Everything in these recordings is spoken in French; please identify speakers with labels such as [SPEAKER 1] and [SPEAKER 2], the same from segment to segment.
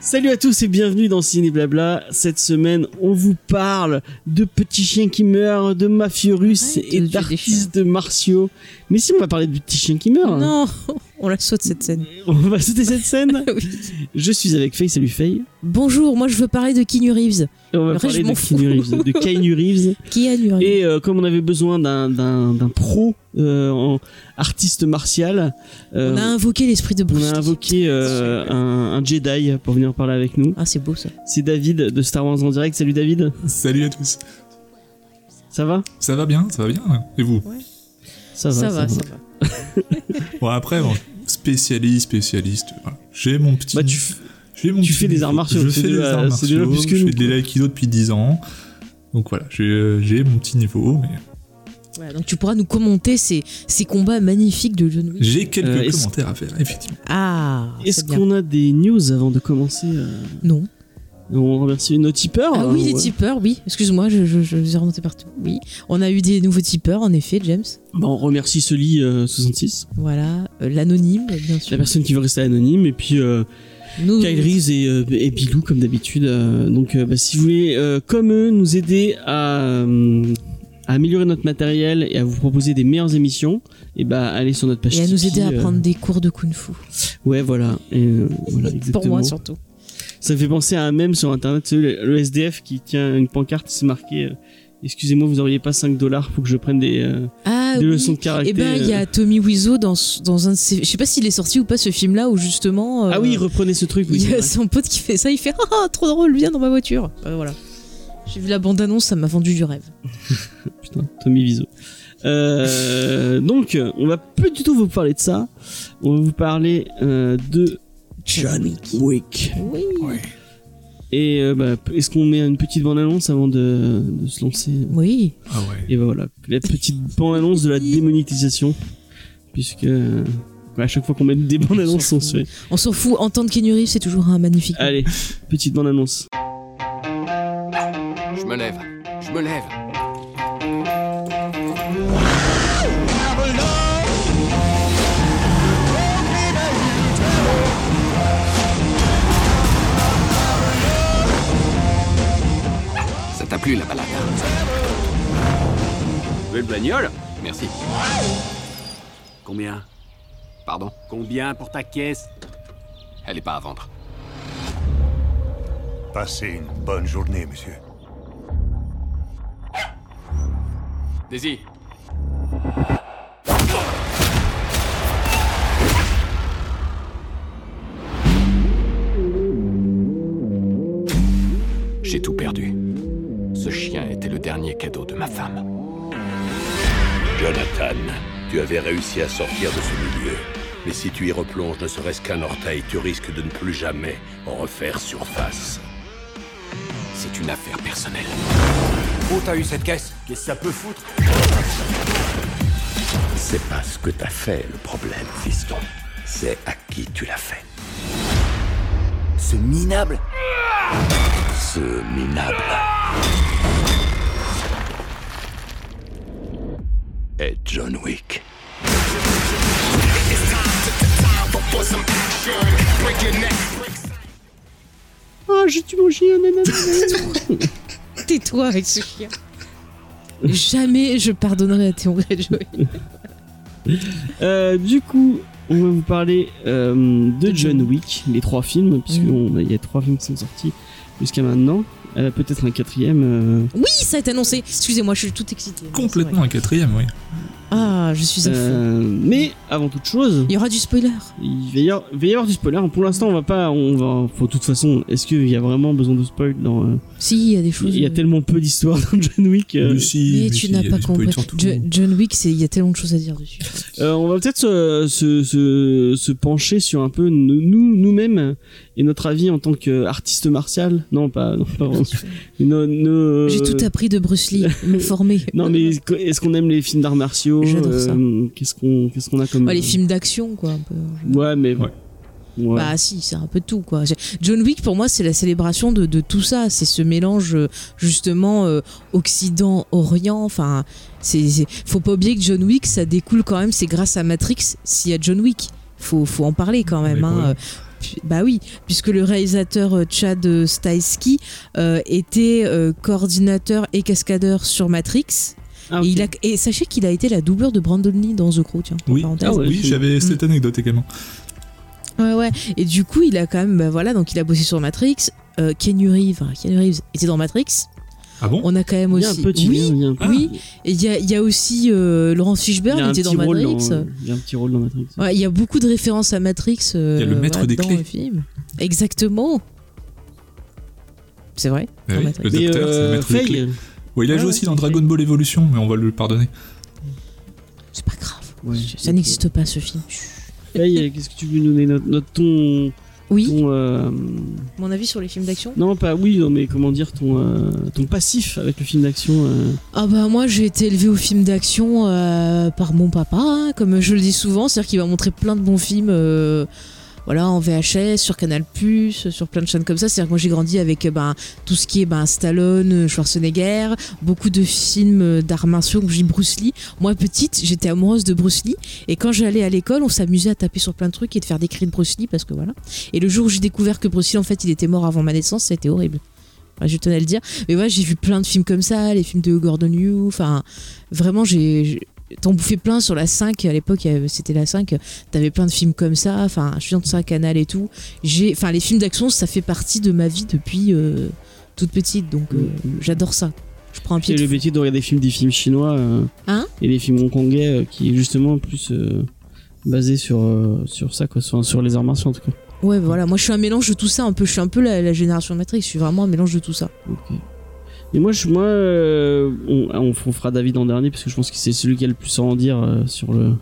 [SPEAKER 1] Salut à tous et bienvenue dans Ciné Blabla. Cette semaine, on vous parle de petits chiens qui meurent, de mafieux russes
[SPEAKER 2] Arrête,
[SPEAKER 1] et
[SPEAKER 2] tu dis
[SPEAKER 1] d'artistes martiaux. Mais si on va parler de petits chiens qui meurent, hein.
[SPEAKER 2] Non, on la saute cette scène. Ah
[SPEAKER 1] on va sauter cette scène.
[SPEAKER 2] Oui.
[SPEAKER 1] Je suis avec Faye, salut Faye.
[SPEAKER 2] Bonjour, moi je veux parler de Keanu Reeves.
[SPEAKER 1] Et on va
[SPEAKER 2] Le reste,
[SPEAKER 1] parler
[SPEAKER 2] je
[SPEAKER 1] de
[SPEAKER 2] m'en
[SPEAKER 1] Keanu
[SPEAKER 2] fous.
[SPEAKER 1] Reeves. De Keanu Reeves.
[SPEAKER 2] Keanu Reeves.
[SPEAKER 1] Et euh, comme on avait besoin d'un- d'un d'un pro euh, en artiste martial, euh,
[SPEAKER 2] on a invoqué l'esprit de
[SPEAKER 1] on
[SPEAKER 2] Bruce.
[SPEAKER 1] a invoqué euh, un, un Jedi pour venir parler avec nous.
[SPEAKER 2] Ah, c'est beau ça.
[SPEAKER 1] C'est David de Star Wars en direct. Salut David,
[SPEAKER 3] Salut à tous.
[SPEAKER 1] ça va
[SPEAKER 3] Ça va bien, ça va bien. Et vous
[SPEAKER 1] Ça
[SPEAKER 2] Ça va, ça va.
[SPEAKER 3] Bon après, bon, spécialiste, spécialiste. voilà. J'ai mon petit.
[SPEAKER 1] Bah, tu, f-
[SPEAKER 3] j'ai mon
[SPEAKER 1] tu
[SPEAKER 3] petit-
[SPEAKER 1] fais des arts martiaux,
[SPEAKER 3] Je
[SPEAKER 1] c'est
[SPEAKER 3] fais
[SPEAKER 1] de
[SPEAKER 3] des
[SPEAKER 1] la-
[SPEAKER 3] arts
[SPEAKER 1] c'est de la euh.
[SPEAKER 3] martiaux.
[SPEAKER 1] plus que
[SPEAKER 3] je
[SPEAKER 1] nous,
[SPEAKER 3] fais de
[SPEAKER 1] quoi.
[SPEAKER 3] l'aïkido depuis 10 ans. Donc voilà, j'ai euh, j'ai mon petit niveau. mais
[SPEAKER 2] Voilà, donc tu pourras nous commenter ces, ces combats magnifiques de John Wick.
[SPEAKER 3] J'ai quelques
[SPEAKER 1] Euh, est-ce-
[SPEAKER 3] commentaires à faire, effectivement.
[SPEAKER 2] Ah,
[SPEAKER 1] Est-ce
[SPEAKER 2] c'est bien.
[SPEAKER 1] qu'on a des news avant de commencer euh,
[SPEAKER 2] Non.
[SPEAKER 1] On remercie nos tipeurs.
[SPEAKER 2] Ah
[SPEAKER 1] hein,
[SPEAKER 2] oui, les
[SPEAKER 1] ouais.
[SPEAKER 2] tipeurs, oui. Excuse-moi, je, je, je les ai remontés partout. Oui. On a eu des nouveaux tipeurs, en effet, James.
[SPEAKER 1] Bah, on remercie Sully euh, 66,
[SPEAKER 2] Voilà. Euh, L'anonyme, bien
[SPEAKER 1] la
[SPEAKER 2] sûr.
[SPEAKER 1] personne qui veut rester anonyme, et puis euh,
[SPEAKER 2] Nous,
[SPEAKER 1] Kyle Reeves et, euh, et Bilou comme d'habitude. euh, donc euh, bah, si vous voulez, euh, comme eux, nous aider à, euh, à améliorer notre matériel et à vous proposer des meilleures émissions, et bah allez sur notre page.
[SPEAKER 2] et à nous
[SPEAKER 1] Tipeee,
[SPEAKER 2] aider à
[SPEAKER 1] euh,
[SPEAKER 2] prendre des cours de Kung Fu.
[SPEAKER 1] Ouais, voilà. et, euh, voilà,
[SPEAKER 2] Pour
[SPEAKER 1] exactement.
[SPEAKER 2] moi, surtout.
[SPEAKER 1] Ça me fait penser à un mème sur internet, c'est le, le SDF qui tient une pancarte, c'est marqué euh, Excusez-moi, vous auriez pas 5 dollars pour que je prenne des, euh,
[SPEAKER 2] Ah
[SPEAKER 1] des
[SPEAKER 2] oui.
[SPEAKER 1] leçons de
[SPEAKER 2] Et
[SPEAKER 1] caractère.
[SPEAKER 2] ben, il y a Tommy Wiseau dans, s- dans un de ses. Je sais pas s'il est sorti ou pas ce film-là où justement. euh,
[SPEAKER 1] Ah oui, reprenez ce truc, oui.
[SPEAKER 2] il y a
[SPEAKER 1] c'est
[SPEAKER 2] son pote qui fait ça, il fait Ah, trop drôle, viens dans ma voiture. Euh, voilà. J'ai vu la bande-annonce, ça m'a vendu du rêve.
[SPEAKER 1] vrai. Putain, Tommy Wiseau. Euh, donc, on va plus du tout vous parler de ça. On va vous parler euh, de John Wick.
[SPEAKER 2] Oui.
[SPEAKER 1] Et euh, bah, est-ce qu'on met une petite bande-annonce avant de, de se lancer
[SPEAKER 2] Oui.
[SPEAKER 3] Ah ouais.
[SPEAKER 1] Et bah voilà, la petite bande-annonce de la démonétisation. Puisque euh, à chaque fois qu'on met des bandes-annonces, on se fait.
[SPEAKER 2] On s'en fout, entendre Keanu Reeves, c'est toujours un magnifique.
[SPEAKER 1] Allez, petite bande-annonce.
[SPEAKER 4] Je me lève. Je me lève. Ça t'a plu la balade hein? Tu veux une bagnole Merci. Combien Pardon
[SPEAKER 5] Combien pour ta caisse
[SPEAKER 4] Elle est pas à vendre.
[SPEAKER 6] Passez une bonne journée, monsieur.
[SPEAKER 4] Daisy J'ai tout perdu. Ce chien était le dernier cadeau de ma femme.
[SPEAKER 7] Jonathan, tu avais réussi à sortir de ce milieu. Mais si tu y replonges ne serait-ce qu'un orteil, tu risques de ne plus jamais en refaire surface.
[SPEAKER 4] C'est une affaire personnelle.
[SPEAKER 5] Où t'as eu cette caisse Qu'est-ce que ça peut foutre
[SPEAKER 7] C'est pas ce que t'as fait le problème, fiston. C'est à qui tu l'as fait.
[SPEAKER 5] Ce minable
[SPEAKER 7] Ce minable. Et John Wick.
[SPEAKER 1] Ah, j'ai tué mon chien, nanana.
[SPEAKER 2] Tais-toi avec ce chien. Jamais je pardonnerai à Théon Greyjoy.
[SPEAKER 1] Euh, du coup, on va vous parler euh, de John Wick, les trois films, puisqu'il y a trois films qui sont sortis jusqu'à maintenant. Euh, Peut-être un quatrième. euh,
[SPEAKER 2] Oui, ça a été annoncé. Excusez-moi, je suis tout excitée.
[SPEAKER 3] Complètement un quatrième, oui.
[SPEAKER 2] Ah, Ah, je suis à fond.
[SPEAKER 1] Euh, mais avant toute chose,
[SPEAKER 2] Il y aura du spoiler.
[SPEAKER 1] il va y avoir, il va y avoir du spoiler. Hein. Pour l'instant, on va pas, on va, faut de toute façon, est-ce qu'il y a vraiment besoin de spoil dans euh,
[SPEAKER 2] Si, il y a des choses.
[SPEAKER 1] Il y a tellement peu d'histoires dans John Wick. euh,
[SPEAKER 3] Lucie,
[SPEAKER 2] Mais tu n'as pas compris. Jo- John Wick, c'est- il y a tellement de choses à dire dessus.
[SPEAKER 1] euh, on va peut-être se, se, se, se pencher sur un peu nous- nous nous-mêmes et notre avis en tant qu'artiste martial. Non, pas, non, pas vraiment. Mais nos- nos-
[SPEAKER 2] J'ai tout appris de Bruce Lee, me former.
[SPEAKER 1] Non, Euh, mais est-ce qu'on aime les films d'arts martiaux
[SPEAKER 2] J'adore ça.
[SPEAKER 1] Euh, Qu'est-ce qu'on qu'est-ce qu'on a comme
[SPEAKER 2] Ouais, les films d'action, quoi, un peu.
[SPEAKER 1] Ouais, mais
[SPEAKER 3] Ouais.
[SPEAKER 1] Ouais.
[SPEAKER 2] Bah si, c'est un peu tout quoi. C'est- John Wick pour moi c'est la célébration de, de tout ça, c'est ce mélange euh, justement euh, Occident-Orient. Enfin, c'est c'est- faut pas oublier que John Wick ça découle quand même, c'est grâce à Matrix s'il y a John Wick. Faut faut en parler quand même.
[SPEAKER 3] Mais
[SPEAKER 2] hein.
[SPEAKER 3] ouais.
[SPEAKER 2] Euh, puis- Bah oui, puisque le réalisateur euh, Chad euh, Stahelski euh, était euh, coordinateur et cascadeur sur Matrix.
[SPEAKER 1] Ah,
[SPEAKER 2] Et,
[SPEAKER 1] ok.
[SPEAKER 2] il a, et sachez qu'il a été la doubleur de Brandon Lee dans The Crow, tiens.
[SPEAKER 3] Oui,
[SPEAKER 2] parenthèse.
[SPEAKER 1] Ah ouais,
[SPEAKER 3] oui
[SPEAKER 1] c'est-
[SPEAKER 2] Hmm.
[SPEAKER 3] j'avais cette anecdote également.
[SPEAKER 2] Ouais, ouais. Et du coup, il a quand même, bah voilà, donc il a bossé sur Matrix. Euh, Keanu Reeves, hein, Keanu Reeves était dans Matrix.
[SPEAKER 3] Ah bon
[SPEAKER 2] On a quand même
[SPEAKER 1] Il y a un
[SPEAKER 2] aussi.
[SPEAKER 1] petit lien,
[SPEAKER 2] oui,
[SPEAKER 1] il y a un petit-
[SPEAKER 2] oui. Et il y a, il y a aussi euh, Laurence
[SPEAKER 1] il y
[SPEAKER 2] Fishburne
[SPEAKER 1] a un
[SPEAKER 2] était dans
[SPEAKER 1] petit rôle dans-
[SPEAKER 2] Matrix.
[SPEAKER 1] Il y a un petit rôle dans Matrix.
[SPEAKER 2] Ouais, il y a beaucoup de références à Matrix. euh,
[SPEAKER 3] Il y a le maître
[SPEAKER 2] voilà,
[SPEAKER 3] des
[SPEAKER 2] dans
[SPEAKER 3] clés.
[SPEAKER 2] le film. Exactement. C'est vrai.
[SPEAKER 3] Bah
[SPEAKER 2] dans
[SPEAKER 3] oui,
[SPEAKER 2] Matrix.
[SPEAKER 3] le
[SPEAKER 1] Mais
[SPEAKER 3] docteur, c'est le
[SPEAKER 1] euh,
[SPEAKER 3] maître des clés.
[SPEAKER 1] Faye,
[SPEAKER 3] Ouais, il a
[SPEAKER 2] Ouais,
[SPEAKER 3] joué
[SPEAKER 2] ouais,
[SPEAKER 3] aussi
[SPEAKER 2] c'est
[SPEAKER 3] dans
[SPEAKER 2] vrai.
[SPEAKER 3] Dragon Ball Evolution, mais on va le pardonner.
[SPEAKER 2] C'est pas grave.
[SPEAKER 1] Ouais.
[SPEAKER 2] Ça n'existe pas ce film. Chut.
[SPEAKER 1] Faye, euh, qu'est-ce que tu veux nous donner notre, notre ton,
[SPEAKER 2] Oui.
[SPEAKER 1] ton euh,
[SPEAKER 2] Mon avis sur les films d'action.
[SPEAKER 1] non pas oui non mais comment dire ton euh, ton passif avec le film d'action euh.
[SPEAKER 2] Ah bah moi j'ai été élevée au film d'action euh, par mon papa, hein, comme je le dis souvent, c'est-à-dire qu'il va montrer plein de bons films euh, voilà, en VHS, sur Canal+, sur plein de chaînes comme ça. C'est-à-dire que moi j'ai grandi avec euh, ben, tout ce qui est ben, Stallone, euh, Schwarzenegger, beaucoup de films euh, d'arts martiaux, comme je dis Bruce Lee. Moi petite j'étais amoureuse de Bruce Lee et quand j'allais à l'école on s'amusait à taper sur plein de trucs et de faire des cris de Bruce Lee parce que voilà. Et le jour où j'ai découvert que Bruce Lee en fait il était mort avant ma naissance, ça a été horrible. Enfin, je tenais à le dire. Mais voilà, j'ai vu plein de films comme ça, les films de Gordon Liu. Enfin, vraiment, j'ai. j'ai- T'en bouffais plein sur la 5, à l'époque il y avait- c'était la 5, t'avais plein de films comme ça, enfin je viens de ça, Canal et tout. J'ai, enfin les films d'action ça fait partie de ma vie depuis euh, toute petite, donc euh, j'adore ça. Je prends un pied.
[SPEAKER 1] Puis
[SPEAKER 2] de
[SPEAKER 1] le
[SPEAKER 2] fou.
[SPEAKER 1] métier de regarder des films des films chinois euh,
[SPEAKER 2] Hein
[SPEAKER 1] et des films hongkongais euh, qui est justement plus euh, basé sur euh, sur ça quoi sur, sur les arts martiaux en tout cas
[SPEAKER 2] Ouais voilà, moi je suis un mélange de tout ça, un peu, je suis un peu la, la génération Matrix, je suis vraiment un mélange de tout ça.
[SPEAKER 1] Et moi, je, moi euh, on, on on fera David en dernier parce que je pense que c'est celui qui a le plus à en dire euh, sur le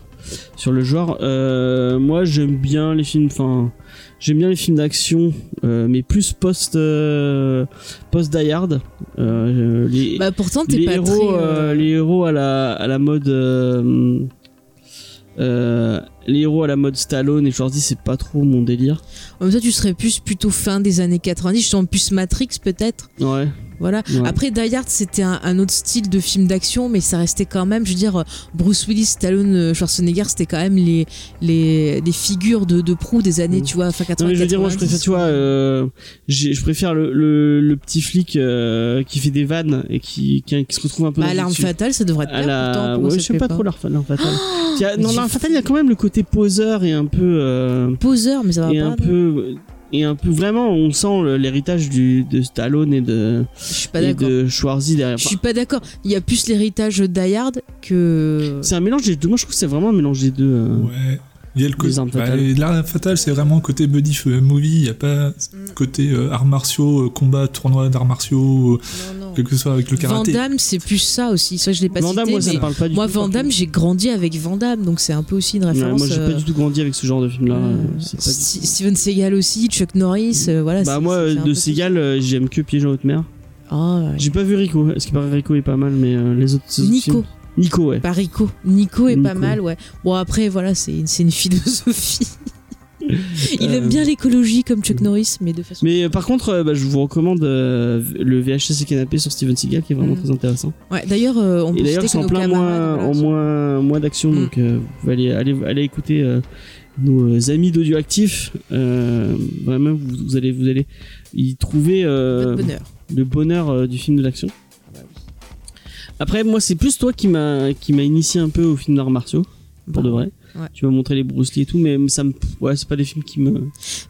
[SPEAKER 1] sur le genre. Euh, moi, j'aime bien les films. Enfin, j'aime bien les films d'action, euh, mais plus post euh, post Die Hard. Euh, les,
[SPEAKER 2] Bah pourtant t'es
[SPEAKER 1] les
[SPEAKER 2] pas
[SPEAKER 1] héros,
[SPEAKER 2] très,
[SPEAKER 1] euh,
[SPEAKER 2] euh,
[SPEAKER 1] les héros à la à la mode. euh, euh, les héros à la mode Stallone et Schwarzy, c'est pas trop mon délire.
[SPEAKER 2] En même temps tu serais plus plutôt fin des années 90, je suis en plus Matrix peut-être.
[SPEAKER 1] Ouais.
[SPEAKER 2] Voilà.
[SPEAKER 1] Ouais.
[SPEAKER 2] Après, Die Hard, c'était un, un autre style de film d'action, mais ça restait quand même, je veux dire, euh, Bruce Willis, Stallone, euh, Schwarzenegger, c'était quand même les, les, les figures de, de proue des années,
[SPEAKER 1] Mm.
[SPEAKER 2] tu vois, enfin
[SPEAKER 1] Non
[SPEAKER 2] 80
[SPEAKER 1] mais je veux dire, moi je
[SPEAKER 2] 90.
[SPEAKER 1] préfère, tu vois, euh, j'ai- je préfère le, le, le petit flic euh, qui fait des vannes et qui, qui, qui se retrouve un peu
[SPEAKER 2] Bah,
[SPEAKER 1] dans
[SPEAKER 2] l'arme
[SPEAKER 1] une-
[SPEAKER 2] fatale, ça devrait être
[SPEAKER 1] à
[SPEAKER 2] bien, pourtant,
[SPEAKER 1] la... ouais,
[SPEAKER 2] pourquoi ça
[SPEAKER 1] je sais
[SPEAKER 2] te
[SPEAKER 1] pas,
[SPEAKER 2] plaît
[SPEAKER 1] trop l'arme l'arme fatale. Il y a-
[SPEAKER 2] mais
[SPEAKER 1] non,
[SPEAKER 2] tu
[SPEAKER 1] l'arme
[SPEAKER 2] fous.
[SPEAKER 1] fatale, il y a quand même le côté poseur et un peu euh,
[SPEAKER 2] Poseur, mais ça va
[SPEAKER 1] et
[SPEAKER 2] pas.
[SPEAKER 1] un
[SPEAKER 2] non
[SPEAKER 1] peu et un peu vraiment, on sent le- l'héritage du de Stallone et de
[SPEAKER 2] Je suis pas
[SPEAKER 1] et
[SPEAKER 2] d'accord.
[SPEAKER 1] de Schwarzy derrière.
[SPEAKER 2] Je suis pas d'accord. Il y a plus l'héritage Die Hard que.
[SPEAKER 1] Enfin, c'est un mélange des deux. Moi, je trouve que c'est vraiment un mélange des deux. euh.
[SPEAKER 3] Ouais. Il y a le côté.
[SPEAKER 1] armes
[SPEAKER 3] bah,
[SPEAKER 1] fatales.
[SPEAKER 3] L'arme fatale, c'est vraiment côté buddy f- movie, il n'y a pas
[SPEAKER 2] Mm.
[SPEAKER 3] ce côté euh, arts martiaux, euh, combat, tournoi d'arts martiaux, euh,
[SPEAKER 2] Non, non.
[SPEAKER 3] quel que soit avec le
[SPEAKER 2] Van
[SPEAKER 3] karaté.
[SPEAKER 2] Damme, c'est plus ça aussi. Ça, je l'ai pas
[SPEAKER 1] Van Damme,
[SPEAKER 2] cité.
[SPEAKER 1] moi, ça
[SPEAKER 2] Bah, mais
[SPEAKER 1] me parle pas du
[SPEAKER 2] moi,
[SPEAKER 1] tout.
[SPEAKER 2] Van
[SPEAKER 1] par
[SPEAKER 2] Damme, j'ai grandi avec Van Damme, donc c'est un peu aussi une
[SPEAKER 1] contre. Ouais,
[SPEAKER 2] référence.
[SPEAKER 1] moi, j'ai pas
[SPEAKER 2] euh,
[SPEAKER 1] du tout grandi avec ce genre de film-là.
[SPEAKER 2] Euh,
[SPEAKER 1] C'est pas du
[SPEAKER 2] Sti- Steven Seagal aussi, Chuck Norris, euh, voilà.
[SPEAKER 1] Bah
[SPEAKER 2] c'est-
[SPEAKER 1] moi,
[SPEAKER 2] c'est- c'est un
[SPEAKER 1] de
[SPEAKER 2] peu-
[SPEAKER 1] Seagal, euh, j'aime que Piège en haute mer.
[SPEAKER 2] Ah, ouais.
[SPEAKER 1] J'ai pas vu Rico. Est-ce qu'il paraît Rico est pas mal, mais euh, les autres. ces autres
[SPEAKER 2] Nico,
[SPEAKER 1] films- Nico, ouais.
[SPEAKER 2] pas Rico. Nico est pas
[SPEAKER 1] Nico.
[SPEAKER 2] mal, ouais. Bon, après, voilà, c'est une, c'est une philosophie. Il
[SPEAKER 1] Euh,
[SPEAKER 2] aime bien l'écologie comme Chuck Norris, mais de façon.
[SPEAKER 1] Mais euh, par contre, euh, bah, je vous recommande euh, le VHS et canapé sur Steven Seagal, qui est vraiment
[SPEAKER 2] Mm.
[SPEAKER 1] très intéressant.
[SPEAKER 2] Ouais, d'ailleurs, euh, on peut
[SPEAKER 1] et d'ailleurs,
[SPEAKER 2] citer
[SPEAKER 1] c'est
[SPEAKER 2] que
[SPEAKER 1] en
[SPEAKER 2] nos
[SPEAKER 1] plein
[SPEAKER 2] camarades.
[SPEAKER 1] moins,
[SPEAKER 2] voilà,
[SPEAKER 1] en
[SPEAKER 2] sont-
[SPEAKER 1] moins, moins d'action,
[SPEAKER 2] Mm.
[SPEAKER 1] donc euh, vous pouvez aller, aller, aller écouter euh, nos euh, amis d'Audioactif. Euh, vraiment, vous, vous allez, vous allez y trouver euh,
[SPEAKER 2] Votre bonheur. Ah bah
[SPEAKER 1] le bonheur euh, du film de l'action. Après, moi, c'est plus toi qui m'a qui m'a initié un peu au film d'arts martiaux. pour de vrai.
[SPEAKER 2] Ouais.
[SPEAKER 1] tu m'as montré les Bruce Lee et tout, mais ça me, ouais, c'est pas des films qui me.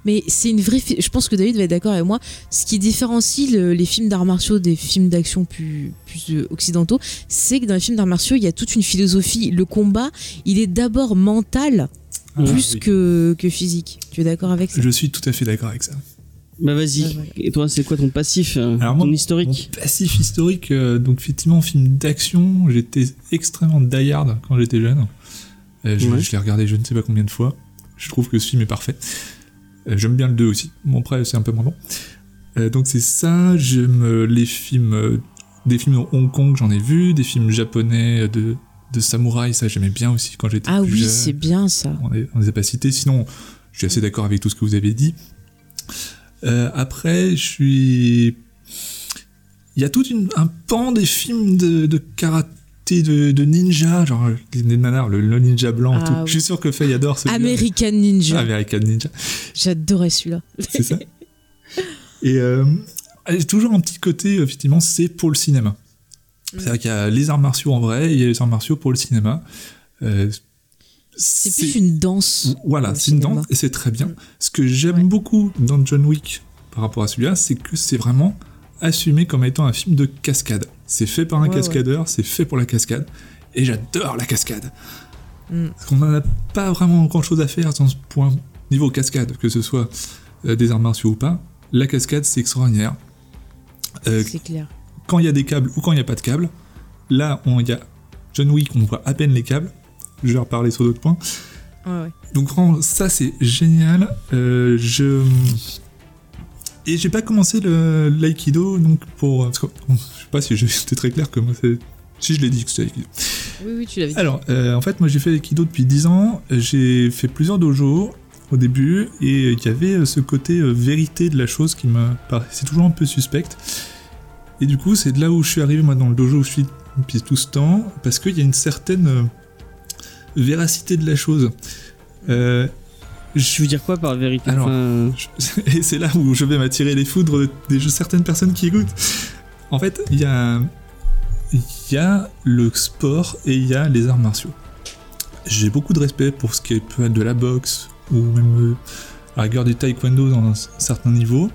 [SPEAKER 2] Mais c'est une vraie. fi- Je pense que David va être d'accord avec moi. Ce qui différencie le- les films d'arts martiaux des films d'action plus, plus euh, occidentaux, c'est que dans les films d'arts martiaux, il y a toute une philosophie. Le combat, il est d'abord mental
[SPEAKER 3] Ah,
[SPEAKER 2] plus
[SPEAKER 3] oui.
[SPEAKER 2] que, que physique. Tu es d'accord avec ça
[SPEAKER 3] Je suis tout à fait d'accord avec ça.
[SPEAKER 1] Bah vas-y.
[SPEAKER 2] Ouais, voilà.
[SPEAKER 1] Et toi, c'est quoi ton passif, euh,
[SPEAKER 3] Alors
[SPEAKER 1] ton
[SPEAKER 3] moi,
[SPEAKER 1] historique
[SPEAKER 3] Mon passif historique, euh, donc effectivement, film d'action, j'étais extrêmement die-hard quand j'étais jeune. Euh, je
[SPEAKER 1] Ouais.
[SPEAKER 3] je l'ai regardé je ne sais pas combien de fois. Je trouve que ce film est parfait. Euh, J'aime bien le 2 aussi. Bon, après, c'est un peu moins bon. Euh, donc c'est ça, j'aime euh, les films... euh, des films de Hong Kong, j'en ai vu. Des films japonais euh, de, de samouraï, ça j'aimais bien aussi quand j'étais
[SPEAKER 2] Ah
[SPEAKER 3] plus
[SPEAKER 2] oui,
[SPEAKER 3] jeune
[SPEAKER 2] c'est bien ça.
[SPEAKER 3] on ne les a pas cités. Sinon, je suis assez d'accord avec tout ce que vous avez dit. Euh, après, je suis. Il y a tout une- un pan des films de, de karaté, de, de ninja, genre les nanars, le, le ninja blanc. et
[SPEAKER 2] Ah
[SPEAKER 3] tout.
[SPEAKER 2] oui.
[SPEAKER 3] Je suis sûr que Faye adore ce
[SPEAKER 2] American Ninja.
[SPEAKER 3] American Ninja.
[SPEAKER 2] J'adorais celui-là.
[SPEAKER 3] C'est ça. Et euh, elle est toujours un petit côté, euh, effectivement, c'est pour le cinéma.
[SPEAKER 2] Mm.
[SPEAKER 3] C'est-à-dire qu'il y a les arts martiaux en vrai et il y a les arts martiaux pour le cinéma. Euh,
[SPEAKER 2] C'est plus une danse.
[SPEAKER 3] voilà,
[SPEAKER 2] au
[SPEAKER 3] c'est une
[SPEAKER 2] cinéma.
[SPEAKER 3] dent et c'est très bien.
[SPEAKER 2] Mm.
[SPEAKER 3] Ce que j'aime
[SPEAKER 2] Ouais.
[SPEAKER 3] beaucoup dans John Wick par rapport à celui-là, c'est que c'est vraiment assumé comme étant un film de cascade. C'est fait par un
[SPEAKER 2] Ouais, ouais.
[SPEAKER 3] cascadeur, c'est fait pour la cascade, et j'adore la cascade.
[SPEAKER 2] Mm.
[SPEAKER 3] Parce qu'on n'en a pas vraiment grand-chose à faire dans ce point niveau cascade, que ce soit euh, des arts martiaux ou pas. La cascade, c'est extraordinaire. Euh,
[SPEAKER 2] C'est clair.
[SPEAKER 3] quand il y a des câbles ou quand il n'y a pas de câbles. Là, on il y a John Wick, on voit à peine les câbles. Je vais reparler sur d'autres points.
[SPEAKER 2] Ouais, ouais.
[SPEAKER 3] Donc vraiment, ça c'est génial. Euh, je et j'ai pas commencé le l'aïkido donc pour parce que- bon, je sais pas si j'ai- j'étais très clair que moi c'est si je l'ai dit que c'était l'aïkido.
[SPEAKER 2] Oui, oui, tu l'avais dit.
[SPEAKER 3] Alors euh, en fait moi j'ai fait l'aïkido depuis 10 ans. J'ai fait plusieurs dojos au début et il y avait euh, ce côté euh, vérité de la chose qui me paraissait toujours un peu suspecte. Et du coup c'est de là où je suis arrivé moi dans le dojo où je suis depuis tout ce temps parce qu'il y a une certaine euh, véracité de la chose. Euh,
[SPEAKER 1] Je veux dire quoi par vérité
[SPEAKER 3] Alors,
[SPEAKER 1] Enfin,
[SPEAKER 3] je- Et c'est là où je vais m'attirer les foudres de, des de certaines personnes qui écoutent. En fait, il y a, il y a le sport et il y a les arts martiaux. J'ai beaucoup de respect pour ce qui peut être de la boxe ou même euh, à la rigueur du taekwondo dans un s- certain niveau.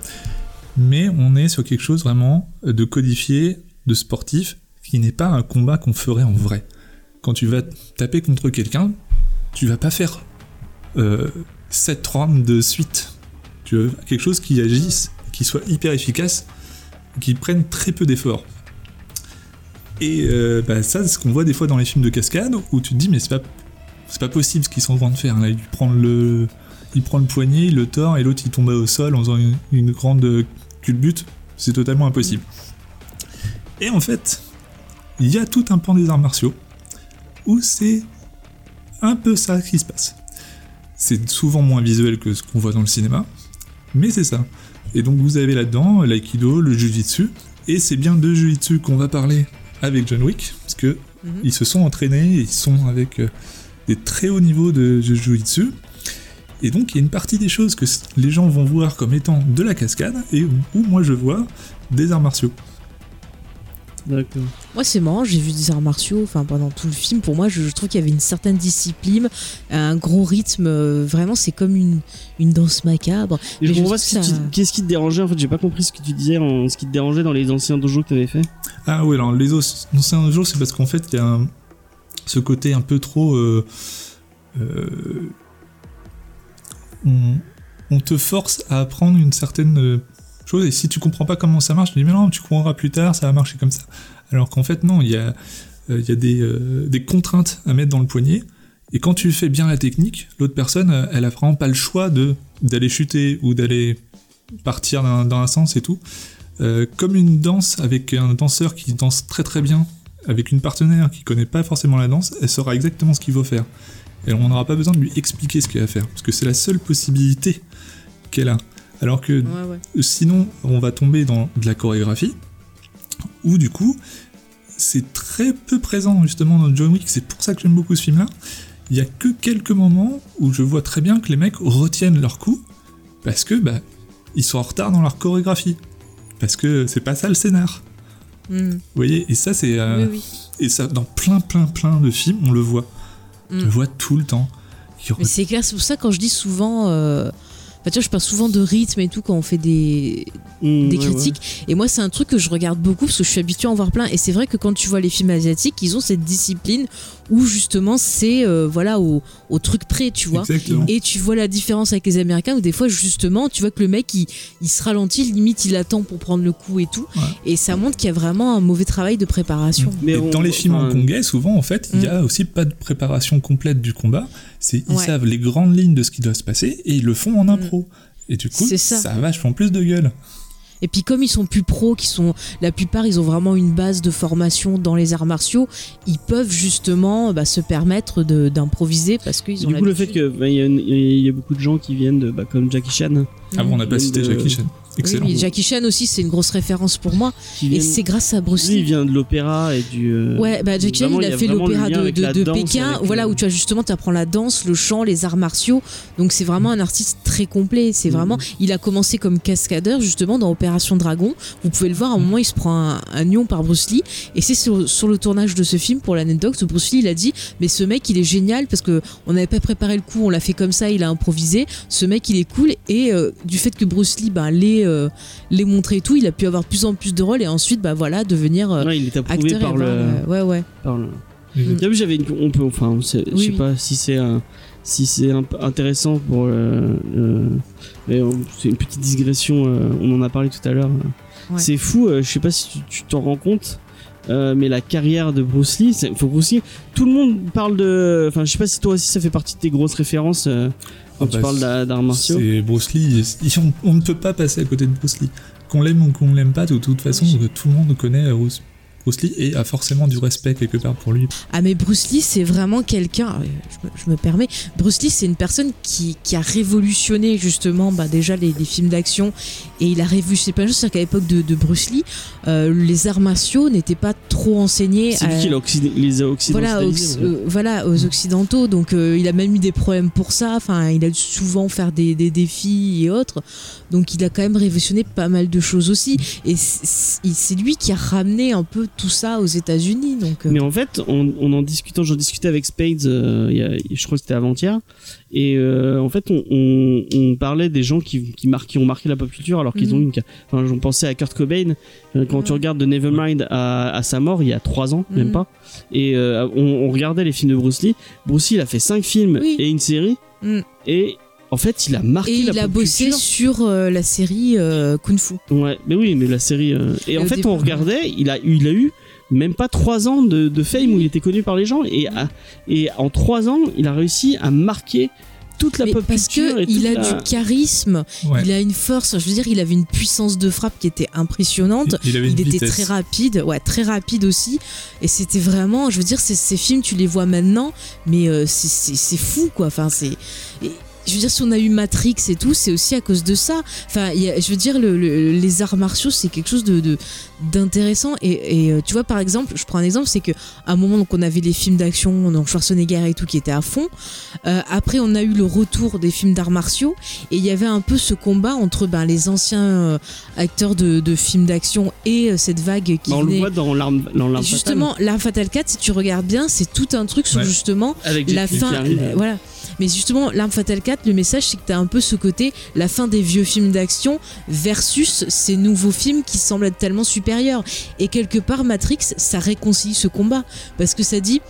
[SPEAKER 3] Mais on est sur quelque chose vraiment de codifié, de sportif, qui n'est pas un combat qu'on ferait en vrai. Quand tu vas taper contre quelqu'un, tu vas pas faire euh, 7 rounds de suite. Tu veux quelque chose qui agisse, qui soit hyper efficace, qui prenne très peu d'efforts. Et euh, bah, ça, c'est ce qu'on voit des fois dans les films de cascade, où tu te dis, mais c'est pas, c'est pas possible ce qu'ils sont en train de faire. Là, il prend le, il prend le poignet, il le tord, et l'autre il tombe au sol en faisant une, une grande culbute. C'est totalement impossible. Et en fait, il y a tout un pan des arts martiaux où c'est un peu ça qui se passe c'est souvent moins visuel que ce qu'on voit dans le cinéma, mais c'est ça. Et donc vous avez là-dedans l'aïkido, le jujitsu, et c'est bien de jujitsu qu'on va parler avec John Wick, parce que
[SPEAKER 2] Mhm.
[SPEAKER 3] ils se sont entraînés, ils sont avec euh, des très hauts niveaux de ju- jujitsu, et donc il y a une partie des choses que s- les gens vont voir comme étant de la cascade, et où où moi je vois des arts martiaux.
[SPEAKER 1] d'accord.
[SPEAKER 2] Moi, c'est marrant, j'ai vu des arts martiaux enfin, pendant tout le film. Pour moi, je, je trouve qu'il y avait une certaine discipline, un gros rythme. euh, vraiment, c'est comme une, une danse macabre.
[SPEAKER 1] Et je
[SPEAKER 2] Mais je
[SPEAKER 1] comprends pas
[SPEAKER 2] trouve
[SPEAKER 1] ce qui
[SPEAKER 2] ça-
[SPEAKER 1] te- qu'est-ce qui te dérangeait en fait. J'ai pas compris ce que tu disais, en- ce qui te dérangeait dans les anciens dojos que t'avais fait.
[SPEAKER 3] Ah oui, alors les os, non, c'est un jour, c'est parce qu'en fait, il y a un- ce côté un peu trop. euh, euh, on, on te force à apprendre une certaine euh, chose, et si tu comprends pas comment ça marche, tu dis, mais non, tu comprendras plus tard, ça va marcher comme ça. Alors qu'en fait, non, il y a, euh, il y a des, euh, des contraintes à mettre dans le poignet, et quand tu fais bien la technique, l'autre personne, euh, elle a vraiment pas le choix de d'aller chuter ou d'aller partir dans- dans un sens et tout. Euh, comme une danse avec un danseur qui danse très très bien, avec une partenaire qui connaît pas forcément la danse, elle saura exactement ce qu'il faut faire. Et on n'aura pas besoin de lui expliquer ce qu'il a à faire, parce que c'est la seule possibilité qu'elle a. Alors que
[SPEAKER 2] Ouais, ouais.
[SPEAKER 3] sinon, on va tomber dans de la chorégraphie, où du coup, c'est très peu présent justement dans John Wick, c'est pour ça que j'aime beaucoup ce film-là. Il y a que quelques moments où je vois très bien que les mecs retiennent leur coup, parce que bah, ils sont en retard dans leur chorégraphie. Parce que c'est pas ça le scénar.
[SPEAKER 2] Mm.
[SPEAKER 3] Vous voyez Et ça, c'est. euh,
[SPEAKER 2] Oui, oui.
[SPEAKER 3] Et ça, dans plein, plein, plein de films, on le voit. On
[SPEAKER 2] Mm.
[SPEAKER 3] le voit tout le temps. Il y aura-
[SPEAKER 2] Mais c'est clair, c'est pour ça quand je dis souvent. euh, Enfin, tu vois, je parle souvent de rythme et tout quand on fait des,
[SPEAKER 1] Mmh,
[SPEAKER 2] des
[SPEAKER 1] ouais,
[SPEAKER 2] critiques. Et moi, c'est un truc que je regarde beaucoup parce que je suis habituée à en voir plein. Et c'est vrai que quand tu vois les films asiatiques, ils ont cette discipline où justement c'est euh, voilà au, au truc près, tu vois.
[SPEAKER 3] Exactement.
[SPEAKER 2] Et tu vois la différence avec les Américains où des fois justement tu vois que le mec il, il se ralentit, limite il attend pour prendre le coup et tout.
[SPEAKER 3] Ouais.
[SPEAKER 2] Et ça montre qu'il y a vraiment un mauvais travail de préparation.
[SPEAKER 1] Mais
[SPEAKER 3] et
[SPEAKER 1] on-
[SPEAKER 3] dans les films
[SPEAKER 1] enfin,
[SPEAKER 3] hongkongais, souvent, en fait, il y a aussi pas de préparation complète du combat. C'est ils
[SPEAKER 2] Mm. Ouais. Mm.
[SPEAKER 3] savent les grandes lignes de ce qui doit se passer et ils le font en impro. Et du coup,
[SPEAKER 2] C'est
[SPEAKER 3] ça.
[SPEAKER 2] ça. Mm.
[SPEAKER 3] a vachement plus de gueule.
[SPEAKER 2] Et puis comme ils sont plus pros, qui sont la plupart, ils ont vraiment une base de formation dans les arts martiaux, ils peuvent justement bah, se permettre de- d'improviser parce qu'ils ont
[SPEAKER 1] Du coup, le fait
[SPEAKER 2] l'habitude.
[SPEAKER 1] que bah, il y, a une- il y a beaucoup de gens qui viennent de, bah, comme Jackie Chan,
[SPEAKER 3] Ah bon, on n'a pas
[SPEAKER 1] Même
[SPEAKER 3] cité
[SPEAKER 1] de-
[SPEAKER 3] Jackie Chan. Excellent.
[SPEAKER 2] Oui, mais Jackie Chan aussi, c'est une grosse référence pour moi.
[SPEAKER 1] qui
[SPEAKER 2] Et
[SPEAKER 1] viennent-
[SPEAKER 2] c'est grâce à Bruce
[SPEAKER 1] lui, il
[SPEAKER 2] Lee.
[SPEAKER 1] vient de l'opéra et du. euh,
[SPEAKER 2] Ouais, bah Jackie Chan,
[SPEAKER 1] vraiment,
[SPEAKER 2] il a fait
[SPEAKER 1] vraiment le
[SPEAKER 2] l'opéra
[SPEAKER 1] lien
[SPEAKER 2] de,
[SPEAKER 1] avec
[SPEAKER 2] de-
[SPEAKER 1] la
[SPEAKER 2] de
[SPEAKER 1] danse,
[SPEAKER 2] Pékin,
[SPEAKER 1] avec,
[SPEAKER 2] voilà,
[SPEAKER 1] euh,
[SPEAKER 2] où tu as justement, tu apprends la danse, le chant, les arts martiaux. Donc c'est vraiment un artiste très complet. C'est vraiment,
[SPEAKER 1] Mhm.
[SPEAKER 2] il a commencé comme cascadeur justement dans Opération Dragon. Vous pouvez le voir, à un moment, il se prend un, un lion par Bruce Lee. Et c'est sur, sur le tournage de ce film, pour l'anecdote, où Bruce Lee, il a dit, mais ce mec, il est génial parce que on n'avait pas préparé le coup, on l'a fait comme ça, il a improvisé. Ce mec, il est cool. Et euh, du fait que Bruce Lee, ben, les, les montrer et tout, il a pu avoir de plus en plus de rôles et ensuite, bah voilà, devenir euh,
[SPEAKER 1] ouais, il est approuvé
[SPEAKER 2] acteur. et
[SPEAKER 1] par le,
[SPEAKER 2] avoir, euh, ouais, ouais.
[SPEAKER 1] par le.
[SPEAKER 3] Exactement.
[SPEAKER 1] T'as vu, j'avais une. On peut. Enfin, c'est- je
[SPEAKER 2] Oui,
[SPEAKER 1] sais
[SPEAKER 2] oui.
[SPEAKER 1] pas si c'est un- Si c'est un- intéressant pour. euh, le- mais on- c'est une petite digression, euh, on en a parlé tout à l'heure.
[SPEAKER 2] Ouais.
[SPEAKER 1] C'est fou, euh, je sais pas si tu- tu t'en rends compte, euh, mais la carrière de Bruce Lee, c'est- faut Bruce Lee, tout le monde parle de. Enfin, je sais pas si toi aussi ça fait partie de tes grosses références euh, quand
[SPEAKER 3] Ah
[SPEAKER 1] tu
[SPEAKER 3] bah,
[SPEAKER 1] parles d'a- d'arts martiaux.
[SPEAKER 3] C'est Bruce Lee. Ils- On, on ne peut pas passer à côté de Bruce Lee. Qu'on l'aime ou qu'on l'aime pas, de toute façon, tout le monde connaît Bruce, Bruce Lee et a forcément du respect quelque part pour lui.
[SPEAKER 2] Ah mais Bruce Lee c'est vraiment quelqu'un, euh, je me, je me permets, Bruce Lee c'est une personne qui, qui a révolutionné justement bah, déjà les, les films d'action et il a révolutionné plein de choses, c'est-à-dire qu'à l'époque de, de Bruce Lee, euh, les arts martiaux n'étaient pas trop enseignés
[SPEAKER 1] C'est lui
[SPEAKER 2] à-
[SPEAKER 1] qui l'a occidi- les a
[SPEAKER 2] euh, voilà, aux,
[SPEAKER 1] occidentalisés. ouais.
[SPEAKER 2] euh, voilà, aux occidentaux, donc euh, il a même eu des problèmes pour ça, enfin il a dû souvent faire des, des défis et autres, donc il a quand même révolutionné pas mal de choses aussi et c'est- c'est lui qui a ramené un peu tout ça aux États-Unis, donc... euh,
[SPEAKER 1] Mais en fait, on, on en discutant, j'en discutais avec Spades, euh, il y a- je crois que c'était avant-hier, et euh, en fait, on, on- on parlait des gens qui, qui, mar- qui ont marqué la pop culture alors qu'ils
[SPEAKER 2] Mhm.
[SPEAKER 1] ont une. ca- Enfin, j'en pensais à Kurt Cobain. euh, Quand tu
[SPEAKER 2] Mhm.
[SPEAKER 1] regardes de Nevermind à, à sa mort, il y a trois ans, même
[SPEAKER 2] Mhm.
[SPEAKER 1] pas, et euh, on, on regardait les films de Bruce Lee. Bruce Lee, il a fait cinq films
[SPEAKER 2] Oui.
[SPEAKER 1] et une série,
[SPEAKER 2] Mhm.
[SPEAKER 1] et en fait, il a marqué
[SPEAKER 2] Et
[SPEAKER 1] la
[SPEAKER 2] il a
[SPEAKER 1] pop
[SPEAKER 2] bossé
[SPEAKER 1] culture.
[SPEAKER 2] sur euh, la série euh, Kung Fu.
[SPEAKER 1] Ouais, mais oui, mais la série. euh, Et, en
[SPEAKER 2] au
[SPEAKER 1] fait,
[SPEAKER 2] début-
[SPEAKER 1] on regardait, il a, il a eu même pas trois ans de, de fame où il était connu par les gens. Et, à- et en trois ans, il a réussi à marquer toute la
[SPEAKER 2] Mais
[SPEAKER 1] pop
[SPEAKER 2] parce
[SPEAKER 1] culture.
[SPEAKER 2] que
[SPEAKER 1] et
[SPEAKER 2] il a
[SPEAKER 1] toute la-
[SPEAKER 2] du charisme,
[SPEAKER 3] Ouais.
[SPEAKER 2] il a une force. Je veux dire, il avait une puissance de frappe qui était impressionnante.
[SPEAKER 3] Il, avait une
[SPEAKER 2] Il était
[SPEAKER 3] vitesse.
[SPEAKER 2] très rapide, ouais, très rapide aussi. Et c'était vraiment, je veux dire, ces, ces films, tu les vois maintenant, mais euh, c'est- c'est c'est fou, quoi. Enfin, c'est. et Je veux dire, si on a eu Matrix et tout, c'est aussi à cause de ça. Enfin, il y a- je veux dire, le- le- les arts martiaux, c'est quelque chose de de- d'intéressant. et, et, euh, tu vois, par exemple, je prends un exemple, c'est que à un moment, donc, on avait les films d'action, donc Schwarzenegger et tout, qui étaient à fond. Euh, après, on a eu le retour des films d'arts martiaux, et il y avait un peu ce combat entre ben, les anciens euh, acteurs de, de films d'action et euh, cette vague qui
[SPEAKER 1] Bah, on le
[SPEAKER 2] venait-
[SPEAKER 1] voit dans l'arme, dans l'arme
[SPEAKER 2] Justement, la Fatal 4, si tu regardes bien, c'est tout un truc sur
[SPEAKER 3] Ouais.
[SPEAKER 2] justement
[SPEAKER 1] fatale, avec
[SPEAKER 2] la
[SPEAKER 1] Jet Li qui
[SPEAKER 2] fin.
[SPEAKER 1] arrive.
[SPEAKER 2] euh, voilà. Mais justement, l'arme fatale 4, le message, c'est que t'as un peu ce côté, la fin des vieux films d'action versus ces nouveaux films qui semblent être tellement supérieurs. Et quelque part, Matrix, ça réconcilie ce combat. Parce que ça dit,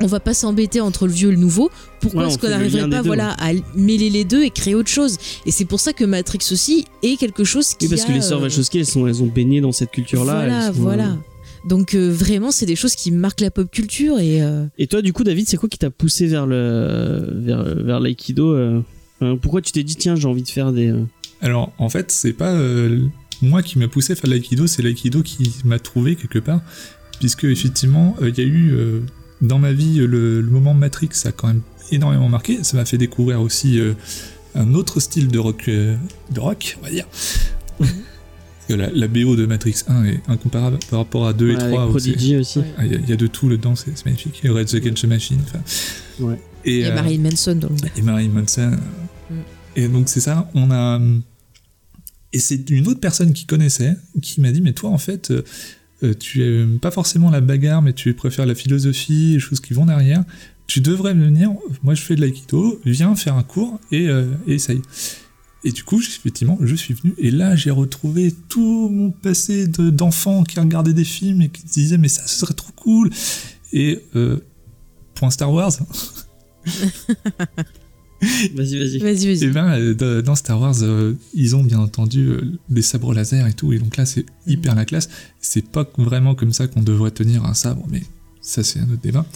[SPEAKER 2] on va pas s'embêter entre le vieux et le nouveau. Pourquoi
[SPEAKER 1] Ouais, on
[SPEAKER 2] est-ce qu'on
[SPEAKER 1] fait le lien
[SPEAKER 2] n'arriverait
[SPEAKER 1] des
[SPEAKER 2] pas
[SPEAKER 1] deux, hein.
[SPEAKER 2] voilà, à mêler les deux et créer autre chose Et c'est pour ça que Matrix aussi est quelque chose qui.
[SPEAKER 1] Oui, parce
[SPEAKER 2] a,
[SPEAKER 1] que les sœurs
[SPEAKER 2] euh,
[SPEAKER 1] Wachowski, elles, sont, elles ont baigné dans cette culture-là.
[SPEAKER 2] Voilà,
[SPEAKER 1] elles sont, euh,
[SPEAKER 2] voilà. Donc euh, vraiment, c'est des choses qui marquent la pop culture et. euh,
[SPEAKER 1] Et toi, du coup, David, c'est quoi qui t'a poussé vers, le, vers, vers l'aïkido euh, enfin, Pourquoi tu t'es dit, tiens, j'ai envie de faire des. euh,
[SPEAKER 3] Alors, en fait, c'est pas euh, moi qui m'a poussé à faire l'aïkido, c'est l'aïkido qui m'a trouvé quelque part. Puisque, effectivement, euh, il y a eu euh, dans ma vie euh, le, le moment Matrix, ça a quand même énormément marqué. Ça m'a fait découvrir aussi euh, un autre style de rock, euh, de rock on va dire.
[SPEAKER 1] Mhm.
[SPEAKER 3] Parce que la, la BO de Matrix 1 est incomparable par rapport à 2 et
[SPEAKER 1] ouais,
[SPEAKER 3] 3.
[SPEAKER 1] avec
[SPEAKER 3] où c'est-
[SPEAKER 1] Prodigy aussi.
[SPEAKER 2] Ouais.
[SPEAKER 3] Ah, Il y, a- il y a de tout dedans, c'est c'est magnifique. Et Red Against the Machine. enfin.
[SPEAKER 1] Ouais.
[SPEAKER 3] Et,
[SPEAKER 2] Il y a
[SPEAKER 3] euh,
[SPEAKER 2] Marilyn Manson dans le.
[SPEAKER 3] et Marilyn Manson.
[SPEAKER 2] Mm.
[SPEAKER 3] Et donc c'est ça, on a... Et c'est une autre personne qui connaissait qui m'a dit, mais toi en fait, euh, euh, tu aimes pas forcément la bagarre, mais tu préfères la philosophie, les choses qui vont derrière. tu devrais venir, moi je fais de l'aïkido, viens faire un cours et euh, et essaye. Et du coup, j'ai- effectivement, je suis venu et là, j'ai retrouvé tout mon passé de- d'enfant qui regardait des films et qui se disait mais ça ce serait trop cool. Et euh, point Star Wars,
[SPEAKER 1] Vas-y, vas-y.
[SPEAKER 2] Vas-y, vas-y.
[SPEAKER 3] et ben euh, de- dans Star Wars, euh, ils ont bien entendu euh, des sabres laser et tout, et donc là c'est hyper la classe. C'est pas vraiment comme ça qu'on devrait tenir un sabre, mais ça c'est un autre débat.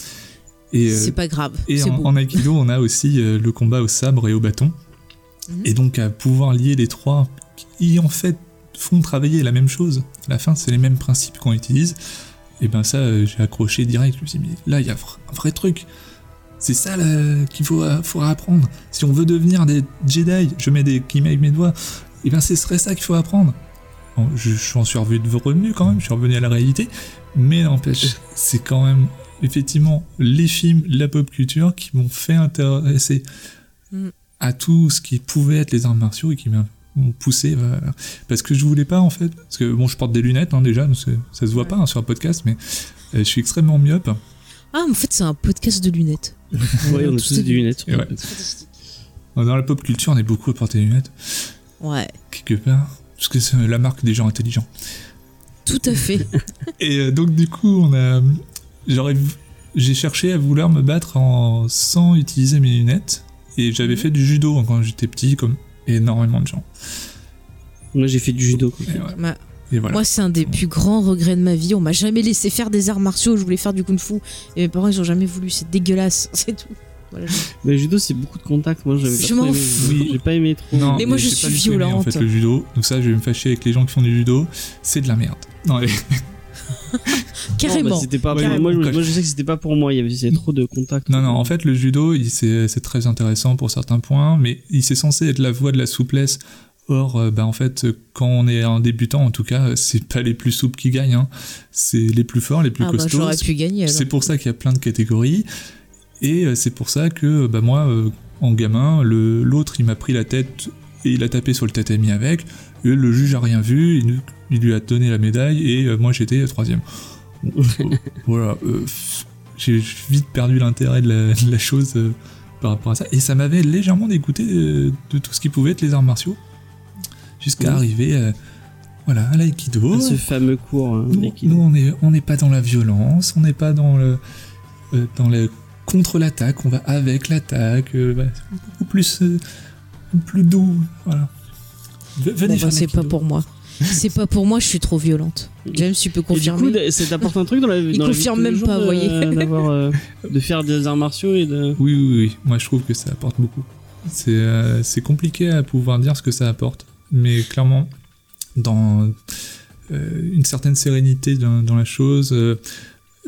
[SPEAKER 3] Et, euh,
[SPEAKER 2] C'est pas grave.
[SPEAKER 3] et
[SPEAKER 2] C'est
[SPEAKER 3] en,
[SPEAKER 2] beau.
[SPEAKER 3] en Aikido, on a aussi euh, le combat au sabre et au bâton.
[SPEAKER 2] Mhm.
[SPEAKER 3] Et donc à pouvoir lier les trois qui en fait font travailler la même chose. À la fin, c'est les mêmes principes qu'on utilise. Et ben ça, euh, j'ai accroché direct. Je me suis dit, mais là, il y a vra- un vrai truc. C'est ça là, qu'il faut, euh, faut apprendre. Si on veut devenir des Jedi, je mets des guillemets avec mes doigts, et bien ce serait ça qu'il faut apprendre. Bon, je, je suis en survie de revenu quand même, je suis revenu à la réalité, mais n'empêche, c'est quand même effectivement les films, la pop culture qui m'ont fait intéresser
[SPEAKER 2] Mm.
[SPEAKER 3] à tout ce qui pouvait être les arts martiaux et qui m'a- m'ont poussé vers- parce que je voulais pas en fait parce que bon je porte des lunettes hein, déjà donc c'est- ça se voit pas hein, sur un podcast mais euh, je suis extrêmement myope
[SPEAKER 2] Ah, en fait, c'est un podcast de lunettes.
[SPEAKER 1] Ouais, on a
[SPEAKER 2] Tout
[SPEAKER 1] tous
[SPEAKER 2] est-
[SPEAKER 1] des lunettes.
[SPEAKER 3] Et ouais. dans la pop culture on est beaucoup à porter des lunettes
[SPEAKER 2] Ouais,
[SPEAKER 3] quelque part parce que c'est la marque des gens intelligents
[SPEAKER 2] tout à fait.
[SPEAKER 3] Et euh, donc du coup, on a, j'aurais, j'ai cherché à vouloir me battre en sans utiliser mes lunettes. Et j'avais fait du judo hein, quand j'étais petit, comme énormément de gens.
[SPEAKER 1] Moi, j'ai fait du judo. quoi.
[SPEAKER 3] Et, ouais.
[SPEAKER 2] Ma-
[SPEAKER 3] Et voilà.
[SPEAKER 2] Moi, c'est un des plus grands regrets de ma vie. On m'a jamais laissé faire des arts martiaux. Je voulais faire du kung-fu et mes parents ils ont jamais voulu. C'est dégueulasse, c'est tout. Voilà, je-
[SPEAKER 1] Mais le judo, c'est beaucoup de contacts. Moi, j'avais pas
[SPEAKER 2] Je
[SPEAKER 1] trop
[SPEAKER 2] m'en
[SPEAKER 1] aimé.
[SPEAKER 2] fous.
[SPEAKER 3] Oui.
[SPEAKER 1] J'ai pas aimé trop.
[SPEAKER 3] Non,
[SPEAKER 2] Mais moi, je
[SPEAKER 3] j'ai
[SPEAKER 2] suis
[SPEAKER 3] pas du tout aimé, en
[SPEAKER 2] violente.
[SPEAKER 3] fait le judo, donc ça je vais me fâcher avec les gens qui font du judo, c'est de la merde. Non, mais-
[SPEAKER 1] Non, bah,
[SPEAKER 2] Carrément.
[SPEAKER 1] c'était pas
[SPEAKER 3] Ouais,
[SPEAKER 1] pour- moi, je,
[SPEAKER 3] carrément.
[SPEAKER 1] moi, je sais que c'était pas pour moi. Il y avait il y avait trop de contacts.
[SPEAKER 3] non, non, en fait le judo il- c'est c'est très intéressant pour certains points, mais il c'est censé être la voie de la souplesse. Or, euh, bah, en fait, quand on est un débutant, en tout cas, c'est pas les plus souples qui gagnent. hein. C'est les plus forts, les plus
[SPEAKER 2] Ah bah,
[SPEAKER 3] costauds.
[SPEAKER 2] j'aurais pu gagner. alors.
[SPEAKER 3] C'est pour ça qu'il y a plein de catégories. Et euh, c'est pour ça que euh, bah, moi, euh, en gamin, le- l'autre, il m'a pris la tête et il a tapé sur le tatami avec. Et le juge a rien vu, il, il lui a donné la médaille et euh, moi j'étais troisième. voilà. euh, pff, J'ai vite perdu l'intérêt de, la- de la chose euh, par rapport à ça. Et ça m'avait légèrement dégoûté euh, de tout ce qui pouvait être les arts martiaux. Jusqu'à
[SPEAKER 1] Oui.
[SPEAKER 3] arriver euh, voilà, à l'aïkido.
[SPEAKER 1] À ce fameux cours. hein,
[SPEAKER 3] Nous,
[SPEAKER 1] d'équilibre.
[SPEAKER 3] nous, on n'est on n'est pas dans la violence, on n'est pas dans le, euh, dans le contre l'attaque, on va avec l'attaque, euh, bah, c'est beaucoup plus, euh, plus doux, voilà. V-
[SPEAKER 2] Bon,
[SPEAKER 3] Venez
[SPEAKER 2] bah,
[SPEAKER 3] faire
[SPEAKER 2] c'est pas
[SPEAKER 3] l'aïkido.
[SPEAKER 2] pour moi. C'est pas pour moi. Je suis trop violente. James, tu peux
[SPEAKER 1] Et du coup,
[SPEAKER 2] confirmer.
[SPEAKER 1] d- ça t'apporte un truc dans la vie.
[SPEAKER 2] Il
[SPEAKER 1] dans la
[SPEAKER 2] confirme
[SPEAKER 1] vie de tous
[SPEAKER 2] même
[SPEAKER 1] les jours
[SPEAKER 2] pas,
[SPEAKER 1] de-
[SPEAKER 2] voyez.
[SPEAKER 1] d'avoir, euh, de faire des arts martiaux et de.
[SPEAKER 3] Oui, oui, oui, moi je trouve que ça apporte beaucoup. C'est euh, c'est compliqué à pouvoir dire ce que ça apporte, mais clairement, dans euh, une certaine sérénité dans, dans la chose, euh,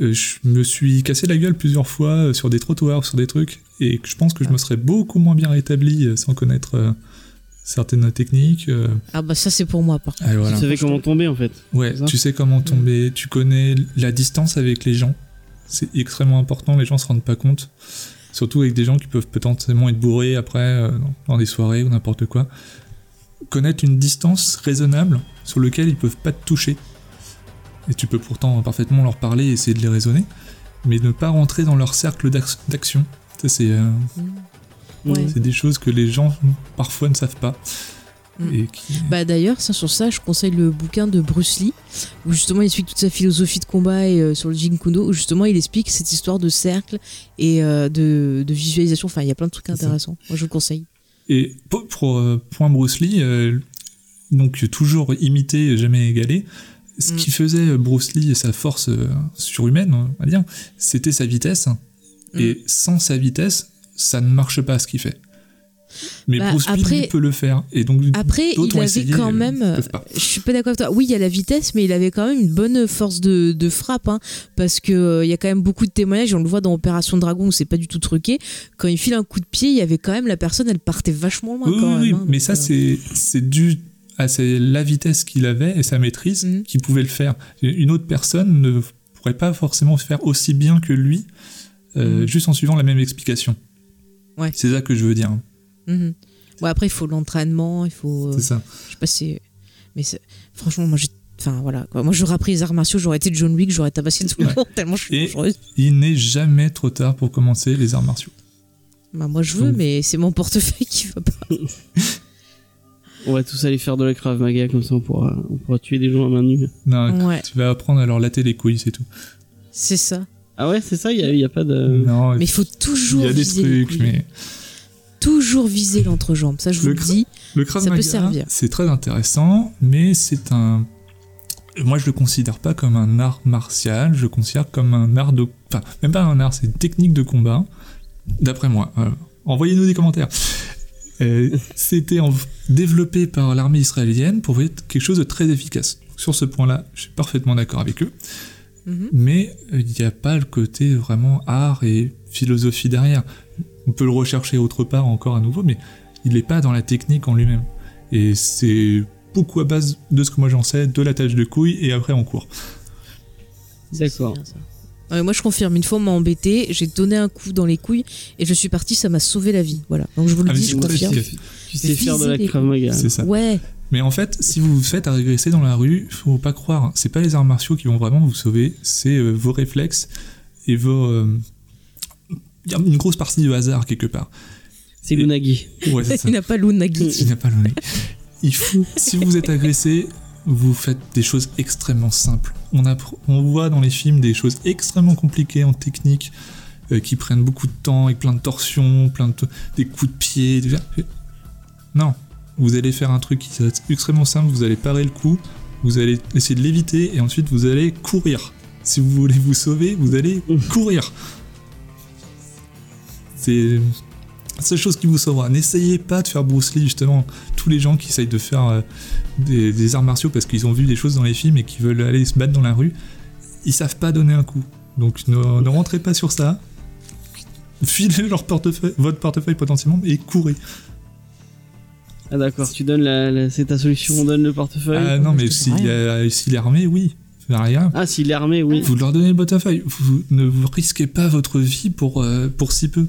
[SPEAKER 3] euh, je me suis cassé la gueule plusieurs fois euh, sur des trottoirs, sur des trucs, et que je pense que je me serais beaucoup moins bien rétabli euh, sans connaître euh, certaines techniques. euh.
[SPEAKER 2] Ah bah ça c'est pour moi par contre.
[SPEAKER 3] Ah, voilà.
[SPEAKER 1] Tu savais comment tomber en fait.
[SPEAKER 3] Ouais,
[SPEAKER 1] C'est ça
[SPEAKER 3] tu sais comment tomber, tu connais la distance avec les gens. C'est extrêmement important, les gens se rendent pas compte. Surtout avec des gens qui peuvent potentiellement être bourrés après, euh, dans- dans des soirées ou n'importe quoi. Connaître une distance raisonnable sur laquelle ils peuvent pas te toucher. Et tu peux pourtant parfaitement leur parler et essayer de les raisonner, mais ne pas rentrer dans leur cercle d'ac- d'action. Ça, c'est euh,
[SPEAKER 2] Ouais.
[SPEAKER 3] c'est des choses que les gens parfois ne savent pas.
[SPEAKER 2] Mm.
[SPEAKER 3] Et qui...
[SPEAKER 2] Bah d'ailleurs, ça sur ça, je conseille le bouquin de Bruce Lee, où justement il explique toute sa philosophie de combat et euh, sur le Jeet Kune Do, où justement il explique cette histoire de cercle et euh, de, de visualisation. Enfin, il y a plein de trucs
[SPEAKER 3] C'est ça.
[SPEAKER 2] intéressants. Moi, je vous le conseille.
[SPEAKER 3] Et pour, pour, euh, point Bruce Lee, euh, donc toujours imité, jamais égalé, ce
[SPEAKER 2] Mm.
[SPEAKER 3] qui faisait Bruce Lee et sa force euh, surhumaine, on va dire, c'était sa vitesse.
[SPEAKER 2] Mm.
[SPEAKER 3] Et sans sa vitesse, ça ne marche pas ce qu'il fait. Mais
[SPEAKER 2] Bah,
[SPEAKER 3] Bruce Lee
[SPEAKER 2] après-
[SPEAKER 3] lui, peut le faire. Et donc,
[SPEAKER 2] Après,
[SPEAKER 3] d'autres
[SPEAKER 2] il
[SPEAKER 3] ont
[SPEAKER 2] avait
[SPEAKER 3] essayé,
[SPEAKER 2] quand
[SPEAKER 3] euh,
[SPEAKER 2] même.
[SPEAKER 3] ils peuvent pas.
[SPEAKER 2] Je suis pas d'accord avec toi. Oui, il y a la vitesse, mais il avait quand même une bonne force de, de frappe, hein, parce que euh, il y a quand même beaucoup de témoignages. et On le voit dans Opération Dragon, où c'est pas du tout truqué. Quand il file un coup de pied, il y avait quand même la personne, elle partait vachement loin.
[SPEAKER 3] Oui,
[SPEAKER 2] quand
[SPEAKER 3] oui,
[SPEAKER 2] même,
[SPEAKER 3] oui,
[SPEAKER 2] hein,
[SPEAKER 3] mais
[SPEAKER 2] donc,
[SPEAKER 3] ça,
[SPEAKER 2] euh,
[SPEAKER 3] c'est c'est dû à sa- la vitesse qu'il avait et sa maîtrise
[SPEAKER 2] Mhm.
[SPEAKER 3] qui pouvait le faire. Une autre personne ne pourrait pas forcément faire aussi bien que lui, euh,
[SPEAKER 2] Mhm.
[SPEAKER 3] juste en suivant la même explication.
[SPEAKER 2] Ouais.
[SPEAKER 3] C'est ça que je veux dire. hein.
[SPEAKER 2] mhm. Bon après, il faut l'entraînement, il faut. euh,
[SPEAKER 3] C'est ça.
[SPEAKER 2] Je sais pas si. Mais c'est- franchement, moi j'ai Enfin voilà. quoi. Moi j'aurais appris les arts martiaux, j'aurais été John Wick, j'aurais tabassé tout le
[SPEAKER 3] Ouais.
[SPEAKER 2] monde tellement je suis
[SPEAKER 3] Et-
[SPEAKER 2] dangereuse.
[SPEAKER 3] Il n'est jamais trop tard pour commencer les arts martiaux.
[SPEAKER 2] Bah, moi je veux,
[SPEAKER 3] Donc-
[SPEAKER 2] mais c'est mon portefeuille qui va pas.
[SPEAKER 1] On va tous aller faire de la Krav Maga, comme ça on pourra, on pourra tuer des gens à main nue.
[SPEAKER 3] Non,
[SPEAKER 2] Ouais.
[SPEAKER 3] tu vas apprendre à leur latter les couilles, c'est tout.
[SPEAKER 2] C'est ça.
[SPEAKER 1] Ah ouais, c'est ça, il n'y a, pas de.
[SPEAKER 3] non,
[SPEAKER 2] Euh. Mais il faut
[SPEAKER 3] il
[SPEAKER 2] toujours
[SPEAKER 3] y a des
[SPEAKER 2] viser les
[SPEAKER 3] trucs,
[SPEAKER 2] couilles.
[SPEAKER 3] mais
[SPEAKER 2] toujours viser l'entrejambe. Ça je vous
[SPEAKER 3] Le
[SPEAKER 2] le
[SPEAKER 3] cra-
[SPEAKER 2] dis.
[SPEAKER 3] le Krav
[SPEAKER 2] Ça peut
[SPEAKER 3] Maga,
[SPEAKER 2] servir.
[SPEAKER 3] c'est très intéressant, mais c'est un. Moi, je le considère pas comme un art martial. Je le considère comme un art de. Enfin, même pas un art, c'est une technique de combat. D'après moi. Voilà. Envoyez-nous des commentaires. Euh, C'était en- développé par l'armée israélienne pour être quelque chose de très efficace. Sur ce point-là, je suis parfaitement d'accord avec eux.
[SPEAKER 2] Mhm.
[SPEAKER 3] Mais euh, il n'y a pas le côté vraiment art et philosophie derrière. On peut le rechercher autre part encore à nouveau, mais il n'est pas dans la technique en lui-même. Et c'est beaucoup à base de ce que moi j'en sais, de la tâche de couille, et après on court.
[SPEAKER 1] D'accord.
[SPEAKER 2] C'est bien, ça. Ouais, moi je confirme, une fois on m'a embêté, j'ai donné un coup dans les couilles et je suis partie, ça m'a sauvé la vie. Voilà, donc je vous le
[SPEAKER 3] Ah, mais
[SPEAKER 2] dis,
[SPEAKER 3] c'est
[SPEAKER 2] je
[SPEAKER 3] très
[SPEAKER 2] confirme.
[SPEAKER 3] efficace.
[SPEAKER 1] Tu sais faire de la
[SPEAKER 2] Viser les
[SPEAKER 1] Krav Maga.
[SPEAKER 3] C'est ça.
[SPEAKER 2] Ouais,
[SPEAKER 3] Mais en fait, si vous vous faites à régresser dans la rue, faut pas croire. hein. C'est pas les arts martiaux qui vont vraiment vous sauver, c'est euh, vos réflexes et vos. euh, Il y a une grosse partie de hasard quelque part.
[SPEAKER 1] C'est Lunagi.
[SPEAKER 3] Ouais, c'est ça.
[SPEAKER 2] il n'a pas l'unagi.
[SPEAKER 3] Il n'a pas le nez. Il faut, si vous êtes agressé, vous faites des choses extrêmement simples. On, appr- on voit dans les films des choses extrêmement compliquées en technique, euh, qui prennent beaucoup de temps, avec plein de torsions, plein de to- des coups de pied. des- Non, vous allez faire un truc qui va être extrêmement simple, vous allez parer le coup, vous allez essayer de l'éviter, et ensuite vous allez courir. Si vous voulez vous sauver, vous allez courir. C'est la seule chose qui vous sauvera. N'essayez pas de faire Bruce Lee, justement. Tous les gens qui essayent de faire euh, des, des arts martiaux parce qu'ils ont vu des choses dans les films et qui veulent aller se battre dans la rue, ils savent pas donner un coup. Donc ne, ne rentrez pas sur ça. Filez leur portefeuille, votre portefeuille potentiellement et courez.
[SPEAKER 1] Ah d'accord, tu donnes la, la- c'est ta solution, on donne le portefeuille.
[SPEAKER 3] Ah non, mais s'il y a- s'il est armé, oui. Ça sert à rien.
[SPEAKER 1] Ah, s'il est armé, oui.
[SPEAKER 3] Vous leur donnez le portefeuille. Vous ne vous risquez pas votre vie pour, euh, pour si peu.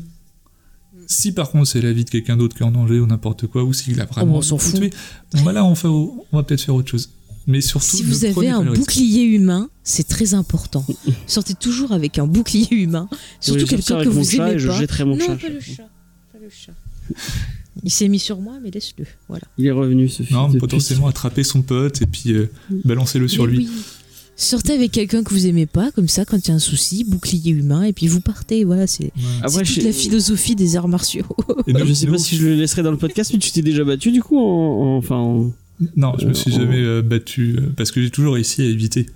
[SPEAKER 3] Si par contre c'est la vie de quelqu'un d'autre qui est en danger ou n'importe quoi, ou s'il a
[SPEAKER 2] Oh,
[SPEAKER 3] vraiment.
[SPEAKER 2] on s'en
[SPEAKER 3] envie de
[SPEAKER 2] fout.
[SPEAKER 3] tuer, voilà, on, fait, au- on va peut-être faire autre chose. Mais surtout,
[SPEAKER 2] Si
[SPEAKER 3] ne
[SPEAKER 2] vous avez
[SPEAKER 3] prenez
[SPEAKER 2] un
[SPEAKER 3] pas le risque.
[SPEAKER 2] bouclier humain, c'est très important. Sortez toujours avec un bouclier humain,
[SPEAKER 1] Je
[SPEAKER 2] surtout
[SPEAKER 1] vais sortir
[SPEAKER 2] quelqu'un
[SPEAKER 1] avec
[SPEAKER 2] que
[SPEAKER 1] mon
[SPEAKER 2] vous
[SPEAKER 1] chat et
[SPEAKER 2] aimez
[SPEAKER 1] je
[SPEAKER 2] pas.
[SPEAKER 1] jetterai mon
[SPEAKER 2] non,
[SPEAKER 1] chat.
[SPEAKER 2] pas le chat, pas le chat. Il s'est mis sur moi, mais laisse-le. Voilà.
[SPEAKER 1] Il est revenu, ce fils
[SPEAKER 3] Non,
[SPEAKER 1] de pute.
[SPEAKER 3] potentiellement attraper son pote et puis euh, balancer-le sur
[SPEAKER 2] Mais
[SPEAKER 3] lui.
[SPEAKER 2] oui. Sortez avec quelqu'un que vous aimez pas, comme ça, quand il y a un souci, bouclier humain, et puis vous partez. Voilà, c'est
[SPEAKER 3] Ouais.
[SPEAKER 1] Après,
[SPEAKER 2] Ah, c'est
[SPEAKER 1] je
[SPEAKER 2] toute
[SPEAKER 1] sais-
[SPEAKER 2] la philosophie des arts martiaux.
[SPEAKER 3] Et ne-
[SPEAKER 1] Je sais
[SPEAKER 3] ne-
[SPEAKER 1] pas si je le laisserai dans le podcast, mais tu t'es déjà battu du coup en, en- enfin en-
[SPEAKER 3] Non, je me suis
[SPEAKER 1] Euh, on-
[SPEAKER 3] jamais euh, battu euh, parce que j'ai toujours réussi à éviter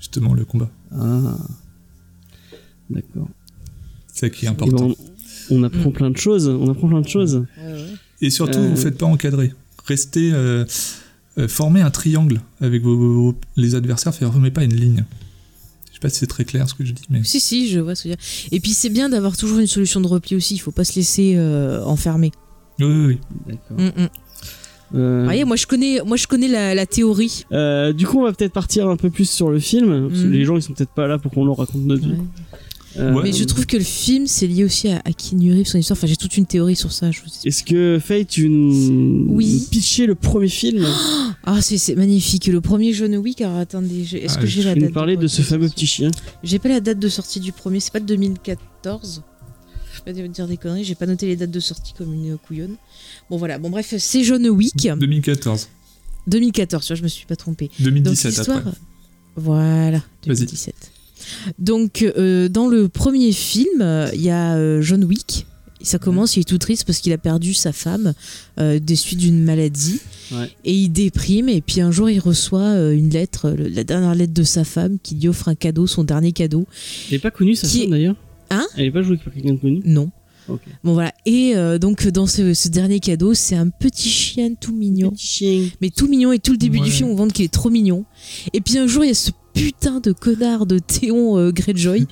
[SPEAKER 3] justement le combat.
[SPEAKER 1] Ah. D'accord.
[SPEAKER 3] C'est ça qui est
[SPEAKER 1] Eh ben,
[SPEAKER 3] important.
[SPEAKER 1] on, on apprend plein de choses, on apprend plein de choses.
[SPEAKER 3] Et surtout,
[SPEAKER 1] Euh,
[SPEAKER 3] vous ne faites pas encadrer. Restez. euh, euh, formez un triangle avec vos, vos- vos- les adversaires, ne formez pas une ligne. Je sais pas si c'est très clair ce que je dis, mais.
[SPEAKER 2] si, si, je vois ce que je veux dire. Et puis c'est bien d'avoir toujours une solution de repli aussi. Il faut pas se laisser euh, enfermer.
[SPEAKER 3] Oui, oui, oui.
[SPEAKER 1] D'accord.
[SPEAKER 2] Mm, mm.
[SPEAKER 1] Euh,
[SPEAKER 2] Vous voyez, moi je connais, moi je connais la, la théorie.
[SPEAKER 1] euh, du coup, on va peut-être partir un peu plus sur le film. parce que
[SPEAKER 2] Mhm.
[SPEAKER 1] Les gens, ils sont peut-être pas là pour qu'on leur raconte notre vie. Euh,
[SPEAKER 3] Ouais.
[SPEAKER 2] Mais je trouve que le film, c'est lié aussi à, à Keanu Reeves, son histoire. Enfin, j'ai toute une théorie sur ça. Je vous explique.
[SPEAKER 1] Est-ce que Faye, tu nous
[SPEAKER 2] Oui.
[SPEAKER 1] nous pitchais le premier film
[SPEAKER 2] Ah, c'est c'est magnifique. Le premier John Wick. Alors, attendez, je- est-ce
[SPEAKER 3] Ah,
[SPEAKER 2] que j'ai
[SPEAKER 1] Tu
[SPEAKER 2] la
[SPEAKER 1] nous
[SPEAKER 2] date
[SPEAKER 1] parlais de ce fameux petit chien.
[SPEAKER 2] J'ai pas la date de sortie du premier. C'est pas de 2014. Je vais pas vous dire des conneries. J'ai pas noté les dates de sortie comme une euh, couillonne. Bon, voilà. Bon, bref, c'est John Wick.
[SPEAKER 3] 2014,
[SPEAKER 2] 2014, tu vois, je me suis pas trompée. Donc
[SPEAKER 3] 2017
[SPEAKER 2] l'histoire-
[SPEAKER 3] après.
[SPEAKER 2] Voilà,
[SPEAKER 3] Vas-y.
[SPEAKER 2] 2017. Donc euh, dans le premier film, euh, il y a euh, John Wick. Et Ça commence, il est tout triste parce qu'il a perdu sa femme euh, des suites d'une maladie.
[SPEAKER 1] Ouais.
[SPEAKER 2] Et il déprime. Et puis un jour, il reçoit euh, une lettre, euh, le- la dernière lettre de sa femme qui lui offre un cadeau, son dernier cadeau.
[SPEAKER 1] Elle est pas connue, sa
[SPEAKER 2] Qui-
[SPEAKER 1] femme d'ailleurs
[SPEAKER 2] Hein
[SPEAKER 1] Elle est pas jouée par quelqu'un de connu
[SPEAKER 2] Non.
[SPEAKER 1] Ok.
[SPEAKER 2] Bon voilà. Et euh, donc dans ce, ce dernier cadeau, c'est un petit chien tout mignon.
[SPEAKER 1] Petit chien.
[SPEAKER 2] mais tout mignon et tout le début
[SPEAKER 3] Ouais.
[SPEAKER 2] du film on vante qu'il est trop mignon et puis un jour il y a ce putain de connard de Théon euh, Greyjoy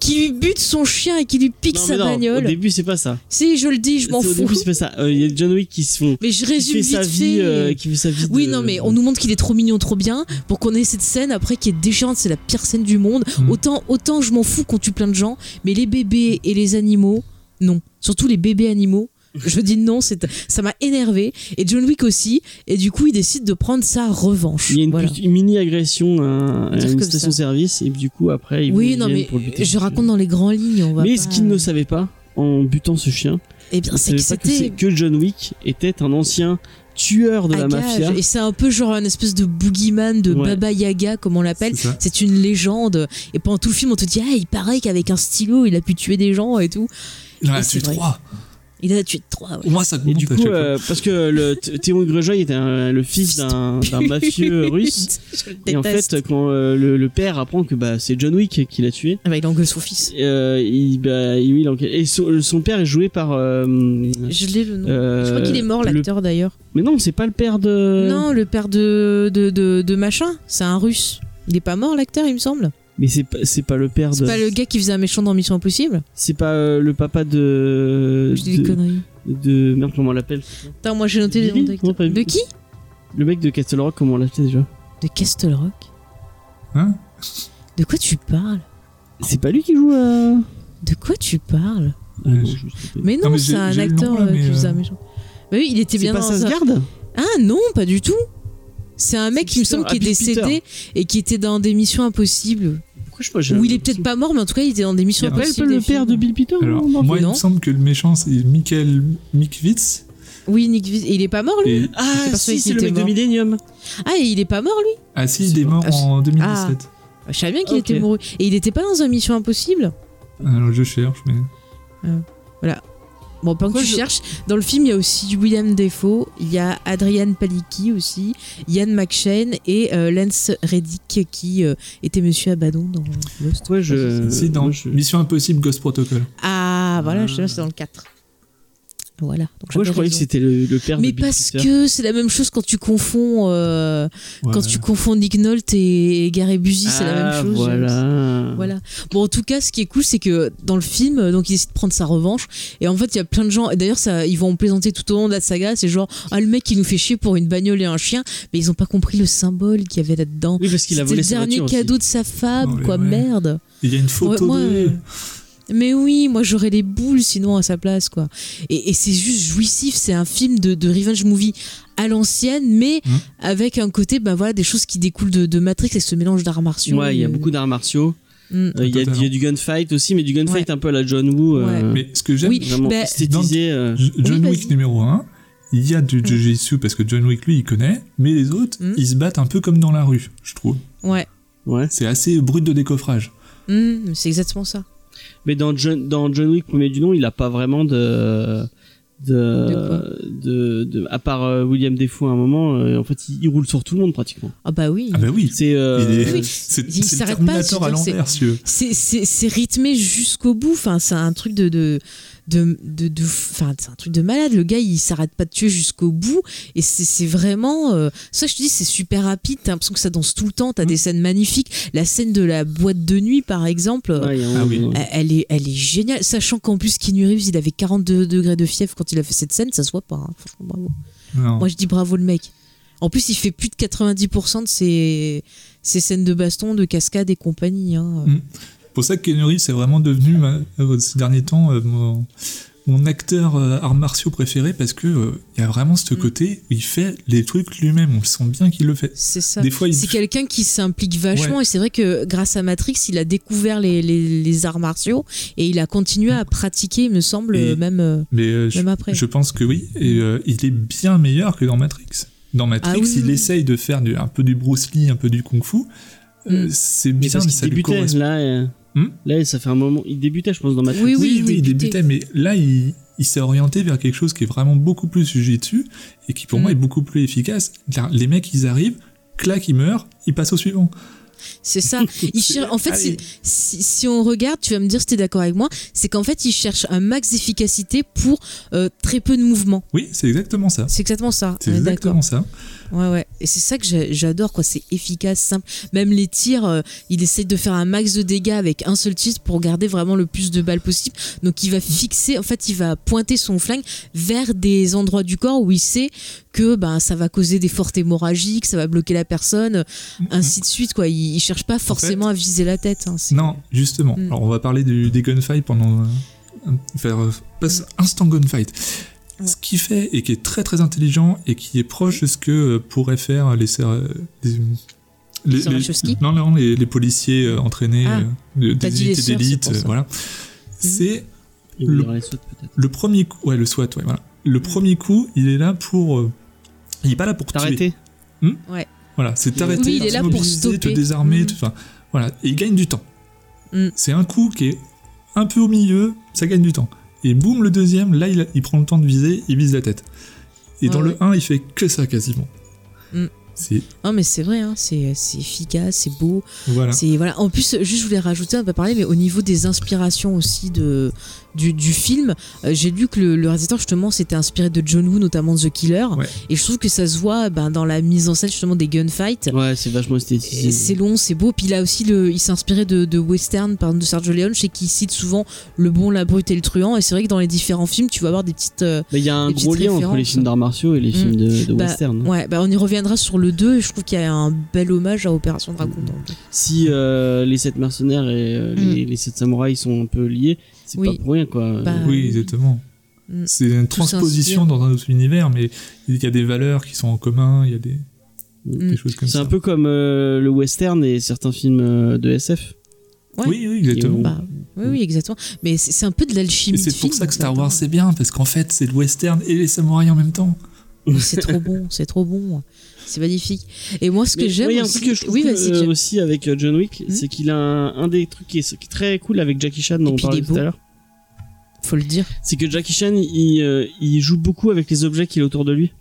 [SPEAKER 2] qui lui bute son chien et qui lui pique
[SPEAKER 1] Non,
[SPEAKER 2] sa
[SPEAKER 1] mais non,
[SPEAKER 2] bagnole
[SPEAKER 1] Au début, c'est pas ça.
[SPEAKER 2] si je le dis je m'en
[SPEAKER 1] C'est- Au
[SPEAKER 2] fous
[SPEAKER 1] début, c'est pas ça. Euh, Il y a John Wick qui se font.
[SPEAKER 2] mais je
[SPEAKER 1] Qui fait
[SPEAKER 2] résume
[SPEAKER 1] sa
[SPEAKER 2] vite
[SPEAKER 1] vie,
[SPEAKER 2] fait
[SPEAKER 1] euh, qui fait sa vie.
[SPEAKER 2] oui
[SPEAKER 1] de-
[SPEAKER 2] non mais on nous montre qu'il est trop mignon trop bien pour qu'on ait cette scène après qui est déchirante c'est la pire scène du monde
[SPEAKER 3] Mm.
[SPEAKER 2] autant autant je m'en fous qu'on tue plein de gens mais les bébés et les animaux non surtout les bébés animaux Je dis non, c'est ça m'a énervé et John Wick aussi et du coup il décide de prendre sa revanche.
[SPEAKER 1] Il y a une
[SPEAKER 2] Voilà.
[SPEAKER 1] petite- une mini agression à, à
[SPEAKER 2] Dire
[SPEAKER 1] une
[SPEAKER 2] comme ça.
[SPEAKER 1] station service et du coup après ils
[SPEAKER 2] Oui,
[SPEAKER 1] viennent
[SPEAKER 2] non mais
[SPEAKER 1] pour le buter.
[SPEAKER 2] je raconte dans les grandes lignes. On va
[SPEAKER 1] Mais
[SPEAKER 2] pas-
[SPEAKER 1] ce qu'il ne savait pas en butant ce chien,
[SPEAKER 2] Eh bien,
[SPEAKER 1] il
[SPEAKER 2] c'est que
[SPEAKER 1] savait pas que, c'est-
[SPEAKER 2] c'était
[SPEAKER 1] que John Wick était un ancien tueur de
[SPEAKER 2] à
[SPEAKER 1] la
[SPEAKER 2] gage.
[SPEAKER 1] mafia.
[SPEAKER 2] et c'est un peu genre un espèce de boogeyman de
[SPEAKER 1] Ouais.
[SPEAKER 2] Baba Yaga comme on l'appelle.
[SPEAKER 3] C'est ça.
[SPEAKER 2] C'est une légende et pendant tout le film on te dit ah il paraît qu'avec un stylo il a pu tuer des gens et tout.
[SPEAKER 3] Il en a
[SPEAKER 2] Et c'est
[SPEAKER 3] tué
[SPEAKER 2] vrai.
[SPEAKER 3] trois.
[SPEAKER 2] Il en a tué trois. ouais.
[SPEAKER 3] Moi, ça
[SPEAKER 1] Et
[SPEAKER 3] compte
[SPEAKER 1] du
[SPEAKER 3] à
[SPEAKER 1] coup,
[SPEAKER 3] chaque fois.
[SPEAKER 1] euh, parce que le Th- Théon Grejoy était un- le fils d'un d'un mafieux russe.
[SPEAKER 2] Je le
[SPEAKER 1] Et en
[SPEAKER 2] déteste.
[SPEAKER 1] fait, quand euh, le, le père apprend que bah, c'est John Wick qui l'a tué,
[SPEAKER 2] Ah bah, il engueule son fils.
[SPEAKER 1] euh, il, bah, il- oui, il enquête. Et son, son père est joué par. euh,
[SPEAKER 2] Je l'ai le nom.
[SPEAKER 1] euh,
[SPEAKER 2] je crois qu'il est mort
[SPEAKER 1] le-
[SPEAKER 2] l'acteur d'ailleurs.
[SPEAKER 1] Mais non, c'est pas le père de.
[SPEAKER 2] Non, le père de, de, de, de machin, c'est un russe. Il est pas mort l'acteur, il me semble.
[SPEAKER 1] Mais c'est pas, c'est pas le père
[SPEAKER 2] C'est
[SPEAKER 1] de.
[SPEAKER 2] pas le gars qui faisait un méchant dans Mission Impossible
[SPEAKER 1] C'est pas euh, le papa de.
[SPEAKER 2] Je dis des
[SPEAKER 1] Euh, de,
[SPEAKER 2] conneries.
[SPEAKER 1] de- Merde, comment on l'appelle
[SPEAKER 2] Attends, moi j'ai noté les
[SPEAKER 1] Billy
[SPEAKER 2] noms
[SPEAKER 1] Non,
[SPEAKER 2] d'acteurs.
[SPEAKER 1] pas
[SPEAKER 2] De
[SPEAKER 1] Billy.
[SPEAKER 2] qui
[SPEAKER 1] Le mec de Castle Rock, comment on l'appelle déjà
[SPEAKER 2] De Castle Rock.
[SPEAKER 3] Hein
[SPEAKER 2] De quoi tu parles
[SPEAKER 1] C'est pas lui qui joue euh,
[SPEAKER 2] De quoi tu parles
[SPEAKER 1] ah non,
[SPEAKER 3] je-
[SPEAKER 1] je me suis trompé.
[SPEAKER 2] Mais non,
[SPEAKER 3] Non, mais
[SPEAKER 2] c'est
[SPEAKER 3] j'ai-
[SPEAKER 2] un
[SPEAKER 3] j'ai le
[SPEAKER 2] acteur
[SPEAKER 3] nom, là,
[SPEAKER 2] euh, qui
[SPEAKER 3] mais,
[SPEAKER 2] faisait un
[SPEAKER 3] euh,
[SPEAKER 2] méchant. Bah oui, il était
[SPEAKER 1] C'est
[SPEAKER 2] bien
[SPEAKER 1] pas
[SPEAKER 2] dans un-
[SPEAKER 1] Sasgard
[SPEAKER 2] Ah non, pas du tout c'est un mec, il me
[SPEAKER 1] Peter,
[SPEAKER 2] semble, qui est
[SPEAKER 1] Happy
[SPEAKER 2] décédé
[SPEAKER 1] Peter.
[SPEAKER 2] et qui était dans des missions impossibles.
[SPEAKER 1] Pourquoi je sais pas j'ai
[SPEAKER 2] Ou il est
[SPEAKER 1] l'impression-
[SPEAKER 2] peut-être pas mort, mais en tout cas, il était dans des missions
[SPEAKER 1] Tu appelles pas
[SPEAKER 2] impossibles.
[SPEAKER 1] le
[SPEAKER 2] des
[SPEAKER 1] père de
[SPEAKER 2] films.
[SPEAKER 1] Bill Peter
[SPEAKER 3] Alors,
[SPEAKER 1] non, non,
[SPEAKER 3] moi, il
[SPEAKER 2] non.
[SPEAKER 3] me semble que le méchant, c'est Michael Mikvitz.
[SPEAKER 2] Oui, Nick Viz- et Il est pas mort, lui
[SPEAKER 3] Et...
[SPEAKER 1] Ah,
[SPEAKER 2] c'est pas celui
[SPEAKER 1] si,
[SPEAKER 2] qui
[SPEAKER 1] c'est le
[SPEAKER 2] était
[SPEAKER 1] mec de
[SPEAKER 2] mort.
[SPEAKER 1] Millennium.
[SPEAKER 2] Ah, et il est pas mort, lui
[SPEAKER 3] Ah si, il est mort
[SPEAKER 2] Ah, c'est-
[SPEAKER 3] en 2017.
[SPEAKER 2] Je savais bien qu'il
[SPEAKER 1] Ok.
[SPEAKER 2] était mouru. Et il était pas dans un Mission Impossible
[SPEAKER 3] Alors, je cherche, mais...
[SPEAKER 2] Bon, pendant que
[SPEAKER 1] Pourquoi
[SPEAKER 2] tu
[SPEAKER 1] je-
[SPEAKER 2] cherches, dans le film, il y a aussi William Defoe, il y a Adrian Palicki aussi, Ian McShane et euh, Lance Reddick qui euh, était Monsieur Abaddon dans Lost.
[SPEAKER 1] Pourquoi je.
[SPEAKER 3] si, dans
[SPEAKER 1] Euh, moi, je-
[SPEAKER 3] Mission Impossible Ghost Protocol.
[SPEAKER 2] Ah, voilà,
[SPEAKER 1] Ah.
[SPEAKER 2] je sais pas, c'est dans le 4. Voilà. Donc,
[SPEAKER 1] Moi, je
[SPEAKER 2] j'avais
[SPEAKER 1] croyais que
[SPEAKER 2] raison.
[SPEAKER 1] c'était le, le père
[SPEAKER 2] Mais
[SPEAKER 1] de Bill
[SPEAKER 2] parce
[SPEAKER 1] Peter.
[SPEAKER 2] que c'est la même chose quand tu confonds euh,
[SPEAKER 3] Ouais.
[SPEAKER 2] quand tu confonds Nick Nolte et Gary Busey, c'est la
[SPEAKER 1] Ah,
[SPEAKER 2] même chose.
[SPEAKER 1] Voilà.
[SPEAKER 2] Voilà. Bon, en tout cas, ce qui est cool, c'est que dans le film, euh, donc il décide de prendre sa revanche. Et en fait, il y a plein de gens. Et d'ailleurs, ça, ils vont plaisanter tout au long de la saga. C'est genre, ah, le mec, il nous fait chier pour une bagnole et un chien. Mais ils n'ont pas compris le symbole qu'il y avait là-dedans.
[SPEAKER 1] Oui, parce qu'il a
[SPEAKER 2] C'était
[SPEAKER 1] volé
[SPEAKER 2] le
[SPEAKER 1] sa
[SPEAKER 2] dernier
[SPEAKER 1] voiture. aussi.
[SPEAKER 2] cadeau de sa femme,
[SPEAKER 3] Non, mais
[SPEAKER 2] quoi,
[SPEAKER 3] ouais.
[SPEAKER 2] merde.
[SPEAKER 3] Il y a une photo
[SPEAKER 2] Ouais, moi,
[SPEAKER 3] de...
[SPEAKER 2] euh, Mais oui, moi j'aurais les boules sinon à sa place, quoi. Et, et c'est juste jouissif, c'est un film de, de revenge movie à l'ancienne, mais
[SPEAKER 3] Mhm.
[SPEAKER 2] avec un côté, bah voilà, des choses qui découlent de, de Matrix et ce mélange d'arts martiaux.
[SPEAKER 1] Ouais, il y a
[SPEAKER 2] Euh,
[SPEAKER 1] beaucoup d'arts martiaux.
[SPEAKER 2] mm.
[SPEAKER 1] Euh, Il y, a- il y a
[SPEAKER 3] Totalement.
[SPEAKER 1] du gunfight aussi, mais du gunfight un peu à la John Woo. euh,
[SPEAKER 3] Mais ce que j'aime,
[SPEAKER 2] Oui,
[SPEAKER 1] vraiment
[SPEAKER 2] bah,
[SPEAKER 1] esthétisé. euh,
[SPEAKER 3] J- John
[SPEAKER 2] Oui,
[SPEAKER 3] Wick
[SPEAKER 2] vas-y.
[SPEAKER 3] numéro 1, il y a du Jiu-Jitsu parce que John Wick lui il connaît, mais les autres
[SPEAKER 2] Mm.
[SPEAKER 3] ils se battent un peu comme dans la rue, je trouve.
[SPEAKER 2] Ouais,
[SPEAKER 1] ouais.
[SPEAKER 3] C'est assez brut de décoffrage.
[SPEAKER 2] Mm, c'est exactement ça.
[SPEAKER 1] Mais dans John, dans John Wick, premier du nom, il a pas vraiment de. De, de, de- à part euh, William Defoe à un moment, euh, en fait, il, il roule sur tout le monde pratiquement.
[SPEAKER 2] Ah bah oui.
[SPEAKER 3] Ah bah oui,
[SPEAKER 1] C'est euh,
[SPEAKER 3] il est-
[SPEAKER 2] Oui.
[SPEAKER 3] c'est
[SPEAKER 2] Il
[SPEAKER 3] c'est le
[SPEAKER 2] s'arrête pas,
[SPEAKER 3] Terminator à
[SPEAKER 2] c'est-à-dire que
[SPEAKER 3] l'envers, monsieur.
[SPEAKER 2] C'est- C'est c'est rythmé jusqu'au bout. Enfin, c'est un truc de de de de, de- enfin, c'est un truc de malade. Le gars, il s'arrête pas de tuer jusqu'au bout. Et c'est- c'est vraiment euh, ça. Je te dis, c'est super rapide. T'as l'impression que ça danse tout le temps. T'as des scènes magnifiques. La scène de la boîte de nuit, par exemple. euh,
[SPEAKER 1] ouais, il y a un
[SPEAKER 3] Ah
[SPEAKER 1] moment,
[SPEAKER 3] oui.
[SPEAKER 1] ouais.
[SPEAKER 2] elle- Elle est, elle est géniale, sachant qu'en plus Keanu Reeves il avait 42 degrés de fièvre quand il a fait cette scène, ça se voit pas, hein. franchement bravo.
[SPEAKER 3] Non.
[SPEAKER 2] Moi, je dis bravo le mec. En plus, il fait plus de 90% de ses, ses scènes de baston, de cascade et compagnie. hein.
[SPEAKER 3] Mm. pour ça que Keanu Reeves, c'est vraiment devenu ma- euh, ces derniers temps euh, mon, mon acteur euh, arts martiaux préféré parce que euh, il y a vraiment ce
[SPEAKER 2] Mm.
[SPEAKER 3] côté où il fait les trucs lui-même, on le sent bien qu'il le fait.
[SPEAKER 2] C'est ça.
[SPEAKER 3] Des fois, il-
[SPEAKER 2] C'est quelqu'un qui s'implique vachement et c'est vrai que grâce à Matrix, il a découvert les, les- les arts martiaux et il a continué à pratiquer, il me semble,
[SPEAKER 3] Et-
[SPEAKER 2] même, euh,
[SPEAKER 3] Mais euh, je,
[SPEAKER 2] même après.
[SPEAKER 3] Je pense que oui, et euh, il est bien meilleur que dans Matrix. Dans Matrix,
[SPEAKER 2] Ah oui,
[SPEAKER 3] il
[SPEAKER 2] oui.
[SPEAKER 3] essaye de faire du- un peu du Bruce Lee, un peu du Kung Fu. Euh,
[SPEAKER 2] Mm.
[SPEAKER 3] C'est
[SPEAKER 1] Mais
[SPEAKER 3] bien,
[SPEAKER 1] parce
[SPEAKER 3] mais
[SPEAKER 1] qu'il
[SPEAKER 3] ça lui
[SPEAKER 1] débutait
[SPEAKER 3] correspond.
[SPEAKER 1] là, euh,
[SPEAKER 3] Hmm
[SPEAKER 1] là, ça fait un moment. Il débutait, je pense, dans ma
[SPEAKER 2] Oui, oui,
[SPEAKER 3] oui, il
[SPEAKER 2] débutait.
[SPEAKER 3] débutait, mais là, il, il s'est orienté vers quelque chose qui est vraiment beaucoup plus sujet dessus et qui, pour
[SPEAKER 2] Mm.
[SPEAKER 3] moi, est beaucoup plus efficace. Là, les mecs, ils arrivent, clac, ils meurent, ils passent au suivant.
[SPEAKER 2] C'est ça. Il cher- En fait,
[SPEAKER 3] Allez.
[SPEAKER 2] c'est- si, si on regarde, tu vas me dire si t'es d'accord avec moi, c'est qu'en fait, il cherche un max d'efficacité pour euh, très peu de mouvement.
[SPEAKER 3] Oui, c'est exactement ça.
[SPEAKER 2] C'est exactement ça.
[SPEAKER 3] C'est
[SPEAKER 2] On est Ah, d'accord.
[SPEAKER 3] exactement ça.
[SPEAKER 2] Ouais, ouais. Et c'est ça que j'a- j'adore, quoi. C'est efficace, simple. Même les tirs, euh, il essaye de faire un max de dégâts avec un seul tir pour garder vraiment le plus de balles possible. Donc il va fixer, en fait, il va pointer son flingue vers des endroits du corps où il sait que ben, ça va causer des fortes hémorragies, que ça va bloquer la personne, euh,
[SPEAKER 3] Mm.
[SPEAKER 2] ainsi de suite, quoi. Il, il cherche pas forcément à viser la tête. hein. C'est-
[SPEAKER 3] Non, justement.
[SPEAKER 2] Mm. Hmm.
[SPEAKER 3] Alors, on va parler du- des gunfights pendant. euh, un- faire, euh, passe instant gunfight. Ce qu'il fait et qui est très très intelligent et qui est proche de ce que euh, pourraient faire les ser- euh, les, les-
[SPEAKER 2] sœurs Wachowski
[SPEAKER 3] non, non, les, les policiers euh, entraînés
[SPEAKER 2] Ah,
[SPEAKER 3] euh, de-
[SPEAKER 2] t'as
[SPEAKER 3] des
[SPEAKER 2] dit les
[SPEAKER 3] unités
[SPEAKER 2] sœurs,
[SPEAKER 3] d'élite,
[SPEAKER 2] c'est pour
[SPEAKER 3] euh,
[SPEAKER 2] ça. Hmm.
[SPEAKER 3] voilà. C'est
[SPEAKER 1] Il
[SPEAKER 3] Le-
[SPEAKER 1] y aura les sautes, peut-être.
[SPEAKER 3] le premier coup, ouais, le SWAT, ouais, voilà.
[SPEAKER 2] Hmm.
[SPEAKER 3] Le premier coup, il est là pour, euh, il est pas là pour tuer.
[SPEAKER 1] T'arrêter
[SPEAKER 3] Voilà, c'est t'arrêter,
[SPEAKER 2] Oui, il est là pour
[SPEAKER 3] t'immobiliser, te
[SPEAKER 2] stopper.
[SPEAKER 3] désarmer,
[SPEAKER 2] Mm.
[SPEAKER 3] te- enfin, voilà. Et il gagne du temps.
[SPEAKER 2] Mm.
[SPEAKER 3] C'est un coup qui est un peu au milieu, ça gagne du temps. Et boum, le deuxième, là, il, il prend le temps de viser, il vise la tête. Et
[SPEAKER 2] Ouais,
[SPEAKER 3] dans
[SPEAKER 2] ouais.
[SPEAKER 3] le 1, il fait que ça quasiment.
[SPEAKER 2] Mm.
[SPEAKER 3] C'est
[SPEAKER 2] Non, mais c'est vrai, hein, c'est c'est efficace, c'est beau.
[SPEAKER 3] voilà.
[SPEAKER 2] C'est voilà. En plus, juste je voulais rajouter, on va parler, mais au niveau des inspirations aussi de du, du film, euh, j'ai lu que le, le réalisateur justement s'était inspiré de John Woo, notamment de The Killer,
[SPEAKER 3] Ouais.
[SPEAKER 2] et je trouve que ça se voit ben, dans la mise en scène justement des gunfights.
[SPEAKER 1] Ouais, c'est vachement
[SPEAKER 2] Et C'est
[SPEAKER 1] esthétisé.
[SPEAKER 2] long, c'est beau. Puis là aussi, le, il s'inspirait de, de western, par exemple, de Sergio Leone, je sais qu'il cite souvent le bon, la brute et le truand. Et c'est vrai que dans les différents films, tu vas avoir des petites euh,
[SPEAKER 1] Mais Bah, il y a un
[SPEAKER 2] les
[SPEAKER 1] gros
[SPEAKER 2] petites
[SPEAKER 1] lien entre les
[SPEAKER 2] références.
[SPEAKER 1] films d'arts martiaux et les
[SPEAKER 2] Mm.
[SPEAKER 1] films de, de
[SPEAKER 2] Bah,
[SPEAKER 1] western. hein.
[SPEAKER 2] Ouais, bah on y reviendra sur le 2. Je trouve qu'il y a un bel hommage à Opération Dragon. dans le deux.
[SPEAKER 1] Si euh, les sept mercenaires et euh, les, les sept samouraïs sont un peu liés, c'est
[SPEAKER 2] Mm. Oui.
[SPEAKER 1] pas pour rien quoi.
[SPEAKER 2] Bah,
[SPEAKER 3] Oui, exactement.
[SPEAKER 2] Mm.
[SPEAKER 3] C'est une
[SPEAKER 2] Tout s'inspire.
[SPEAKER 3] transposition dans un autre univers, mais il y a des valeurs qui sont en commun, il y a des, des
[SPEAKER 2] Mm.
[SPEAKER 3] choses comme
[SPEAKER 1] c'est
[SPEAKER 3] ça.
[SPEAKER 1] un peu comme euh, le western et certains films euh, de SF.
[SPEAKER 2] Ouais.
[SPEAKER 3] Oui, oui, exactement.
[SPEAKER 1] Et
[SPEAKER 2] Bah, oui, oui, exactement. Mais c'est c'est un peu de l'alchimie.
[SPEAKER 3] Et
[SPEAKER 2] de
[SPEAKER 3] c'est pour
[SPEAKER 2] film,
[SPEAKER 3] ça que Star
[SPEAKER 2] là-dedans.
[SPEAKER 3] Wars c'est bien, parce qu'en fait c'est le western et les samouraïs en même temps.
[SPEAKER 2] Mais C'est trop bon, c'est trop bon. C'est magnifique. Et moi, ce que
[SPEAKER 1] Mais
[SPEAKER 2] j'aime.
[SPEAKER 1] moi, il y a un
[SPEAKER 2] aussi-
[SPEAKER 1] truc que je trouve
[SPEAKER 2] Oui,
[SPEAKER 1] que,
[SPEAKER 2] vas-y.
[SPEAKER 1] euh,
[SPEAKER 2] Jeff.
[SPEAKER 1] aussi avec euh, John Wick,
[SPEAKER 2] Hmm.
[SPEAKER 1] c'est qu'il a un, un des trucs qui est, qui est très cool avec Jackie Chan dont
[SPEAKER 2] Et
[SPEAKER 1] on
[SPEAKER 2] puis, il
[SPEAKER 1] parlait
[SPEAKER 2] est
[SPEAKER 1] tout
[SPEAKER 2] beau.
[SPEAKER 1] à l'heure,
[SPEAKER 2] Faut le dire.
[SPEAKER 1] c'est que Jackie Chan il, euh, il joue beaucoup avec les objets qu'il a autour de lui.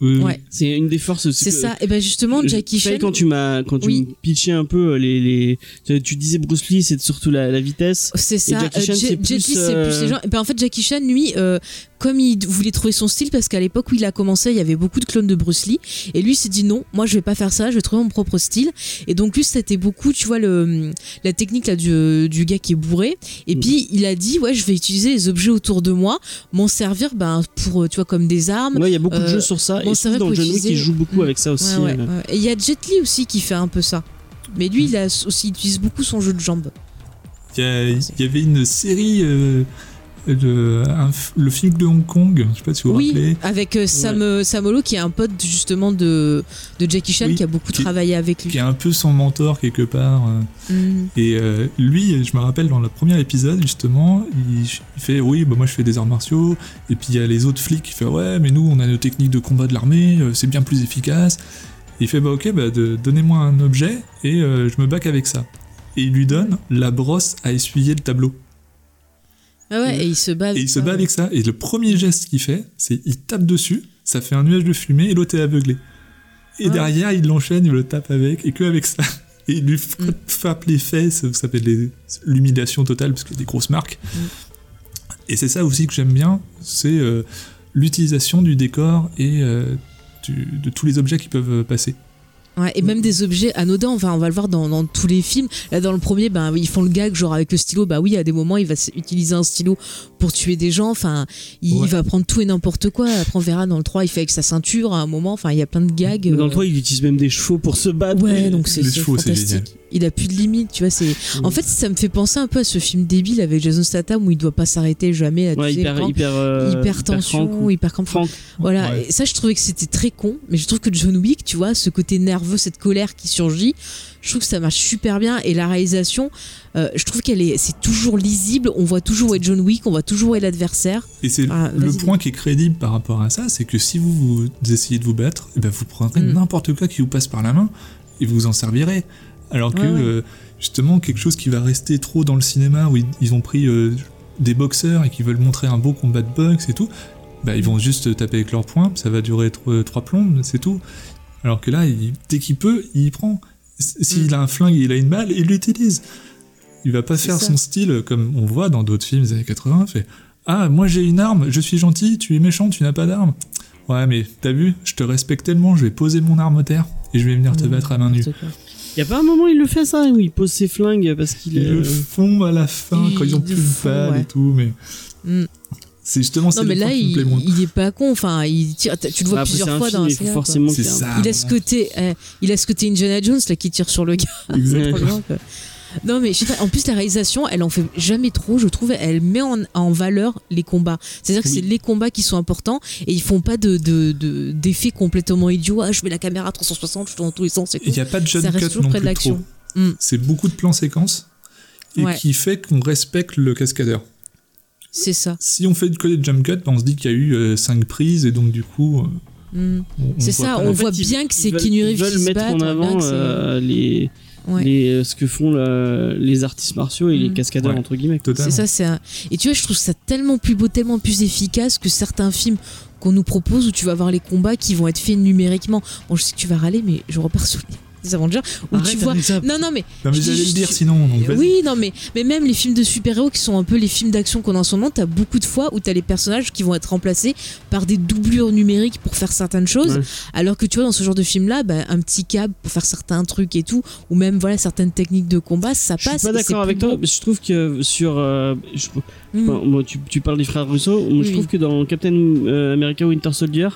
[SPEAKER 3] Euh,
[SPEAKER 2] Ouais,
[SPEAKER 1] C'est une des forces.
[SPEAKER 2] c'est
[SPEAKER 1] que-
[SPEAKER 2] ça. Et ben justement,
[SPEAKER 1] Je-
[SPEAKER 2] Jackie
[SPEAKER 1] tu sais,
[SPEAKER 2] Chan.
[SPEAKER 1] quand tu m'as quand tu
[SPEAKER 2] Oui.
[SPEAKER 1] me pitchais un peu euh, les, les tu- tu disais Bruce Lee c'est surtout la, la vitesse.
[SPEAKER 2] C'est ça.
[SPEAKER 1] Jackie
[SPEAKER 2] euh,
[SPEAKER 1] Chan,
[SPEAKER 2] Ja-
[SPEAKER 1] c'est
[SPEAKER 2] Jet
[SPEAKER 1] plus,
[SPEAKER 2] Li, c'est
[SPEAKER 1] euh,
[SPEAKER 2] plus les gens. Et ben, en fait, Jackie Chan, lui, euh, comme il d- voulait trouver son style, parce qu'à l'époque où il a commencé, il y avait beaucoup de clones de Bruce Lee, et lui il s'est dit non, moi je vais pas faire ça, je vais trouver mon propre style. Et donc lui, c'était beaucoup, tu vois, le, la technique là du, du gars qui est bourré. Et
[SPEAKER 1] Mhm.
[SPEAKER 2] puis il a dit ouais, je vais utiliser les objets autour de moi, m'en servir, ben pour, euh, tu vois, comme des armes.
[SPEAKER 1] Ouais, il y a beaucoup de
[SPEAKER 2] euh,
[SPEAKER 1] jeux sur ça
[SPEAKER 2] bon,
[SPEAKER 1] et
[SPEAKER 2] c'est
[SPEAKER 1] surtout
[SPEAKER 2] vrai
[SPEAKER 1] dans
[SPEAKER 2] pour
[SPEAKER 1] John Wick
[SPEAKER 2] utiliser-
[SPEAKER 1] il joue beaucoup
[SPEAKER 2] Hmm.
[SPEAKER 1] avec ça aussi.
[SPEAKER 2] Ouais, ouais,
[SPEAKER 1] euh.
[SPEAKER 2] ouais. Et il y a Jet Li aussi qui fait un peu ça. Mais lui, il a aussi il utilise beaucoup son jeu de jambes.
[SPEAKER 3] Il y, a- il y avait une série, euh, de- un f- le film de Hong Kong, je sais pas si vous vous
[SPEAKER 2] Oui,
[SPEAKER 3] rappelez,
[SPEAKER 2] avec euh, Sam, euh, Sam Hollow, qui est un pote justement de, de Jackie Chan
[SPEAKER 3] Oui,
[SPEAKER 2] qui a beaucoup
[SPEAKER 3] qui-
[SPEAKER 2] travaillé avec
[SPEAKER 3] qui
[SPEAKER 2] lui.
[SPEAKER 3] est un peu son mentor quelque part. euh,
[SPEAKER 2] Mhm.
[SPEAKER 3] Et euh, lui, je me rappelle dans le premier épisode, justement, il, il fait Oui, bah moi je fais des arts martiaux. Et puis il y a les autres flics qui font Ouais, mais nous on a nos techniques de combat de l'armée, euh, c'est bien plus efficace. Et il fait Bah ok, bah, de- donnez-moi un objet et euh, je me bac avec ça. Et il lui donne la brosse à essuyer le tableau.
[SPEAKER 2] Ah ouais, et il se bat.
[SPEAKER 3] Et
[SPEAKER 2] avec
[SPEAKER 3] il se
[SPEAKER 2] ça.
[SPEAKER 3] bat avec ça. Et le premier geste qu'il fait, c'est il tape dessus, ça fait un nuage de fumée et l'autre est aveuglé. Et
[SPEAKER 2] Ouais.
[SPEAKER 3] derrière, il l'enchaîne, il le tape avec, et que avec ça. Et il lui
[SPEAKER 2] Mm.
[SPEAKER 3] frappe, frappe les fesses, ça fait les- l'humiliation totale, parce qu'il y a des grosses marques.
[SPEAKER 2] Mm.
[SPEAKER 3] Et c'est ça aussi que j'aime bien, c'est euh, l'utilisation du décor et euh, du- de tous les objets qui peuvent passer.
[SPEAKER 2] Ouais, et même des objets anodins, enfin, on va le voir dans, dans tous les films. Là, dans le premier, ben, ils font le gag, genre avec le stylo. Bah oui, à des moments, il va s- utiliser un stylo pour tuer des gens. Enfin, il,
[SPEAKER 3] Ouais.
[SPEAKER 2] il va prendre tout et n'importe quoi. Après, on verra dans le 3, il fait avec sa ceinture à un moment. Enfin, il y a plein de gags.
[SPEAKER 1] Mais Dans
[SPEAKER 2] euh,
[SPEAKER 1] le 3 il utilise même des chevaux pour se
[SPEAKER 3] Ah bah,
[SPEAKER 1] battre.
[SPEAKER 2] Ouais, donc c'est
[SPEAKER 3] les
[SPEAKER 2] c'est
[SPEAKER 3] chevaux, c'est génial.
[SPEAKER 2] fantastique. Il a plus de limite, tu vois. C'est en fait, ça me fait penser un peu à ce film débile avec Jason Statham où il doit pas s'arrêter jamais. Là, tu
[SPEAKER 1] Ouais,
[SPEAKER 2] sais,
[SPEAKER 1] hyper
[SPEAKER 2] quand-
[SPEAKER 1] hyper euh,
[SPEAKER 2] hyper
[SPEAKER 1] franc,
[SPEAKER 2] tension,
[SPEAKER 1] ou-
[SPEAKER 2] hyper camp.
[SPEAKER 1] franc.
[SPEAKER 2] Voilà.
[SPEAKER 3] Ouais.
[SPEAKER 2] Et ça, je trouvais que c'était très con, mais je trouve que John Wick, tu vois, ce côté nerveux, cette colère qui surgit, je trouve que ça marche super bien. Et la réalisation, euh, je trouve qu'elle est, c'est toujours lisible. On voit toujours où est John Wick, on voit toujours où est l'adversaire.
[SPEAKER 3] Et c'est
[SPEAKER 2] Ah,
[SPEAKER 3] le
[SPEAKER 2] vas-y.
[SPEAKER 3] point qui est crédible par rapport à ça, c'est que si vous, vous essayez de vous battre, eh ben vous prendrez
[SPEAKER 2] Mm.
[SPEAKER 3] n'importe quoi qui vous passe par la main et vous vous en servirez. Alors que
[SPEAKER 2] Ouais, ouais.
[SPEAKER 3] euh, justement quelque chose qui va rester trop dans le cinéma où ils, ils ont pris euh, des boxeurs et qui veulent montrer un beau combat de boxe et tout, bah ils vont juste taper avec leurs poings, ça va durer trois, trois plombes, c'est tout. Alors que là, il- dès qu'il peut, il prend. S- S'il a un flingue, il a une balle, il l'utilise. Il va pas
[SPEAKER 2] C'est
[SPEAKER 3] faire
[SPEAKER 2] ça.
[SPEAKER 3] son style comme on voit dans d'autres films des années 80. Fait Ah, moi j'ai une arme, je suis gentil, tu es méchant, tu n'as pas d'arme. Ouais, mais t'as vu, je te respecte tellement, je vais poser mon arme au terre et je vais venir te
[SPEAKER 2] Mmh.
[SPEAKER 3] battre à main nue.
[SPEAKER 1] Y a pas un moment où il le fait ça où il pose ses flingues parce qu'il
[SPEAKER 3] Ils
[SPEAKER 1] est,
[SPEAKER 3] le
[SPEAKER 1] euh,
[SPEAKER 3] font à la fin
[SPEAKER 2] Mmh. ils
[SPEAKER 3] quand ils ont
[SPEAKER 2] le
[SPEAKER 3] plus de
[SPEAKER 2] font,
[SPEAKER 3] balles
[SPEAKER 2] ouais.
[SPEAKER 3] et tout, mais
[SPEAKER 2] Mm.
[SPEAKER 3] c'est justement c'est
[SPEAKER 2] Non,
[SPEAKER 3] le
[SPEAKER 2] mais
[SPEAKER 3] point
[SPEAKER 2] là,
[SPEAKER 3] qui me plaît moins.
[SPEAKER 2] il, il est pas con. Enfin, il tire. Tu le vois
[SPEAKER 1] bah, après, c'est
[SPEAKER 2] plusieurs
[SPEAKER 1] un
[SPEAKER 2] fois
[SPEAKER 1] film,
[SPEAKER 2] dans un
[SPEAKER 1] il faut
[SPEAKER 2] scénario, quoi.
[SPEAKER 1] forcément
[SPEAKER 3] C'est
[SPEAKER 1] qu'il y a un-
[SPEAKER 3] ça.
[SPEAKER 2] Il a ce côté, eh, il a ce côté Indiana Jones là qui tire sur le gars.
[SPEAKER 3] Exactement.
[SPEAKER 2] Trop bien, quoi. Non mais je sais pas, en plus la réalisation, elle en fait jamais trop, je trouve. Elle met en, en valeur les combats. C'est-à-dire que
[SPEAKER 1] Oui.
[SPEAKER 2] c'est les combats qui sont importants et ils font pas de de- de- d'effets complètement idiots. Ah, je mets la caméra à 360, je tourne dans tous les sens et tout.
[SPEAKER 3] Il n'y a pas de jump
[SPEAKER 2] Ça reste
[SPEAKER 3] cut
[SPEAKER 2] toujours
[SPEAKER 3] non
[SPEAKER 2] près de
[SPEAKER 3] plus trop.
[SPEAKER 2] l'action. Mm.
[SPEAKER 3] C'est beaucoup de plans séquences et
[SPEAKER 2] Ouais.
[SPEAKER 3] qui fait qu'on respecte le cascadeur.
[SPEAKER 2] C'est ça.
[SPEAKER 3] Si on fait que des jump cuts, bah, on se dit qu'il y a eu 5 prises et donc du coup, euh,
[SPEAKER 2] Mm.
[SPEAKER 3] on, on
[SPEAKER 2] C'est
[SPEAKER 3] voit
[SPEAKER 2] ça,
[SPEAKER 3] pas
[SPEAKER 2] on
[SPEAKER 3] la-
[SPEAKER 2] voit
[SPEAKER 1] Ils-
[SPEAKER 2] bien que c'est
[SPEAKER 1] ils veulent-
[SPEAKER 2] Keanu Reeves
[SPEAKER 1] Ils
[SPEAKER 2] qui
[SPEAKER 1] veulent
[SPEAKER 2] se
[SPEAKER 1] mettre
[SPEAKER 2] bat.
[SPEAKER 1] en
[SPEAKER 2] on voit bien
[SPEAKER 1] avant
[SPEAKER 2] que c'est-
[SPEAKER 1] euh, les,
[SPEAKER 2] Ouais.
[SPEAKER 1] les, euh, ce que font le- les artistes martiaux et les
[SPEAKER 2] Mm.
[SPEAKER 1] cascadeurs,
[SPEAKER 3] Ouais.
[SPEAKER 1] entre guillemets. quoi.
[SPEAKER 3] Totalement.
[SPEAKER 2] C'est ça, c'est un... Et tu vois, je trouve ça tellement plus beau, tellement plus efficace que certains films qu'on nous propose où tu vas voir les combats qui vont être faits numériquement. Bon, je sais que tu vas râler, mais je repars sur les Avengers où tu
[SPEAKER 1] Arrête
[SPEAKER 2] vois.
[SPEAKER 1] avec ça.
[SPEAKER 2] Non, non, mais
[SPEAKER 3] Non, mais
[SPEAKER 2] Je
[SPEAKER 3] j'allais
[SPEAKER 2] dis-
[SPEAKER 3] le dire sinon. donc, vas-y.
[SPEAKER 2] oui, non, mais, mais même les films de super-héros qui sont un peu les films d'action qu'on a en ce moment, t'as beaucoup de fois où t'as les personnages qui vont être remplacés par des doublures numériques pour faire certaines choses,
[SPEAKER 1] Ouais.
[SPEAKER 2] alors que tu vois, dans ce genre de film-là, bah, un petit câble pour faire certains trucs et tout, ou même voilà certaines techniques de combat, ça
[SPEAKER 1] Je suis
[SPEAKER 2] passe.
[SPEAKER 1] pas
[SPEAKER 2] et c'est
[SPEAKER 1] d'accord avec
[SPEAKER 2] plus
[SPEAKER 1] toi,
[SPEAKER 2] beau.
[SPEAKER 1] mais je trouve que sur. euh, je-
[SPEAKER 2] Mm.
[SPEAKER 1] Bon, bon, tu, tu parles des frères Russo. Moi, je
[SPEAKER 2] Oui,
[SPEAKER 1] trouve
[SPEAKER 2] oui.
[SPEAKER 1] que dans Captain euh, America Winter Soldier,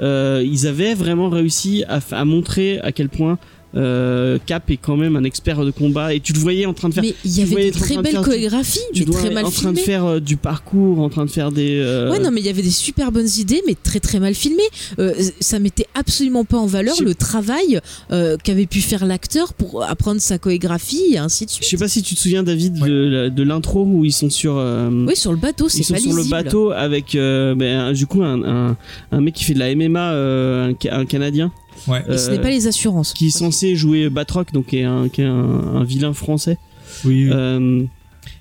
[SPEAKER 1] euh, ils avaient vraiment réussi à, f- à montrer à quel point euh, Cap est quand même un expert de combat. Et tu le voyais en train de faire.
[SPEAKER 2] Mais il y
[SPEAKER 1] voyais
[SPEAKER 2] avait des
[SPEAKER 1] être en train
[SPEAKER 2] très
[SPEAKER 1] de
[SPEAKER 2] belles
[SPEAKER 1] faire du-
[SPEAKER 2] chorégraphies,
[SPEAKER 1] tu
[SPEAKER 2] mais
[SPEAKER 1] dois
[SPEAKER 2] très mal
[SPEAKER 1] en train de
[SPEAKER 2] filmées.
[SPEAKER 1] faire euh, du parcours, en train de faire des. euh,
[SPEAKER 2] Ouais, non, mais il y avait des super bonnes idées, mais très très mal filmées. Euh, ça mettait absolument pas en valeur
[SPEAKER 1] Je-
[SPEAKER 2] le travail euh, qu'avait pu faire l'acteur pour apprendre sa chorégraphie et ainsi de
[SPEAKER 1] Je
[SPEAKER 2] suite.
[SPEAKER 1] sais pas si tu te souviens, David, de la- de l'intro où ils sont sur. euh,
[SPEAKER 2] Oui, sur le bateau, c'est
[SPEAKER 1] Ils sont
[SPEAKER 2] pas
[SPEAKER 1] sur le
[SPEAKER 2] lisible.
[SPEAKER 1] bateau avec euh, ben, un- du coup un, un, un mec qui fait de la MMA, euh, un, Ca- un Canadien,
[SPEAKER 3] Ouais.
[SPEAKER 2] Et ce n'est
[SPEAKER 1] euh,
[SPEAKER 2] pas les assurances.
[SPEAKER 1] qui est censé jouer Batroc, donc qui est un, qui est un- un vilain français.
[SPEAKER 3] Oui, oui.
[SPEAKER 1] Euh,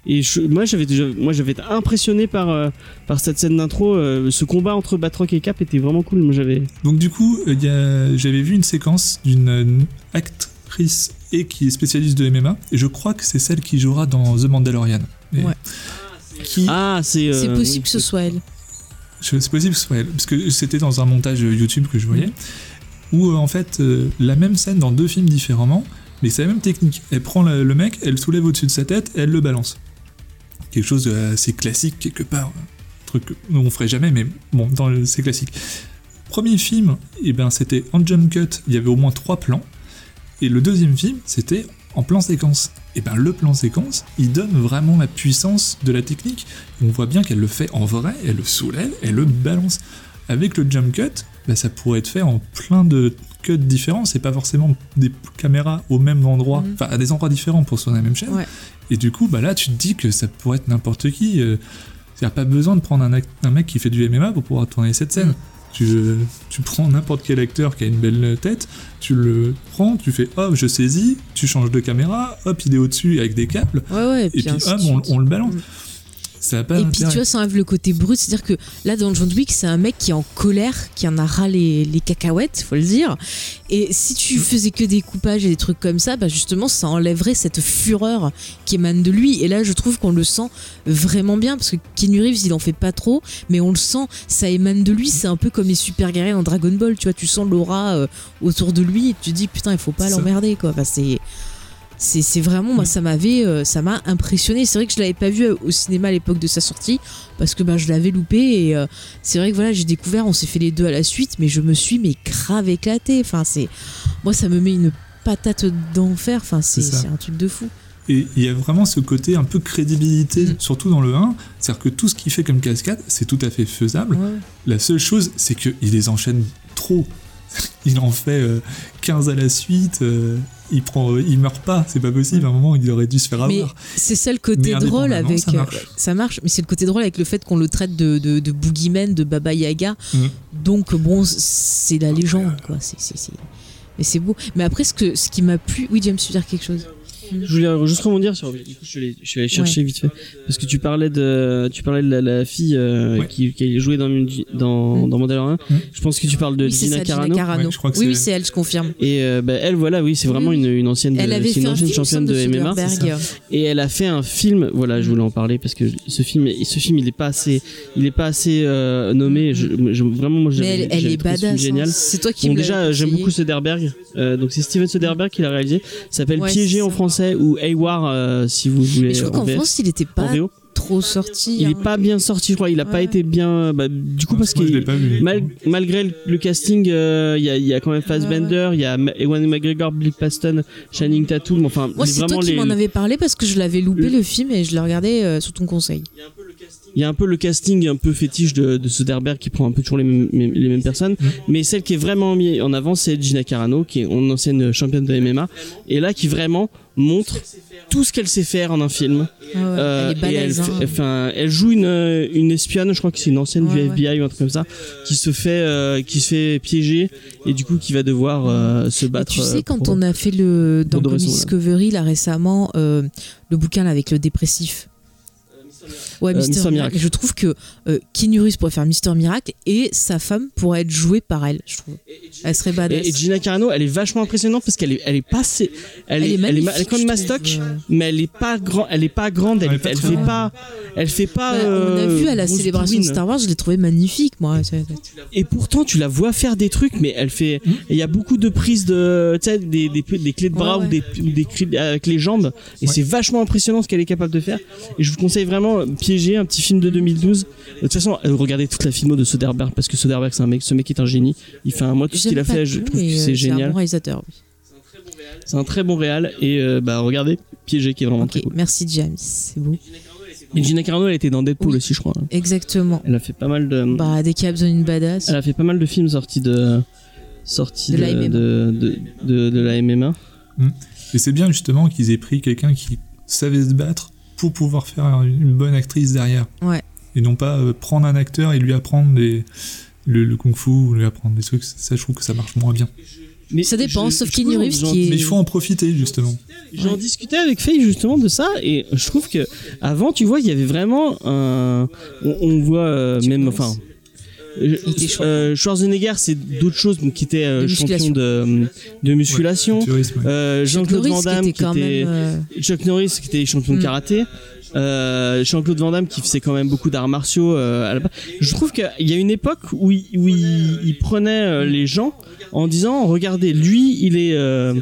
[SPEAKER 1] et je- moi j'avais déjà- moi j'avais été impressionné par euh, par cette scène d'intro. euh, ce combat entre Batroc et Cap était vraiment cool. Moi j'avais.
[SPEAKER 3] Donc du coup, euh, il y a- j'avais vu une séquence d'une euh, actrice et qui est spécialiste de MMA, et je crois que c'est celle qui jouera dans The Mandalorian. Et
[SPEAKER 2] Ouais.
[SPEAKER 3] Qui,
[SPEAKER 1] Ah c'est. euh,
[SPEAKER 2] C'est possible
[SPEAKER 1] oui,
[SPEAKER 2] que ce soit elle.
[SPEAKER 3] je- c'est possible que ce soit elle, parce que c'était dans un montage euh, YouTube que je voyais, où euh, en fait, euh, la même scène dans deux films différemment, mais c'est la même technique. Elle prend le, le mec, elle soulève au-dessus de sa tête, et elle le balance. Quelque chose d'assez classique, quelque part. euh, Un truc qu'on ferait jamais, mais bon, dans le- c'est classique. Premier film, eh ben, c'était en jump cut, il y avait au moins trois plans. Et le deuxième film, c'était en plan séquence. Et ben le plan séquence, il donne vraiment la puissance de la technique. On voit bien qu'elle le fait en vrai, elle le soulève, elle le balance. Avec le jump cut, ben, ça pourrait être fait en plein de cuts différents. C'est pas forcément des p- caméras au même endroit,
[SPEAKER 2] Mhm.
[SPEAKER 3] enfin à des endroits différents pour sur la même chaîne.
[SPEAKER 2] Ouais.
[SPEAKER 3] Et du coup, bah là, tu te dis que ça pourrait être n'importe qui. euh, C'est-à-dire pas besoin de prendre un, act- un mec qui fait du MMA pour pouvoir tourner cette
[SPEAKER 2] Mm.
[SPEAKER 3] scène. Tu, euh, tu prends n'importe quel acteur qui a une belle euh, tête, tu le prends, tu fais hop, je saisis, tu changes de caméra, hop, il est au-dessus avec des câbles,
[SPEAKER 2] Ouais, ouais, et
[SPEAKER 3] et
[SPEAKER 2] puis,
[SPEAKER 3] puis
[SPEAKER 2] ainsi de
[SPEAKER 3] hop, on,
[SPEAKER 2] suite.
[SPEAKER 3] on le balance.
[SPEAKER 2] Mm.
[SPEAKER 3] Ça n'a pas
[SPEAKER 2] Et puis tu
[SPEAKER 3] d'intérêt.
[SPEAKER 2] vois, ça enlève le côté brut. C'est-à-dire que là, dans John Wick, c'est un mec qui est en colère, qui en a ras les, les cacahuètes, faut le dire. Et si tu faisais que des coupages et des trucs comme ça, bah justement, ça enlèverait cette fureur qui émane de lui. Et là, je trouve qu'on le sent vraiment bien parce que Keanu Reeves, il en fait pas trop, mais on le sent, ça émane de lui. C'est un peu comme les super guerriers dans Dragon Ball. Tu vois, tu sens l'aura euh, autour de lui et tu te dis putain, il faut pas
[SPEAKER 3] C'est ça. Mm.
[SPEAKER 2] l'emmerder quoi. Enfin, c'est c'est c'est vraiment moi ça m'avait euh, ça m'a impressionné c'est vrai que je l'avais pas vu euh, au cinéma à l'époque de sa sortie parce que ben je l'avais loupé et euh, c'est vrai que voilà j'ai découvert on s'est fait les deux à la suite mais je me suis mais grave éclaté enfin c'est moi ça me met une patate d'enfer enfin c'est
[SPEAKER 3] C'est ça.
[SPEAKER 2] c'est un truc de fou
[SPEAKER 3] Et il y a vraiment ce côté un peu crédibilité,
[SPEAKER 2] Mm.
[SPEAKER 3] surtout dans le 1. C'est-à-dire que tout ce qu'il fait comme cascade, c'est tout à fait faisable.
[SPEAKER 2] Mm.
[SPEAKER 3] La seule chose, c'est qu'il les enchaîne trop. Il en fait euh, 15 à la suite. euh, il prend, euh, il meurt pas. C'est pas possible. À un moment, il aurait dû se faire
[SPEAKER 2] mais
[SPEAKER 3] avoir.
[SPEAKER 2] c'est ça le côté
[SPEAKER 3] Ah Mais
[SPEAKER 2] drôle
[SPEAKER 3] indépendamment,
[SPEAKER 2] avec
[SPEAKER 3] ça marche.
[SPEAKER 2] euh, ça marche, mais c'est le côté drôle avec le fait qu'on le traite de, de, de boogeyman, de Baba Yaga.
[SPEAKER 3] Mhm.
[SPEAKER 2] Donc bon, c'est la légende, quoi. C'est, c'est, c'est- Mais c'est beau. Mais après, ce, que, ce qui m'a plu, oui, James, tu veux dire quelque chose
[SPEAKER 1] Je voulais juste rebondir sur. Du coup, je, suis allé- je suis allé chercher vite fait parce que tu parlais de tu parlais de la, la fille euh,
[SPEAKER 3] Ouais.
[SPEAKER 1] qui, qui jouait dans dans, dans Mandalorian.
[SPEAKER 3] Mm.
[SPEAKER 1] Je pense que tu parles de
[SPEAKER 2] Oui, c'est
[SPEAKER 1] Gina
[SPEAKER 2] ça,
[SPEAKER 1] Carano.
[SPEAKER 2] Gina Carano.
[SPEAKER 3] Ouais, je crois que
[SPEAKER 2] oui,
[SPEAKER 3] c'est-
[SPEAKER 2] oui, c'est elle, je confirme.
[SPEAKER 1] Et euh, bah, elle, voilà, oui, c'est vraiment
[SPEAKER 2] Oui.
[SPEAKER 1] une, une ancienne, de-
[SPEAKER 2] Mm. Elle avait
[SPEAKER 1] c'est
[SPEAKER 2] fait
[SPEAKER 1] une
[SPEAKER 2] un
[SPEAKER 1] ancienne
[SPEAKER 2] film
[SPEAKER 1] championne de, MMA.
[SPEAKER 2] Soderbergh.
[SPEAKER 1] Et elle a fait un film. Voilà, je voulais en parler parce que ce film, ce film, il est pas assez, il est pas assez euh, nommé. Je, je- vraiment, moi,
[SPEAKER 2] Mais
[SPEAKER 1] j'avais-
[SPEAKER 2] elle, elle
[SPEAKER 1] j'avais
[SPEAKER 2] est
[SPEAKER 1] trouvé ce film
[SPEAKER 2] badass.
[SPEAKER 1] Génial.
[SPEAKER 2] hein. C'est toi qui
[SPEAKER 1] Bon,
[SPEAKER 2] me
[SPEAKER 1] déjà,
[SPEAKER 2] l'avais
[SPEAKER 1] euh, j'aime
[SPEAKER 2] conseillé.
[SPEAKER 1] beaucoup Soderbergh. Euh, donc, c'est Steven Soderbergh qui l'a réalisé. Ça s'appelle
[SPEAKER 2] Ouais,
[SPEAKER 1] Piégé
[SPEAKER 2] c'est
[SPEAKER 1] en
[SPEAKER 2] ça.
[SPEAKER 1] français ou Hayward, euh, si vous voulez.
[SPEAKER 2] Mais je crois
[SPEAKER 1] en
[SPEAKER 2] qu'en
[SPEAKER 1] VF,
[SPEAKER 2] France, il était
[SPEAKER 1] en
[SPEAKER 2] pas
[SPEAKER 1] VO.
[SPEAKER 2] trop trop sorti.
[SPEAKER 1] Il
[SPEAKER 2] hein.
[SPEAKER 1] est pas bien sorti, je crois. Il a pas
[SPEAKER 2] Ouais.
[SPEAKER 1] été bien. bah, du coup, parce
[SPEAKER 3] que je l'ai
[SPEAKER 1] que
[SPEAKER 3] pas vu.
[SPEAKER 1] mal- malgré le- le casting, euh, il y, a, il y a quand
[SPEAKER 2] Ah
[SPEAKER 1] même Fassbender, il y a Ma- Ewan McGregor, Blake Paston, Channing Tatum. Enfin,
[SPEAKER 2] Moi,
[SPEAKER 1] les-
[SPEAKER 2] c'est toi
[SPEAKER 1] vraiment
[SPEAKER 2] qui
[SPEAKER 1] les. Euh,
[SPEAKER 2] m'en avais parlé parce que je l'avais loupé
[SPEAKER 1] Le-
[SPEAKER 2] le film et je l'ai regardé euh, sous ton conseil.
[SPEAKER 1] Il y a un peu le casting un peu fétiche de, de Soderbergh qui prend un peu toujours les mêmes, mêmes- les mêmes personnes.
[SPEAKER 2] Mm.
[SPEAKER 1] Mais celle qui est vraiment mise en avant, c'est Gina Carano, qui est une ancienne championne de MMA. Et là, qui vraiment montre tout ce qu'elle sait faire en un film.
[SPEAKER 2] Ah ouais,
[SPEAKER 1] Euh,
[SPEAKER 2] elle est
[SPEAKER 1] et elle,
[SPEAKER 2] balèze. hein.
[SPEAKER 1] fait- enfin, elle joue une, euh, une espionne, je crois que c'est une ancienne
[SPEAKER 2] Ouais,
[SPEAKER 1] du
[SPEAKER 2] ouais.
[SPEAKER 1] FBI ou un truc comme ça, qui se fait, euh, qui se fait piéger et du coup qui va devoir euh, se
[SPEAKER 2] Mais
[SPEAKER 1] battre.
[SPEAKER 2] tu
[SPEAKER 1] euh,
[SPEAKER 2] sais, quand
[SPEAKER 1] pour-
[SPEAKER 2] on a fait le dans
[SPEAKER 1] pour Doris
[SPEAKER 2] Comics
[SPEAKER 1] Moore.
[SPEAKER 2] Discovery là récemment, euh, le bouquin là, avec le dépressif. Ouais,
[SPEAKER 1] Euh,
[SPEAKER 2] Mister,
[SPEAKER 1] Mister
[SPEAKER 2] Miracle.
[SPEAKER 1] Miracle.
[SPEAKER 2] Je trouve que euh, Keanu Reeves pourrait faire Mister Miracle et sa femme pourrait être jouée par elle, je trouve. Elle serait badass.
[SPEAKER 1] Et, et Gina Carano, elle est vachement impressionnante parce qu'elle est, elle est pas, assez- elle,
[SPEAKER 2] Elle
[SPEAKER 1] est,
[SPEAKER 2] est
[SPEAKER 1] elle est, ma-
[SPEAKER 2] magnifique,
[SPEAKER 1] elle est comme
[SPEAKER 2] je
[SPEAKER 1] mastoc,
[SPEAKER 2] trouve, euh.
[SPEAKER 1] mais elle est pas grand, elle est pas grande, elle,
[SPEAKER 3] Elle est pas
[SPEAKER 1] elle
[SPEAKER 3] très
[SPEAKER 1] fait
[SPEAKER 2] grande.
[SPEAKER 1] pas, elle fait pas.
[SPEAKER 2] Bah, on a
[SPEAKER 1] euh,
[SPEAKER 2] vu à la
[SPEAKER 1] grosse
[SPEAKER 2] célébration de
[SPEAKER 1] bourrine.
[SPEAKER 2] Star Wars, je l'ai trouvée magnifique, moi. C'est-
[SPEAKER 1] Et pourtant, tu la vois faire des trucs, mais elle fait.
[SPEAKER 3] Hmm.
[SPEAKER 1] Il y a beaucoup de prises de, tu sais, des, des, des clés de bras
[SPEAKER 2] Ouais,
[SPEAKER 1] ou des, ou des clés- avec les jambes. Et c'est vachement impressionnant ce qu'elle est capable de faire. Et je vous conseille vraiment euh, piéger un petit film de 2012. De toute façon, euh, regardez toute la filmo de Soderbergh parce que Soderbergh, c'est un mec. Ce mec est un génie. Il fait un mois tout ce
[SPEAKER 2] J'aime
[SPEAKER 1] qu'il a
[SPEAKER 2] pas
[SPEAKER 1] fait. Je
[SPEAKER 2] tout,
[SPEAKER 1] trouve
[SPEAKER 2] mais,
[SPEAKER 1] que
[SPEAKER 2] euh,
[SPEAKER 1] c'est
[SPEAKER 2] un
[SPEAKER 1] génial.
[SPEAKER 2] bon réalisateur. oui.
[SPEAKER 1] C'est un très bon réal. Et euh, bah regardez piéger qui est vraiment très
[SPEAKER 2] Ok,
[SPEAKER 1] cool.
[SPEAKER 2] merci James, c'est beau.
[SPEAKER 1] Et Gina Carano, elle était dans Deadpool
[SPEAKER 2] Oui.
[SPEAKER 1] aussi, je crois. hein.
[SPEAKER 2] Exactement.
[SPEAKER 1] Elle a fait pas mal de.
[SPEAKER 2] Bah, dès qu'il y a besoin d'une badass.
[SPEAKER 1] Elle a fait pas mal de films sortis de sortis
[SPEAKER 2] De la
[SPEAKER 1] de,
[SPEAKER 2] MMA.
[SPEAKER 1] de, de, de- de la MMA.
[SPEAKER 3] Et c'est bien justement qu'ils aient pris quelqu'un qui savait se battre pour pouvoir faire une bonne actrice derrière.
[SPEAKER 2] Ouais.
[SPEAKER 3] Et non pas euh, prendre un acteur et lui apprendre des, le, le kung-fu ou lui apprendre des trucs. Ça, je trouve que ça marche moins bien.
[SPEAKER 1] Mais
[SPEAKER 2] Ça dépend,
[SPEAKER 1] je-
[SPEAKER 2] sauf
[SPEAKER 1] je-
[SPEAKER 2] Keanu
[SPEAKER 1] j'en-
[SPEAKER 2] Reeves
[SPEAKER 1] j'en-
[SPEAKER 2] qui est-
[SPEAKER 3] Mais il faut en profiter justement.
[SPEAKER 1] J'en
[SPEAKER 2] Ouais.
[SPEAKER 1] discutais avec Faye justement de ça et je trouve que avant tu vois il y avait vraiment un on, on voit euh,
[SPEAKER 2] Tu
[SPEAKER 1] même
[SPEAKER 2] penses
[SPEAKER 1] enfin euh,
[SPEAKER 2] était champion.
[SPEAKER 1] euh, Schwarzenegger c'est d'autres choses donc, qui était euh,
[SPEAKER 2] De
[SPEAKER 1] champion
[SPEAKER 2] musculation.
[SPEAKER 1] de, de musculation.
[SPEAKER 3] Futurisme, ouais.
[SPEAKER 1] Euh, Jean-Claude
[SPEAKER 2] Norris
[SPEAKER 1] Van
[SPEAKER 2] qui
[SPEAKER 1] Damme
[SPEAKER 2] était quand même, euh,
[SPEAKER 1] Chuck Norris qui était champion de
[SPEAKER 2] Mm.
[SPEAKER 1] karaté, euh, Jean-Claude Van Damme qui faisait quand même beaucoup d'arts martiaux. euh, à la base. Je trouve qu'il y a une époque où il, où il- il prenait euh, les gens en disant regardez lui il est euh,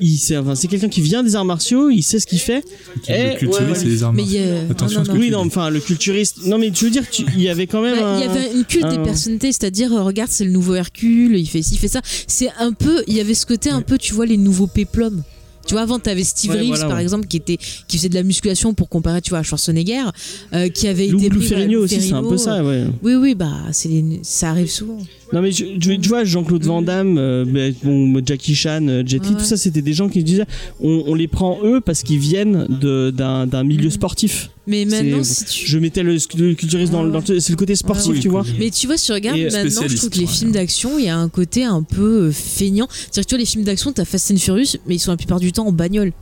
[SPEAKER 1] il c'est enfin, c'est quelqu'un qui vient des arts martiaux il sait ce qu'il fait.
[SPEAKER 3] Le
[SPEAKER 1] Eh,
[SPEAKER 3] culturiste
[SPEAKER 1] ouais,
[SPEAKER 3] et les armes.
[SPEAKER 2] Mais il y a- Ah,
[SPEAKER 3] Attention
[SPEAKER 2] non,
[SPEAKER 3] à ce que
[SPEAKER 1] Oui non enfin le culturiste non mais tu veux dire tu- il y avait quand même
[SPEAKER 2] Bah, Il y
[SPEAKER 1] un-
[SPEAKER 2] avait une culte des
[SPEAKER 1] un-
[SPEAKER 2] personnalités, c'est-à-dire, euh, regarde, c'est le nouveau Hercule, il fait ci, il fait ça. C'est un peu, il y avait ce côté un peu, tu vois, les nouveaux péplums. Tu vois, avant, tu avais Steve
[SPEAKER 1] Ouais,
[SPEAKER 2] Reeves,
[SPEAKER 1] voilà,
[SPEAKER 2] par
[SPEAKER 1] ouais.
[SPEAKER 2] exemple, qui, était, qui faisait de la musculation pour comparer, tu vois, à Schwarzenegger, euh, qui avait
[SPEAKER 1] Lou,
[SPEAKER 2] été.
[SPEAKER 1] Lou
[SPEAKER 2] pris, voilà,
[SPEAKER 1] Ferrigno
[SPEAKER 2] Lou
[SPEAKER 1] aussi c'est un
[SPEAKER 2] Ferrigno.
[SPEAKER 1] peu ça ouais.
[SPEAKER 2] Oui, oui, bah, c'est les- ça arrive souvent.
[SPEAKER 1] Non mais je- je- tu vois Jean-Claude Van Damme, euh, ben, bon, Jackie Chan, euh, Jet Li,
[SPEAKER 2] Ouais,
[SPEAKER 1] tout
[SPEAKER 2] ouais.
[SPEAKER 1] ça c'était des gens qui se disaient on, on les prend eux parce qu'ils viennent de- d'un d'un milieu sportif.
[SPEAKER 2] Mais
[SPEAKER 1] C'est-
[SPEAKER 2] maintenant, si tu.
[SPEAKER 1] Je mettais le, le culturiste dans, le- dans le- c'est le côté sportif
[SPEAKER 3] Ah Oui,
[SPEAKER 1] tu vois.
[SPEAKER 3] oui.
[SPEAKER 2] Mais tu vois, si tu regardes
[SPEAKER 1] Et, euh,
[SPEAKER 2] maintenant, je trouve
[SPEAKER 3] spécialiste,
[SPEAKER 2] que les
[SPEAKER 3] ouais.
[SPEAKER 2] films d'action, il y a un côté un peu euh, feignant. C'est-à-dire que tu vois, les films d'action, t'as Fast and Furious, mais ils sont la plupart du temps en bagnole.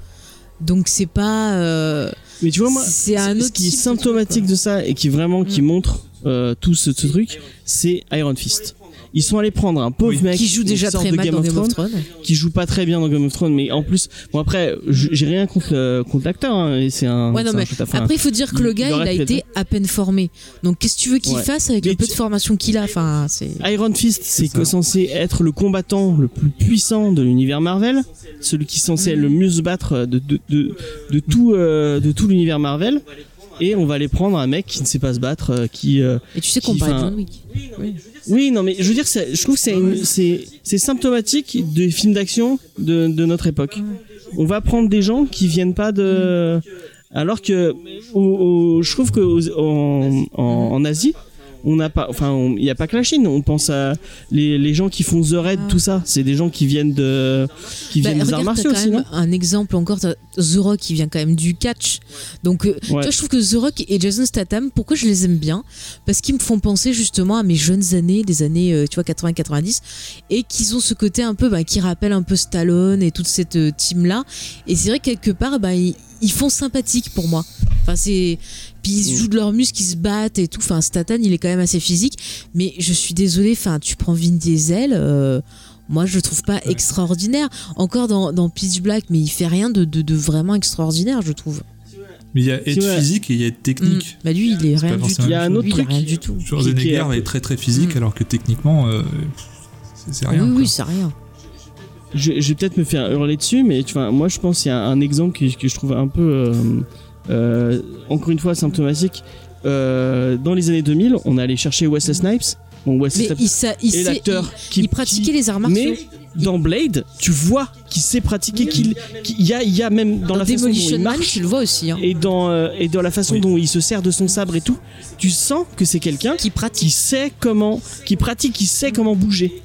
[SPEAKER 2] Donc c'est pas. euh,
[SPEAKER 1] Mais tu vois moi
[SPEAKER 2] c'est un
[SPEAKER 1] ce
[SPEAKER 2] autre
[SPEAKER 1] qui est
[SPEAKER 2] type de truc,
[SPEAKER 1] symptomatique
[SPEAKER 2] quoi. Mm.
[SPEAKER 1] de ça et qui vraiment qui montre euh, tout ce, ce truc, c'est Iron Fist. Ils sont allés prendre un pauvre mec
[SPEAKER 2] qui joue déjà
[SPEAKER 1] sort
[SPEAKER 2] très
[SPEAKER 1] de
[SPEAKER 2] mal
[SPEAKER 1] Game
[SPEAKER 2] dans
[SPEAKER 1] of
[SPEAKER 2] Game
[SPEAKER 1] Thrones,
[SPEAKER 2] of Thrones.
[SPEAKER 1] qui joue pas très bien dans Game of Thrones, mais en plus bon après j- j'ai rien contre le- contre l'acteur, hein, et c'est un,
[SPEAKER 2] Ouais, non,
[SPEAKER 1] c'est un
[SPEAKER 2] mais
[SPEAKER 1] shoot à- enfin,
[SPEAKER 2] Après, il faut dire que le
[SPEAKER 1] il-
[SPEAKER 2] gars,
[SPEAKER 1] il
[SPEAKER 2] il,
[SPEAKER 1] aurait
[SPEAKER 2] a
[SPEAKER 1] pu
[SPEAKER 2] été à peine formé. Donc, qu'est-ce que tu veux qu'il
[SPEAKER 1] Ouais.
[SPEAKER 2] fasse avec le
[SPEAKER 1] Mais
[SPEAKER 2] peu
[SPEAKER 1] tu-
[SPEAKER 2] de formation qu'il a Enfin, c'est.
[SPEAKER 1] Iron Fist, c'est
[SPEAKER 3] ça.
[SPEAKER 1] que censé être le combattant le plus puissant de l'univers Marvel, celui qui est censé le mieux se battre de, de, de, de tout, euh, de tout l'univers Marvel. Et on va aller prendre un mec qui ne sait pas se battre, euh, qui. euh,
[SPEAKER 2] Et tu sais qu'on
[SPEAKER 1] qui-
[SPEAKER 2] parle de
[SPEAKER 1] enfin,
[SPEAKER 2] John Wick.
[SPEAKER 1] Oui, non, mais je veux dire, c'est- je trouve que c'est une- c'est c'est symptomatique des films d'action de, de notre époque. On va prendre des gens qui viennent pas de. Alors que, au- au- je trouve que aux- en, en, en Asie, on n'a pas, enfin, on- il n'y a pas que la Chine. On pense à les, les gens qui font The Raid, tout ça. C'est des gens qui viennent de, qui
[SPEAKER 2] Bah,
[SPEAKER 1] viennent des arts
[SPEAKER 2] regarde, t'as
[SPEAKER 1] martiaux
[SPEAKER 2] quand
[SPEAKER 1] aussi, non
[SPEAKER 2] même un exemple encore. t'as The Rock, qui vient quand même du catch. Donc, euh, tu
[SPEAKER 1] Ouais.
[SPEAKER 2] vois, je trouve que The Rock et Jason Statham, pourquoi je les aime bien Parce qu'ils me font penser justement à mes jeunes années, des années, euh, tu vois, 80-90, et qu'ils ont ce côté un peu, bah, qui rappelle un peu Stallone et toute cette euh, team-là. Et c'est vrai que quelque part, bah, ils, ils font sympathique pour moi. Enfin, c'est. Puis
[SPEAKER 1] Mm.
[SPEAKER 2] ils jouent de leurs muscles, ils se battent et tout. Enfin, Statham, il est quand même assez physique. Mais je suis désolée, enfin, tu prends Vin Diesel. euh, moi, je le trouve pas extraordinaire. Encore dans, dans Pitch Black, mais il fait rien de, de, de vraiment extraordinaire, je trouve.
[SPEAKER 3] Mais il y a
[SPEAKER 1] Tu
[SPEAKER 3] être
[SPEAKER 1] vois.
[SPEAKER 3] physique et il y a être technique.
[SPEAKER 2] Mm. Bah lui, il est rien du
[SPEAKER 3] forcément
[SPEAKER 1] Il
[SPEAKER 2] tout.
[SPEAKER 1] y a un autre
[SPEAKER 2] Lui, il est
[SPEAKER 1] truc.
[SPEAKER 2] rien du tout.
[SPEAKER 1] Qui est
[SPEAKER 3] Schwarzenegger
[SPEAKER 1] un peu-
[SPEAKER 3] est très très physique
[SPEAKER 2] Mm.
[SPEAKER 3] alors que techniquement euh, c'est- c'est rien.
[SPEAKER 2] Ah oui,
[SPEAKER 3] quoi.
[SPEAKER 2] oui, c'est rien.
[SPEAKER 1] je, je vais peut-être me faire hurler dessus, mais tu vois, moi je pense qu'il y a un exemple que, que je trouve un peu, euh, euh, encore une fois, symptomatique. Euh, dans les années 2000, on allait chercher Wesley Snipes. Bon, Wesley
[SPEAKER 2] Mais
[SPEAKER 1] Snipes
[SPEAKER 2] il, sa- il
[SPEAKER 1] est
[SPEAKER 2] sait-
[SPEAKER 1] l'acteur qui,
[SPEAKER 2] il, il pratiquait
[SPEAKER 1] qui-
[SPEAKER 2] les arts martiaux.
[SPEAKER 1] Mais dans Blade, tu vois qu'il sait pratiquer, qu'il qu'il- il y, a, il y a même dans,
[SPEAKER 2] dans,
[SPEAKER 1] la façon dont
[SPEAKER 2] Demolition
[SPEAKER 1] il
[SPEAKER 2] Man,
[SPEAKER 1] marche
[SPEAKER 2] tu le vois aussi. hein.
[SPEAKER 1] et dans, euh, et dans la façon
[SPEAKER 3] Oui.
[SPEAKER 1] dont il se sert de son sabre et tout, tu sens que c'est quelqu'un
[SPEAKER 2] Qui
[SPEAKER 1] qui
[SPEAKER 2] pratique.
[SPEAKER 1] sait comment, qui pratique, qui sait comment bouger.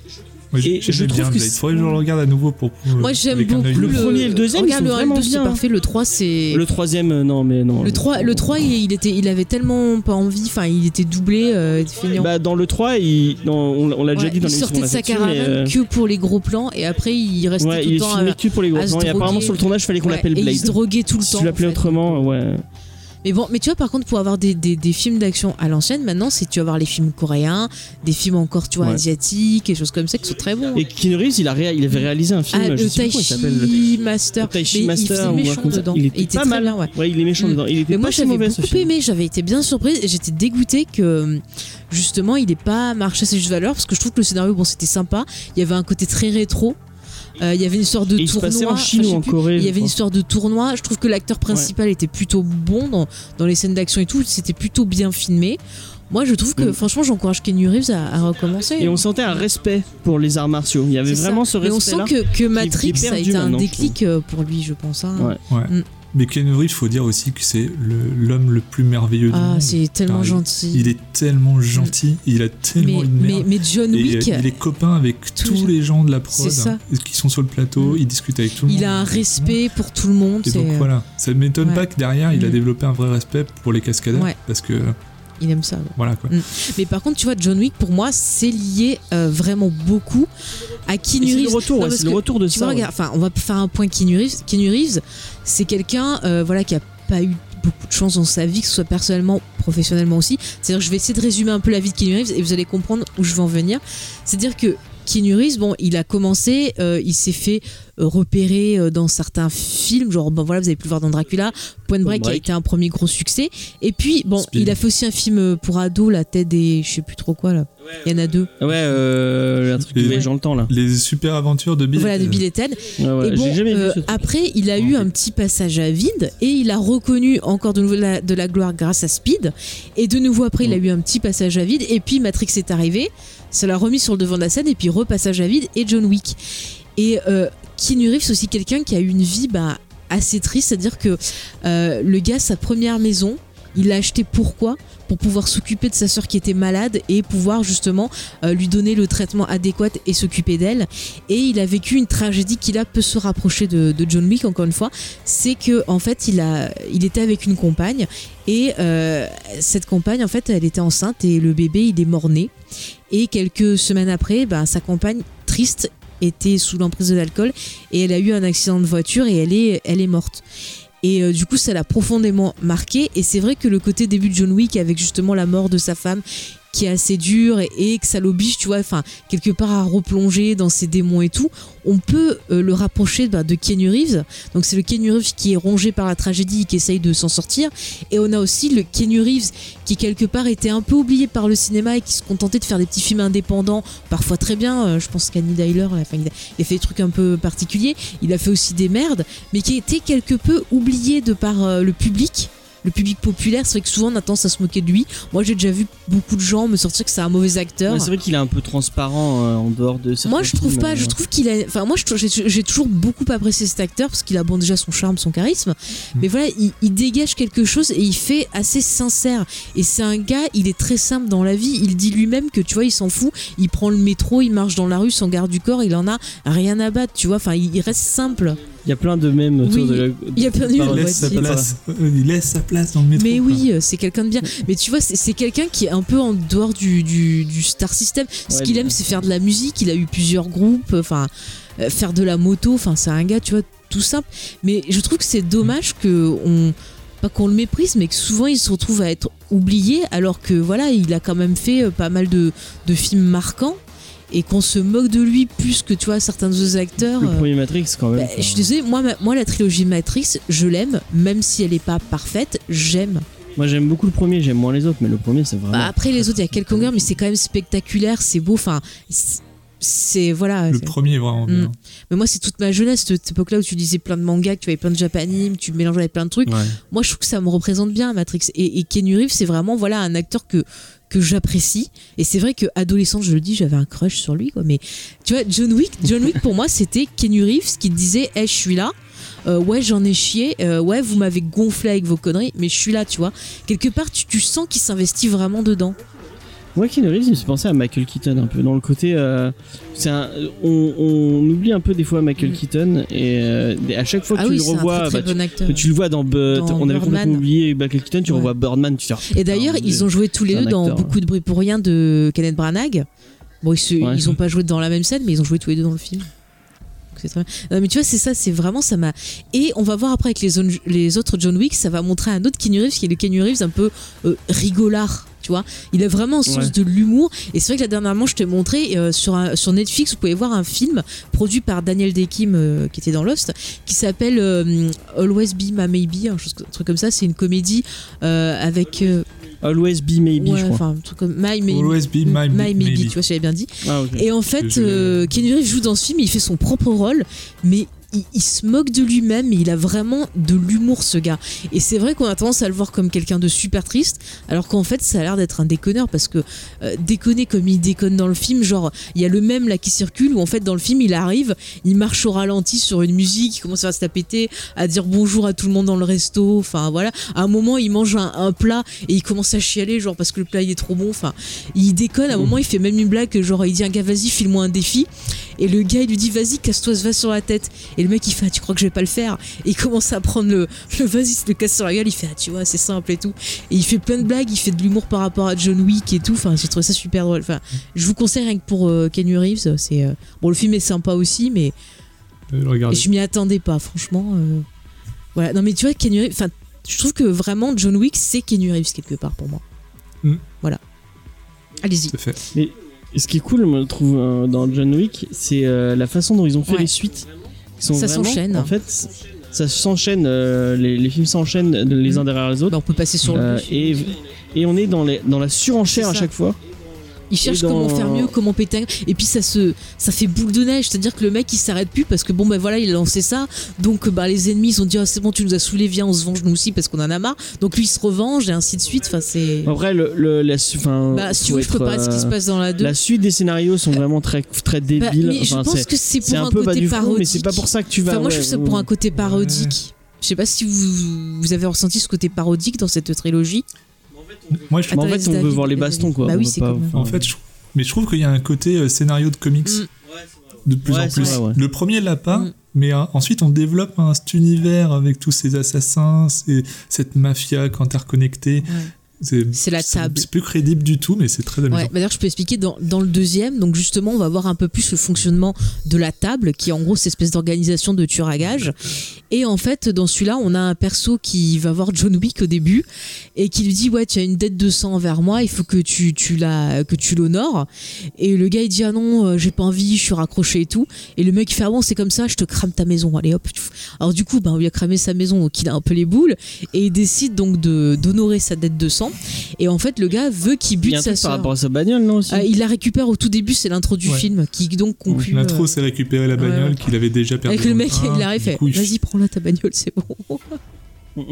[SPEAKER 3] Moi,
[SPEAKER 1] Et
[SPEAKER 3] j'ai-
[SPEAKER 1] je
[SPEAKER 3] j'aimais
[SPEAKER 1] trouve
[SPEAKER 3] bien
[SPEAKER 1] que
[SPEAKER 3] Blade.
[SPEAKER 1] c'est-
[SPEAKER 3] Faudrait que je le regarde à nouveau pour. pour- euh,
[SPEAKER 2] Moi j'aime
[SPEAKER 3] avec un
[SPEAKER 2] beaucoup
[SPEAKER 3] œil
[SPEAKER 2] le,
[SPEAKER 3] de
[SPEAKER 1] Le
[SPEAKER 3] fou.
[SPEAKER 1] premier et le deuxième,
[SPEAKER 2] Regarde,
[SPEAKER 1] ils sont
[SPEAKER 2] le un et le
[SPEAKER 1] vraiment
[SPEAKER 2] deux, c'est
[SPEAKER 1] bien.
[SPEAKER 2] parfait. Le 3 c'est
[SPEAKER 1] Le troisième, euh, non, mais non.
[SPEAKER 2] le 3 le 3 il, il était il avait tellement pas envie, enfin il était doublé euh, feignant.
[SPEAKER 1] Bah, dans le 3, il, non, on, on l'a déjà
[SPEAKER 2] Ouais,
[SPEAKER 1] dit dans
[SPEAKER 2] il
[SPEAKER 1] l'émission.
[SPEAKER 2] sortait
[SPEAKER 1] on
[SPEAKER 2] de
[SPEAKER 1] l'a
[SPEAKER 2] sa
[SPEAKER 1] fait dessus, mais,
[SPEAKER 2] caravane
[SPEAKER 1] euh,
[SPEAKER 2] que pour les gros plans et après il restait
[SPEAKER 1] Ouais,
[SPEAKER 2] tout
[SPEAKER 1] il
[SPEAKER 2] le temps à-
[SPEAKER 1] filmait que pour les gros
[SPEAKER 2] à se
[SPEAKER 1] plans. Et apparemment,
[SPEAKER 2] droguer.
[SPEAKER 1] sur le tournage, il fallait qu'on
[SPEAKER 2] Ouais,
[SPEAKER 1] l'appelle
[SPEAKER 2] et
[SPEAKER 1] Blade.
[SPEAKER 2] il se droguait tout le
[SPEAKER 1] si
[SPEAKER 2] temps.
[SPEAKER 1] tu
[SPEAKER 2] en
[SPEAKER 1] l'appelais
[SPEAKER 2] fait.
[SPEAKER 1] autrement, ouais.
[SPEAKER 2] Mais bon, mais tu vois, par contre, pour avoir des, des, des films d'action à l'ancienne, maintenant, c'est tu vas voir les films coréens, des films encore, tu vois,
[SPEAKER 1] Ouais.
[SPEAKER 2] asiatiques, et choses comme ça qui sont très bons.
[SPEAKER 1] Et Keanu Reeves, il, a réa- il avait réalisé un film,
[SPEAKER 2] ah,
[SPEAKER 1] je
[SPEAKER 2] le
[SPEAKER 1] sais plus
[SPEAKER 2] Tai
[SPEAKER 1] comment il s'appelle.
[SPEAKER 2] Chi Master.
[SPEAKER 1] Tai Chi
[SPEAKER 2] mais
[SPEAKER 1] Master
[SPEAKER 2] il
[SPEAKER 1] ou un
[SPEAKER 2] était méchant
[SPEAKER 1] comme ça.
[SPEAKER 2] dedans.
[SPEAKER 1] Il
[SPEAKER 2] Et
[SPEAKER 1] était pas
[SPEAKER 2] très
[SPEAKER 1] mal.
[SPEAKER 2] bien, ouais.
[SPEAKER 1] Ouais, il est méchant
[SPEAKER 2] Mm.
[SPEAKER 1] dedans. Il était
[SPEAKER 2] Mais moi
[SPEAKER 1] pas si
[SPEAKER 2] j'avais
[SPEAKER 1] mauvais ce
[SPEAKER 2] beaucoup
[SPEAKER 1] film.
[SPEAKER 2] aimé, j'avais été bien surprise et j'étais dégoûtée que justement il n'ait pas marché à ses justes valeurs parce que je trouve que le scénario, bon c'était sympa, il y avait un côté très rétro, Euh, il y avait une sorte de
[SPEAKER 1] Et il se
[SPEAKER 2] tournoi.
[SPEAKER 1] passait en
[SPEAKER 2] enfin,
[SPEAKER 1] Chine
[SPEAKER 2] je sais
[SPEAKER 1] ou en
[SPEAKER 2] plus.
[SPEAKER 1] Corée.
[SPEAKER 2] Il y
[SPEAKER 1] je
[SPEAKER 2] avait une
[SPEAKER 1] crois.
[SPEAKER 2] histoire de tournoi. Je trouve que l'acteur principal était plutôt bon dans, dans les scènes d'action et tout. C'était plutôt bien filmé. Moi, je trouve que
[SPEAKER 1] Mm.
[SPEAKER 2] franchement, j'encourage Kenny Reeves à, à recommencer.
[SPEAKER 1] Et on sentait un respect pour les arts martiaux. Il y avait
[SPEAKER 2] C'est ça.
[SPEAKER 1] vraiment ce
[SPEAKER 2] Mais on
[SPEAKER 1] respect-là.
[SPEAKER 2] sent que, que Matrix
[SPEAKER 1] qui est
[SPEAKER 2] a
[SPEAKER 1] perdu
[SPEAKER 2] été un
[SPEAKER 1] maintenant, je
[SPEAKER 2] déclic euh, pour lui, je pense. hein.
[SPEAKER 1] Ouais.
[SPEAKER 3] Mais Keanu Reeves, faut dire aussi que c'est le- l'homme le plus merveilleux du
[SPEAKER 2] Ah,
[SPEAKER 1] Mm.
[SPEAKER 3] monde.
[SPEAKER 2] c'est tellement
[SPEAKER 3] Ah, il-
[SPEAKER 2] gentil.
[SPEAKER 3] Il est tellement gentil, il a tellement
[SPEAKER 2] mais,
[SPEAKER 3] une
[SPEAKER 2] mais,
[SPEAKER 3] merde.
[SPEAKER 2] mais John
[SPEAKER 3] Et,
[SPEAKER 2] Wick,
[SPEAKER 3] euh, il est copain avec
[SPEAKER 2] Tout
[SPEAKER 3] tous
[SPEAKER 2] le-
[SPEAKER 3] les gens de la prod
[SPEAKER 2] C'est ça.
[SPEAKER 3] hein, qui sont sur le plateau,
[SPEAKER 2] Mm.
[SPEAKER 3] il discute avec tout le monde.
[SPEAKER 2] il a un respect pour tout le monde.
[SPEAKER 3] Et
[SPEAKER 2] c'est,
[SPEAKER 3] donc
[SPEAKER 2] euh,
[SPEAKER 3] voilà, ça ne m'étonne
[SPEAKER 2] ouais.
[SPEAKER 3] pas que derrière il a
[SPEAKER 2] Mm.
[SPEAKER 3] développé un vrai respect pour les cascadeurs
[SPEAKER 2] Ouais.
[SPEAKER 3] parce que
[SPEAKER 2] Il aime ça. ouais.
[SPEAKER 3] voilà quoi.
[SPEAKER 2] Mais par contre, tu vois, John Wick, pour moi, c'est lié euh, vraiment beaucoup à
[SPEAKER 1] Et
[SPEAKER 2] Kenny
[SPEAKER 1] C'est le
[SPEAKER 2] Reeves.
[SPEAKER 1] retour,
[SPEAKER 2] Non,
[SPEAKER 1] ouais,
[SPEAKER 2] parce
[SPEAKER 1] c'est le
[SPEAKER 2] que-
[SPEAKER 1] retour de
[SPEAKER 2] Tu vois,
[SPEAKER 1] ça. ouais.
[SPEAKER 2] regarde, enfin, on va faire un point Keanu Reeves. Keanu Reeves, c'est quelqu'un euh, voilà, qui a pas eu beaucoup de chance dans sa vie, que ce soit personnellement, professionnellement aussi. C'est-à-dire, que je vais essayer de résumer un peu la vie de Keanu Reeves et vous allez comprendre où je veux en venir. C'est-à-dire que Keanu Reeves, bon, il a commencé, euh, il s'est fait euh, repérer euh, dans certains films, genre, bon, voilà, vous avez pu le voir dans Dracula, Point Break, qui a
[SPEAKER 1] Break.
[SPEAKER 2] été un premier gros succès. Et puis, bon,
[SPEAKER 3] Speed.
[SPEAKER 2] il a fait aussi un film euh, pour ados, La tête des. Je sais plus trop quoi, là. Il y en a deux.
[SPEAKER 1] Ouais, euh, un truc
[SPEAKER 3] Et-
[SPEAKER 1] de voyage dans le temps là.
[SPEAKER 3] Les super aventures de Bill. euh,
[SPEAKER 2] Voilà, de Bill et Ted.
[SPEAKER 1] Ouais, ouais,
[SPEAKER 2] Et bon,
[SPEAKER 1] J'ai jamais vu
[SPEAKER 2] euh,
[SPEAKER 1] ce truc.
[SPEAKER 2] après, il a eu un petit passage à vide et il a reconnu encore de nouveau la- de la gloire grâce à Speed. Et de nouveau, après, il a eu un petit passage à vide. Et puis, Matrix est arrivé, ça l'a remis sur le devant de la scène. Et puis, repassage à vide et John Wick. Et euh, Keanu Reeves, c'est aussi quelqu'un qui a eu une vie bah, assez triste, c'est-à-dire que euh, le gars, sa première maison, il l'a achetée pourquoi Pour pouvoir s'occuper de sa sœur qui était malade et pouvoir justement euh, lui donner le traitement adéquat et s'occuper d'elle. Et il a vécu une tragédie qui là peut se rapprocher de, de John Wick encore une fois. C'est que en fait il a, il était avec une compagne et euh, cette compagne en fait elle était enceinte et le bébé il est mort né. Et quelques semaines après, ben, sa compagne triste était sous l'emprise de l'alcool et elle a eu un accident de voiture et elle est, elle est morte. Et euh, du coup, ça l'a profondément marqué. Et c'est vrai que le côté début de John Wick, avec justement la mort de sa femme, qui est assez dure et, et que ça l'oblige, tu vois, enfin, quelque part à replonger dans ses démons et tout, on peut euh, le rapprocher bah, de Keanu Reeves. Donc c'est le Keanu Reeves qui est rongé par la tragédie et qui essaye de s'en sortir. Et on a aussi le Keanu Reeves qui quelque part était un peu oublié par le cinéma et qui se contentait de faire des petits films indépendants, parfois très bien. Euh, je pense qu'Annie Dyler, enfin, il a- il a fait des trucs un peu particuliers. Il a fait aussi des merdes, mais qui était quelque peu oublié de par euh, le public. Le public populaire, c'est vrai que souvent on a tendance à se moquer de lui. Moi j'ai déjà vu beaucoup de gens me sortir que c'est un mauvais acteur.
[SPEAKER 1] Ouais, c'est vrai qu'il est un peu transparent euh, en dehors de certains
[SPEAKER 2] Moi, je trouve
[SPEAKER 1] films,
[SPEAKER 2] pas.
[SPEAKER 1] euh,
[SPEAKER 2] Je trouve qu'il a. Enfin, moi, je trou- j'ai j'ai toujours beaucoup apprécié cet acteur parce qu'il a bon déjà son charme, son charisme.
[SPEAKER 1] Mm.
[SPEAKER 2] Mais voilà, il, il dégage quelque chose et il fait assez sincère. Et c'est un gars, il est très simple dans la vie. Il dit lui-même que tu vois, il s'en fout. Il prend le métro, il marche dans la rue sans garde du corps. Il en a rien à battre. Tu vois, enfin, il, il reste simple.
[SPEAKER 1] Il y a plein de mêmes autour
[SPEAKER 2] Oui,
[SPEAKER 1] de la.
[SPEAKER 2] il y a plein de-
[SPEAKER 3] Il
[SPEAKER 1] Pardon.
[SPEAKER 3] laisse, sa
[SPEAKER 2] Ouais,
[SPEAKER 3] place, euh, il laisse sa place dans le métro.
[SPEAKER 2] Mais
[SPEAKER 3] quoi.
[SPEAKER 2] oui, euh, c'est quelqu'un de bien. Mais tu vois, c'est- c'est quelqu'un qui est un peu en dehors du, du, du star system. Ce
[SPEAKER 1] Ouais,
[SPEAKER 2] qu'il
[SPEAKER 1] mais-
[SPEAKER 2] aime, c'est faire de la musique. Il a eu plusieurs groupes, enfin, euh, faire de la moto. Enfin, c'est un gars, tu vois, tout simple. Mais je trouve que c'est dommage que on pas qu'on le méprise, mais que souvent il se retrouve à être oublié, alors que voilà, il a quand même fait euh, pas mal de, de films marquants et qu'on se moque de lui plus que tu vois certains autres acteurs.
[SPEAKER 1] Le
[SPEAKER 2] euh,
[SPEAKER 1] premier Matrix quand même.
[SPEAKER 2] bah, je suis désolée, moi, ma- moi la trilogie Matrix, je l'aime, même si elle est pas parfaite, j'aime.
[SPEAKER 1] Moi j'aime beaucoup le premier, j'aime moins les autres, mais le premier c'est
[SPEAKER 2] Bah,
[SPEAKER 1] vraiment.
[SPEAKER 2] après les autres, il y a quelques longueurs, mais c'est quand même spectaculaire, c'est beau. Enfin, c'est- c'est voilà.
[SPEAKER 3] Le
[SPEAKER 2] c'est- Mm.
[SPEAKER 3] premier est vraiment bien.
[SPEAKER 2] Mais moi, c'est toute ma jeunesse, cette époque-là où tu lisais plein de mangas, que tu avais plein de japanime, tu mélangeais avec plein de trucs.
[SPEAKER 3] Ouais.
[SPEAKER 2] Moi, je trouve que ça me représente bien Matrix. Et, et Keanu Reeves, c'est vraiment voilà un acteur que que j'apprécie. Et c'est vrai que adolescente, je le dis, j'avais un crush sur lui. Quoi. Mais tu vois, John Wick, John Wick pour moi, c'était Keanu Reeves qui disait, Eh, je suis là. Euh, ouais, j'en ai chié. Euh, ouais, vous m'avez gonflé avec vos conneries, mais je suis là, tu vois. Quelque part, tu, tu sens qu'il s'investit vraiment dedans.
[SPEAKER 1] Moi, Keanu Reeves, il me fait penser à Michael Keaton un peu dans le côté. euh, c'est un- on, on oublie un peu des fois Michael
[SPEAKER 2] Mm.
[SPEAKER 1] Keaton et euh, à chaque fois que
[SPEAKER 2] ah
[SPEAKER 1] tu
[SPEAKER 2] oui,
[SPEAKER 1] le
[SPEAKER 2] c'est un
[SPEAKER 1] revois,
[SPEAKER 2] très, très
[SPEAKER 1] bah, tu-
[SPEAKER 2] bon acteur.
[SPEAKER 1] Mais tu le vois dans, But,
[SPEAKER 2] Dans
[SPEAKER 1] on avait complètement
[SPEAKER 2] Birdman.
[SPEAKER 1] oublié Michael Keaton, tu
[SPEAKER 2] Ouais.
[SPEAKER 1] revois Birdman, tu Ah, te dis,
[SPEAKER 2] Et d'ailleurs,
[SPEAKER 1] Putain,
[SPEAKER 2] ils ont joué tous les
[SPEAKER 1] c'est un
[SPEAKER 2] deux dans
[SPEAKER 1] acteur,
[SPEAKER 2] Beaucoup de bruit pour rien de Kenneth Branagh. Bon, ils, se-
[SPEAKER 1] Ouais.
[SPEAKER 2] ils ont pas joué dans la même scène, mais ils ont joué tous les deux dans le film. Donc, C'est très bien. Non, mais tu vois, c'est ça, c'est vraiment ça m'a. Et on va voir après avec les, zones- les autres John Wick, ça va montrer un autre Keanu Reeves qui est le Keanu Reeves un peu euh, rigolard. Tu vois, il a vraiment un sens
[SPEAKER 1] Ouais.
[SPEAKER 2] de l'humour. Et c'est vrai que la dernièrement, je t'ai montré euh, sur, un- sur Netflix, vous pouvez voir un film produit par Daniel Day Kim euh, qui était dans Lost, qui s'appelle euh, Always Be My Maybe, un, chose- un truc comme ça. C'est une comédie euh, avec. euh,
[SPEAKER 1] Always be maybe,
[SPEAKER 2] Ouais,
[SPEAKER 1] je crois.
[SPEAKER 2] enfin, un truc comme My Maybe.
[SPEAKER 3] Always be my,
[SPEAKER 2] My Maybe,
[SPEAKER 3] maybe.
[SPEAKER 2] tu vois, j'avais bien dit.
[SPEAKER 1] Ah, ok.
[SPEAKER 2] Et en fait,
[SPEAKER 3] je l'ai-
[SPEAKER 2] euh, Keanu Reeves joue dans ce film, il fait son propre rôle, mais il, il se moque de lui-même, mais il a vraiment de l'humour, ce gars. Et c'est vrai qu'on a tendance à le voir comme quelqu'un de super triste, alors qu'en fait, ça a l'air d'être un déconneur, parce que euh, déconner comme il déconne dans le film, genre, il y a le même là qui circule, où en fait, dans le film, il arrive, il marche au ralenti sur une musique, il commence à se la péter, à dire bonjour à tout le monde dans le resto, enfin voilà. À un moment, il mange un, un plat et il commence à chialer, genre, parce que le plat, il est trop bon, enfin. Il déconne, à un moment il fait même une blague, genre il dit un gars vas-y file-moi un défi et le gars il lui dit vas-y casse-toi ce vase sur la tête et le mec il fait ah, tu crois que je vais pas le faire et il commence à prendre le, le vas-y se le casse sur la gueule, il fait ah tu vois c'est simple et tout et il fait plein de blagues, il fait de l'humour par rapport à John Wick et tout, enfin j'ai trouvé ça super drôle enfin, je vous conseille rien que pour euh, Keanu Reeves c'est, euh, bon le film est sympa aussi mais
[SPEAKER 3] Euh, le regarder.
[SPEAKER 2] je m'y attendais pas franchement euh, voilà, non mais tu vois Keanu Reeves, enfin je trouve que vraiment John Wick c'est Keanu Reeves quelque part pour moi
[SPEAKER 3] Mm.
[SPEAKER 2] voilà allez-y
[SPEAKER 3] Tout à fait.
[SPEAKER 1] Et ce qui est cool, moi, je trouve, euh, dans John Wick, c'est euh, la façon dont ils ont fait
[SPEAKER 2] Ouais.
[SPEAKER 1] les suites. Ils sont
[SPEAKER 2] Ça
[SPEAKER 1] vraiment-
[SPEAKER 2] s'enchaîne.
[SPEAKER 1] En fait, ça s'enchaîne, euh, les, les films s'enchaînent les uns
[SPEAKER 2] Mm.
[SPEAKER 1] derrière les
[SPEAKER 2] Bah,
[SPEAKER 1] autres.
[SPEAKER 2] on peut passer sur le
[SPEAKER 1] Euh,
[SPEAKER 2] dessus.
[SPEAKER 1] et, et on est dans, les, dans la surenchère
[SPEAKER 2] C'est
[SPEAKER 1] à
[SPEAKER 2] ça.
[SPEAKER 1] chaque fois.
[SPEAKER 2] Il cherche
[SPEAKER 1] Et dans-
[SPEAKER 2] comment faire mieux, comment péter. un- Et puis ça se, ça fait boule de neige, c'est-à-dire que le mec il s'arrête plus parce que bon ben voilà il a lancé ça, donc bah les ennemis ils ont dit ah, c'est bon tu nous as saoulés, viens on se venge nous aussi parce qu'on en a marre. Donc lui il se revenge et ainsi de suite. Enfin c'est.
[SPEAKER 1] Après, le, le- la, su- enfin,
[SPEAKER 2] Bah si tu
[SPEAKER 1] faut
[SPEAKER 2] veux je peux
[SPEAKER 1] être,
[SPEAKER 2] parler de ce qui se
[SPEAKER 1] euh,
[SPEAKER 2] passe dans la 2
[SPEAKER 1] La suite des scénarios sont vraiment très, très
[SPEAKER 2] Bah,
[SPEAKER 1] débiles.
[SPEAKER 2] mais je
[SPEAKER 1] Enfin,
[SPEAKER 2] pense
[SPEAKER 1] c'est-
[SPEAKER 2] que c'est pour
[SPEAKER 1] c'est
[SPEAKER 2] un,
[SPEAKER 1] un peu bas
[SPEAKER 2] côté
[SPEAKER 1] du front,
[SPEAKER 2] parodique.
[SPEAKER 1] mais c'est pas pour ça que tu vas.
[SPEAKER 2] Enfin moi je
[SPEAKER 1] ouais,
[SPEAKER 2] trouve ça
[SPEAKER 1] ouais,
[SPEAKER 2] pour
[SPEAKER 1] ouais.
[SPEAKER 2] un côté parodique. Je sais pas si vous, vous avez ressenti ce côté parodique dans cette trilogie.
[SPEAKER 3] Moi, je
[SPEAKER 1] Mais en
[SPEAKER 2] Attends,
[SPEAKER 1] fait, on veut
[SPEAKER 2] David,
[SPEAKER 1] voir les
[SPEAKER 2] David.
[SPEAKER 1] bastons, quoi.
[SPEAKER 2] Bah
[SPEAKER 1] On
[SPEAKER 2] oui,
[SPEAKER 1] veut
[SPEAKER 2] c'est
[SPEAKER 1] pas-
[SPEAKER 2] comme-
[SPEAKER 1] enfin,
[SPEAKER 3] En fait, je... mais je trouve qu'il y a un côté euh, scénario de comics
[SPEAKER 2] Mm.
[SPEAKER 3] de plus
[SPEAKER 1] Ouais,
[SPEAKER 3] en
[SPEAKER 1] c'est
[SPEAKER 3] plus.
[SPEAKER 1] vrai, ouais.
[SPEAKER 3] Le premier l'a pas,
[SPEAKER 2] Mm.
[SPEAKER 3] mais euh, ensuite on développe un, cet univers avec tous ces assassins, ces- cette mafia interconnectée.
[SPEAKER 2] C'est la table.
[SPEAKER 3] C'est plus crédible du tout, mais c'est très amusant.
[SPEAKER 2] Ouais, bah d'ailleurs, je peux expliquer dans, dans le deuxième. Donc, justement, on va voir un peu plus le fonctionnement de la table, qui est en gros cette espèce d'organisation de tueur à gages. Et en fait, dans celui-là, on a un perso qui va voir John Wick au début et qui lui dit Ouais, tu as une dette de sang envers moi, il faut que tu, tu, la, que tu l'honores. Et le gars, il dit Ah non, euh, j'ai pas envie, je suis raccroché et tout. Et le mec, il fait Ah bon, c'est comme ça, je te crame ta maison. Allez hop. Alors, du coup, bah, on lui a cramé sa maison, donc il a un peu les boules. Et il décide donc de, d'honorer sa dette de sang. Et en fait, le gars veut qu'il
[SPEAKER 1] Il y
[SPEAKER 2] bute
[SPEAKER 1] a un
[SPEAKER 2] sa
[SPEAKER 1] truc par
[SPEAKER 2] sœur.
[SPEAKER 1] rapport à sa bagnole, non aussi
[SPEAKER 2] Euh, il la récupère au tout début, c'est l'intro du
[SPEAKER 3] Ouais.
[SPEAKER 2] film qui donc conclut.
[SPEAKER 3] L'intro, Ah,
[SPEAKER 2] euh,
[SPEAKER 3] c'est récupérer la
[SPEAKER 2] ouais,
[SPEAKER 3] bagnole
[SPEAKER 2] ouais.
[SPEAKER 3] qu'il avait déjà perdue.
[SPEAKER 2] avec le
[SPEAKER 3] dans
[SPEAKER 2] mec,
[SPEAKER 3] un,
[SPEAKER 2] il la
[SPEAKER 3] du
[SPEAKER 2] réfait.
[SPEAKER 3] coup, il-
[SPEAKER 2] Vas-y, prends-la ta bagnole, c'est bon.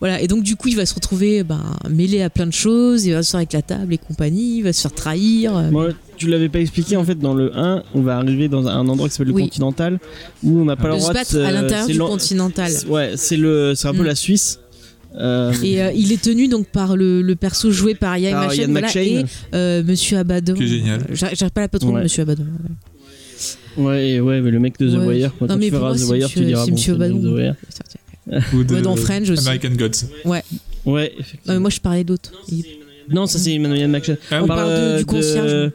[SPEAKER 2] voilà, et donc du coup, il va se retrouver ben, mêlé à plein de choses, il va se faire avec la table et compagnie, il va se faire trahir. euh,
[SPEAKER 1] Moi, tu l'avais pas expliqué en fait dans le 1, on va arriver dans un endroit qui s'appelle
[SPEAKER 2] Oui.
[SPEAKER 1] le Continental où on n'a pas le
[SPEAKER 2] de se
[SPEAKER 1] droit
[SPEAKER 2] battre
[SPEAKER 1] se-
[SPEAKER 2] à l'intérieur
[SPEAKER 1] c'est
[SPEAKER 2] du
[SPEAKER 1] l'en-
[SPEAKER 2] continental.
[SPEAKER 1] c'est- Ouais, c'est le c'est un peu
[SPEAKER 2] Mm.
[SPEAKER 1] la Suisse. Euh,
[SPEAKER 2] Et euh, il est tenu donc par le, le perso joué par Yann
[SPEAKER 1] par
[SPEAKER 2] Machen,
[SPEAKER 1] Yann
[SPEAKER 2] voilà,
[SPEAKER 1] McShane.
[SPEAKER 2] et euh, Monsieur Abaddon.
[SPEAKER 3] Qui est génial.
[SPEAKER 2] Euh, J'arrive j'arrive pas à la patronne
[SPEAKER 1] Ouais.
[SPEAKER 2] de Monsieur Abaddon.
[SPEAKER 1] Ouais, et ouais, mais le mec de The
[SPEAKER 2] Ouais.
[SPEAKER 1] Wire, quand
[SPEAKER 2] Non,
[SPEAKER 1] tu
[SPEAKER 2] mais pour
[SPEAKER 1] verras
[SPEAKER 2] moi,
[SPEAKER 1] The
[SPEAKER 2] c'est
[SPEAKER 1] Wire,
[SPEAKER 2] monsieur-
[SPEAKER 1] tu diras
[SPEAKER 2] c'est
[SPEAKER 1] bon,
[SPEAKER 2] monsieur
[SPEAKER 1] c'est le mec de
[SPEAKER 2] Abaddon.
[SPEAKER 1] The Wire.
[SPEAKER 3] ou de-
[SPEAKER 2] Ouais, dans Fringe aussi. Ah
[SPEAKER 3] American Gods.
[SPEAKER 1] Ouais,
[SPEAKER 2] Non, mais
[SPEAKER 1] effectivement.
[SPEAKER 2] moi je parlais d'autre. Il-
[SPEAKER 1] Non, ça c'est Emmanuel McShane.
[SPEAKER 3] Ah
[SPEAKER 2] On
[SPEAKER 3] oui.
[SPEAKER 2] parle de-
[SPEAKER 1] euh,
[SPEAKER 2] du concierge.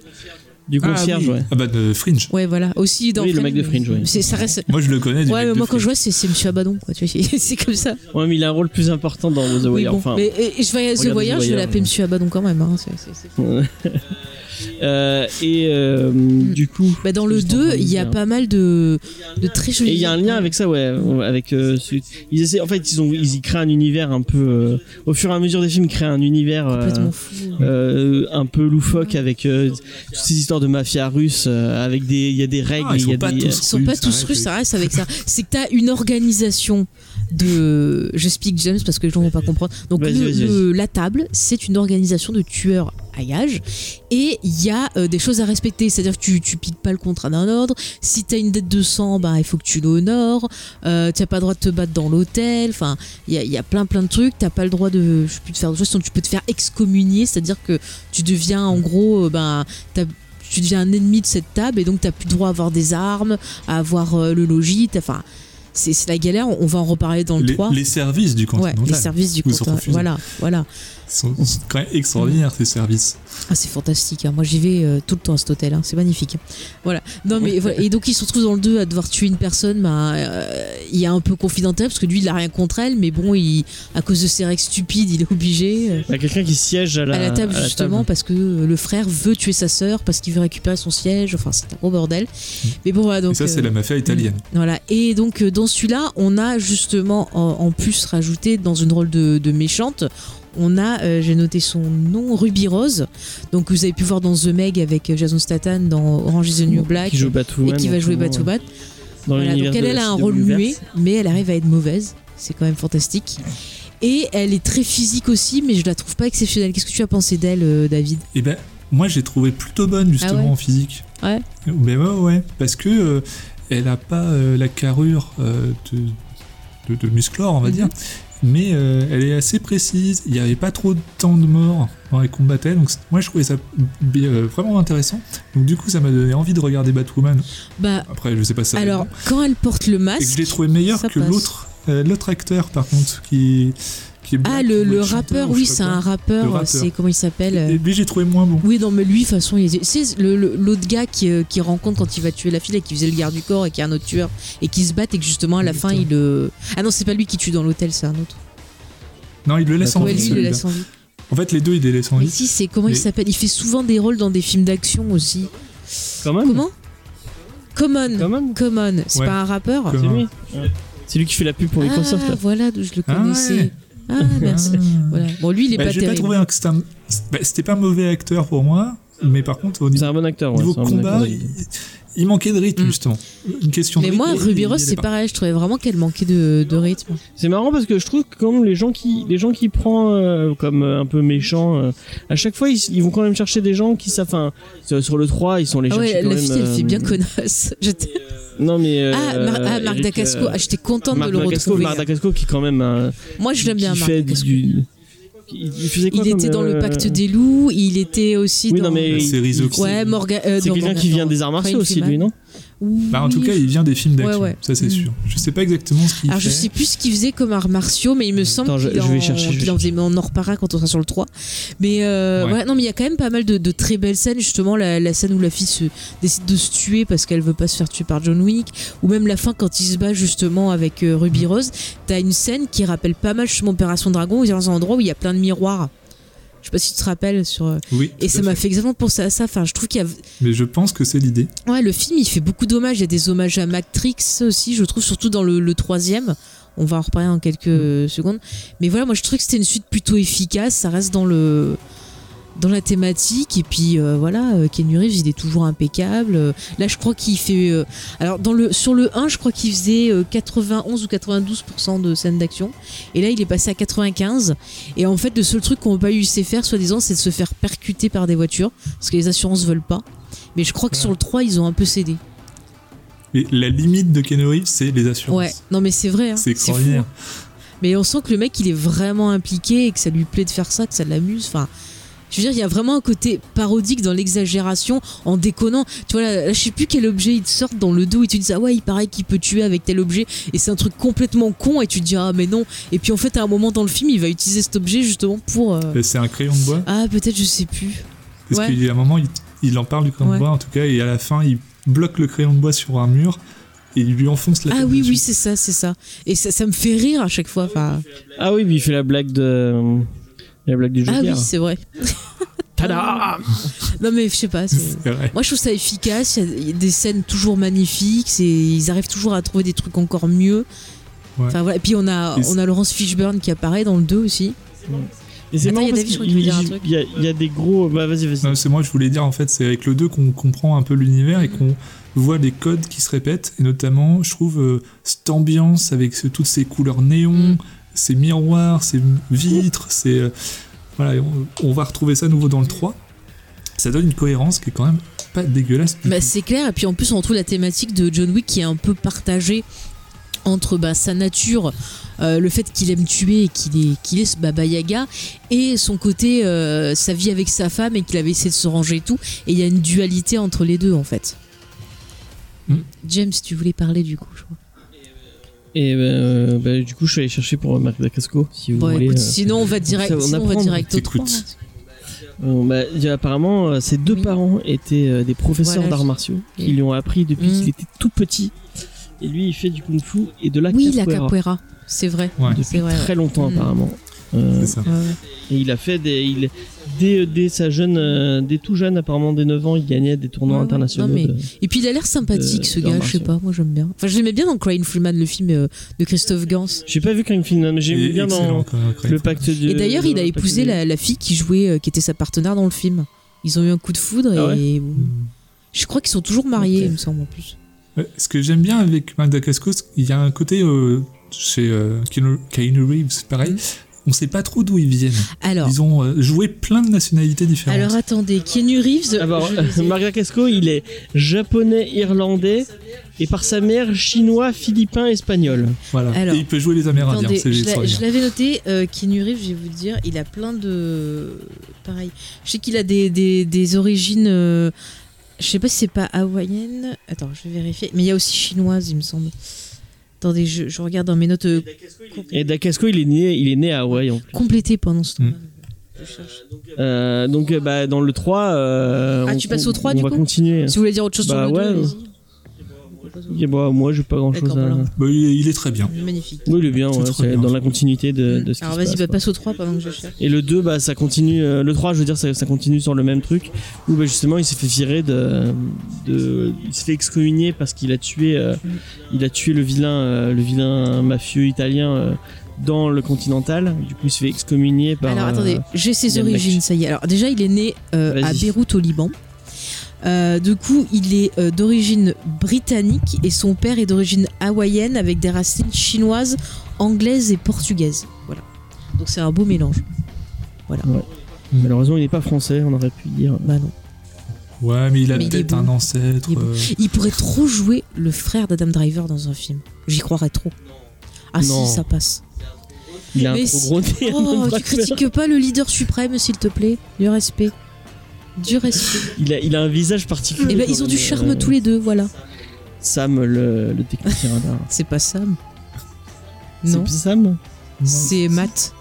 [SPEAKER 1] Du concierge,
[SPEAKER 3] ah, oui.
[SPEAKER 1] ouais.
[SPEAKER 3] Ah bah de Fringe.
[SPEAKER 2] Ouais, voilà. Aussi dans euh,
[SPEAKER 1] Oui, le mec de Fringe, ouais.
[SPEAKER 2] C'est- Ça reste,
[SPEAKER 3] Moi, je le connais. Du
[SPEAKER 2] Ouais,
[SPEAKER 3] mec
[SPEAKER 2] mais
[SPEAKER 3] de
[SPEAKER 2] moi quand
[SPEAKER 3] Fringe.
[SPEAKER 2] je vois, c'est c'est Monsieur Abaddon, quoi. Tu vois, c'est- c'est comme ça.
[SPEAKER 1] Ouais, mais il a un rôle plus important dans The
[SPEAKER 2] Oui,
[SPEAKER 1] Wire.
[SPEAKER 2] bon.
[SPEAKER 1] enfin,
[SPEAKER 2] mais et, et je vais à
[SPEAKER 1] regardez
[SPEAKER 2] The Voyage,
[SPEAKER 1] The
[SPEAKER 2] je vais
[SPEAKER 1] Voyage,
[SPEAKER 2] l'appeler
[SPEAKER 1] ouais.
[SPEAKER 2] Monsieur Abaddon quand même. hein, c'est- c'est- c'est-
[SPEAKER 1] Euh, et euh, du coup.
[SPEAKER 2] Bah, dans le
[SPEAKER 1] Juste en
[SPEAKER 2] 2,
[SPEAKER 1] train de
[SPEAKER 2] il y a
[SPEAKER 1] dire.
[SPEAKER 2] pas mal de, de très jolis.
[SPEAKER 1] Et il y a un lien avec ça, ouais, avec euh, ce- ils essaient, en fait, ils ont, ils y créent un univers un peu, euh, au fur et à mesure des films, ils créent un univers euh,
[SPEAKER 2] Complètement hein. fou.
[SPEAKER 1] euh, un peu loufoque avec euh, toutes ces histoires histoires de mafia russe euh, avec des, il y a des règles,
[SPEAKER 3] Ah, ils
[SPEAKER 1] il y
[SPEAKER 3] sont
[SPEAKER 1] a
[SPEAKER 3] pas
[SPEAKER 1] des.
[SPEAKER 3] tous
[SPEAKER 2] Ils sont pas
[SPEAKER 3] russes,
[SPEAKER 1] hein,
[SPEAKER 2] tous
[SPEAKER 3] arrête,
[SPEAKER 2] russes,
[SPEAKER 3] oui.
[SPEAKER 2] ça reste avec ça. C'est que t'as une organisation de. Je speak James parce que les gens vont pas comprendre. Donc
[SPEAKER 1] Vas-y,
[SPEAKER 2] le-
[SPEAKER 1] vas-y,
[SPEAKER 2] le- la table, c'est une organisation de tueurs à gage et il y a euh, des choses à respecter. C'est-à-dire que tu, tu piques pas le contrat d'un ordre. Si t'as une dette de sang, bah, il faut que tu l'honores. Euh, t'as pas le droit de te battre dans l'hôtel. Enfin, il y a, il y a plein plein de trucs. T'as pas le droit de. Je sais plus de faire de choses. sinon tu peux te faire excommunier. C'est-à-dire que tu deviens en gros. euh, ben, t'as- tu deviens un ennemi de cette table et donc t'as plus le droit à avoir des armes, à avoir euh, le logis, t'as- enfin c'est c'est la galère, on va en reparler dans le
[SPEAKER 3] les,
[SPEAKER 2] 3.
[SPEAKER 3] les services du
[SPEAKER 2] Ouais,
[SPEAKER 3] continental
[SPEAKER 2] les services du
[SPEAKER 3] Ou ils sont
[SPEAKER 2] comptoir.
[SPEAKER 3] refusés.
[SPEAKER 2] Voilà, voilà.
[SPEAKER 3] sont sont quand même extraordinaires ces services.
[SPEAKER 2] Ah, c'est fantastique. hein. Moi, j'y vais euh, tout le temps à cet hôtel. hein. C'est magnifique. Voilà. Non, mais voilà. Et donc, ils se retrouvent dans le 2 à devoir tuer une personne. Bah, euh, il est un peu confidentiel parce que lui, il a rien contre elle. Mais bon, il, à cause de ses règles stupides, il est obligé. euh,
[SPEAKER 1] Il y a quelqu'un qui siège Euh, à la,
[SPEAKER 2] à la table, justement,
[SPEAKER 1] table.
[SPEAKER 2] parce que euh, le frère veut tuer sa sœur parce qu'il veut récupérer son siège. Enfin, c'est un gros bordel. Mais bon, voilà. Donc,
[SPEAKER 3] et ça, c'est
[SPEAKER 2] euh,
[SPEAKER 3] la mafia italienne.
[SPEAKER 2] Voilà. Et donc euh, dans celui-là, on a justement en, en plus rajouté dans une rôle de, de méchante. On a, euh, j'ai noté son nom, Ruby Rose. Donc vous avez pu voir dans The Meg avec euh, Jason Statham dans Orange is the New Black
[SPEAKER 1] qui joue
[SPEAKER 2] et
[SPEAKER 1] Batwoman. euh,
[SPEAKER 2] qui va
[SPEAKER 1] en
[SPEAKER 2] jouer
[SPEAKER 1] ce moment,
[SPEAKER 2] Batwoman.
[SPEAKER 1] Dans
[SPEAKER 2] Voilà,
[SPEAKER 1] l'univers
[SPEAKER 2] donc elle,
[SPEAKER 1] de
[SPEAKER 2] elle
[SPEAKER 1] la
[SPEAKER 2] a un
[SPEAKER 1] CW
[SPEAKER 2] rôle
[SPEAKER 1] verse.
[SPEAKER 2] muet, mais elle arrive à être mauvaise. C'est quand même fantastique. Et elle est très physique aussi, mais je la trouve pas exceptionnelle. Qu'est-ce que tu as pensé d'elle, euh, David
[SPEAKER 3] Et ben, moi, j'ai trouvé plutôt bonne justement
[SPEAKER 2] Ah ouais
[SPEAKER 3] en physique.
[SPEAKER 2] Ouais.
[SPEAKER 3] Mais ouais, ouais, parce que euh, elle a pas euh, la carrure euh, de, de, de musclore, on va
[SPEAKER 2] Mhm.
[SPEAKER 3] dire. Mais euh, elle est assez précise. Il n'y avait pas trop de temps de mort dans les combats tels. Donc c- moi, je trouvais ça b- euh, vraiment intéressant. Donc du coup, ça m'a donné envie de regarder Batwoman.
[SPEAKER 2] Bah,
[SPEAKER 3] Après, je sais pas si ça.
[SPEAKER 2] alors quand elle porte le
[SPEAKER 3] et que je
[SPEAKER 2] masque,
[SPEAKER 3] l'ai trouvé meilleur
[SPEAKER 2] ça
[SPEAKER 3] que
[SPEAKER 2] passe.
[SPEAKER 3] l'autre, euh, l'autre acteur par contre, qui qui est
[SPEAKER 2] ah
[SPEAKER 3] black,
[SPEAKER 2] le,
[SPEAKER 3] ou
[SPEAKER 2] le
[SPEAKER 3] chanteur,
[SPEAKER 2] rappeur,
[SPEAKER 3] ou je
[SPEAKER 2] oui,
[SPEAKER 3] sais
[SPEAKER 2] c'est
[SPEAKER 3] pas
[SPEAKER 2] un
[SPEAKER 3] quoi. Le
[SPEAKER 2] rappeur.
[SPEAKER 3] rappeur.
[SPEAKER 2] C'est comment il s'appelle euh,
[SPEAKER 3] Et lui, j'ai trouvé moins bon.
[SPEAKER 2] Oui, non, mais lui, de toute façon, il est- c'est le- le- l'autre gars qui, euh, qui rencontre quand il va tuer la fille et qui faisait le garde du corps et qui est un autre tueur et qui se battent et que justement à la fin il. euh, Ah non, c'est pas lui qui tue dans l'hôtel, c'est un autre.
[SPEAKER 3] Non, il le laisse en
[SPEAKER 2] Bah, Ouais,
[SPEAKER 3] vie.
[SPEAKER 2] lui, il le
[SPEAKER 3] celui-là.
[SPEAKER 2] laisse en vie.
[SPEAKER 3] En fait, les deux, il les laisse en
[SPEAKER 2] Mais
[SPEAKER 3] vie.
[SPEAKER 2] si, c'est comment il
[SPEAKER 3] Mais-
[SPEAKER 2] s'appelle Il fait souvent des rôles dans des films d'action aussi.
[SPEAKER 1] Quand même.
[SPEAKER 2] Comment Common.
[SPEAKER 1] Quand même.
[SPEAKER 2] Common. C'est
[SPEAKER 3] Ouais.
[SPEAKER 2] pas un rappeur
[SPEAKER 1] C'est
[SPEAKER 3] Comment
[SPEAKER 1] lui. Ouais. C'est lui qui fait la pub pour Microsoft.
[SPEAKER 2] Ah,
[SPEAKER 1] là.
[SPEAKER 2] voilà, je le
[SPEAKER 3] Ah
[SPEAKER 2] connaissais.
[SPEAKER 3] ouais.
[SPEAKER 2] Ah, merci. Voilà. Bon, lui, il est
[SPEAKER 3] hein. Bah,
[SPEAKER 2] pas
[SPEAKER 3] j'ai pas
[SPEAKER 2] terrible.
[SPEAKER 3] trouvé un- que c'était un- bah, c'était pas un mauvais acteur pour moi, mais par contre, au
[SPEAKER 1] C'est
[SPEAKER 3] niveau,
[SPEAKER 1] un bon acteur. ouais,
[SPEAKER 3] niveau
[SPEAKER 1] c'est un bon
[SPEAKER 3] combat,
[SPEAKER 1] acteur.
[SPEAKER 3] il, il manquait de rythme,
[SPEAKER 2] Mm.
[SPEAKER 3] justement. Une question de
[SPEAKER 2] Mais
[SPEAKER 3] rythme.
[SPEAKER 2] moi,
[SPEAKER 3] et
[SPEAKER 2] Ruby
[SPEAKER 3] il
[SPEAKER 2] Rose,
[SPEAKER 3] y allait
[SPEAKER 2] c'est
[SPEAKER 3] pas.
[SPEAKER 2] pareil, je trouvais vraiment qu'elle manquait de, de rythme.
[SPEAKER 1] C'est marrant parce que je trouve que comme les gens qui les gens qui prend euh, comme euh, un peu méchants, euh, à chaque fois ils, ils vont quand même chercher des gens qui savent. Enfin, sur sur le 3 ils sont les
[SPEAKER 2] Ah
[SPEAKER 1] chercher
[SPEAKER 2] ouais,
[SPEAKER 1] quand
[SPEAKER 2] la
[SPEAKER 1] même,
[SPEAKER 2] fille, elle
[SPEAKER 1] euh,
[SPEAKER 2] fait bien connasse. Je t'ai-
[SPEAKER 1] Non mais euh,
[SPEAKER 2] Ah, Mar- ah, Marc
[SPEAKER 1] Eric,
[SPEAKER 2] Dacasco,
[SPEAKER 1] euh,
[SPEAKER 2] ah, j'étais contente
[SPEAKER 1] Marc
[SPEAKER 2] de le
[SPEAKER 1] Dacasco,
[SPEAKER 2] retrouver.
[SPEAKER 1] Marc Dacasco qui est quand même un-
[SPEAKER 2] Moi, je l'aime bien,
[SPEAKER 1] qui
[SPEAKER 2] Marc
[SPEAKER 1] fait
[SPEAKER 2] Dacasco.
[SPEAKER 1] du. Il, il faisait quoi
[SPEAKER 2] Il était
[SPEAKER 1] comme,
[SPEAKER 2] dans le
[SPEAKER 1] euh,
[SPEAKER 2] Pacte des loups, il était aussi
[SPEAKER 1] Oui,
[SPEAKER 2] dans.
[SPEAKER 1] non, mais
[SPEAKER 3] La série The Crown.
[SPEAKER 2] Ouais, Morgan. euh,
[SPEAKER 1] C'est
[SPEAKER 2] non,
[SPEAKER 1] quelqu'un
[SPEAKER 2] Morgan,
[SPEAKER 1] qui
[SPEAKER 2] non,
[SPEAKER 1] vient des arts
[SPEAKER 2] Brian
[SPEAKER 1] martiaux aussi,
[SPEAKER 2] Freeman.
[SPEAKER 1] lui, non
[SPEAKER 3] Bah, en tout
[SPEAKER 2] Oui,
[SPEAKER 3] cas, il vient des films d'action,
[SPEAKER 2] Ouais, ouais.
[SPEAKER 3] ça c'est
[SPEAKER 2] Mm.
[SPEAKER 3] sûr. Je sais pas exactement ce qu'il
[SPEAKER 2] Alors, je
[SPEAKER 3] fait.
[SPEAKER 2] sais plus ce qu'il faisait comme art martiaux, mais il me semble
[SPEAKER 1] Attends, je-
[SPEAKER 2] qu'il
[SPEAKER 1] je vais
[SPEAKER 2] en-
[SPEAKER 1] chercher, je vais
[SPEAKER 2] qu'il en faisait, mais on en reparlera quand on sera sur le 3. Mais euh,
[SPEAKER 3] Ouais.
[SPEAKER 2] voilà, non, mais il y a quand même pas mal de, de très belles scènes, justement, la, la scène où la fille se, décide de se tuer parce qu'elle veut pas se faire tuer par John Wick, ou même la fin quand il se bat justement avec euh,
[SPEAKER 1] Mm.
[SPEAKER 2] Ruby Rose. T'as une scène qui rappelle pas mal justement Opération Dragon, où il y a un endroit où il y a plein de miroirs. Je sais pas si tu te rappelles sur. euh,
[SPEAKER 3] Oui,
[SPEAKER 2] Et
[SPEAKER 3] tout
[SPEAKER 2] ça
[SPEAKER 3] à
[SPEAKER 2] m'a
[SPEAKER 3] fait.
[SPEAKER 2] fait exactement penser à ça. Enfin, je trouve qu'il y a
[SPEAKER 3] Mais je pense que c'est l'idée.
[SPEAKER 2] Ouais, le film, il fait beaucoup d'hommages. Il y a des hommages à Matrix aussi, je trouve, surtout dans le, le troisième. On va en reparler en quelques euh, secondes. Mais voilà, moi, je trouvais que c'était une suite plutôt efficace. Ça reste dans le dans la thématique et puis euh, voilà euh, Keanu Reeves il est toujours impeccable Euh, là je crois qu'il fait euh, alors dans le sur le 1 je crois qu'il faisait euh, 91 ou 92% de scènes d'action et là il est passé à 95 et en fait le seul truc qu'on peut pas lui laisser faire soi-disant c'est de se faire percuter par des voitures parce que les assurances veulent pas mais je crois que sur le 3, ils ont un peu cédé.
[SPEAKER 3] Mais la limite de Ken Reeves, c'est les assurances.
[SPEAKER 2] Ouais, non mais c'est vrai. hein.
[SPEAKER 3] C'est
[SPEAKER 2] fou,
[SPEAKER 3] extraordinaire.
[SPEAKER 2] hein. Mais on sent que le mec, il est vraiment impliqué et que ça lui plaît de faire ça, que ça l'amuse. Enfin, je veux dire, il y a vraiment un côté parodique dans l'exagération, en déconnant. Tu vois, là, là, je sais plus quel objet ils te sortent dans le dos et tu te dis, ah ouais, il paraît qu'il peut tuer avec tel objet. Et c'est un truc complètement con et tu te dis, ah mais non. Et puis en fait, à un moment dans le film, il va utiliser cet objet justement pour. euh,
[SPEAKER 3] Là, C'est un crayon de bois.
[SPEAKER 2] Ah, peut-être, je sais plus.
[SPEAKER 3] Parce
[SPEAKER 2] Ouais.
[SPEAKER 3] qu'il y a un moment, il, il en parle du crayon
[SPEAKER 2] Ouais.
[SPEAKER 3] de bois, en tout cas, et à la fin, il bloque le crayon de bois sur un mur et il lui enfonce la
[SPEAKER 2] Ah
[SPEAKER 3] tête
[SPEAKER 2] oui,
[SPEAKER 3] dessus.
[SPEAKER 2] oui, c'est ça, c'est ça. Et ça, ça me fait rire à chaque fois. Enfin,
[SPEAKER 1] Ah oui, mais il fait la blague de la blague du
[SPEAKER 2] ah
[SPEAKER 1] Joker.
[SPEAKER 2] oui, c'est vrai.
[SPEAKER 1] Tada
[SPEAKER 2] Non mais je sais pas. c'est-
[SPEAKER 3] C'est vrai.
[SPEAKER 2] Moi, je trouve ça efficace. Il y a- il y, a des scènes toujours magnifiques. c'est- Ils arrivent toujours à trouver des trucs encore mieux.
[SPEAKER 3] Ouais.
[SPEAKER 2] Enfin, voilà. Et puis, on a,
[SPEAKER 3] Et c'est-
[SPEAKER 2] on a Laurence Fishburne qui apparaît dans le 2 aussi.
[SPEAKER 1] Et c'est
[SPEAKER 2] Attends,
[SPEAKER 1] marrant
[SPEAKER 2] il y a
[SPEAKER 1] parce
[SPEAKER 2] David, je crois
[SPEAKER 1] qu'il-
[SPEAKER 2] qu'il voulait dire un
[SPEAKER 1] il-
[SPEAKER 2] truc.
[SPEAKER 1] il y a- il y a des gros. Bah, vas-y, vas-y.
[SPEAKER 3] Non, c'est moi, je voulais dire, en fait, c'est avec le 2 qu'on comprend un peu l'univers et qu'on voit des codes qui se répètent. Et notamment, je trouve euh, cette ambiance avec ce- toutes ces couleurs néon,
[SPEAKER 2] Mm.
[SPEAKER 3] ces miroirs, ces vitres, ces. euh, voilà, et on, on va retrouver ça à nouveau dans le 3. Ça donne une cohérence qui est quand même pas dégueulasse. du
[SPEAKER 2] Bah,
[SPEAKER 3] tout.
[SPEAKER 2] c'est clair, et puis en plus on retrouve la thématique de John Wick qui est un peu partagée entre bah, sa nature, euh, le fait qu'il aime tuer et qu'il est, qu'il est ce Baba Yaga, et son côté, euh, sa vie avec sa femme et qu'il avait essayé de se ranger et tout, et il y a une dualité entre les deux en fait.
[SPEAKER 3] Mm.
[SPEAKER 2] James, tu voulais parler du coup, je crois.
[SPEAKER 1] Et euh, bah, du coup, je suis allé chercher pour euh, Marc Dacasco, si vous
[SPEAKER 2] Bon,
[SPEAKER 1] voulez.
[SPEAKER 2] écoute,
[SPEAKER 1] euh,
[SPEAKER 2] sinon on va
[SPEAKER 1] ça,
[SPEAKER 2] direct,
[SPEAKER 1] on
[SPEAKER 2] sinon, on va
[SPEAKER 1] apprend,
[SPEAKER 2] direct au
[SPEAKER 3] t'écoutes.
[SPEAKER 2] 3.
[SPEAKER 1] Euh, bah, il y a apparemment, euh, ses deux
[SPEAKER 2] Oui.
[SPEAKER 1] parents étaient euh, des professeurs
[SPEAKER 2] Voilà,
[SPEAKER 1] d'arts
[SPEAKER 2] je-
[SPEAKER 1] martiaux
[SPEAKER 2] Oui.
[SPEAKER 1] qui lui ont appris depuis
[SPEAKER 2] Mm.
[SPEAKER 1] qu'il était tout petit. Et lui, il fait du kung fu et de la
[SPEAKER 2] Oui, la
[SPEAKER 1] capoeira
[SPEAKER 2] capoeira, c'est vrai.
[SPEAKER 3] Ouais.
[SPEAKER 1] depuis
[SPEAKER 2] C'est vrai, ouais.
[SPEAKER 1] très longtemps
[SPEAKER 2] Mm.
[SPEAKER 1] apparemment. Euh,
[SPEAKER 3] C'est ça.
[SPEAKER 2] Ouais, ouais.
[SPEAKER 1] et il a fait des, il- dès, dès sa jeune, euh, dès tout jeune apparemment, dès 9 ans, il gagnait des tournois
[SPEAKER 2] Ouais, ouais.
[SPEAKER 1] internationaux.
[SPEAKER 2] Mm, Non, mais-
[SPEAKER 1] de-
[SPEAKER 2] Et puis il a l'air sympathique
[SPEAKER 1] De-
[SPEAKER 2] ce
[SPEAKER 1] de
[SPEAKER 2] gars, je sais
[SPEAKER 1] Martial.
[SPEAKER 2] pas, moi j'aime bien. Enfin, je l'aimais bien dans Crying Fullman, le film euh, de Christophe Gans.
[SPEAKER 1] J'ai pas vu Kang Fin, mais j'ai
[SPEAKER 3] Et
[SPEAKER 1] vu bien
[SPEAKER 3] excellent,
[SPEAKER 1] dans
[SPEAKER 3] quand même, Craig.
[SPEAKER 1] le pacte de.
[SPEAKER 2] Et d'ailleurs, il a
[SPEAKER 1] le pacte
[SPEAKER 2] épousé
[SPEAKER 1] de-
[SPEAKER 2] la, la fille qui jouait, euh, qui était sa partenaire dans le film. Ils ont eu un coup de foudre et
[SPEAKER 1] Ah
[SPEAKER 2] bon. je crois qu'ils sont toujours mariés,
[SPEAKER 1] Ok.
[SPEAKER 2] il me semble en plus.
[SPEAKER 3] Ouais, Euh, Ce que j'aime bien avec Marc Dacascos, il y a un côté euh, chez euh, Keanu Keanu Reeves, pareil.
[SPEAKER 2] Mm.
[SPEAKER 3] On sait pas trop d'où ils viennent.
[SPEAKER 2] Alors,
[SPEAKER 3] Ils ont euh, joué plein de nationalités différentes.
[SPEAKER 2] alors attendez, Keanu Reeves.
[SPEAKER 1] Alors,
[SPEAKER 2] je les ai-
[SPEAKER 1] Margaret Casco, il est japonais, irlandais, et par sa mère, chinois, philippin, espagnol.
[SPEAKER 3] Voilà.
[SPEAKER 2] Alors,
[SPEAKER 3] et il peut jouer les Amérindiens,
[SPEAKER 2] Attendez,
[SPEAKER 3] c'est
[SPEAKER 2] je l'a-
[SPEAKER 3] extraordinaire.
[SPEAKER 2] je l'avais noté, euh, Keanu Reeves, je vais vous le dire, il a plein de. Pareil. Je sais qu'il a des, des- des origines. euh, Je sais pas si c'est pas hawaïenne. Attends, je vais vérifier. Mais il y a aussi chinoise, il me semble. Attendez, je, je regarde dans mes notes euh,
[SPEAKER 1] Et Dacasco, il est né, il est né à Hawaï. hein. en plus.
[SPEAKER 2] complétées pendant ce temps.
[SPEAKER 3] Mm.
[SPEAKER 1] Euh, donc, euh, bah, dans le 3, euh,
[SPEAKER 2] Ah,
[SPEAKER 1] on-
[SPEAKER 2] tu passes au
[SPEAKER 1] on-
[SPEAKER 2] 3,
[SPEAKER 1] on
[SPEAKER 2] du
[SPEAKER 1] va
[SPEAKER 2] coup
[SPEAKER 1] continuer.
[SPEAKER 2] Si vous voulez dire autre chose
[SPEAKER 1] Bah
[SPEAKER 2] sur le
[SPEAKER 1] ouais.
[SPEAKER 2] dos,
[SPEAKER 1] Et bah, moi, j'ai pas grand chose
[SPEAKER 2] D'accord,
[SPEAKER 1] à.
[SPEAKER 2] voilà.
[SPEAKER 3] Bah, il, est- il est très bien.
[SPEAKER 2] Magnifique.
[SPEAKER 1] Oui, il est bien,
[SPEAKER 3] C'est
[SPEAKER 1] ouais,
[SPEAKER 3] très
[SPEAKER 1] c'est
[SPEAKER 3] bien.
[SPEAKER 1] dans la continuité de, de ce qui
[SPEAKER 2] Alors
[SPEAKER 1] se
[SPEAKER 2] vas-y,
[SPEAKER 1] passe,
[SPEAKER 2] bah,
[SPEAKER 1] quoi.
[SPEAKER 2] passe au 3 pendant que je cherche.
[SPEAKER 1] Et le 2, bah, ça continue. euh, le 3, je veux dire, ça, ça continue sur le même truc. Où bah, justement, il s'est fait virer de, de- Il s'est fait excommunier parce qu'il a tué. euh, il a tué le vilain, euh, le vilain mafieux italien euh, dans le continental. Du coup, il se fait excommunier par.
[SPEAKER 2] Alors
[SPEAKER 1] euh,
[SPEAKER 2] attendez, j'ai ses
[SPEAKER 1] Yann
[SPEAKER 2] origines,
[SPEAKER 1] Lech.
[SPEAKER 2] ça y est. Alors déjà, il est né euh, à
[SPEAKER 1] Vas-y.
[SPEAKER 2] Beyrouth au Liban. Euh, du coup, il est euh, d'origine britannique et son père est d'origine hawaïenne avec des racines chinoises, anglaises et portugaises. Voilà. Donc c'est un beau mélange.
[SPEAKER 1] Malheureusement, il n'est pas français, on aurait pu dire.
[SPEAKER 2] Bah non.
[SPEAKER 3] Ouais, mais il a
[SPEAKER 2] Mais il est
[SPEAKER 3] peut-être
[SPEAKER 2] bon.
[SPEAKER 3] un ancêtre.
[SPEAKER 2] Il est bon.
[SPEAKER 3] euh,
[SPEAKER 2] Il pourrait trop jouer le frère d'Adam Driver dans un film. J'y croirais trop. Ah
[SPEAKER 1] Non.
[SPEAKER 2] si, ça passe.
[SPEAKER 1] Il a un
[SPEAKER 2] Mais
[SPEAKER 1] trop
[SPEAKER 2] si-
[SPEAKER 1] gros nez.
[SPEAKER 2] Oh,
[SPEAKER 1] Adam Driver.
[SPEAKER 2] tu critiques pas le leader suprême, s'il te plaît. Du respect. Du respect.
[SPEAKER 1] il, a, il a un visage particulier. euh,
[SPEAKER 2] Eh ben, ils ont du charme tous les deux, voilà.
[SPEAKER 1] Sam, le, le technicien radar.
[SPEAKER 2] C'est pas Sam.
[SPEAKER 1] C'est
[SPEAKER 2] Non,
[SPEAKER 1] plus Sam
[SPEAKER 3] non,
[SPEAKER 2] c'est Matt.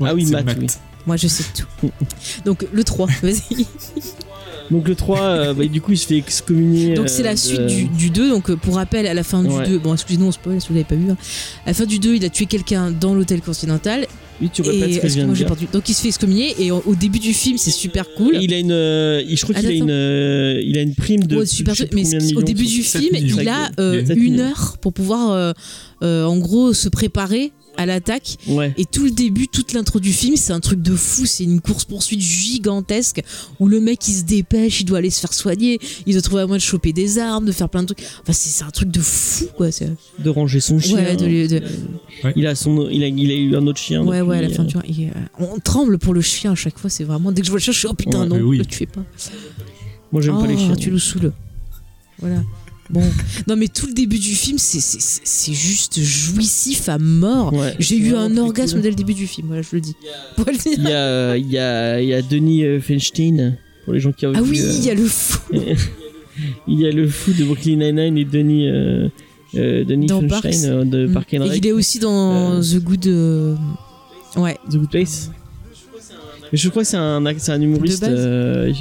[SPEAKER 3] ouais,
[SPEAKER 1] Ah oui,
[SPEAKER 3] c'est
[SPEAKER 1] Matt, oui.
[SPEAKER 2] Moi, je sais tout. Donc, le 3, vas-y.
[SPEAKER 1] Donc le 3, euh, bah, du coup, il se fait excommunier.
[SPEAKER 2] Donc, c'est
[SPEAKER 1] euh,
[SPEAKER 2] la
[SPEAKER 1] de-
[SPEAKER 2] suite du, du 2. Donc, euh, pour rappel, à la fin
[SPEAKER 1] Ouais.
[SPEAKER 2] du 2, bon, excusez-nous, on spoil si vous l'avez pas vu. hein. À la fin du 2, il a tué quelqu'un dans l'hôtel continental.
[SPEAKER 1] Oui, tu répètes
[SPEAKER 2] Et
[SPEAKER 1] ce que je viens de
[SPEAKER 2] excuse-moi, j'ai
[SPEAKER 1] dire.
[SPEAKER 2] perdu. Donc, il se fait excommunier. Et au, au début du film, c'est super cool.
[SPEAKER 1] Il a une, euh, il- je crois qu'il a
[SPEAKER 2] Attends.
[SPEAKER 1] une, euh, il a une prime de.
[SPEAKER 2] Ah, Ouais, super
[SPEAKER 1] je sais
[SPEAKER 2] truc.
[SPEAKER 1] plus
[SPEAKER 2] mais
[SPEAKER 1] combien de
[SPEAKER 2] ce qui- au
[SPEAKER 1] millions,
[SPEAKER 2] début
[SPEAKER 1] ça.
[SPEAKER 2] du
[SPEAKER 3] sept
[SPEAKER 2] film,
[SPEAKER 3] millions.
[SPEAKER 2] il a
[SPEAKER 1] Sept
[SPEAKER 2] euh,
[SPEAKER 3] millions.
[SPEAKER 2] une
[SPEAKER 1] millions.
[SPEAKER 2] heure pour pouvoir, euh, euh, en gros, se préparer à l'attaque.
[SPEAKER 1] Ouais.
[SPEAKER 2] Et tout le début, toute l'intro du film, c'est un truc de fou. C'est une course-poursuite gigantesque où le mec il se dépêche, il doit aller se faire soigner, il doit trouver un moyen de choper des armes, de faire plein de trucs. Enfin, c'est c'est un truc de fou quoi. c'est-
[SPEAKER 1] De ranger son chien.
[SPEAKER 2] Ouais, de lui- de-
[SPEAKER 1] Il a son, il a, il a eu un autre chien.
[SPEAKER 2] ouais,
[SPEAKER 1] depuis,
[SPEAKER 2] ouais, à la fin
[SPEAKER 1] euh,
[SPEAKER 2] du il, euh, On tremble pour le chien à chaque fois. C'est vraiment. Dès que je vois le chien, je suis oh putain,
[SPEAKER 3] Ouais,
[SPEAKER 2] non,
[SPEAKER 3] mais
[SPEAKER 2] ne
[SPEAKER 3] oui.
[SPEAKER 2] le tuez pas.
[SPEAKER 1] Moi, j'aime pas les
[SPEAKER 2] Oh,
[SPEAKER 1] chiens.
[SPEAKER 2] Tu nous saoules. Voilà. Bon. non, mais tout le début du film, c'est- c'est- c'est c'est juste jouissif à mort.
[SPEAKER 1] Ouais.
[SPEAKER 2] J'ai eu
[SPEAKER 1] Ouais,
[SPEAKER 2] un
[SPEAKER 1] c'est
[SPEAKER 2] orgasme
[SPEAKER 1] cool.
[SPEAKER 2] dès le début du film, voilà, je le dis. Faut le dire.
[SPEAKER 1] Il y a, euh, il y a, il y a Denis euh, Feinstein pour les gens qui ont
[SPEAKER 2] Ah
[SPEAKER 1] vu,
[SPEAKER 2] oui,
[SPEAKER 1] euh,
[SPEAKER 2] il y a le fou.
[SPEAKER 1] il y a le fou de Brooklyn Nine Nine et Denis, euh, euh, Denis
[SPEAKER 2] Dans Parks.
[SPEAKER 1] Feinstein euh, de
[SPEAKER 2] Mm.
[SPEAKER 1] Park and
[SPEAKER 2] Et
[SPEAKER 1] Rec.
[SPEAKER 2] il est aussi dans
[SPEAKER 1] Euh,
[SPEAKER 2] The Good. euh, Ouais.
[SPEAKER 1] The Good Place. Mais je crois que c'est un, ac- c'est un humoriste.
[SPEAKER 2] De base
[SPEAKER 1] euh,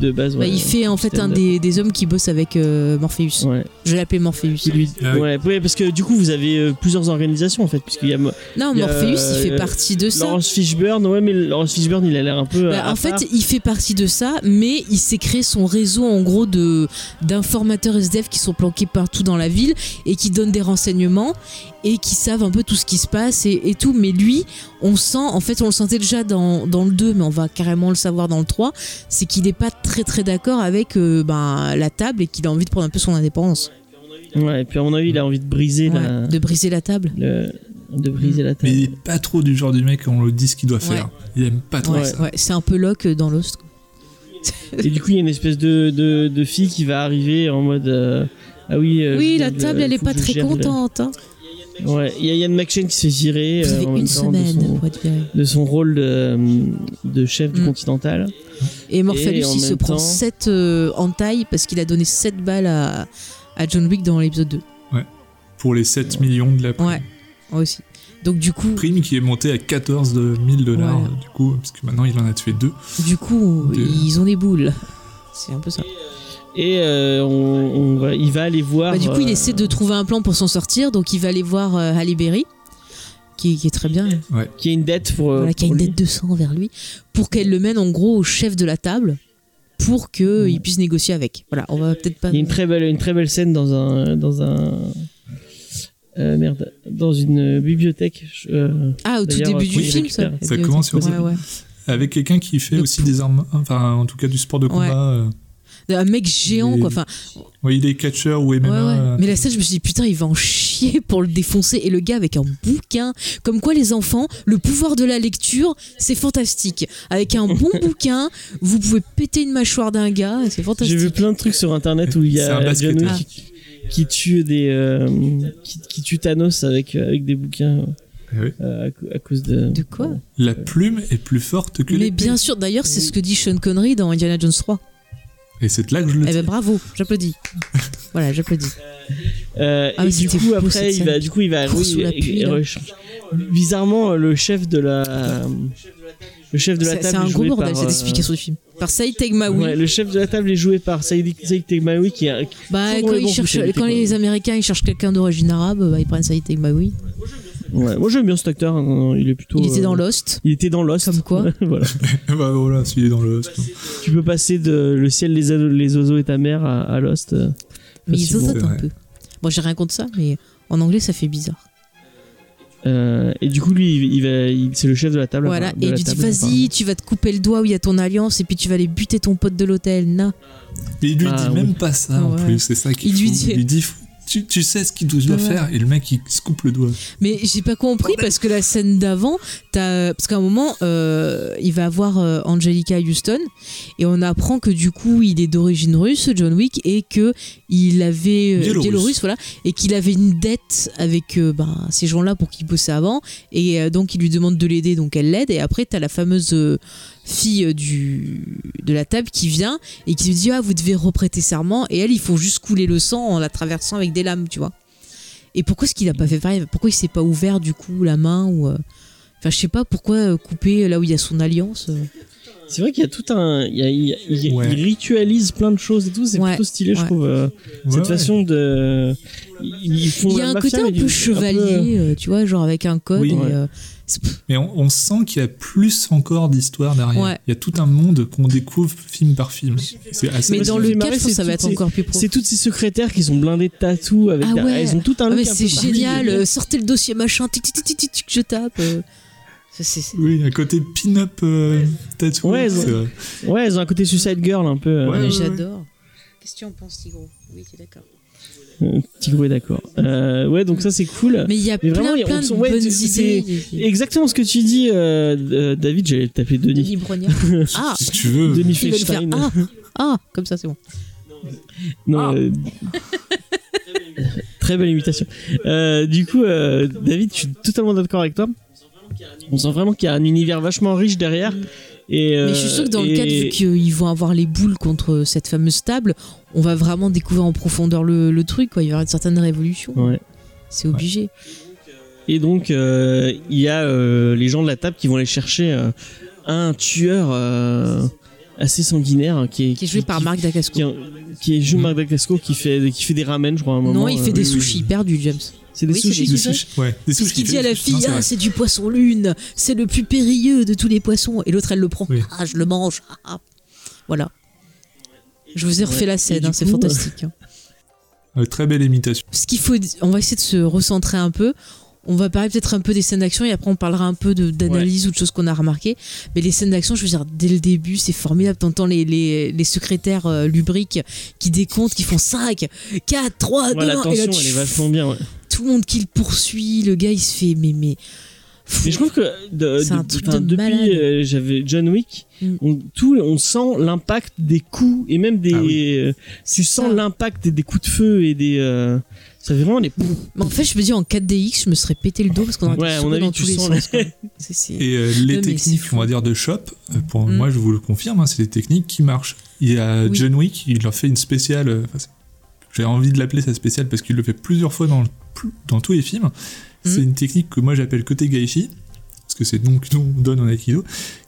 [SPEAKER 1] de base.
[SPEAKER 2] Bah,
[SPEAKER 1] ouais,
[SPEAKER 2] il fait en fait un
[SPEAKER 1] stand-up.
[SPEAKER 2] des, des hommes qui bosse avec euh, Morpheus.
[SPEAKER 1] Ouais.
[SPEAKER 2] Je l'ai appelé Morpheus.
[SPEAKER 1] Qui lui- euh,
[SPEAKER 3] Ah oui.
[SPEAKER 1] ouais, ouais, parce que du coup, vous avez euh, plusieurs organisations en fait, puisqu'il y a
[SPEAKER 2] Non,
[SPEAKER 1] il y a,
[SPEAKER 2] Morpheus, il fait
[SPEAKER 1] euh,
[SPEAKER 2] partie de ça.
[SPEAKER 1] Laurence Fishburne. Ouais, mais Laurence Fishburne, il a l'air un peu.
[SPEAKER 2] Bah,
[SPEAKER 1] à- à
[SPEAKER 2] en fait,
[SPEAKER 1] part.
[SPEAKER 2] il fait partie de ça, mais il s'est créé son réseau en gros de d'informateurs SDF qui sont planqués partout dans la ville et qui donnent des renseignements et qui savent un peu tout ce qui se passe et, et tout. Mais lui, on sent, en fait, on le sentait déjà dans, dans le 2, mais on va carrément le savoir dans le 3, c'est qu'il n'est pas très très d'accord avec euh, ben, la table et qu'il a envie de prendre un peu son indépendance,
[SPEAKER 1] Ouais, et puis à mon avis, il a envie de briser la.
[SPEAKER 2] Ouais, de briser la table.
[SPEAKER 1] le- de briser la
[SPEAKER 3] Mais
[SPEAKER 1] table.
[SPEAKER 3] il est pas trop du genre du mec on le dit ce qu'il doit faire. Il aime pas trop
[SPEAKER 2] Ouais,
[SPEAKER 3] ça.
[SPEAKER 2] ouais, c'est un peu Locke dans Lost. quoi.
[SPEAKER 1] Et du coup, il y a une espèce de, de, de fille qui va arriver en mode. euh, ah oui, euh,
[SPEAKER 2] oui,
[SPEAKER 1] je-
[SPEAKER 2] la
[SPEAKER 1] je-
[SPEAKER 2] table, elle
[SPEAKER 1] faut
[SPEAKER 2] n'est
[SPEAKER 1] que
[SPEAKER 2] pas
[SPEAKER 1] je
[SPEAKER 2] très
[SPEAKER 1] gère le-
[SPEAKER 2] contente. hein.
[SPEAKER 1] Ouais, il y a Yann McShane qui se fait virer
[SPEAKER 2] Vous
[SPEAKER 1] euh,
[SPEAKER 2] avez
[SPEAKER 1] en même
[SPEAKER 2] une
[SPEAKER 1] temps de
[SPEAKER 2] semaine
[SPEAKER 1] son-
[SPEAKER 2] pour être viré.
[SPEAKER 1] de son rôle de, euh, de chef du
[SPEAKER 2] Mm.
[SPEAKER 1] Continental.
[SPEAKER 2] Et Morpheus,
[SPEAKER 1] Et en
[SPEAKER 2] il se
[SPEAKER 1] même
[SPEAKER 2] prend
[SPEAKER 1] temps-
[SPEAKER 2] 7 en taille parce qu'il a donné 7 balles à, à John Wick dans l'épisode 2.
[SPEAKER 3] Pour les 7 millions de la prime.
[SPEAKER 2] Ouais, moi aussi. Donc du coup,
[SPEAKER 3] Prime qui est montée à 14 000 dollars,
[SPEAKER 2] Voilà.
[SPEAKER 3] du coup, parce que maintenant il en a tué deux.
[SPEAKER 2] du coup,
[SPEAKER 3] Des-
[SPEAKER 2] ils ont des boules. C'est un peu ça.
[SPEAKER 1] Et euh, on, on va, il va aller voir.
[SPEAKER 2] Bah, du coup, il
[SPEAKER 1] euh,
[SPEAKER 2] essaie de trouver un plan pour s'en sortir, donc il va aller voir euh, Halle Berry, qui, qui est très bien,
[SPEAKER 1] Qui a une dette pour. euh,
[SPEAKER 2] voilà, qui a
[SPEAKER 1] pour
[SPEAKER 2] une
[SPEAKER 1] lui.
[SPEAKER 2] dette de sang envers lui, pour qu'elle le mène en gros au chef de la table, pour qu'il puisse négocier avec. Voilà, on va peut-être pas...
[SPEAKER 1] Il y a une très belle, une très belle scène dans un. Dans un euh, merde, dans une bibliothèque. je- euh,
[SPEAKER 2] Ah, au tout
[SPEAKER 1] D'ailleurs,
[SPEAKER 2] début du
[SPEAKER 1] oui, il
[SPEAKER 2] film, ça
[SPEAKER 1] récupère.
[SPEAKER 3] Ça commence sur-
[SPEAKER 2] Ouais, ouais.
[SPEAKER 3] Avec quelqu'un qui fait
[SPEAKER 2] Le
[SPEAKER 3] aussi des armes, enfin en tout cas du sport de combat.
[SPEAKER 2] Ouais.
[SPEAKER 3] euh,
[SPEAKER 2] Un mec géant,
[SPEAKER 3] Et-
[SPEAKER 2] quoi. Enfin,
[SPEAKER 3] oui, il est catcheur ou
[SPEAKER 2] Ouais,
[SPEAKER 3] MMA.
[SPEAKER 2] ouais.
[SPEAKER 3] euh,
[SPEAKER 2] Mais la scène, je me suis dit, putain, il va en chier pour le défoncer. Et le gars avec un bouquin. Comme quoi, les enfants, le pouvoir de la lecture, c'est fantastique. Avec un bon bouquin, vous pouvez péter une mâchoire d'un gars. C'est
[SPEAKER 1] J'ai
[SPEAKER 2] fantastique.
[SPEAKER 1] vu plein de trucs sur internet où il y
[SPEAKER 3] C'est
[SPEAKER 1] a
[SPEAKER 3] un
[SPEAKER 1] John
[SPEAKER 3] basketteur.
[SPEAKER 1] Wick qui, qui tue des. euh, qui, qui tue Thanos avec, euh, avec des bouquins
[SPEAKER 3] eh oui.
[SPEAKER 1] euh, à, cau- à cause de.
[SPEAKER 2] De quoi
[SPEAKER 3] La plume est plus forte que
[SPEAKER 2] Mais
[SPEAKER 3] l'épée.
[SPEAKER 2] bien sûr, d'ailleurs, c'est ce que dit Sean Connery dans Indiana Jones 3.
[SPEAKER 3] Et c'est de là que je le
[SPEAKER 2] Eh
[SPEAKER 3] dis.
[SPEAKER 2] ben bravo, j'applaudis. voilà, j'applaudis.
[SPEAKER 1] Euh,
[SPEAKER 2] Ah,
[SPEAKER 1] et
[SPEAKER 2] mais
[SPEAKER 1] du
[SPEAKER 2] c'était
[SPEAKER 1] coup
[SPEAKER 2] beau,
[SPEAKER 1] après
[SPEAKER 2] cette
[SPEAKER 1] il va
[SPEAKER 2] scène.
[SPEAKER 1] du coup il va
[SPEAKER 2] Court
[SPEAKER 1] oui,
[SPEAKER 2] sous la
[SPEAKER 1] et-
[SPEAKER 2] pluie,
[SPEAKER 1] et
[SPEAKER 2] là.
[SPEAKER 1] recherche. bizarrement euh, le chef de la le chef de la
[SPEAKER 2] C'est
[SPEAKER 1] table
[SPEAKER 2] c'est un
[SPEAKER 1] est
[SPEAKER 2] gros
[SPEAKER 1] joué
[SPEAKER 2] bordel,
[SPEAKER 1] par,
[SPEAKER 2] cette
[SPEAKER 1] euh,
[SPEAKER 2] explication du film. Par Saïd Tegmaoui.
[SPEAKER 1] ouais, le chef de la table est joué par Saïd Saïd Tegmaoui qui est
[SPEAKER 2] Bah,
[SPEAKER 1] Toujours
[SPEAKER 2] quand,
[SPEAKER 1] les
[SPEAKER 2] ils
[SPEAKER 1] bons
[SPEAKER 2] cherchent,
[SPEAKER 1] coups,
[SPEAKER 2] quand
[SPEAKER 1] Saïd
[SPEAKER 2] les Américains ils cherchent quelqu'un d'origine arabe, bah, ils prennent Saïd Tegmaoui.
[SPEAKER 1] ouais, moi j'aime bien cet acteur hein, il est plutôt
[SPEAKER 2] Il était dans
[SPEAKER 1] euh,
[SPEAKER 2] Lost.
[SPEAKER 1] il était dans Lost
[SPEAKER 2] Comme quoi.
[SPEAKER 1] voilà
[SPEAKER 3] bah voilà, s'il est dans le.
[SPEAKER 1] tu peux passer de le ciel les, oiseaux- les oiseaux et ta mère à, à Lost euh,
[SPEAKER 2] Mais ils
[SPEAKER 1] facilement.
[SPEAKER 3] C'est
[SPEAKER 2] zozotent un
[SPEAKER 3] vrai.
[SPEAKER 2] peu. Bon, j'ai rien contre ça, mais en anglais, ça fait bizarre.
[SPEAKER 1] Euh, et du coup lui il, il va il- c'est le chef de la table
[SPEAKER 2] Voilà,
[SPEAKER 1] de
[SPEAKER 2] et il
[SPEAKER 1] la
[SPEAKER 2] lui dit
[SPEAKER 1] table, apparemment.
[SPEAKER 2] vas-y, tu vas te couper le doigt où il y a ton alliance et puis tu vas aller buter ton pote de l'hôtel. Na.
[SPEAKER 3] Mais il lui
[SPEAKER 1] Ah,
[SPEAKER 3] dit
[SPEAKER 1] oui.
[SPEAKER 3] même pas ça en
[SPEAKER 2] Ouais.
[SPEAKER 3] plus, c'est ça qu'il
[SPEAKER 2] Il lui
[SPEAKER 3] fout.
[SPEAKER 2] dit-
[SPEAKER 3] Il lui dit fou- tu, tu sais ce qu'il doit
[SPEAKER 2] Ouais.
[SPEAKER 3] faire et le mec il se coupe le doigt.
[SPEAKER 2] Mais j'ai pas compris parce que la scène d'avant, t'as- parce qu'à un moment, euh, il va voir euh, Angelica Houston et on apprend que du coup, il est d'origine russe, John Wick, et que il avait euh,
[SPEAKER 3] Biélorusse.
[SPEAKER 2] voilà, et qu'il avait une dette avec euh, ben, ces gens-là pour qu'ils bossaient avant, et euh, donc il lui demande de l'aider, donc elle l'aide, et après t'as la fameuse euh, fille euh, du de la table qui vient et qui lui dit ah vous devez reprêter serment, et elle il faut juste couler le sang en la traversant avec des lames, tu vois. Et pourquoi est-ce qu'il a pas fait pareil Pourquoi il s'est pas ouvert du coup la main ou euh, Enfin, je sais pas pourquoi euh, couper là où il y a son alliance. euh.
[SPEAKER 1] C'est vrai qu'il y a tout un. Il, y a- il y a- il y a-
[SPEAKER 3] Ouais.
[SPEAKER 1] il ritualise plein de choses et tout, c'est
[SPEAKER 2] Ouais,
[SPEAKER 1] plutôt stylé, je
[SPEAKER 2] ouais.
[SPEAKER 1] trouve. euh, cette
[SPEAKER 3] Ouais,
[SPEAKER 1] façon de. Ils font
[SPEAKER 2] Il y a
[SPEAKER 1] la
[SPEAKER 2] un
[SPEAKER 1] mafia,
[SPEAKER 2] côté un
[SPEAKER 1] mais du-
[SPEAKER 2] peu chevalier, euh, tu vois, genre avec un code.
[SPEAKER 3] Oui,
[SPEAKER 2] et,
[SPEAKER 1] ouais.
[SPEAKER 2] euh, c'est-
[SPEAKER 3] ouais. Mais on, on sent qu'il y a plus encore d'histoire derrière.
[SPEAKER 2] Ouais.
[SPEAKER 3] Il y a tout un monde qu'on découvre film par film. C'est assez
[SPEAKER 2] Mais
[SPEAKER 1] moi,
[SPEAKER 2] dans
[SPEAKER 1] ce
[SPEAKER 2] le
[SPEAKER 1] qui me fait
[SPEAKER 2] 4, je
[SPEAKER 1] marrer,
[SPEAKER 2] pense que
[SPEAKER 1] c'est
[SPEAKER 2] ça
[SPEAKER 1] toutes
[SPEAKER 2] va être
[SPEAKER 1] ces-
[SPEAKER 2] encore plus pro.
[SPEAKER 1] C'est toutes ces secrétaires qui sont blindées de tatous. Avec
[SPEAKER 2] Ah
[SPEAKER 1] des-
[SPEAKER 2] ouais.
[SPEAKER 1] Elles ont tout un
[SPEAKER 2] Ah,
[SPEAKER 1] look
[SPEAKER 2] mais
[SPEAKER 1] un
[SPEAKER 2] c'est
[SPEAKER 1] peu particulier.
[SPEAKER 2] génial, euh, sortez le dossier machin, tic tic tic tic tic, tic, je tape. euh. Ça, c'est- c'est-
[SPEAKER 3] Oui, à côté pin-up euh, tattoo.
[SPEAKER 1] Ouais,
[SPEAKER 3] c'est euh,
[SPEAKER 1] ouais.
[SPEAKER 3] vrai.
[SPEAKER 1] Ouais, elles ont un côté Suicide Girl un peu. euh,
[SPEAKER 3] Ouais.
[SPEAKER 2] Mais J'adore. Qu'est-ce que tu en penses, Tigro Oui, t'es d'accord.
[SPEAKER 1] euh, Tigrou est d'accord. Euh, ouais, donc ça c'est cool.
[SPEAKER 2] Mais il y a
[SPEAKER 1] Mais
[SPEAKER 2] plein,
[SPEAKER 1] vraiment, il y a-
[SPEAKER 2] plein
[SPEAKER 1] on
[SPEAKER 2] de
[SPEAKER 1] sent- ouais,
[SPEAKER 2] bonnes
[SPEAKER 1] c'est- c'est-
[SPEAKER 2] idées. Il y a-
[SPEAKER 1] Exactement ce que tu dis, euh, euh, David, j'allais te taper Denis.
[SPEAKER 2] Denis Brognard. Ah
[SPEAKER 3] Si tu veux.
[SPEAKER 1] Denis
[SPEAKER 2] Il va le faire.
[SPEAKER 1] Feinstein.
[SPEAKER 2] Ah, ah, comme ça, c'est bon. Ah.
[SPEAKER 1] Non, euh, très belle imitation. Euh, du coup, euh, David, je suis totalement d'accord avec toi. On sent vraiment qu'il y a un univers vachement riche derrière. Et, euh,
[SPEAKER 2] Mais je suis sûr que dans le
[SPEAKER 1] et-
[SPEAKER 2] 4, vu qu'ils vont avoir les boules contre cette fameuse table, on va vraiment découvrir en profondeur le, le truc. Quoi. Il y aura une certaine révolution.
[SPEAKER 1] Ouais.
[SPEAKER 2] C'est obligé.
[SPEAKER 1] Et donc, euh, il y a euh, les gens de la table qui vont aller chercher euh, un tueur. euh, assez sanguinaire hein, qui est
[SPEAKER 2] Qui est joué par Marc Dacascos.
[SPEAKER 1] qui, est- qui est- joue Marc Dacascos qui fait qui fait des ramen je crois à un moment
[SPEAKER 2] Non, il fait
[SPEAKER 1] euh,
[SPEAKER 2] des
[SPEAKER 1] oui, oui.
[SPEAKER 2] sushis perdus, James.
[SPEAKER 1] c'est des
[SPEAKER 2] Oui, c'est
[SPEAKER 1] sushis
[SPEAKER 2] des
[SPEAKER 3] Des
[SPEAKER 2] sushis.
[SPEAKER 3] sushis. Ouais,
[SPEAKER 2] C'est
[SPEAKER 3] des
[SPEAKER 2] ce
[SPEAKER 3] sushis.
[SPEAKER 2] qu'il dit à la
[SPEAKER 3] Non,
[SPEAKER 2] fille,
[SPEAKER 3] c'est
[SPEAKER 2] ah,
[SPEAKER 3] vrai.
[SPEAKER 2] c'est du poisson lune, c'est le plus périlleux de tous les poissons. Et l'autre, elle le prend,
[SPEAKER 3] Oui.
[SPEAKER 2] ah, je le mange. ah, ah. Voilà. Je vous ai refait
[SPEAKER 1] Ouais.
[SPEAKER 2] la
[SPEAKER 1] Et
[SPEAKER 2] scène,
[SPEAKER 1] du
[SPEAKER 2] hein, c'est
[SPEAKER 1] coup,
[SPEAKER 2] fantastique. hein.
[SPEAKER 3] Euh, très belle imitation.
[SPEAKER 2] Ce qu'il faut, on va essayer de se recentrer un peu. On va parler peut-être un peu des scènes d'action et après on parlera un peu de- d'analyse ou de choses qu'on a remarquées. Mais les scènes d'action, je veux dire, dès le début, c'est formidable. T'entends les, les, les secrétaires euh, lubriques qui décomptent, qui font 5, 4, 3, 2,
[SPEAKER 1] Ouais, la
[SPEAKER 2] 1. Et là,
[SPEAKER 1] tension
[SPEAKER 2] tu-
[SPEAKER 1] elle est vachement bien ouais.
[SPEAKER 2] tout le monde qui le poursuit, le gars il se fait mais mais
[SPEAKER 1] mais je trouve que de-
[SPEAKER 2] C'est un
[SPEAKER 1] de-
[SPEAKER 2] truc
[SPEAKER 1] enfin,
[SPEAKER 2] de malade.
[SPEAKER 1] depuis euh, j'avais John Wick
[SPEAKER 2] Mm.
[SPEAKER 1] on, tout, on sent l'impact des coups et même des
[SPEAKER 3] Ah
[SPEAKER 1] euh, tu sens
[SPEAKER 2] ça.
[SPEAKER 1] l'impact des, des coups de feu et des euh, ça fait vraiment les
[SPEAKER 2] Mais en fait, je me dis en 4DX, je me serais pété le dos parce qu'on aurait
[SPEAKER 1] Ouais, à
[SPEAKER 2] été
[SPEAKER 1] mon
[SPEAKER 2] secoué
[SPEAKER 1] avis,
[SPEAKER 2] dans
[SPEAKER 1] tu
[SPEAKER 2] tous les
[SPEAKER 1] sens
[SPEAKER 2] sens. quoi. C'est- c'est-
[SPEAKER 3] Et euh, les
[SPEAKER 2] mais c'est
[SPEAKER 3] techniques,
[SPEAKER 2] fou.
[SPEAKER 3] on va dire, de shop, euh, pour
[SPEAKER 2] Mm.
[SPEAKER 3] moi, je vous le confirme, hein, c'est des techniques qui marchent. Il y a
[SPEAKER 2] Oui.
[SPEAKER 3] John Wick, il a fait une spéciale. euh, enfin, c'est- J'ai envie de l'appeler sa spéciale parce qu'il le fait plusieurs fois dans, le- plus- dans tous les
[SPEAKER 2] Mm.
[SPEAKER 3] films. C'est une technique que moi j'appelle côté gaishi, parce que c'est donc nom qu'on donne en aikido,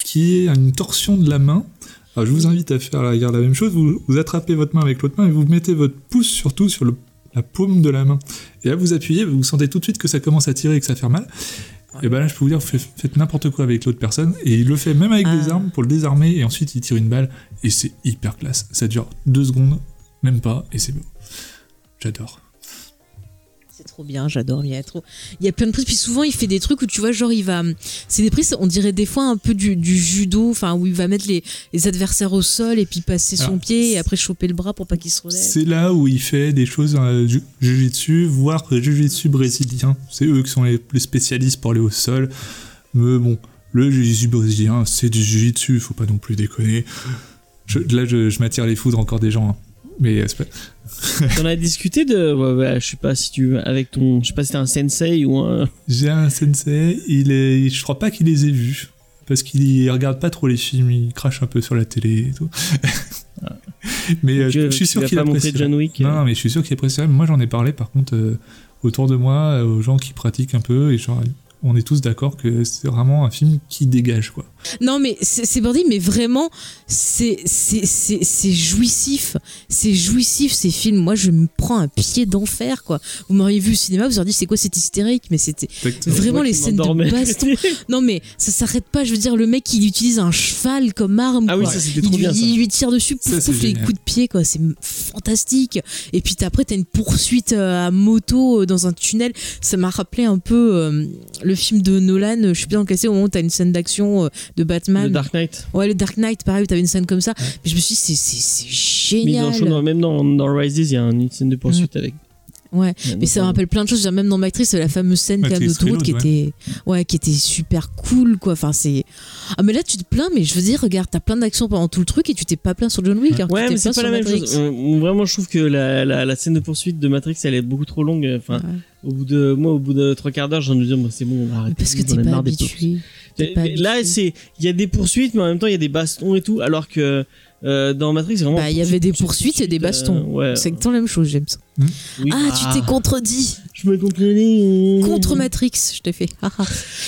[SPEAKER 3] qui est une torsion de la main. Alors, je vous invite à faire la, regarde la même chose. Vous, vous attrapez votre main avec l'autre main et vous mettez votre pouce surtout sur le- la paume de la main. Et là, vous appuyez, vous sentez tout de suite que ça commence à tirer et que ça fait mal. Et ben là, je peux vous dire, vous faites, faites n'importe quoi avec l'autre personne. Et il le fait même avec des
[SPEAKER 2] Ah.
[SPEAKER 3] armes pour le désarmer. Et ensuite, il tire une balle. Et c'est hyper classe. Ça dure deux secondes, même pas. Et c'est beau. J'adore.
[SPEAKER 2] C'est trop bien, j'adore. Il y a trop, il y a plein de prises. Puis souvent, il fait des trucs où tu vois, genre, il va. C'est des prises, on dirait des fois un peu du, du judo, enfin, où il va mettre les, les adversaires au sol et puis passer son
[SPEAKER 3] Alors,
[SPEAKER 2] pied et après choper le bras pour pas qu'il se relève.
[SPEAKER 3] C'est là où il fait des choses euh, ju- jujitsu, voire jujitsu brésilien. C'est eux qui sont les, les spécialistes pour aller au sol. Mais bon, le jujitsu brésilien, c'est du jujitsu, faut pas non plus déconner. Je- là, je, je m'attire les foudres encore des gens. hein. Mais euh, c'est pas-
[SPEAKER 1] On a discuté de, ouais, ouais, je sais pas si tu, avec ton, je sais pas si t'es un sensei ou un.
[SPEAKER 3] j'ai un sensei, il est, je crois pas qu'il les ait vus. Parce qu'il regarde pas trop les films, il crache un peu sur la télé et tout. Mais euh,
[SPEAKER 1] Tu-
[SPEAKER 3] je suis
[SPEAKER 1] tu
[SPEAKER 3] sûr
[SPEAKER 1] vas
[SPEAKER 3] qu'il
[SPEAKER 1] pas montré
[SPEAKER 3] appréciera.
[SPEAKER 1] John Wick. euh,
[SPEAKER 3] Non, non, mais je suis sûr qu'il est précieux. Moi, j'en ai parlé par contre euh, autour de moi, euh, aux gens qui pratiquent un peu, et genre, on est tous d'accord que c'est vraiment un film qui dégage, quoi.
[SPEAKER 2] Non, mais c'est c'est bordé, mais vraiment, c'est c'est- c'est- c'est jouissif. C'est jouissif ces films. Moi, je me prends un pied d'enfer, quoi. Vous m'auriez vu au cinéma, vous auriez dit, c'est quoi cette hystérique Mais c'était. Vraiment,
[SPEAKER 1] Moi
[SPEAKER 2] les
[SPEAKER 1] qui
[SPEAKER 2] scènes de
[SPEAKER 1] m'endormais.
[SPEAKER 2] baston. Non, mais ça s'arrête pas. Je veux dire, le mec, il utilise un cheval comme arme.
[SPEAKER 1] Ah oui,
[SPEAKER 2] quoi.
[SPEAKER 1] ça c'était
[SPEAKER 2] il,
[SPEAKER 1] trop
[SPEAKER 2] lui-
[SPEAKER 1] bien ça.
[SPEAKER 2] il lui tire dessus, pouf,
[SPEAKER 3] Ça, c'est
[SPEAKER 2] pouf, les
[SPEAKER 3] génial.
[SPEAKER 2] coups de pied, quoi. C'est fantastique. Et puis t'as- après, t'as une poursuite euh, à moto euh, dans un tunnel. Ça m'a rappelé un peu euh, le film de Nolan. Je suis bien classé au moment où t'as une scène d'action euh, de Batman.
[SPEAKER 1] Le Dark Knight.
[SPEAKER 2] Ouais, le Dark Knight, pareil, où t'avais une scène comme ça. Mais je me suis dit, c'est- c'est c'est
[SPEAKER 1] Mais dans,
[SPEAKER 2] génial.
[SPEAKER 1] je crois, même dans, dans Rises, il y a une scène de poursuite avec.
[SPEAKER 2] Ouais, Mais ça me
[SPEAKER 1] notamment-
[SPEAKER 2] rappelle plein de choses. Genre, Même dans Matrix, la fameuse scène quand même
[SPEAKER 3] Matrix
[SPEAKER 2] d'autoroute qui
[SPEAKER 3] Reload,
[SPEAKER 2] était, ouais, qui était super cool, quoi. Enfin, c'est. Ah, mais là, tu te plains, mais je veux dire, regarde, t'as plein d'actions pendant tout le truc et tu t'es pas plaint sur John Wick. alors que tu
[SPEAKER 1] Ouais,
[SPEAKER 2] t'es
[SPEAKER 1] mais c'est pas
[SPEAKER 2] sur
[SPEAKER 1] la même
[SPEAKER 2] Matrix.
[SPEAKER 1] chose. Euh, Vraiment, je trouve que la, la, la scène de poursuite de Matrix, elle est beaucoup trop longue. Enfin, au bout de, moi, au bout de trois quarts d'heure, j'ai envie de dire, bon, c'est bon, arrête.
[SPEAKER 2] Parce que
[SPEAKER 1] j'en ai
[SPEAKER 2] t'es pas
[SPEAKER 1] marre des poursuites.
[SPEAKER 2] habitué. t'es pas
[SPEAKER 1] Là,
[SPEAKER 2] habitué.
[SPEAKER 1] c'est, il y a des poursuites, mais en même temps, il y a des bastons et tout, alors que euh, dans Matrix, vraiment.
[SPEAKER 2] Bah, il y avait des poursuites et des
[SPEAKER 1] poursuite,
[SPEAKER 2] bastons.
[SPEAKER 1] euh, ouais.
[SPEAKER 2] C'est exactement la même chose, James.
[SPEAKER 1] Oui. Mmh.
[SPEAKER 2] Ah, tu t'es contredit
[SPEAKER 1] Je me comprenais.
[SPEAKER 2] contre Matrix, je t'ai fait. haha.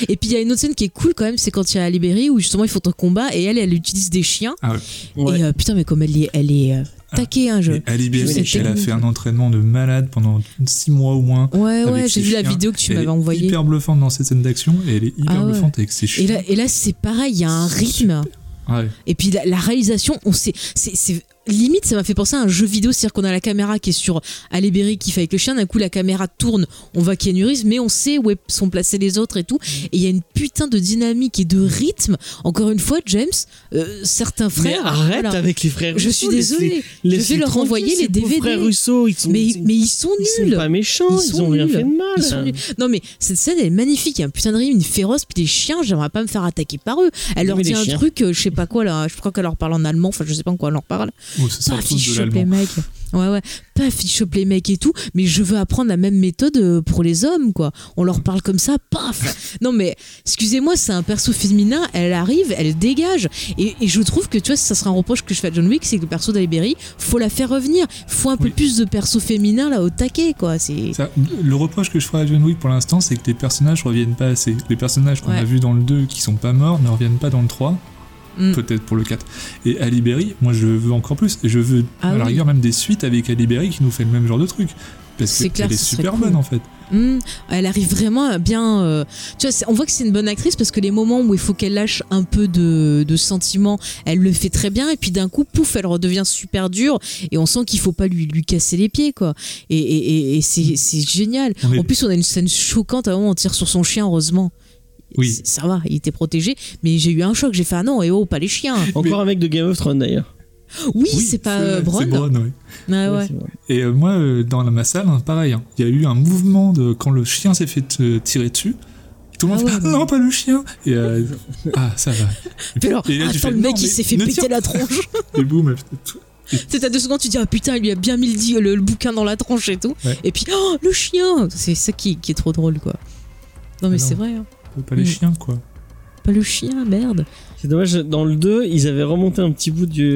[SPEAKER 2] et puis il y a une autre scène qui est cool quand même, c'est quand il y a Libéry où justement ils font un combat et elle, elle utilise des chiens.
[SPEAKER 3] Ah
[SPEAKER 1] Ouais.
[SPEAKER 2] Et euh, putain, mais comme elle est, elle est euh, taquée, hein, je.
[SPEAKER 3] Et Ali Berry,
[SPEAKER 2] c'est
[SPEAKER 3] elle a
[SPEAKER 2] technique.
[SPEAKER 3] fait un entraînement de malade pendant six mois au moins.
[SPEAKER 2] Ah
[SPEAKER 1] Ah,
[SPEAKER 2] Ouais,
[SPEAKER 3] avec
[SPEAKER 2] ouais,
[SPEAKER 3] ses
[SPEAKER 2] j'ai vu la
[SPEAKER 3] chiens.
[SPEAKER 2] vidéo que tu
[SPEAKER 3] Elle
[SPEAKER 2] m'avais
[SPEAKER 3] est
[SPEAKER 2] envoyée.
[SPEAKER 3] hyper bluffante dans cette scène d'action, et elle est hyper
[SPEAKER 2] Ah ouais.
[SPEAKER 3] bluffante avec ses
[SPEAKER 2] Et
[SPEAKER 3] chiens. Ah
[SPEAKER 2] là, et là c'est pareil, il y a un rythme.
[SPEAKER 3] Ouais.
[SPEAKER 2] Et puis la, la réalisation, on sait, c'est, c'est- limite, ça m'a fait penser à un jeu vidéo, c'est-à-dire qu'on a la caméra qui est sur Alébéry qui fait avec le chien, d'un coup la caméra tourne, on voit qu'il y a une ruse, mais on sait où est- sont placés les autres et tout. Et il y a une putain de dynamique et de rythme. Encore une fois, James, euh, certains
[SPEAKER 1] Mais
[SPEAKER 2] frères,
[SPEAKER 1] arrête
[SPEAKER 2] voilà.
[SPEAKER 1] avec les frères
[SPEAKER 2] je
[SPEAKER 1] Russo,
[SPEAKER 2] suis
[SPEAKER 1] laissez-
[SPEAKER 2] désolée, je
[SPEAKER 1] laissez
[SPEAKER 2] vais leur
[SPEAKER 1] tranquille
[SPEAKER 2] envoyer
[SPEAKER 1] ces
[SPEAKER 2] les
[SPEAKER 1] pauvres
[SPEAKER 2] DVD.
[SPEAKER 1] Frères Russo, ils sont,
[SPEAKER 2] mais,
[SPEAKER 1] ils,
[SPEAKER 2] mais ils sont
[SPEAKER 1] ils
[SPEAKER 2] nuls.
[SPEAKER 1] sont pas méchants,
[SPEAKER 2] Ils
[SPEAKER 1] ils,
[SPEAKER 2] sont
[SPEAKER 1] ont rien
[SPEAKER 2] nuls.
[SPEAKER 1] fait de mal.
[SPEAKER 2] Ils sont nuls. Non mais cette scène elle est magnifique, il y a un putain de rime, une féroce, puis les chiens, j'aimerais pas me faire attaquer par eux. Elle leur
[SPEAKER 1] Mais les
[SPEAKER 2] dit un
[SPEAKER 1] chiens.
[SPEAKER 2] truc, euh, je sais pas quoi là, je crois qu'elle leur parle en allemand, enfin je sais pas en quoi elle leur parle.
[SPEAKER 3] Oh, ça sort
[SPEAKER 2] Paf,
[SPEAKER 3] tous
[SPEAKER 2] ils
[SPEAKER 3] de
[SPEAKER 2] chopent les
[SPEAKER 3] l'allemand.
[SPEAKER 2] mecs. Ouais ouais, paf, ils chopent les mecs et tout, mais je veux apprendre la même méthode euh, pour les hommes quoi. On leur parle comme ça, paf. non mais excusez-moi, c'est un perso féminin, elle arrive, elle dégage et, et je trouve que tu vois, ça sera un reproche que je fais à John Wick, c'est que le perso d'Alberry, faut la faire revenir, faut un peu
[SPEAKER 3] Oui.
[SPEAKER 2] plus de perso féminin là au taquet quoi, c'est
[SPEAKER 3] Ça, le reproche que je ferai à John Wick pour l'instant, c'est que les personnages reviennent pas assez. Les personnages qu'on
[SPEAKER 2] Ouais.
[SPEAKER 3] a vus dans le 2 qui sont pas morts ne reviennent pas dans le 3.
[SPEAKER 2] Mm.
[SPEAKER 3] peut-être pour le 4. Et Alibéry, moi je veux encore plus. Et je veux
[SPEAKER 2] Ah
[SPEAKER 3] à la
[SPEAKER 2] oui.
[SPEAKER 3] rigueur même des suites avec Alibéry qui nous fait le même genre de truc. Parce
[SPEAKER 2] C'est clair,
[SPEAKER 3] qu'elle est
[SPEAKER 2] ce serait
[SPEAKER 3] super
[SPEAKER 2] cool.
[SPEAKER 3] bonne en fait.
[SPEAKER 2] Hmm, elle arrive vraiment à bien. euh, tu vois, c'est- on voit que c'est une bonne actrice parce que les moments où il faut qu'elle lâche un peu de, de sentiment, elle le fait très bien. Et puis d'un coup, pouf, elle redevient super dure. Et on sent qu'il faut pas lui, lui casser les pieds, quoi. Et, et- et- et c'est c'est génial.
[SPEAKER 3] On est-
[SPEAKER 2] En plus, on a une scène choquante. À un moment, on tire sur son chien, heureusement.
[SPEAKER 3] Oui.
[SPEAKER 2] C- Ça va, il était protégé. Mais j'ai eu un choc. J'ai fait ah non, et oh, pas les chiens.
[SPEAKER 1] Encore un mec de Game of Thrones d'ailleurs.
[SPEAKER 2] Oui,
[SPEAKER 3] Oui,
[SPEAKER 2] c'est pas euh,
[SPEAKER 3] C'est
[SPEAKER 2] Bronn.
[SPEAKER 3] Bronn, oui.
[SPEAKER 2] Ouais, Ah ouais.
[SPEAKER 1] Ouais, c'est vrai.
[SPEAKER 3] Et euh, moi, euh, dans la- ma salle, hein, pareil, hein, il y a eu un mouvement de quand le chien s'est fait euh, tirer dessus. Tout le monde
[SPEAKER 2] Ah
[SPEAKER 3] fait
[SPEAKER 2] ouais,
[SPEAKER 3] ah,
[SPEAKER 2] mais-
[SPEAKER 3] non, pas le chien Et euh, Ah, ça va.
[SPEAKER 2] Puis alors,
[SPEAKER 3] Et là, tu
[SPEAKER 2] attends,
[SPEAKER 3] fais,
[SPEAKER 2] le mec,
[SPEAKER 3] non,
[SPEAKER 2] il
[SPEAKER 3] mais
[SPEAKER 2] s'est fait
[SPEAKER 3] ne
[SPEAKER 2] péter
[SPEAKER 3] tire
[SPEAKER 2] la tronche.
[SPEAKER 3] Et boum, elle fait tout.
[SPEAKER 2] Tu sais, t'as deux secondes, tu dis, ah putain, il lui a bien mis le, di- le, le bouquin dans la tronche et tout.
[SPEAKER 3] Ouais.
[SPEAKER 2] Et puis, oh, le chien C'est ça qui, qui est trop drôle, quoi. Non, mais
[SPEAKER 3] Ah non.
[SPEAKER 2] c'est vrai, hein.
[SPEAKER 3] pas les
[SPEAKER 2] Mm.
[SPEAKER 3] chiens, quoi.
[SPEAKER 2] pas le chien, merde.
[SPEAKER 1] C'est dommage, dans le 2, ils avaient remonté un petit bout du,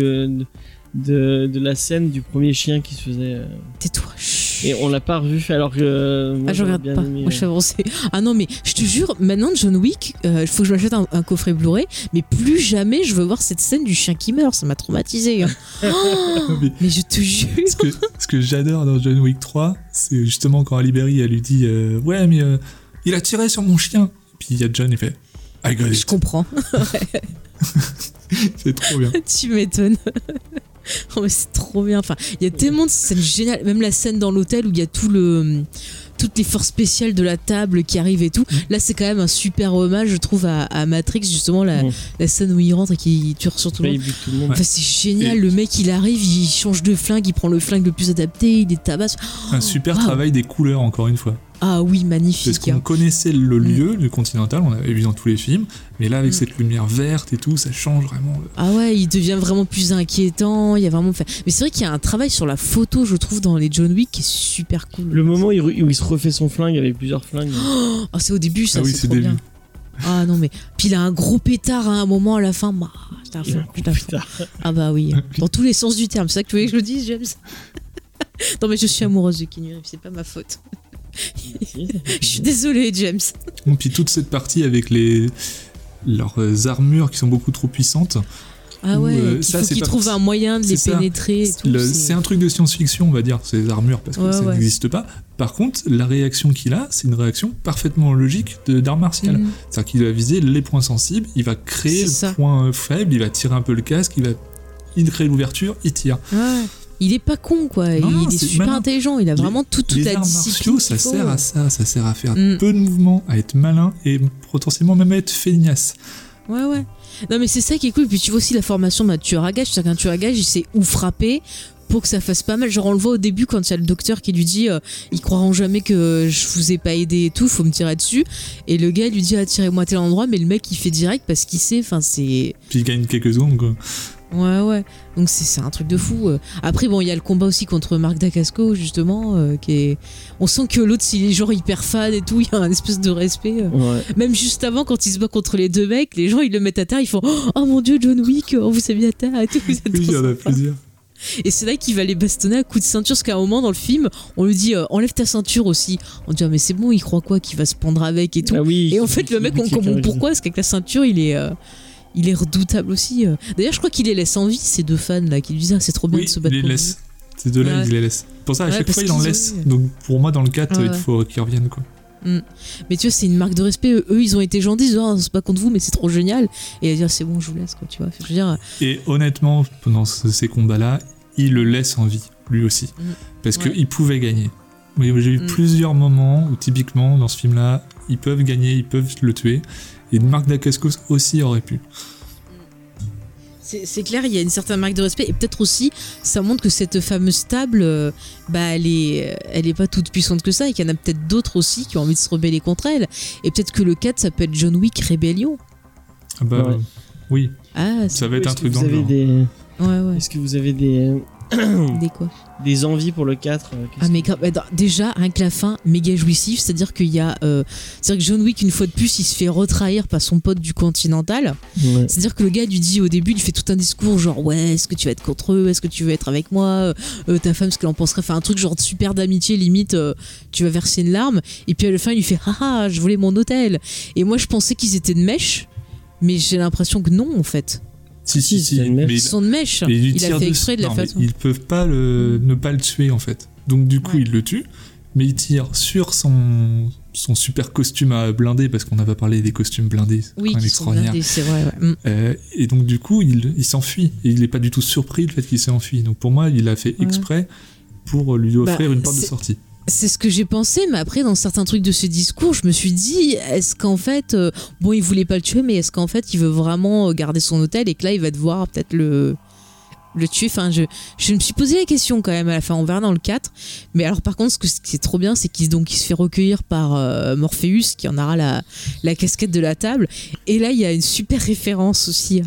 [SPEAKER 1] de, de la scène du premier chien qui se faisait. euh,
[SPEAKER 2] Tais-toi. chut.
[SPEAKER 1] Et on l'a pas revu, alors que. euh, moi,
[SPEAKER 2] Ah, je
[SPEAKER 1] j'aurais
[SPEAKER 2] regarde
[SPEAKER 1] bien
[SPEAKER 2] pas.
[SPEAKER 1] aimé, euh,
[SPEAKER 2] Moi, je suis avancée. Ah non, mais je te jure, maintenant, John Wick, il faut que je m'achète un, un coffret Blu-ray, mais plus jamais je veux voir cette scène du chien qui meurt. Ça m'a traumatisé.
[SPEAKER 3] Mais-
[SPEAKER 2] mais je te jure.
[SPEAKER 3] ce que, ce que j'adore dans John Wick 3, c'est justement quand Alibéry, elle lui dit euh, Ouais, mais euh, il a tiré sur mon chien. Puis il y a John, il fait I got
[SPEAKER 2] Je
[SPEAKER 3] it.
[SPEAKER 2] comprends.
[SPEAKER 3] C'est trop bien.
[SPEAKER 2] tu m'étonnes. Oh, mais c'est trop bien. Enfin, il y a tellement de scènes géniales. Même la scène dans l'hôtel où il y a tout le, toutes les forces spéciales de la table qui arrivent et tout.
[SPEAKER 3] Mm.
[SPEAKER 2] Là, c'est quand même un super hommage, je trouve, à, à Matrix, justement, la,
[SPEAKER 3] Mm.
[SPEAKER 1] Mmh.
[SPEAKER 2] la scène où il rentre et qui tue sur tout
[SPEAKER 1] Là,
[SPEAKER 2] le monde.
[SPEAKER 1] il bute tout le monde.
[SPEAKER 2] Enfin, c'est génial.
[SPEAKER 3] Et-
[SPEAKER 2] Le mec, il arrive, il change de flingue, il prend le flingue le plus adapté, il est tabasse.
[SPEAKER 3] Un super
[SPEAKER 2] wow.
[SPEAKER 3] travail des couleurs, encore une fois.
[SPEAKER 2] Ah oui,
[SPEAKER 3] Parce
[SPEAKER 2] magnifique.
[SPEAKER 3] qu'on
[SPEAKER 2] hein.
[SPEAKER 3] connaissait le lieu, le continental, on l'avait vu dans tous les films. Mais là, avec
[SPEAKER 2] Mm.
[SPEAKER 3] cette lumière verte et tout, ça change vraiment. le-
[SPEAKER 2] Ah ouais, il devient vraiment plus inquiétant. Il y a vraiment. enfin, Mais c'est vrai qu'il y a un travail sur la photo, je trouve, dans les John Wick qui est super cool.
[SPEAKER 1] Le moment où il, re- où il se refait son flingue avec plusieurs flingues.
[SPEAKER 2] Ah, c'est au début, ça,
[SPEAKER 3] Ah oui,
[SPEAKER 2] c'est
[SPEAKER 3] c'est
[SPEAKER 2] trop
[SPEAKER 3] début.
[SPEAKER 2] bien. Ah non, mais. Puis il a un gros pétard hein, à un moment à la fin. Bah, je la
[SPEAKER 1] Il a un
[SPEAKER 2] fais, je la fais.
[SPEAKER 1] Putain.
[SPEAKER 2] Ah bah oui, dans tous les sens du terme. C'est ça que tu voulais que je le dise, James Non, mais je suis amoureuse de Keanu Reeves, c'est pas ma faute. Je suis désolée, James.
[SPEAKER 3] Bon, puis toute cette partie avec les leurs euh, armures qui sont beaucoup trop puissantes.
[SPEAKER 2] Ah
[SPEAKER 3] Ou,
[SPEAKER 2] ouais,
[SPEAKER 3] euh,
[SPEAKER 2] il
[SPEAKER 3] ça,
[SPEAKER 2] faut
[SPEAKER 3] c'est
[SPEAKER 2] qu'il
[SPEAKER 3] pas-
[SPEAKER 2] trouve un moyen de
[SPEAKER 3] c'est
[SPEAKER 2] les
[SPEAKER 3] ça.
[SPEAKER 2] pénétrer et tout.
[SPEAKER 3] Le-
[SPEAKER 2] c'est-
[SPEAKER 3] C'est un truc de science-fiction, on va dire, ces armures, parce que
[SPEAKER 2] Ouais,
[SPEAKER 3] ça
[SPEAKER 2] ouais.
[SPEAKER 3] n'existe pas. Par contre, la réaction qu'il a, c'est une réaction parfaitement logique de- d'art martial.
[SPEAKER 2] Mhm.
[SPEAKER 3] C'est-à-dire qu'il va viser les points sensibles, il va créer
[SPEAKER 2] C'est
[SPEAKER 3] le
[SPEAKER 2] ça.
[SPEAKER 3] point euh, faible, il va tirer un peu le casque, il va il crée l'ouverture, il tire.
[SPEAKER 2] Ouais. Ah, Il est pas con, quoi.
[SPEAKER 3] Non, non,
[SPEAKER 2] il est,
[SPEAKER 3] c'est-
[SPEAKER 2] super
[SPEAKER 3] maintenant,
[SPEAKER 2] intelligent. Il a
[SPEAKER 3] les-
[SPEAKER 2] vraiment tout- toute
[SPEAKER 3] les
[SPEAKER 2] la
[SPEAKER 3] arts
[SPEAKER 2] discipline.
[SPEAKER 3] martiaux, ça
[SPEAKER 2] qu'il faut.
[SPEAKER 3] sert à ça, ça sert à faire
[SPEAKER 2] Mhm.
[SPEAKER 3] peu de mouvements, à être malin et potentiellement même à être feignasse.
[SPEAKER 2] Ouais, ouais. Non, mais c'est ça qui est cool. Puis tu vois aussi la formation d'un tueur à gage. C'est-à-dire qu'un tueur à gage, il sait où frapper pour que ça fasse pas mal. Genre, on le voit au début quand il y a le docteur qui lui dit euh, Ils croiront jamais que je vous ai pas aidé et tout, faut me tirer dessus. Et le gars, il lui dit Attirez-moi à tel endroit. Mais le mec, il fait direct parce qu'il sait. Enfin, c'est.
[SPEAKER 3] Puis il gagne quelques secondes. quoi.
[SPEAKER 2] Ouais, ouais. Donc, c'est c'est un truc de fou. euh. Après, bon, il y a le combat aussi contre Marc Dacasco, justement. euh, qui est... On sent que l'autre, s'il est genre hyper fan et tout, il y a un espèce de respect. euh.
[SPEAKER 1] Ouais.
[SPEAKER 2] Même juste avant, quand il se bat contre les deux mecs, les gens ils le mettent à terre, ils font Oh mon dieu, John Wick, on vous a mis à terre et tout. vous êtes
[SPEAKER 3] Oui, il y
[SPEAKER 2] trop
[SPEAKER 3] en a
[SPEAKER 2] sympa.
[SPEAKER 3] plusieurs.
[SPEAKER 2] Et c'est là qu'il va les bastonner à coups de ceinture, parce qu'à un moment dans le film, on lui dit euh, Enlève ta ceinture aussi. On dit Ah, Mais c'est bon, il croit quoi qu'il va se pendre avec et tout.
[SPEAKER 1] Ah oui.
[SPEAKER 2] et en fait, le mec, on comprend pourquoi, parce qu'avec la ceinture, il est. euh, il est redoutable aussi. euh. D'ailleurs, je crois qu'il les laisse en vie, ces deux fans là, qui lui disent Ah, c'est trop bien
[SPEAKER 3] Oui,
[SPEAKER 2] de se battre.
[SPEAKER 3] il les
[SPEAKER 2] pour
[SPEAKER 3] laisse. Ces deux-là,
[SPEAKER 2] Ouais.
[SPEAKER 3] il les laisse. Pour ça, à
[SPEAKER 2] Ouais,
[SPEAKER 3] chaque
[SPEAKER 2] parce
[SPEAKER 3] fois, il en
[SPEAKER 2] qu'ils ont
[SPEAKER 3] laisse.
[SPEAKER 2] eu-
[SPEAKER 3] Donc, pour moi, dans le 4,
[SPEAKER 2] Ouais,
[SPEAKER 3] il
[SPEAKER 2] ouais.
[SPEAKER 3] faut qu'ils reviennent, quoi.
[SPEAKER 2] nous. Mais tu vois, c'est une marque de respect. Eux, eux, ils ont été gentils, ils disent, Ah, on se bat contre vous, mais c'est trop génial. Et à dire, c'est bon, je vous laisse, quoi, tu vois. Je veux dire,
[SPEAKER 3] Et honnêtement, pendant ce- ces combats-là, il le laisse en vie, lui aussi.
[SPEAKER 2] Mm.
[SPEAKER 3] Parce
[SPEAKER 2] Ouais.
[SPEAKER 3] qu'il pouvait gagner. Oui, J'ai eu
[SPEAKER 2] Mm.
[SPEAKER 3] plusieurs moments où, typiquement, dans ce film-là, ils peuvent gagner, ils peuvent le tuer. Et Marc Dacascos aussi aurait pu.
[SPEAKER 2] C'est c'est clair, il y a une certaine marque de respect et peut-être aussi ça montre que cette fameuse table, euh, bah elle est, elle est pas toute puissante que ça et qu'il y en a peut-être d'autres aussi qui ont envie de se rebeller contre elle. Et peut-être que le 4 ça peut être John Wick rébellion.
[SPEAKER 3] Ah bah,
[SPEAKER 1] Ouais.
[SPEAKER 3] oui,
[SPEAKER 2] Ah, c'est-
[SPEAKER 3] ça va être un
[SPEAKER 1] Est-ce que
[SPEAKER 3] truc
[SPEAKER 1] vous
[SPEAKER 3] dans le
[SPEAKER 1] avez
[SPEAKER 3] genre.
[SPEAKER 1] des.
[SPEAKER 2] ouais ouais.
[SPEAKER 1] Est-ce que vous avez des,
[SPEAKER 2] Des quoi
[SPEAKER 1] des envies pour le 4 euh, qu'est-ce
[SPEAKER 2] Ah mais grave, attends, déjà rien que la fin méga jouissif, c'est-à-dire qu'il y a, euh, c'est-à-dire que John Wick une fois de plus il se fait retrahir par son pote du Continental.
[SPEAKER 1] que- Ouais.
[SPEAKER 2] C'est-à-dire que le gars lui dit au début, il fait tout un discours genre ouais, est-ce que tu vas être contre eux, est-ce que tu veux être avec moi, Euh, ta femme ce qu'elle en penserait, enfin un truc genre de super d'amitié limite, euh, tu vas verser une larme. Et puis à la fin il lui fait haha, je voulais mon hôtel. Et moi je pensais qu'ils étaient de mèche, mais j'ai l'impression que non en fait.
[SPEAKER 3] Si, si,
[SPEAKER 8] Si,
[SPEAKER 3] si.
[SPEAKER 8] il a une mèche.
[SPEAKER 3] mais il-
[SPEAKER 2] Son de mèche.
[SPEAKER 3] mais lui
[SPEAKER 2] Il a
[SPEAKER 3] tire
[SPEAKER 2] fait
[SPEAKER 3] dessus.
[SPEAKER 2] exprès de la
[SPEAKER 3] Non,
[SPEAKER 2] faire.
[SPEAKER 3] mais Ils peuvent pas le, ne pas le tuer en fait. Donc du coup,
[SPEAKER 2] Ouais.
[SPEAKER 3] il le tue, mais il tire sur son, son super costume à blindé parce qu'on n'a pas parlé des costumes blindés. c'est
[SPEAKER 2] Oui, qui
[SPEAKER 3] quand même
[SPEAKER 2] sont
[SPEAKER 3] extraordinaire.
[SPEAKER 2] blindés, c'est vrai. ouais. Mm.
[SPEAKER 3] Euh, et donc du coup, il, il s'enfuit et il n'est pas du tout surpris le fait qu'il s'est enfui. Donc pour moi, il a fait
[SPEAKER 2] Ouais.
[SPEAKER 3] exprès pour lui offrir
[SPEAKER 2] Bah,
[SPEAKER 3] une porte de
[SPEAKER 2] c'est-
[SPEAKER 3] sortie.
[SPEAKER 2] C'est ce que j'ai pensé, mais après, dans certains trucs de ce discours, je me suis dit, est-ce qu'en fait, euh, bon, il voulait pas le tuer, mais est-ce qu'en fait, il veut vraiment euh, garder son hôtel et que là, il va devoir peut-être le le tuer. Enfin, je, je me suis posé la question quand même à la fin. On verra dans le 4. Mais alors, par contre, ce que- ce qui est trop bien, c'est qu'il donc il se fait recueillir par euh, Morpheus, qui en aura la la casquette de la table. Et là, il y a une super référence aussi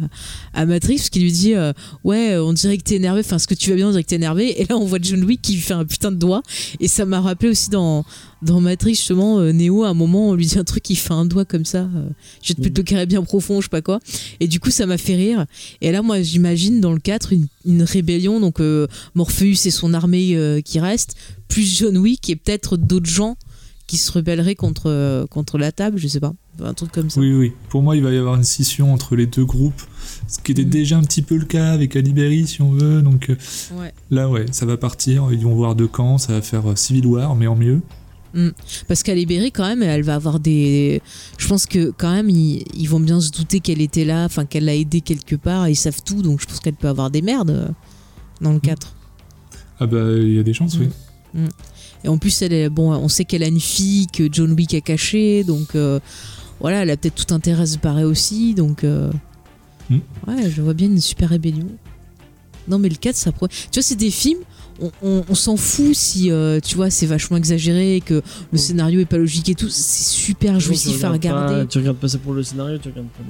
[SPEAKER 2] à, à Matrix qui lui dit euh, ouais, on dirait que t'es énervé. Enfin, ce que tu vas bien, on dirait que t'es énervé. Et là, on voit John Wick qui lui fait un putain de doigt. Et ça m'a rappelé aussi dans, dans Matrix, justement, euh, Neo, à un moment, on lui dit un truc, il fait un doigt comme ça. euh, je te pute le carré bien profond, je sais pas quoi. Et du coup, ça m'a fait rire. Et là, moi, j'imagine dans le 4, une, une rébellion. Donc, euh, Morpheus et son armée euh, qui reste, plus John Wick et peut-être d'autres gens qui se rebelleraient contre, euh, contre la table, je sais pas. Un truc comme ça.
[SPEAKER 3] Oui, oui. Pour moi, il va y avoir une scission entre les deux groupes, ce qui était
[SPEAKER 2] Mm.
[SPEAKER 3] déjà un petit peu le cas avec Alibéry, si on veut. Donc euh,
[SPEAKER 2] Ouais.
[SPEAKER 3] là, ouais, ça va partir. Ils vont voir deux camps. Ça va faire euh, Civil War, mais en mieux.
[SPEAKER 2] Parce qu'elle est Berry, quand même, elle va avoir des. Je pense que, quand même, ils, ils vont bien se douter qu'elle était là, enfin, qu'elle l'a aidé quelque part, et ils savent tout, donc je pense qu'elle peut avoir des merdes euh, dans le 4.
[SPEAKER 3] Ah bah, il y a des chances,
[SPEAKER 2] Mm.
[SPEAKER 3] oui.
[SPEAKER 2] Et en plus, elle est... bon, on sait qu'elle a une fille que John Wick a cachée, donc euh, voilà, elle a peut-être tout intérêt à se barrer aussi, donc. euh,
[SPEAKER 3] Mm.
[SPEAKER 2] Ouais, je vois bien une super rébellion. Non, mais le 4, ça pourrait. Tu vois, c'est des films. On, on- on s'en fout si euh, tu vois c'est vachement exagéré et que le
[SPEAKER 8] Mm.
[SPEAKER 2] scénario est pas logique et tout c'est super jouissif à regarder
[SPEAKER 1] tu regardes pas euh, ça pour le scénario, tu regardes pour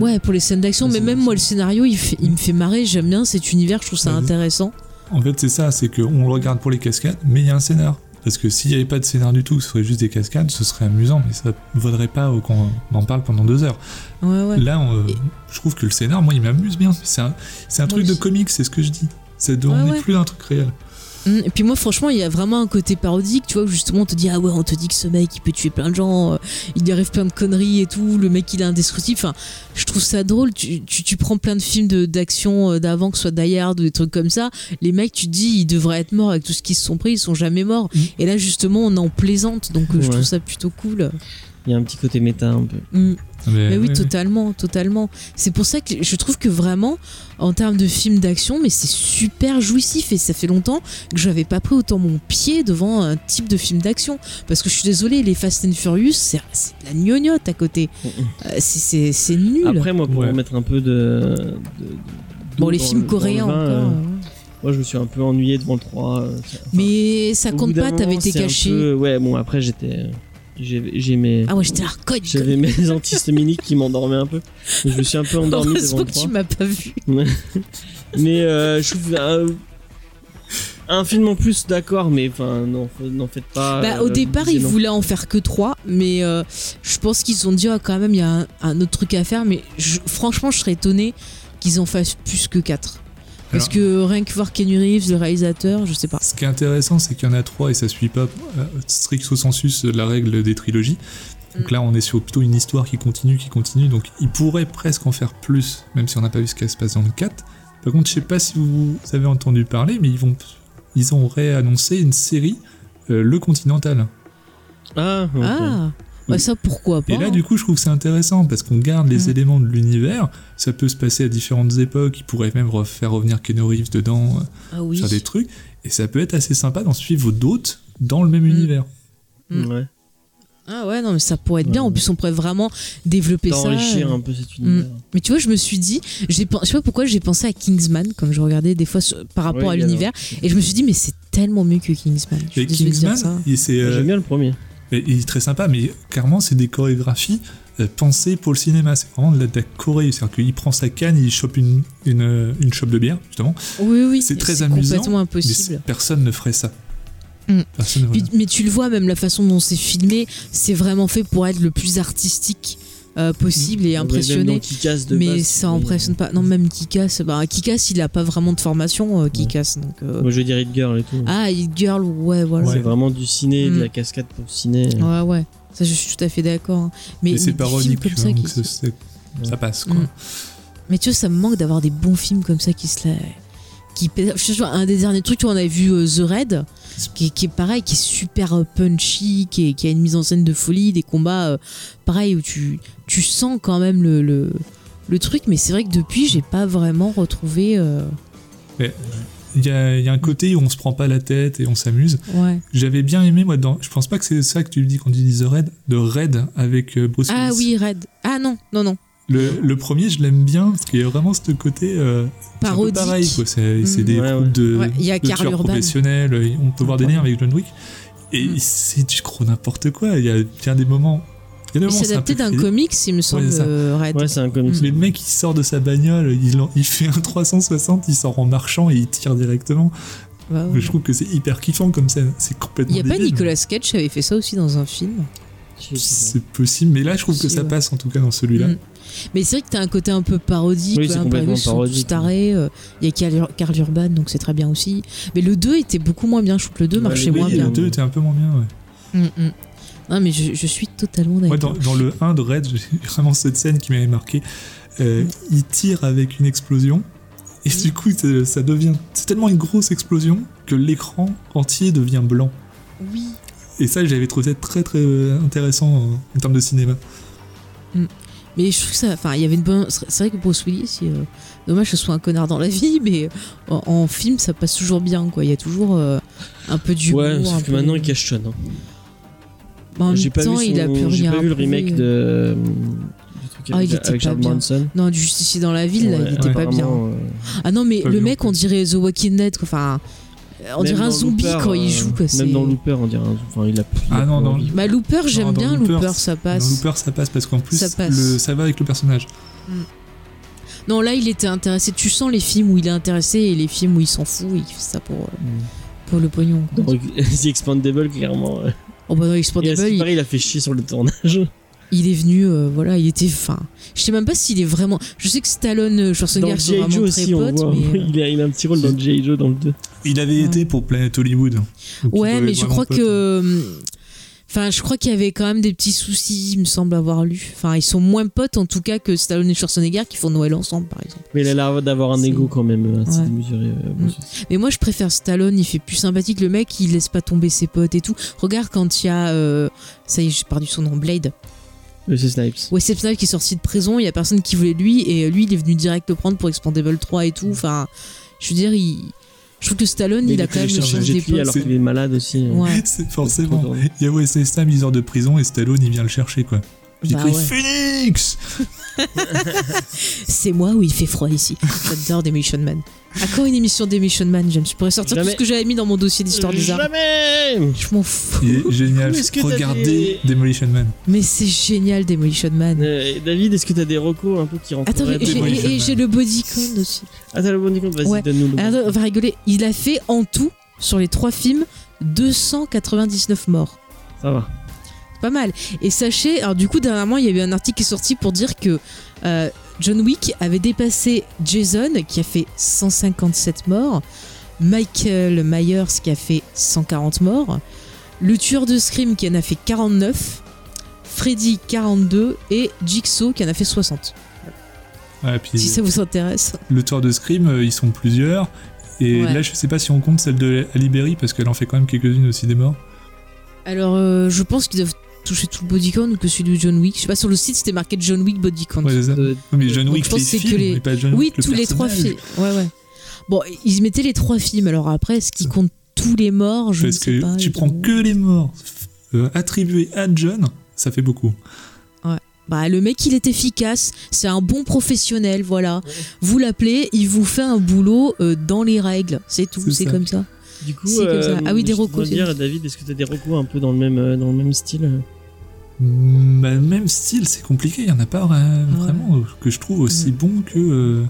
[SPEAKER 1] les.
[SPEAKER 2] Ouais, pour les scènes d'action,
[SPEAKER 1] Les
[SPEAKER 2] mais
[SPEAKER 1] scènes
[SPEAKER 2] même
[SPEAKER 1] d'action.
[SPEAKER 2] moi, le scénario, il, fait- il me fait marrer. J'aime bien cet univers, je trouve ça
[SPEAKER 3] Ouais.
[SPEAKER 2] intéressant.
[SPEAKER 3] En fait, c'est ça, c'est qu'on le regarde pour les cascades, mais il y a un scénar. Parce que s'il n'y avait pas de scénar du tout, ce serait juste des cascades, ce serait amusant, mais ça vaudrait pas au- qu'on en parle pendant deux heures.
[SPEAKER 2] Ouais, ouais.
[SPEAKER 3] Là, on, euh,
[SPEAKER 2] Et-
[SPEAKER 3] je trouve que le scénar, moi, il m'amuse bien. C'est un, c'est un
[SPEAKER 2] Moi
[SPEAKER 3] truc de
[SPEAKER 2] aussi.
[SPEAKER 3] comique, c'est ce que je dis. Ça ne on
[SPEAKER 2] Ouais,
[SPEAKER 3] est
[SPEAKER 2] ouais.
[SPEAKER 3] plus un truc réel.
[SPEAKER 2] Mm, Et puis moi, franchement, il y a vraiment un côté parodique, tu vois, où justement, on te dit, ah ouais, on te dit que ce mec, il peut tuer plein de gens, euh, il lui arrive plein de conneries et tout, le mec, il est indestructible. Enfin, je trouve ça drôle. Tu, tu, tu prends plein de films de- d'action euh, d'avant, que ce soit Die Hard ou des trucs comme ça. Les mecs, tu te dis, ils devraient être morts avec tout ce qu'ils se sont pris, ils sont jamais morts.
[SPEAKER 3] Mm.
[SPEAKER 2] Et là, justement, on en plaisante, donc euh, je
[SPEAKER 8] Ouais.
[SPEAKER 2] trouve ça plutôt cool.
[SPEAKER 8] Il y a un petit côté méta un peu.
[SPEAKER 2] Mm.
[SPEAKER 3] Mais,
[SPEAKER 2] Mais oui,
[SPEAKER 3] ouais, ouais.
[SPEAKER 2] totalement, totalement. C'est pour ça que je trouve que vraiment, en termes de films d'action, mais c'est super jouissif et ça fait longtemps que j'avais pas pris autant mon pied devant un type de film d'action. Parce que je suis désolée, les Fast and Furious, c'est c'est de la gnognotte à côté.
[SPEAKER 8] Mhm.
[SPEAKER 2] Euh, c'est- c'est c'est nul.
[SPEAKER 8] Après, moi, pour
[SPEAKER 3] Ouais.
[SPEAKER 8] remettre un peu de. de- de-
[SPEAKER 2] bon, les
[SPEAKER 8] dans
[SPEAKER 2] films
[SPEAKER 8] le- dans le
[SPEAKER 2] coréens
[SPEAKER 8] vin,
[SPEAKER 2] encore. hein.
[SPEAKER 8] euh,
[SPEAKER 2] ouais.
[SPEAKER 8] moi, je me suis un peu ennuyé devant le 3. euh, enfin,
[SPEAKER 2] mais ça
[SPEAKER 8] au
[SPEAKER 2] compte
[SPEAKER 8] bout d'un
[SPEAKER 2] pas, t'avais
[SPEAKER 8] moment,
[SPEAKER 2] été
[SPEAKER 8] c'est un
[SPEAKER 2] caché.
[SPEAKER 8] peu- Ouais, bon, après, j'étais. euh, J'ai j'ai mes.
[SPEAKER 2] Ah ouais, j'étais là, cogne,
[SPEAKER 8] J'avais
[SPEAKER 2] cogne.
[SPEAKER 8] mes antiséminiques qui m'endormaient un peu. Je me suis un peu endormi devant
[SPEAKER 2] Heureusement
[SPEAKER 8] le
[SPEAKER 2] que
[SPEAKER 8] 3.
[SPEAKER 2] tu m'as pas vu.
[SPEAKER 8] Mais euh, je trouve un, un film en plus, d'accord, mais enfin, non, faut- n'en faites
[SPEAKER 3] Ah,
[SPEAKER 8] pas.
[SPEAKER 2] Bah,
[SPEAKER 8] euh,
[SPEAKER 2] au départ,
[SPEAKER 8] disais
[SPEAKER 2] ils
[SPEAKER 8] non.
[SPEAKER 2] voulaient en faire que 3, mais euh, je pense qu'ils se sont dit, Ah, quand même, il y a un, un autre truc à faire. Mais je- franchement, je serais étonné qu'ils en fassent plus que 4. Parce
[SPEAKER 3] Alors-
[SPEAKER 2] que rien que voir Kenny Reeves, le réalisateur, je sais pas.
[SPEAKER 3] Ce qui est intéressant, c'est qu'il y en a trois et ça suit pas euh, stricto sensus la règle des trilogies.
[SPEAKER 2] Mm.
[SPEAKER 3] Donc là, on est sur plutôt une histoire qui continue, qui continue. Donc il pourrait presque en faire plus, même si on n'a pas vu ce qui se passe dans le 4. Par contre, je sais pas si vous avez entendu parler, mais ils vont, ils ont réannoncé une série, euh, Le Continental.
[SPEAKER 8] Ah, ok.
[SPEAKER 2] Ah bah, ça, pourquoi pas
[SPEAKER 3] Et là, du coup, je trouve que c'est intéressant parce qu'on garde les
[SPEAKER 2] Mhm.
[SPEAKER 3] éléments de l'univers. Ça peut se passer à différentes époques. Ils pourraient même re- faire revenir Keanu Reeves dedans, euh,
[SPEAKER 2] Ah oui.
[SPEAKER 3] faire des trucs. Et ça peut être assez sympa d'en suivre d'autres dans le même univers.
[SPEAKER 2] Mm.
[SPEAKER 8] Ouais.
[SPEAKER 2] Ah ouais, non, mais ça pourrait être
[SPEAKER 8] Ouais,
[SPEAKER 2] bien. En
[SPEAKER 8] ouais.
[SPEAKER 2] plus, on pourrait vraiment développer ça. euh, hmm.
[SPEAKER 8] D'enrichir un peu cet univers.
[SPEAKER 2] Mais tu vois, je me suis dit, j'ai pen- je sais pas pourquoi j'ai pensé à Kingsman quand je regardais des fois sur- par rapport
[SPEAKER 8] Ouais,
[SPEAKER 2] à
[SPEAKER 8] il y a
[SPEAKER 2] l'univers, et je me suis dit, mais c'est tellement mieux que Kingsman. Je suis
[SPEAKER 3] Et
[SPEAKER 2] désolée de dire ça.
[SPEAKER 3] Kingsman, il- c'est euh,
[SPEAKER 8] J'aime bien le premier.
[SPEAKER 3] mais il est très sympa, mais clairement, c'est des chorégraphies euh, pensées pour le cinéma. C'est vraiment de la, de la choré. C'est-à-dire qu'il prend sa canne, il chope une, une, euh, une chope de bière, justement.
[SPEAKER 2] Oui, oui.
[SPEAKER 3] C'est très amusant,
[SPEAKER 2] complètement
[SPEAKER 3] Mais
[SPEAKER 2] impossible.
[SPEAKER 3] personne ne ferait ça.
[SPEAKER 2] Mm.
[SPEAKER 3] Personne ne ferait
[SPEAKER 2] Puis- mais tu le vois, même la façon dont c'est filmé, c'est vraiment fait pour être le plus artistique euh, possible et impressionné.
[SPEAKER 8] Qui casse de
[SPEAKER 2] Mais
[SPEAKER 8] base,
[SPEAKER 2] ça impressionne pas. Non, même Kikas, bah, Kikas, il a pas vraiment de formation, euh, Kikas. Donc, euh,
[SPEAKER 8] Moi, je veux dire Hit Girl et tout.
[SPEAKER 2] Ah, Hit Girl, ouais, voilà.
[SPEAKER 8] C'est vraiment du ciné,
[SPEAKER 2] Mm.
[SPEAKER 8] de la cascade pour le ciné.
[SPEAKER 2] Ouais, ouais. Ça, je suis tout à fait d'accord. hein. Mais,
[SPEAKER 3] Mais
[SPEAKER 2] mais
[SPEAKER 3] c'est
[SPEAKER 2] des films
[SPEAKER 3] parodique,
[SPEAKER 2] comme ça
[SPEAKER 3] donc
[SPEAKER 2] qui-
[SPEAKER 3] c'est- c'est- ça passe quoi.
[SPEAKER 2] Mm. Mais tu vois, ça me manque d'avoir des bons films comme ça qui se la... qui pèsent- Je te jure, un des derniers trucs, tu vois, on avait vu euh, The Raid, qui, est- qui est pareil, qui est super euh, punchy, qui, est- qui a une mise en scène de folie, des combats, euh, pareil, où tu, tu sens quand même le, le, le truc, mais c'est vrai que depuis, j'ai pas vraiment retrouvé. euh,
[SPEAKER 3] Il y, a il y a un côté où on se prend pas la tête et on s'amuse.
[SPEAKER 2] Ouais.
[SPEAKER 3] J'avais bien aimé, moi, dans. Je pense pas que c'est ça que tu dis quand tu dis The Raid, de Raid avec euh, Bruce
[SPEAKER 2] Ah
[SPEAKER 3] Willis.
[SPEAKER 2] oui, Raid. Ah non, non, non.
[SPEAKER 3] Le, le premier, je l'aime bien, parce qu'il y a vraiment ce côté. euh, c'est un peu
[SPEAKER 2] Parodique.
[SPEAKER 3] pareil, quoi. C'est
[SPEAKER 2] Mm.
[SPEAKER 3] c'est des
[SPEAKER 8] Ouais,
[SPEAKER 3] groupes
[SPEAKER 8] ouais.
[SPEAKER 3] de,
[SPEAKER 2] Ouais, il y a
[SPEAKER 3] de
[SPEAKER 2] Karl
[SPEAKER 3] tueurs
[SPEAKER 2] Urban.
[SPEAKER 3] professionnels. euh, On peut voir des
[SPEAKER 2] Ouais.
[SPEAKER 3] liens avec John Wick. Et
[SPEAKER 2] Mm.
[SPEAKER 3] c'est du gros n'importe quoi. Il y a bien des moments. Il y a des
[SPEAKER 2] Mais
[SPEAKER 3] moments,
[SPEAKER 2] C'est
[SPEAKER 3] c'est un
[SPEAKER 2] adapté
[SPEAKER 3] peu
[SPEAKER 2] d'un
[SPEAKER 3] crédible.
[SPEAKER 2] comics, il me semble,
[SPEAKER 3] c'est ça.
[SPEAKER 2] euh, Raid.
[SPEAKER 8] Ouais, c'est un comics.
[SPEAKER 3] Mais le mec, il sort de sa bagnole, il, en- il fait un 360, il sort en marchant et il tire directement.
[SPEAKER 2] Ouais, ouais.
[SPEAKER 3] Je trouve que c'est hyper kiffant comme scène. C'est complètement.
[SPEAKER 2] Il n'y a pas
[SPEAKER 3] débile.
[SPEAKER 2] Nicolas Cage qui avait fait ça aussi dans un film.
[SPEAKER 3] C'est possible, mais là, je trouve que
[SPEAKER 2] Si,
[SPEAKER 3] ça
[SPEAKER 2] ouais.
[SPEAKER 3] passe en tout cas dans celui-là.
[SPEAKER 2] Mm. Mais c'est vrai que t'as un côté un peu parodique, hein,
[SPEAKER 8] Oui,
[SPEAKER 2] quoi,
[SPEAKER 8] c'est
[SPEAKER 2] un peu
[SPEAKER 8] complètement
[SPEAKER 2] ils sont tous
[SPEAKER 8] parodique.
[SPEAKER 2] tarés, euh, Il y a Karl, Ur- Karl Urban, donc c'est très bien aussi. Mais le 2 était beaucoup moins bien. Je trouve que le 2
[SPEAKER 8] Ouais,
[SPEAKER 2] marchait
[SPEAKER 8] le deux,
[SPEAKER 2] moins
[SPEAKER 3] Oui,
[SPEAKER 8] il est
[SPEAKER 2] bien.
[SPEAKER 3] le 2 était un peu moins bien, ouais.
[SPEAKER 2] Hum, hum. Non, mais je, je suis totalement d'accord.
[SPEAKER 3] Moi, dans, dans le 1 de Red, j'ai vraiment cette scène qui m'avait marqué. Euh, il tire avec une explosion. Et du coup, ça ça devient. C'est tellement une grosse explosion que l'écran entier devient blanc.
[SPEAKER 2] Oui.
[SPEAKER 3] Et ça, j'avais trouvé ça très très euh, intéressant euh, en termes de cinéma.
[SPEAKER 2] Mais je trouve que ça. Enfin, il y avait une bonne. C'est vrai que Bruce Willis, il, euh, dommage que ce soit un connard dans la vie, mais en, en film, ça passe toujours bien, quoi. Il y a toujours euh, un peu du.
[SPEAKER 8] Ouais, sauf que maintenant il cache Sean. hein.
[SPEAKER 2] En
[SPEAKER 8] J'ai
[SPEAKER 2] même
[SPEAKER 8] pas,
[SPEAKER 2] temps,
[SPEAKER 8] vu, son-
[SPEAKER 2] il a plus
[SPEAKER 8] j'ai
[SPEAKER 2] rien.
[SPEAKER 8] pas vu le
[SPEAKER 2] prouvé.
[SPEAKER 8] remake de. euh, du truc
[SPEAKER 2] Ah,
[SPEAKER 8] avec, euh,
[SPEAKER 2] il était
[SPEAKER 8] avec
[SPEAKER 2] pas
[SPEAKER 8] Charles
[SPEAKER 2] bien.
[SPEAKER 8] Bronson.
[SPEAKER 2] Non, du justicier dans la ville, là,
[SPEAKER 8] Ouais,
[SPEAKER 2] il était pas bien.
[SPEAKER 8] apparemment, euh,
[SPEAKER 2] Ah non, mais
[SPEAKER 3] Pas
[SPEAKER 2] le
[SPEAKER 3] vu
[SPEAKER 2] mec,
[SPEAKER 3] non
[SPEAKER 2] on dirait The Walking Dead, quoi. Enfin, euh, on
[SPEAKER 8] même
[SPEAKER 2] dirait un
[SPEAKER 8] dans
[SPEAKER 2] zombie
[SPEAKER 8] Looper,
[SPEAKER 2] quand il
[SPEAKER 8] euh,
[SPEAKER 2] joue, quoi. c'est-
[SPEAKER 8] Même dans Looper, on dirait un zombie. Enfin, il a plus. il a
[SPEAKER 3] Ah non,
[SPEAKER 8] plus
[SPEAKER 3] dans-
[SPEAKER 8] envie.
[SPEAKER 2] Bah, Looper, j'aime
[SPEAKER 3] dans
[SPEAKER 2] bien
[SPEAKER 3] Looper,
[SPEAKER 2] Looper,
[SPEAKER 3] c'est-
[SPEAKER 2] ça
[SPEAKER 3] Dans
[SPEAKER 2] passe.
[SPEAKER 3] Looper, ça passe parce qu'en plus,
[SPEAKER 2] Ça passe.
[SPEAKER 3] Le, ça va avec le personnage.
[SPEAKER 2] Non, là, il était intéressé. Tu sens les films où il est intéressé et les films où il s'en fout et il fait ça pour, euh,
[SPEAKER 8] Mm.
[SPEAKER 2] pour le pognon. quoi.
[SPEAKER 8] Donc, The Expandable, clairement. euh.
[SPEAKER 2] Oh bah non,
[SPEAKER 8] Et à
[SPEAKER 2] Expandable,
[SPEAKER 8] ce qui
[SPEAKER 2] il,
[SPEAKER 8] paraît, il a fait chier sur le tournage.
[SPEAKER 2] il est venu, euh, voilà, il était fin. Je sais même pas s'il est vraiment. Je sais que Stallone, euh,
[SPEAKER 8] Dans
[SPEAKER 2] Schwarzenegger sont
[SPEAKER 8] G.I.
[SPEAKER 2] vraiment
[SPEAKER 8] Joe
[SPEAKER 2] très
[SPEAKER 8] aussi, on
[SPEAKER 2] potes,
[SPEAKER 8] voit.
[SPEAKER 2] mais. euh,
[SPEAKER 8] Il a, il a un petit rôle dans G.I. Joe dans le 2.
[SPEAKER 3] Il avait
[SPEAKER 2] Ouais.
[SPEAKER 3] été pour Planet Hollywood. hein. Donc il
[SPEAKER 2] Ouais,
[SPEAKER 3] doit
[SPEAKER 2] mais
[SPEAKER 3] être
[SPEAKER 2] je
[SPEAKER 3] vraiment
[SPEAKER 2] crois
[SPEAKER 3] pote. hein.
[SPEAKER 2] que. hum, Enfin, je crois qu'il y avait quand même des petits soucis, il me semble avoir lu. Enfin, ils sont moins potes en tout cas que Stallone et Schwarzenegger qui font Noël ensemble, par exemple.
[SPEAKER 8] Mais il a l'air d'avoir un
[SPEAKER 2] C'est-
[SPEAKER 8] ego quand même euh, assez
[SPEAKER 2] Ouais. Mm.
[SPEAKER 8] démesuré. euh, bon, c'est-
[SPEAKER 2] Mais moi, je préfère Stallone, il fait plus sympathique. Le mec, il laisse pas tomber ses potes et tout. Regarde quand il y a. euh, Ça y est, j'ai perdu son nom, Blade.
[SPEAKER 8] euh, C'est Snipes.
[SPEAKER 2] Wesley Snipes qui est sorti de prison, il y a personne qui voulait de lui, et lui, il est venu direct le prendre pour Expandable 3 et tout. Enfin, je veux dire, il. Je trouve que Stallone,
[SPEAKER 8] Mais
[SPEAKER 2] il a
[SPEAKER 8] est
[SPEAKER 2] quand même le
[SPEAKER 8] téléchargé
[SPEAKER 2] sens
[SPEAKER 8] Jet
[SPEAKER 2] des
[SPEAKER 8] Li
[SPEAKER 2] potes.
[SPEAKER 8] alors qu'il est malade aussi. euh.
[SPEAKER 2] Ouais.
[SPEAKER 3] C'est forcément.
[SPEAKER 8] Trop drôle.
[SPEAKER 3] Il y a Wesley Snipes, il sort de prison et Stallone, il vient le chercher, quoi. J'ai
[SPEAKER 2] Bah
[SPEAKER 3] cru
[SPEAKER 2] ouais.
[SPEAKER 3] Phoenix
[SPEAKER 2] C'est moi où il fait froid ici. J'adore Demolition Man. À quand une émission Demolition Man, James Je pourrais sortir
[SPEAKER 8] Jamais.
[SPEAKER 2] tout ce que j'avais mis dans mon dossier d'histoire des arts.
[SPEAKER 8] Jamais
[SPEAKER 2] Je m'en fous.
[SPEAKER 3] Il est génial.
[SPEAKER 8] Est-ce que t'as
[SPEAKER 3] Regardez
[SPEAKER 8] des-
[SPEAKER 3] Demolition Man.
[SPEAKER 2] Mais c'est génial, Demolition Man.
[SPEAKER 8] Euh, David, est-ce que t'as des recos un peu qui rentrent
[SPEAKER 2] Attends, mais j'ai-
[SPEAKER 3] Demolition
[SPEAKER 2] et- et
[SPEAKER 3] Man.
[SPEAKER 2] j'ai le bodycon aussi.
[SPEAKER 8] Ah, t'as le bon compte, vas-y,
[SPEAKER 2] Ouais. euh,
[SPEAKER 8] donne-nous le.
[SPEAKER 2] Attends, on va rigoler. Il a fait en tout, sur les trois films, 299 morts.
[SPEAKER 8] Ça va.
[SPEAKER 2] pas mal. Et sachez, alors du coup, dernièrement, il y a eu un article qui est sorti pour dire que euh, John Wick avait dépassé Jason, qui a fait 157 morts, Michael Myers, qui a fait 140 morts, le tueur de Scream, qui en a fait 49, Freddy, 42, et Jigsaw, qui en a fait 60.
[SPEAKER 3] Ouais, puis
[SPEAKER 2] Si ça vous intéresse.
[SPEAKER 3] le tour de Scream, euh, ils sont plusieurs. Et
[SPEAKER 2] Ouais.
[SPEAKER 3] là, je sais pas si on compte celle de Ali Berry, parce qu'elle en fait quand même quelques-unes aussi des morts.
[SPEAKER 2] Alors, euh, je pense qu'ils doivent toucher tout le bodycon ou que celui de John Wick. Je sais pas, sur le site, c'était marqué John Wick bodycon.
[SPEAKER 3] Ouais, c'est ça.
[SPEAKER 8] Euh,
[SPEAKER 3] Non, mais John
[SPEAKER 2] Donc,
[SPEAKER 3] Wick,
[SPEAKER 2] je pense
[SPEAKER 3] les
[SPEAKER 2] que c'est
[SPEAKER 3] films,
[SPEAKER 2] que les-
[SPEAKER 3] mais pas John
[SPEAKER 2] Oui,
[SPEAKER 3] Wick, le
[SPEAKER 2] tous les trois
[SPEAKER 3] personnage.
[SPEAKER 2] films. Ouais, ouais. Bon, ils mettaient les trois films. Alors après, est-ce qu'ils comptent tous les morts Je ne
[SPEAKER 3] Parce
[SPEAKER 2] sais
[SPEAKER 3] que
[SPEAKER 2] pas.
[SPEAKER 3] tu
[SPEAKER 2] je-
[SPEAKER 3] prends que les morts euh, attribués à John, ça fait beaucoup.
[SPEAKER 2] Bah, le mec, il est efficace. C'est un bon professionnel, voilà. Vous l'appelez, il vous fait un boulot euh, dans les règles. C'est tout.
[SPEAKER 3] C'est
[SPEAKER 2] C'est
[SPEAKER 3] ça.
[SPEAKER 2] comme ça.
[SPEAKER 8] Du coup,
[SPEAKER 2] Si, comme
[SPEAKER 8] euh,
[SPEAKER 2] ça. Ah oui, des
[SPEAKER 8] je voudrais
[SPEAKER 2] recos, c'est
[SPEAKER 8] dire,
[SPEAKER 2] bon.
[SPEAKER 8] David, est-ce que t'as des recos un peu dans le même, euh, dans le même style euh
[SPEAKER 3] Mm, bah, même style, c'est compliqué. Il y en a pas vra-
[SPEAKER 2] Ouais. Mm.
[SPEAKER 3] vraiment euh, que je trouve aussi bon que, euh,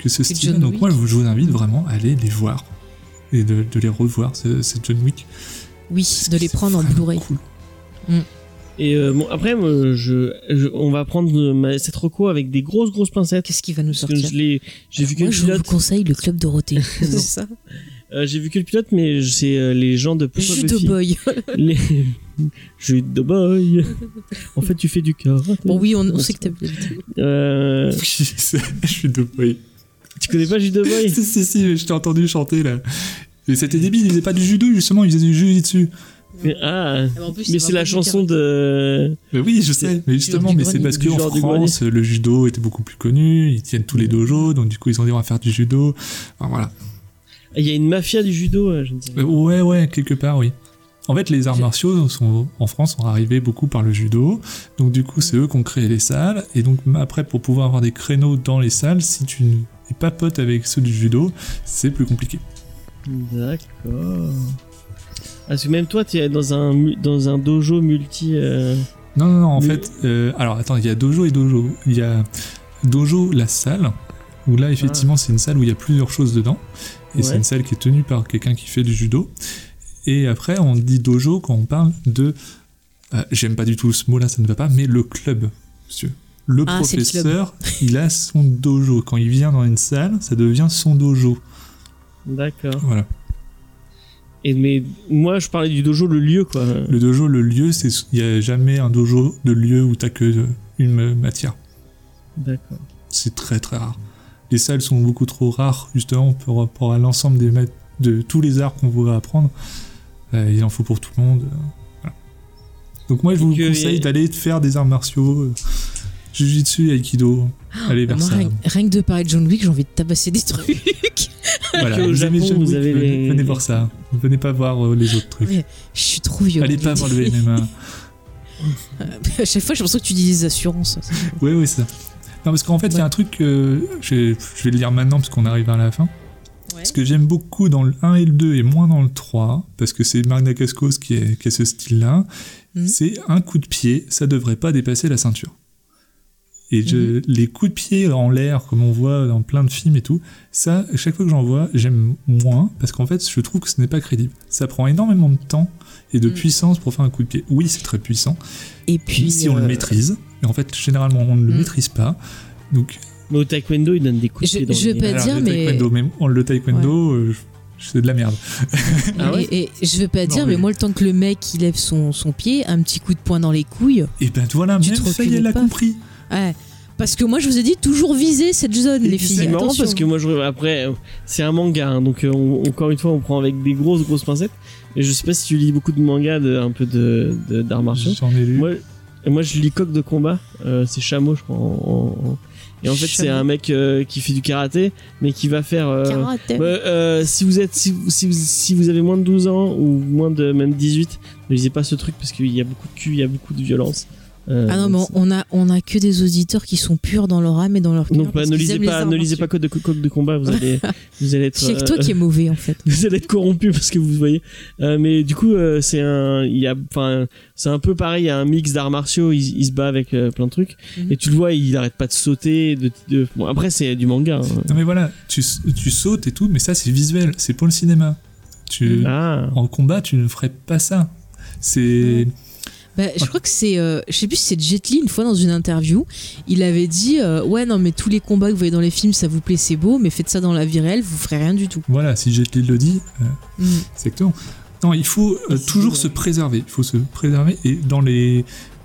[SPEAKER 3] que ce
[SPEAKER 2] Que
[SPEAKER 3] style.
[SPEAKER 2] John
[SPEAKER 3] Donc moi, je
[SPEAKER 2] Wick.
[SPEAKER 3] vous je vous invite vraiment à aller les voir et de, de les revoir. C'est c'est John Wick.
[SPEAKER 2] Oui, de les
[SPEAKER 3] C'est
[SPEAKER 2] prendre en
[SPEAKER 3] vraiment
[SPEAKER 2] Blu-ray.
[SPEAKER 3] cool.
[SPEAKER 8] Et euh, bon, après, moi, je, je- on va prendre euh, ma- cette reco avec des grosses, grosses pincettes.
[SPEAKER 2] Qu'est-ce qui va nous
[SPEAKER 8] Parce que
[SPEAKER 2] sortir
[SPEAKER 8] je l'ai, j'ai vu que
[SPEAKER 2] Moi,
[SPEAKER 8] le
[SPEAKER 2] je vous
[SPEAKER 8] pilote.
[SPEAKER 2] conseille le Club Dorothée. c'est ça
[SPEAKER 1] Euh, j'ai vu que le pilote, mais c'est euh, les gens de Pourquoi
[SPEAKER 3] bah,
[SPEAKER 2] Judo
[SPEAKER 1] Buffy
[SPEAKER 2] Boy.
[SPEAKER 1] Les... Judo Boy. en fait, tu fais du karaté.
[SPEAKER 2] bon, oui, on, on sait que t'aimes bien.
[SPEAKER 1] Euh,
[SPEAKER 3] je suis de oui.
[SPEAKER 1] tu connais pas Judo Boy
[SPEAKER 3] Si, si, si, mais je t'ai entendu chanter là. Et c'était débile, il faisait pas du judo justement, il faisait du jujitsu.
[SPEAKER 1] Mais- Ah,
[SPEAKER 3] bah,
[SPEAKER 2] Ah, mais en plus,
[SPEAKER 1] mais
[SPEAKER 2] il
[SPEAKER 1] c'est
[SPEAKER 2] va
[SPEAKER 1] la
[SPEAKER 2] pas
[SPEAKER 1] chanson
[SPEAKER 2] dire-
[SPEAKER 1] de.
[SPEAKER 3] Mais oui, je sais, mais justement,
[SPEAKER 2] du
[SPEAKER 3] mais c'est
[SPEAKER 2] grenier,
[SPEAKER 3] parce
[SPEAKER 1] du
[SPEAKER 3] qu'en
[SPEAKER 1] genre du
[SPEAKER 3] France, le judo était beaucoup plus connu, ils tiennent tous les dojos, donc du coup ils ont dit on va faire du judo. Enfin, voilà.
[SPEAKER 1] Il y a une mafia du judo, euh, je ne sais pas.
[SPEAKER 3] Euh, Ouais, ouais, quelque part, oui. En fait, les arts martiaux sont, en France sont arrivés beaucoup par le judo. Donc, du coup, c'est eux qui ont créé les salles. Et donc, ma- après, pour pouvoir avoir des créneaux dans les salles, si tu n'es pas pote avec ceux du judo, c'est plus compliqué.
[SPEAKER 1] D'accord. Parce que même toi, tu es dans un, mu- dans un dojo multi. euh,
[SPEAKER 3] Non, non, non, en
[SPEAKER 1] Mais-
[SPEAKER 3] fait, euh, alors attends, il y a dojo et dojo. Il y a dojo, la salle, où là, effectivement,
[SPEAKER 2] Ah.
[SPEAKER 3] c'est une salle où il y a plusieurs choses dedans. Et c'est
[SPEAKER 1] Ouais.
[SPEAKER 3] une salle qui est tenue par quelqu'un qui fait du judo. Et après, on dit dojo quand on parle de. euh, J'aime pas du tout ce mot-là, ça ne va pas, mais le club, monsieur. Le
[SPEAKER 2] Ah, c'est le club.
[SPEAKER 3] professeur, il a son dojo. Quand il vient dans une salle, ça devient son dojo.
[SPEAKER 1] D'accord.
[SPEAKER 3] Voilà.
[SPEAKER 1] Et mais moi, je parlais du dojo, le lieu, quoi.
[SPEAKER 3] Le dojo, le lieu, c'est il n'y a jamais un dojo de lieu où t'as que euh, une matière.
[SPEAKER 1] D'accord.
[SPEAKER 3] C'est très très rare. Les salles sont beaucoup trop rares, justement, par rapport à l'ensemble des mat- de tous les arts qu'on voudrait apprendre. Euh, il en faut pour tout le monde. euh, voilà. Donc moi, je
[SPEAKER 1] Et
[SPEAKER 3] vous
[SPEAKER 1] que-
[SPEAKER 3] conseille d'aller faire des arts martiaux, euh, jujitsu, aikido. Allez vers
[SPEAKER 2] Ah, bah, Moi,
[SPEAKER 3] ça.
[SPEAKER 2] rien, rien que de parler de John Wick, j'ai envie de tabasser des trucs.
[SPEAKER 3] Voilà,
[SPEAKER 1] que au
[SPEAKER 3] vous aimez
[SPEAKER 1] Japon,
[SPEAKER 3] John
[SPEAKER 1] vous
[SPEAKER 3] Wick,
[SPEAKER 1] avez
[SPEAKER 3] venez,
[SPEAKER 1] les-
[SPEAKER 3] venez voir ça. Venez pas voir euh, les autres trucs.
[SPEAKER 2] Ouais, Je suis trop vieux.
[SPEAKER 3] Allez pas voir le MMA.
[SPEAKER 2] À chaque fois, j'ai l'impression que tu dis des assurances.
[SPEAKER 3] Oui, oui, c'est ça. Non, parce qu'en fait, il y a un truc, euh, je, je vais le dire maintenant parce qu'on arrive à la fin.
[SPEAKER 2] Ouais.
[SPEAKER 3] Ce que j'aime beaucoup dans le 1 et le 2 et moins dans le 3, parce que c'est Marc Dacascos qui, est- qui a ce style-là,
[SPEAKER 2] Mhm.
[SPEAKER 3] c'est un coup de pied, ça devrait pas dépasser la ceinture. Et je-
[SPEAKER 2] Mm-hmm.
[SPEAKER 3] les coups de pied en l'air, comme on voit dans plein de films et tout, ça, chaque fois que j'en vois, j'aime moins, parce qu'en fait, je trouve que ce n'est pas crédible. Ça prend énormément de temps et de
[SPEAKER 2] Mhm.
[SPEAKER 3] puissance pour faire un coup de pied. Oui, c'est très puissant,
[SPEAKER 2] Et puis.
[SPEAKER 3] puis si on le
[SPEAKER 2] euh,
[SPEAKER 3] maîtrise. Mais en fait, généralement, on ne le
[SPEAKER 2] Mm.
[SPEAKER 3] maîtrise pas. Donc,
[SPEAKER 1] Mais au taekwondo, ils donnent des coups de
[SPEAKER 2] Je-
[SPEAKER 1] pied dans
[SPEAKER 2] je
[SPEAKER 1] les-
[SPEAKER 2] vais pas dire-
[SPEAKER 3] le
[SPEAKER 2] mais-
[SPEAKER 3] taekwondo, mais on- le taekwondo, euh, c'est de la merde.
[SPEAKER 1] Ah ouais
[SPEAKER 2] et, et je veux pas
[SPEAKER 3] Non,
[SPEAKER 2] dire, mais...
[SPEAKER 3] mais-
[SPEAKER 2] moi, le temps que le mec il lève son, son pied, un petit coup de poing dans les couilles.
[SPEAKER 3] Et ben voilà,
[SPEAKER 2] Tu
[SPEAKER 3] même
[SPEAKER 2] te
[SPEAKER 3] ça, y est,
[SPEAKER 2] recules
[SPEAKER 3] elle l'a
[SPEAKER 2] pas.
[SPEAKER 3] compris.
[SPEAKER 2] ouais. Parce que moi, je vous ai dit, toujours viser cette zone, les filles.
[SPEAKER 1] C'est marrant
[SPEAKER 2] Attention.
[SPEAKER 1] parce que moi, je... après, euh, c'est un manga, hein, donc euh, on- encore une fois, on prend avec des grosses, grosses pincettes. Et je sais pas si tu lis beaucoup de mangas, de, un peu de de- d'arts martiaux.
[SPEAKER 3] J'en ai lu.
[SPEAKER 1] Moi, moi, je lis coq de combat. euh, c'est chameau, je crois. en- en- en- Et en fait, c'est
[SPEAKER 2] Chameau.
[SPEAKER 1] un mec euh, qui fait du karaté, mais qui va faire. euh,
[SPEAKER 2] Karaté.
[SPEAKER 1] bah, euh, si vous êtes, si, vous- si, vous- si vous avez moins de 12 ans ou moins de même 18, ne lisez pas ce truc parce qu'il y a beaucoup de cul, il y a beaucoup de violence. Euh,
[SPEAKER 2] Ah non, mais on a, on a que des auditeurs qui sont purs dans leur âme et dans leur cœur.
[SPEAKER 1] donc bah,
[SPEAKER 2] parce
[SPEAKER 1] ne
[SPEAKER 2] qu'ils
[SPEAKER 1] lisez
[SPEAKER 2] aiment les
[SPEAKER 1] pas,
[SPEAKER 2] arts
[SPEAKER 1] ne lisez pas
[SPEAKER 2] martiaux.
[SPEAKER 1] Coq de, Coq de combat. Vous allez, vous allez être.
[SPEAKER 2] C'est que toi
[SPEAKER 1] euh,
[SPEAKER 2] qui est mauvais en fait.
[SPEAKER 1] vous allez être corrompu parce que vous voyez. Euh, mais du coup, euh, c'est un, il y a, enfin, c'est un peu pareil. Il y a un mix d'arts martiaux. Il, il se bat avec euh, plein de trucs.
[SPEAKER 2] Mhm.
[SPEAKER 1] Et tu le vois, il arrête pas de sauter. De, de- Bon, après, c'est du manga. hein.
[SPEAKER 3] Non, mais voilà, tu, tu sautes et tout, mais ça, c'est visuel, c'est pour le cinéma. Tu,
[SPEAKER 2] Mm.
[SPEAKER 1] Ah,
[SPEAKER 3] En combat, tu ne ferais pas ça. C'est.
[SPEAKER 2] Bah, je crois que c'est, euh, je sais plus si c'est Jet Li une fois dans une interview, il avait dit euh, ouais non mais tous les combats que vous voyez dans les films ça vous plaît c'est beau mais faites ça dans la vie réelle vous ferez rien du tout.
[SPEAKER 3] Voilà, si Jet Li le dit, euh,
[SPEAKER 2] Mm.
[SPEAKER 3] Exactement. Non, il faut euh, toujours se préserver. Il faut se préserver. Et dans les.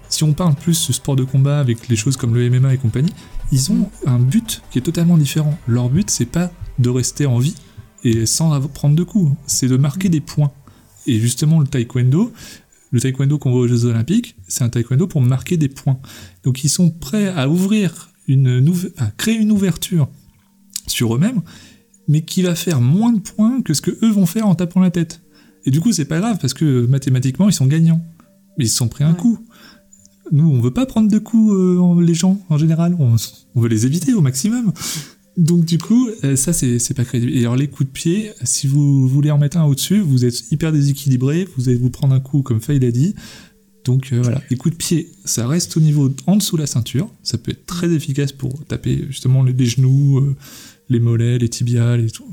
[SPEAKER 3] Si on parle plus de sport de combat avec les choses comme le MMA et compagnie, ils ont un but qui est totalement différent. Leur but, c'est pas de rester en vie et sans avoir- prendre de coups. C'est de marquer
[SPEAKER 2] Mm.
[SPEAKER 3] des points. Et justement, le taekwondo, le taekwondo qu'on voit aux Jeux Olympiques, c'est un taekwondo pour marquer des points. Donc ils sont prêts à ouvrir une nouvelle, à créer une ouverture sur eux-mêmes, mais qui va faire moins de points que ce que eux vont faire en tapant la tête. Et du coup, c'est pas grave parce que mathématiquement, ils sont gagnants, mais ils se sont pris un
[SPEAKER 2] Ouais.
[SPEAKER 3] coup. Nous, on veut pas prendre de coups euh, en- les gens en général, on, on veut les éviter au maximum. Donc du coup, euh, ça c'est c'est pas crédible. Et alors les coups de pied, si vous voulez en mettre un au-dessus, vous êtes hyper déséquilibré, vous allez vous prendre un coup comme Faye l'a dit. Donc euh, voilà, les coups de pied, ça reste au niveau en dessous de la ceinture. Ça peut être très efficace pour taper justement les, les genoux, euh, les mollets, les tibias, les tout,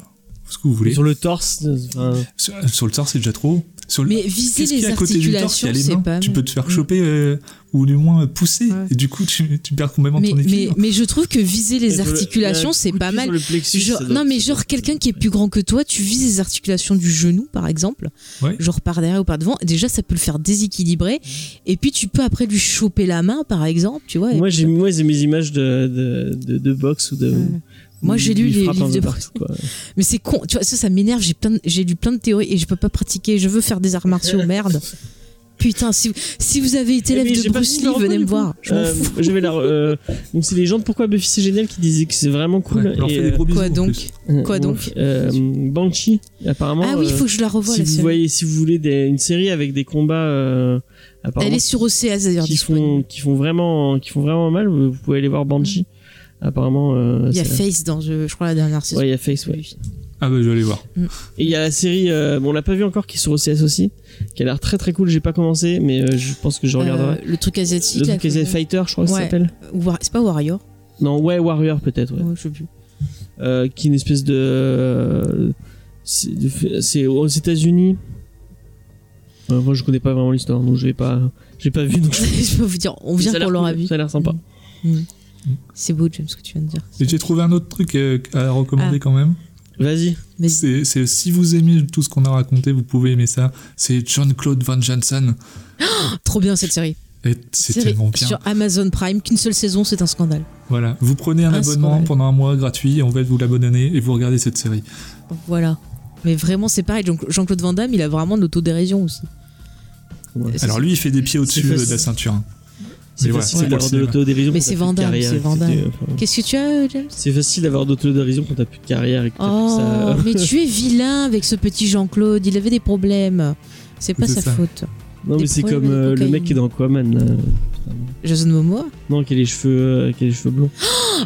[SPEAKER 3] ce que vous voulez.
[SPEAKER 1] sur le torse. enfin,
[SPEAKER 3] Sur, sur le torse, c'est déjà trop. Sur le-
[SPEAKER 2] Mais viser
[SPEAKER 3] Qu'est-ce qu'il y
[SPEAKER 2] les
[SPEAKER 3] a à côté du torse Il
[SPEAKER 2] articulations,
[SPEAKER 3] y a les
[SPEAKER 2] c'est
[SPEAKER 3] mains.
[SPEAKER 2] pas.
[SPEAKER 3] Tu peux te faire
[SPEAKER 2] Mm.
[SPEAKER 3] choper euh, ou du moins pousser
[SPEAKER 2] Ouais.
[SPEAKER 3] et du coup tu, tu perds complètement
[SPEAKER 2] mais,
[SPEAKER 3] ton
[SPEAKER 2] mais,
[SPEAKER 3] équilibre.
[SPEAKER 2] mais je trouve que viser les articulations, c'est pas mal. Genre- non, mais genre quelqu'un qui est plus grand que toi, tu vises les articulations du genou, par exemple,
[SPEAKER 3] Ouais.
[SPEAKER 2] genre par derrière ou par devant. Déjà, ça peut le faire déséquilibrer. Et puis, tu peux après lui choper la main, par exemple, tu vois. et-
[SPEAKER 1] Moi j'ai moi j'ai mes images de, de, de, de boxe ou de.
[SPEAKER 2] Ouais. Moi, j'ai lu
[SPEAKER 1] il
[SPEAKER 2] les
[SPEAKER 1] frappe un
[SPEAKER 2] livres
[SPEAKER 1] peu
[SPEAKER 2] de
[SPEAKER 1] partout, quoi.
[SPEAKER 2] Mais c'est con, tu vois, ça, ça m'énerve. J'ai plein, de- j'ai lu plein de théories et je peux pas pratiquer. Je veux faire des arts martiaux, merde. Putain, si, si vous avez été
[SPEAKER 1] Eh Mais
[SPEAKER 2] élève de
[SPEAKER 1] j'ai pas
[SPEAKER 2] Bruce
[SPEAKER 1] fini
[SPEAKER 2] Lee,
[SPEAKER 1] le reco,
[SPEAKER 2] venez me
[SPEAKER 1] du coup.
[SPEAKER 2] voir. Je m'en
[SPEAKER 1] Euh,
[SPEAKER 2] fous.
[SPEAKER 1] J'avais la. euh, donc c'est les gens de pourquoi Buffy c'est génial qui disaient que c'est vraiment cool.
[SPEAKER 3] Ouais, on leur
[SPEAKER 1] et,
[SPEAKER 3] fait des gros bisous.
[SPEAKER 2] Quoi
[SPEAKER 3] en
[SPEAKER 2] donc
[SPEAKER 3] plus.
[SPEAKER 1] euh,
[SPEAKER 2] quoi
[SPEAKER 1] euh,
[SPEAKER 2] donc
[SPEAKER 1] euh, Banshee apparemment.
[SPEAKER 2] Ah oui, il
[SPEAKER 1] euh,
[SPEAKER 2] faut que je la revoie
[SPEAKER 1] si
[SPEAKER 2] la
[SPEAKER 1] vous
[SPEAKER 2] série.
[SPEAKER 1] voyez si vous voulez des- une série avec des combats euh,
[SPEAKER 2] Elle
[SPEAKER 1] apparemment
[SPEAKER 2] est sur OCS d'ailleurs.
[SPEAKER 1] qui
[SPEAKER 2] disponible.
[SPEAKER 1] font qui font vraiment qui font vraiment mal, vous vous pouvez aller voir Banshee. Apparemment. euh,
[SPEAKER 2] Mm. Il y a
[SPEAKER 1] c'est-
[SPEAKER 2] Face dans, je je crois, la dernière saison.
[SPEAKER 1] Ouais, il y a Face, ouais.
[SPEAKER 3] Ah bah je vais aller voir.
[SPEAKER 1] Et il y a la série, euh, bon, on l'a pas vu encore, qui est sur OCS aussi, qui a l'air très très cool. J'ai pas commencé, mais euh, je pense que je regarderai.
[SPEAKER 2] Euh, le truc asiatique.
[SPEAKER 1] le
[SPEAKER 2] là,
[SPEAKER 1] truc qui est
[SPEAKER 2] faut-
[SPEAKER 1] Fighter, je crois que ça
[SPEAKER 2] Ouais.
[SPEAKER 1] s'appelle.
[SPEAKER 2] ou War- C'est pas Warrior
[SPEAKER 1] Non, ouais, Warrior peut-être, ouais.
[SPEAKER 2] Ouais, Je sais plus.
[SPEAKER 1] Euh, qui est une espèce de. c'est- de- C'est aux États-Unis. Euh, moi, je connais pas vraiment l'histoire, donc je vais pas. J'ai pas vu, donc je.
[SPEAKER 2] je peux vous dire, on
[SPEAKER 1] Ça
[SPEAKER 2] vient
[SPEAKER 1] a l'air
[SPEAKER 2] pour leur
[SPEAKER 1] cool,
[SPEAKER 2] avis.
[SPEAKER 1] Ça a l'air sympa.
[SPEAKER 2] C'est beau, James, ce que tu viens de dire.
[SPEAKER 3] Et j'ai trouvé un autre truc euh, à recommander
[SPEAKER 2] Ah.
[SPEAKER 3] quand même.
[SPEAKER 1] Vas-y.
[SPEAKER 2] Mais
[SPEAKER 3] C'est c'est- si vous aimez tout ce qu'on a raconté, vous pouvez aimer ça. C'est John-Claude Van Janssen.
[SPEAKER 2] trop bien cette série.
[SPEAKER 3] Et c'est
[SPEAKER 2] Série
[SPEAKER 3] tellement bien.
[SPEAKER 2] Sur Amazon Prime, qu'une seule saison, c'est un scandale.
[SPEAKER 3] Voilà. Vous prenez un
[SPEAKER 2] Ah, c'est
[SPEAKER 3] abonnement
[SPEAKER 2] vrai.
[SPEAKER 3] pendant un mois gratuit, on va vous l'abonner et vous regardez cette série.
[SPEAKER 2] Voilà. Mais vraiment, c'est pareil. Donc, Jean-Claude Van Damme, il a vraiment de l'autodérision aussi.
[SPEAKER 1] Ouais.
[SPEAKER 2] C'est-
[SPEAKER 3] Alors lui, il fait des pieds au-dessus
[SPEAKER 1] C'est
[SPEAKER 3] euh,
[SPEAKER 1] facile.
[SPEAKER 3] de la ceinture. hein.
[SPEAKER 1] C'est
[SPEAKER 3] Mais voilà,
[SPEAKER 1] facile
[SPEAKER 3] c'est pour
[SPEAKER 1] d'avoir
[SPEAKER 3] le
[SPEAKER 1] de
[SPEAKER 3] cinéma.
[SPEAKER 1] l'autodérision.
[SPEAKER 2] Mais
[SPEAKER 1] quand
[SPEAKER 2] c'est
[SPEAKER 1] t'as plus de
[SPEAKER 2] Vandame,
[SPEAKER 1] carrière,
[SPEAKER 2] c'est Vandame.
[SPEAKER 1] etc. Enfin,
[SPEAKER 2] Qu'est-ce que tu as, euh, James
[SPEAKER 1] C'est facile d'avoir de l'autodérision quand t'as plus de carrière et que t'as plus
[SPEAKER 2] Oh,
[SPEAKER 1] ça.
[SPEAKER 2] mais tu es vilain avec ce petit Jean-Claude. Il avait des problèmes. C'est pas
[SPEAKER 3] C'est
[SPEAKER 2] sa
[SPEAKER 3] ça.
[SPEAKER 2] faute.
[SPEAKER 1] Non, mais
[SPEAKER 2] Des
[SPEAKER 1] c'est
[SPEAKER 2] problèmes
[SPEAKER 1] comme
[SPEAKER 2] avec
[SPEAKER 1] euh, le
[SPEAKER 2] cocaïne.
[SPEAKER 1] mec qui est dans Aquaman. là.
[SPEAKER 2] Jason Momoa
[SPEAKER 1] Non, qui a les cheveux, euh, qui a les cheveux blonds.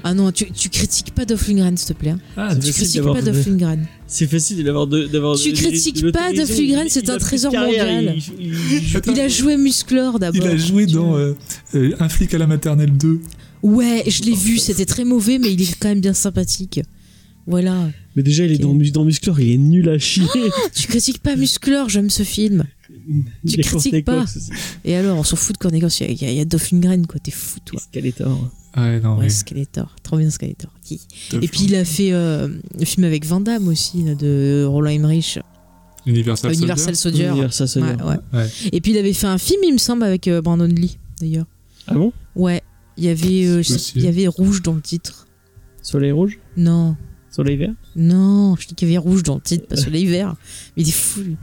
[SPEAKER 2] Ah non, tu, tu critiques pas Dolph Lundgren, s'il te plaît. hein.
[SPEAKER 1] Ah,
[SPEAKER 2] Tu critiques pas Dolph
[SPEAKER 1] de...
[SPEAKER 2] Lundgren.
[SPEAKER 1] C'est facile d'avoir de, d'avoir.
[SPEAKER 2] Tu
[SPEAKER 1] de-
[SPEAKER 2] critiques
[SPEAKER 1] de- de-
[SPEAKER 2] pas Dolph Lundgren, c'est
[SPEAKER 1] Il a
[SPEAKER 2] un
[SPEAKER 1] plus de
[SPEAKER 2] trésor
[SPEAKER 1] carrière,
[SPEAKER 2] mondial.
[SPEAKER 1] il- il- il-
[SPEAKER 3] Attends,
[SPEAKER 2] Il a joué Musclor d'abord.
[SPEAKER 3] il a joué
[SPEAKER 2] Tu
[SPEAKER 3] dans
[SPEAKER 2] vois.
[SPEAKER 3] euh, euh, Un flic à la maternelle 2.
[SPEAKER 2] Ouais, je l'ai vu, c'était très mauvais, mais il est quand même bien sympathique. Voilà.
[SPEAKER 1] Mais déjà, il est
[SPEAKER 2] Ok.
[SPEAKER 1] dans, Mus- dans Musclor, il est nul à chier.
[SPEAKER 2] Tu critiques pas Musclor, j'aime ce film.
[SPEAKER 1] Il
[SPEAKER 2] Tu
[SPEAKER 1] est
[SPEAKER 2] critiques
[SPEAKER 1] Courtney
[SPEAKER 2] pas.
[SPEAKER 1] Cox aussi.
[SPEAKER 2] Et alors, on s'en fout de Cornegos, il y a, il y a Dolph Lundgren, quoi, t'es fou, toi.
[SPEAKER 1] Skeletor.
[SPEAKER 3] Ah, Ouais, non,
[SPEAKER 2] Ouais,
[SPEAKER 3] mais- hein.
[SPEAKER 2] Skeletor, trop bien Skeletor. Qui- Et puis il a fait euh, le film avec Van Damme aussi, là, de Roland Emmerich,
[SPEAKER 3] Universal,
[SPEAKER 2] Universal Soldier.
[SPEAKER 1] Universal Soldier.
[SPEAKER 2] Ouais, ouais.
[SPEAKER 3] Ouais.
[SPEAKER 2] Et puis il avait fait un film, il me semble, avec euh, Brandon Lee, d'ailleurs.
[SPEAKER 1] Ah bon
[SPEAKER 2] Ouais, il y avait, euh,
[SPEAKER 3] C'est
[SPEAKER 2] je-
[SPEAKER 3] possible.
[SPEAKER 2] il y avait rouge dans le titre.
[SPEAKER 1] Soleil rouge
[SPEAKER 2] Non,
[SPEAKER 1] Soleil vert
[SPEAKER 2] non, je dis qu'il y avait rouge dans le titre, pas soleil vert. Mais il est fou, lui.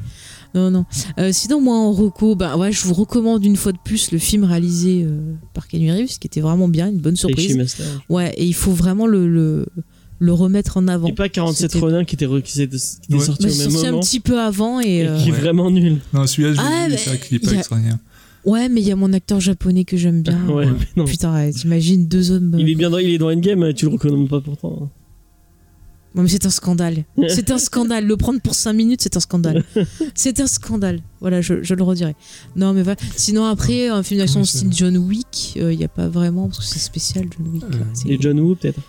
[SPEAKER 2] Non, non. Euh, sinon, moi, en reco, bah, ouais, je vous recommande une fois de plus le film réalisé euh, par Kenny Reeves, qui était vraiment bien, une bonne
[SPEAKER 1] Taichi
[SPEAKER 2] surprise.
[SPEAKER 1] Master.
[SPEAKER 2] Ouais, et il faut vraiment le, le, le remettre en avant.
[SPEAKER 1] Et pas 47
[SPEAKER 2] C'était-
[SPEAKER 1] Ronin qui était, re- qui était, qui était
[SPEAKER 3] Ouais.
[SPEAKER 1] sorti
[SPEAKER 2] Bah,
[SPEAKER 1] au
[SPEAKER 2] c'est
[SPEAKER 1] même
[SPEAKER 2] sorti un
[SPEAKER 1] moment.
[SPEAKER 2] petit peu avant et...
[SPEAKER 1] Et
[SPEAKER 2] euh,
[SPEAKER 1] qui est
[SPEAKER 3] Ouais.
[SPEAKER 1] vraiment nul.
[SPEAKER 3] Non, celui-là, je
[SPEAKER 2] Ah,
[SPEAKER 3] l'ai vu,
[SPEAKER 2] mais
[SPEAKER 3] mais c'est vrai qu'il est
[SPEAKER 2] il
[SPEAKER 3] pas
[SPEAKER 2] y a-
[SPEAKER 3] extraordinaire.
[SPEAKER 2] Ouais, mais il y a mon acteur japonais que j'aime bien.
[SPEAKER 1] Ouais, mais non.
[SPEAKER 2] Putain, ouais, t'imagines deux hommes... euh,
[SPEAKER 1] Il est bien dans, il est dans Endgame, tu le reconnais pas pourtant.
[SPEAKER 2] Non, mais c'est un scandale. C'est un scandale. Le prendre pour 5 minutes, c'est un scandale. C'est un scandale. Voilà, je, je le redirai. Non, mais voilà. Sinon, après, un film d'action
[SPEAKER 3] Oui, c'est-
[SPEAKER 2] style John Wick, il n'y a pas vraiment, parce que c'est spécial, John Wick.
[SPEAKER 3] Euh,
[SPEAKER 2] C'est-
[SPEAKER 1] Et John Woo peut-être.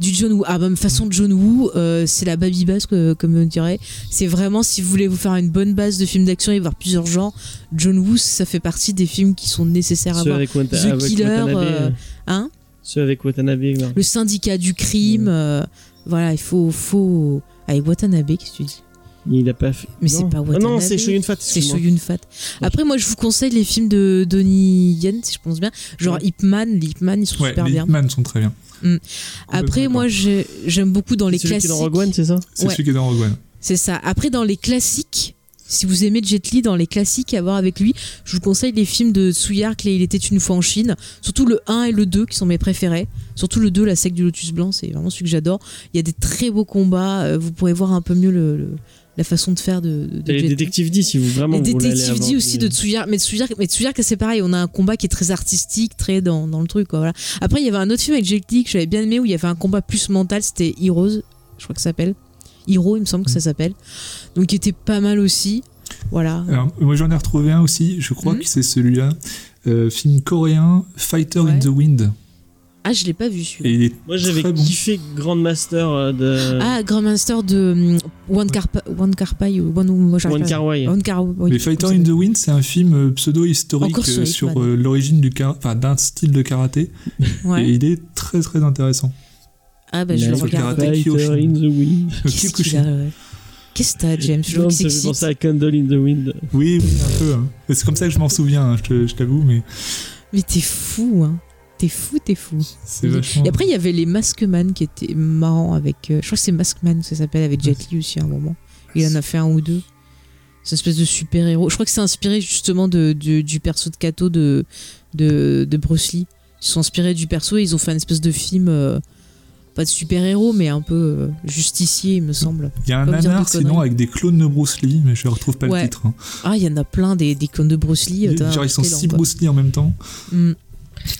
[SPEAKER 2] Du John Woo. Ah, bah, de façon, John Woo, euh, c'est la baby base, que- comme on dirait. C'est vraiment, si vous voulez vous faire une bonne base de films d'action et voir plusieurs genres, John Woo, ça fait partie des films qui sont nécessaires à
[SPEAKER 1] Ceux
[SPEAKER 2] voir.
[SPEAKER 1] avec, Wata-
[SPEAKER 2] The
[SPEAKER 1] avec
[SPEAKER 2] Killer,
[SPEAKER 1] Watanabe.
[SPEAKER 2] euh,
[SPEAKER 1] euh,
[SPEAKER 2] Hein
[SPEAKER 1] Ceux avec Watanabe. ouais.
[SPEAKER 2] Le syndicat du crime, euh, voilà, il faut. faut... Avec Watanabe, qu'est-ce que tu dis
[SPEAKER 1] Il a pas fait.
[SPEAKER 2] Mais
[SPEAKER 1] Non.
[SPEAKER 2] c'est pas
[SPEAKER 1] Ah
[SPEAKER 2] Watanabe.
[SPEAKER 1] Non, c'est Shoyun Fat.
[SPEAKER 2] C'est
[SPEAKER 1] excuse-moi.
[SPEAKER 2] Shoyun Fat. Après, moi, je vous conseille les films de Donnie Yen, si je pense bien. Genre
[SPEAKER 1] Ouais.
[SPEAKER 2] Ip Man, les Ip Man, ils sont
[SPEAKER 3] Ouais,
[SPEAKER 2] super
[SPEAKER 3] les
[SPEAKER 2] bien. Mm.
[SPEAKER 3] Hitman sont très bien.
[SPEAKER 2] Après, moi, j'ai- j'aime beaucoup dans les
[SPEAKER 1] C'est celui qui est
[SPEAKER 2] classiques.
[SPEAKER 1] dans Rogue One, c'est ça
[SPEAKER 3] C'est
[SPEAKER 2] ouais. Mm.
[SPEAKER 3] celui qui est dans Rogue One.
[SPEAKER 2] C'est ça. Après, dans les classiques, si vous aimez Jet Li, dans les classiques à voir avec lui, je vous conseille les films de Tsuyark, les Il était une fois en Chine. Surtout le 1 et le 2 qui sont mes préférés. Surtout le 2, La secte du lotus blanc, c'est vraiment celui que j'adore. Il y a des très beaux combats. euh, Vous pourrez voir un peu mieux le- le- la façon de faire de, de, de
[SPEAKER 1] Et les
[SPEAKER 2] Jet Li.
[SPEAKER 1] détectives D, si vous vraiment. vous
[SPEAKER 2] Les
[SPEAKER 1] voulez aller
[SPEAKER 2] détectives
[SPEAKER 1] avoir
[SPEAKER 2] dit aussi
[SPEAKER 1] du-
[SPEAKER 2] de Tsuyark, mais Tsuyark, mais Tsuyark, c'est pareil, on a un combat qui est très artistique, très dans, dans le truc. Quoi, voilà. Après, il y avait un autre film avec Jake Lee que j'avais bien aimé où il y avait un combat plus mental, c'était Heroes, je crois que ça s'appelle. Hero, il me semble que ça s'appelle. Donc, qui était pas mal aussi. Voilà.
[SPEAKER 3] Alors, moi, j'en ai retrouvé un aussi, je crois
[SPEAKER 2] Mhm.
[SPEAKER 3] que c'est celui-là. Euh, film coréen, Fighter
[SPEAKER 2] Ouais.
[SPEAKER 3] in the Wind.
[SPEAKER 2] Ah, je l'ai pas vu celui-là.
[SPEAKER 3] Et il est
[SPEAKER 8] Moi, j'avais
[SPEAKER 3] très bon.
[SPEAKER 8] kiffé Grandmaster euh, de
[SPEAKER 2] Ah, Grandmaster de hum, One Car One Car Pie ou One moi, j'arrive
[SPEAKER 8] One
[SPEAKER 2] pas Oh à-
[SPEAKER 8] Car Wai.
[SPEAKER 2] One Car Wai,
[SPEAKER 3] Mais
[SPEAKER 2] je sais pas
[SPEAKER 3] Fighter
[SPEAKER 2] comment
[SPEAKER 3] in
[SPEAKER 2] ça
[SPEAKER 3] the Wind, c'est un film euh, pseudo-historique
[SPEAKER 2] Encore sur
[SPEAKER 3] euh, sur
[SPEAKER 2] Hitman.
[SPEAKER 3] euh, l'origine du kara- enfin, d'un style de karaté.
[SPEAKER 2] s'appelle. Ouais.
[SPEAKER 3] Et il est très très intéressant.
[SPEAKER 2] Ah, bah je le
[SPEAKER 3] Sur le
[SPEAKER 2] regarde.
[SPEAKER 3] karaté.
[SPEAKER 8] Fighter
[SPEAKER 3] Kyoshi.
[SPEAKER 8] in the Wind.
[SPEAKER 3] Le
[SPEAKER 2] Qu'est-ce qu'il
[SPEAKER 3] Kyokushin.
[SPEAKER 2] a, ouais. Qu'est-ce que t'as, James Je
[SPEAKER 8] Non,
[SPEAKER 2] vois que
[SPEAKER 8] ça
[SPEAKER 2] c'est
[SPEAKER 8] fait penser à Candle in the Wind.
[SPEAKER 3] Oui, oui, un peu. hein. Et C'est comme ça que je m'en souviens, hein, je te- je t'avoue, mais
[SPEAKER 2] Mais t'es fou, hein. T'es fou, t'es fou.
[SPEAKER 3] c'est vachement.
[SPEAKER 2] Et après, il y avait les Maskman qui étaient marrants avec. euh, je crois que c'est Maskman, ça s'appelle, avec Jet Li aussi à un moment. Il en a fait un ou deux. C'est une espèce de super-héros. Je crois que c'est inspiré justement de, du- du perso de Kato de, de, de Bruce Lee. Ils se sont inspirés du perso et ils ont fait un espèce de film. euh, pas de super-héros, mais un peu euh, justicier, il me semble.
[SPEAKER 3] Il y a un
[SPEAKER 2] Pas me dire de
[SPEAKER 3] nanar sinon
[SPEAKER 2] conneries.
[SPEAKER 3] avec des clones de Bruce Lee, mais je retrouve pas
[SPEAKER 2] Ouais.
[SPEAKER 3] le titre. hein.
[SPEAKER 2] Ah, il y en a plein des, des clones de Bruce Lee. euh, t'as
[SPEAKER 3] Genre,
[SPEAKER 2] un
[SPEAKER 3] ils sont
[SPEAKER 2] excellent,
[SPEAKER 3] six
[SPEAKER 2] quoi.
[SPEAKER 3] Bruce Lee en même temps.
[SPEAKER 2] Mm.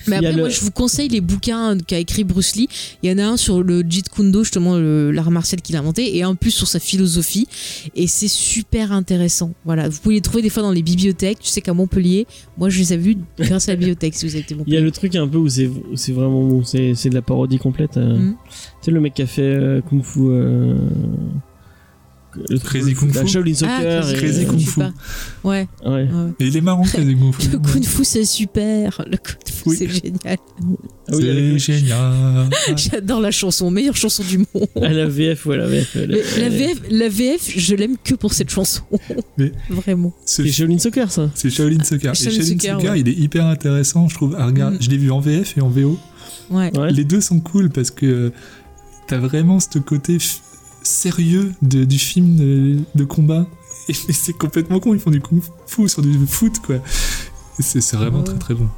[SPEAKER 2] Mais
[SPEAKER 8] Il y a
[SPEAKER 2] après, moi,
[SPEAKER 8] le-
[SPEAKER 2] je vous conseille les bouquins qu'a écrit Bruce Lee. Il y en a un sur le Jeet Kune Do, justement, le- l'art martial qu'il a inventé, et un plus sur sa philosophie. Et c'est super intéressant. Voilà, vous pouvez les trouver des fois dans les bibliothèques. Tu sais qu'à Montpellier, moi, je les ai vus grâce à la bibliothèque, si vous avez été
[SPEAKER 8] Il y a
[SPEAKER 2] Montpellier.
[SPEAKER 8] le truc un peu où c'est où c'est vraiment bon, c'est c'est de la parodie complète. euh.
[SPEAKER 2] Mhm.
[SPEAKER 8] Tu sais, le mec qui a fait euh, Kung Fu. euh, le truc-
[SPEAKER 3] Crazy Kung
[SPEAKER 8] la
[SPEAKER 3] Fu.
[SPEAKER 2] Ah,
[SPEAKER 8] Shaolin Soccer.
[SPEAKER 3] Crazy-
[SPEAKER 8] et- euh,
[SPEAKER 3] Crazy Kung
[SPEAKER 2] je sais
[SPEAKER 3] Fu.
[SPEAKER 2] pas. Ouais,
[SPEAKER 8] Ouais.
[SPEAKER 2] ouais.
[SPEAKER 3] Et il est marrant, Crazy Kung Fu.
[SPEAKER 2] Le Kung Fu, c'est super. Le Kung Fu,
[SPEAKER 3] Oui.
[SPEAKER 2] c'est génial.
[SPEAKER 8] Ah oui, avec
[SPEAKER 3] C'est
[SPEAKER 8] le-
[SPEAKER 3] génial.
[SPEAKER 2] J'adore la chanson, meilleure chanson du monde.
[SPEAKER 8] à la VF, ouais, la VF. elle-
[SPEAKER 2] Mais la
[SPEAKER 8] elle-
[SPEAKER 2] VF, la VF, je l'aime que pour cette chanson.
[SPEAKER 3] Mais-
[SPEAKER 2] Vraiment.
[SPEAKER 3] Ce
[SPEAKER 8] C'est Shaolin Soccer, ça.
[SPEAKER 3] C'est Shaolin Soccer. Et
[SPEAKER 2] Shaolin
[SPEAKER 3] Shaolin
[SPEAKER 2] Soccer,
[SPEAKER 3] Soccer,
[SPEAKER 2] ouais.
[SPEAKER 3] il est hyper intéressant, je trouve. à regarder.
[SPEAKER 2] Mm.
[SPEAKER 3] Je l'ai vu en VF et en VO.
[SPEAKER 2] Ouais.
[SPEAKER 8] Ouais.
[SPEAKER 3] Les deux sont cool parce que euh, t'as vraiment ce côté f- sérieux de- du film de, de combat. Et mais c'est complètement con, ils font du kung fu sur du foot, quoi. Et C'est c'est vraiment
[SPEAKER 2] Ouais.
[SPEAKER 3] très très bon.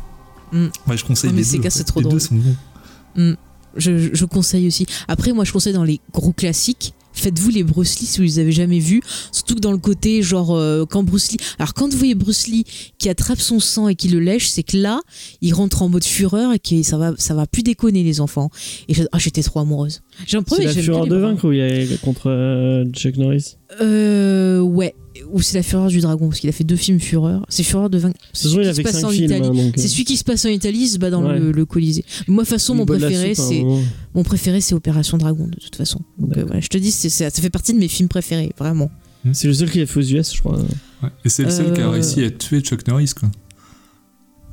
[SPEAKER 2] Mm.
[SPEAKER 3] Ouais, je conseille
[SPEAKER 2] Non, mais
[SPEAKER 3] les
[SPEAKER 2] c'est
[SPEAKER 3] deux.
[SPEAKER 2] qu'à
[SPEAKER 3] en
[SPEAKER 2] c'est
[SPEAKER 3] fait.
[SPEAKER 2] trop
[SPEAKER 3] les deux
[SPEAKER 2] drôle.
[SPEAKER 3] sont bons.
[SPEAKER 2] je, je- je conseille aussi. Après, moi, je conseille dans les gros classiques. Faites-vous les Bruce Lee si vous les avez jamais vus. Surtout que dans le côté, genre, euh, quand Bruce Lee. Alors, quand vous voyez Bruce Lee qui attrape son sang et qui le lèche, c'est que là, il rentre en mode fureur et que ça va, ça va plus déconner, les enfants. Et je- ah, j'étais trop amoureuse. J'ai un
[SPEAKER 8] c'est
[SPEAKER 2] problème,
[SPEAKER 8] la
[SPEAKER 2] Ah j'aime
[SPEAKER 8] fureur
[SPEAKER 2] pas les
[SPEAKER 8] de
[SPEAKER 2] bras.
[SPEAKER 8] vaincre où il est contre euh, Chuck Norris.
[SPEAKER 2] Euh, ouais. Ou c'est la fureur du dragon, parce qu'il a fait deux films fureur. C'est fureur de vaincre.
[SPEAKER 8] De toute façon, il
[SPEAKER 2] qui
[SPEAKER 8] a
[SPEAKER 2] se
[SPEAKER 8] fait
[SPEAKER 2] passe
[SPEAKER 8] 5
[SPEAKER 2] en
[SPEAKER 8] films.
[SPEAKER 2] Italie.
[SPEAKER 8] hein, donc,
[SPEAKER 2] C'est celui qui se passe en Italie, il se bat dans
[SPEAKER 8] Ouais.
[SPEAKER 2] le, le Colisée. Moi, de toute façon, mon préféré,
[SPEAKER 8] hein,
[SPEAKER 2] c'est.
[SPEAKER 8] c'est.
[SPEAKER 2] Mon préféré, c'est Opération Dragon, de toute façon. Donc, euh,
[SPEAKER 8] D'accord.
[SPEAKER 2] voilà, je te dis, c'est- c'est- ça fait partie de mes films préférés, vraiment.
[SPEAKER 8] C'est le seul qu'il a fait aux US, je crois.
[SPEAKER 3] Ouais. Et c'est le seul qui a
[SPEAKER 2] Euh,
[SPEAKER 3] réussi à tuer Chuck Norris, quoi.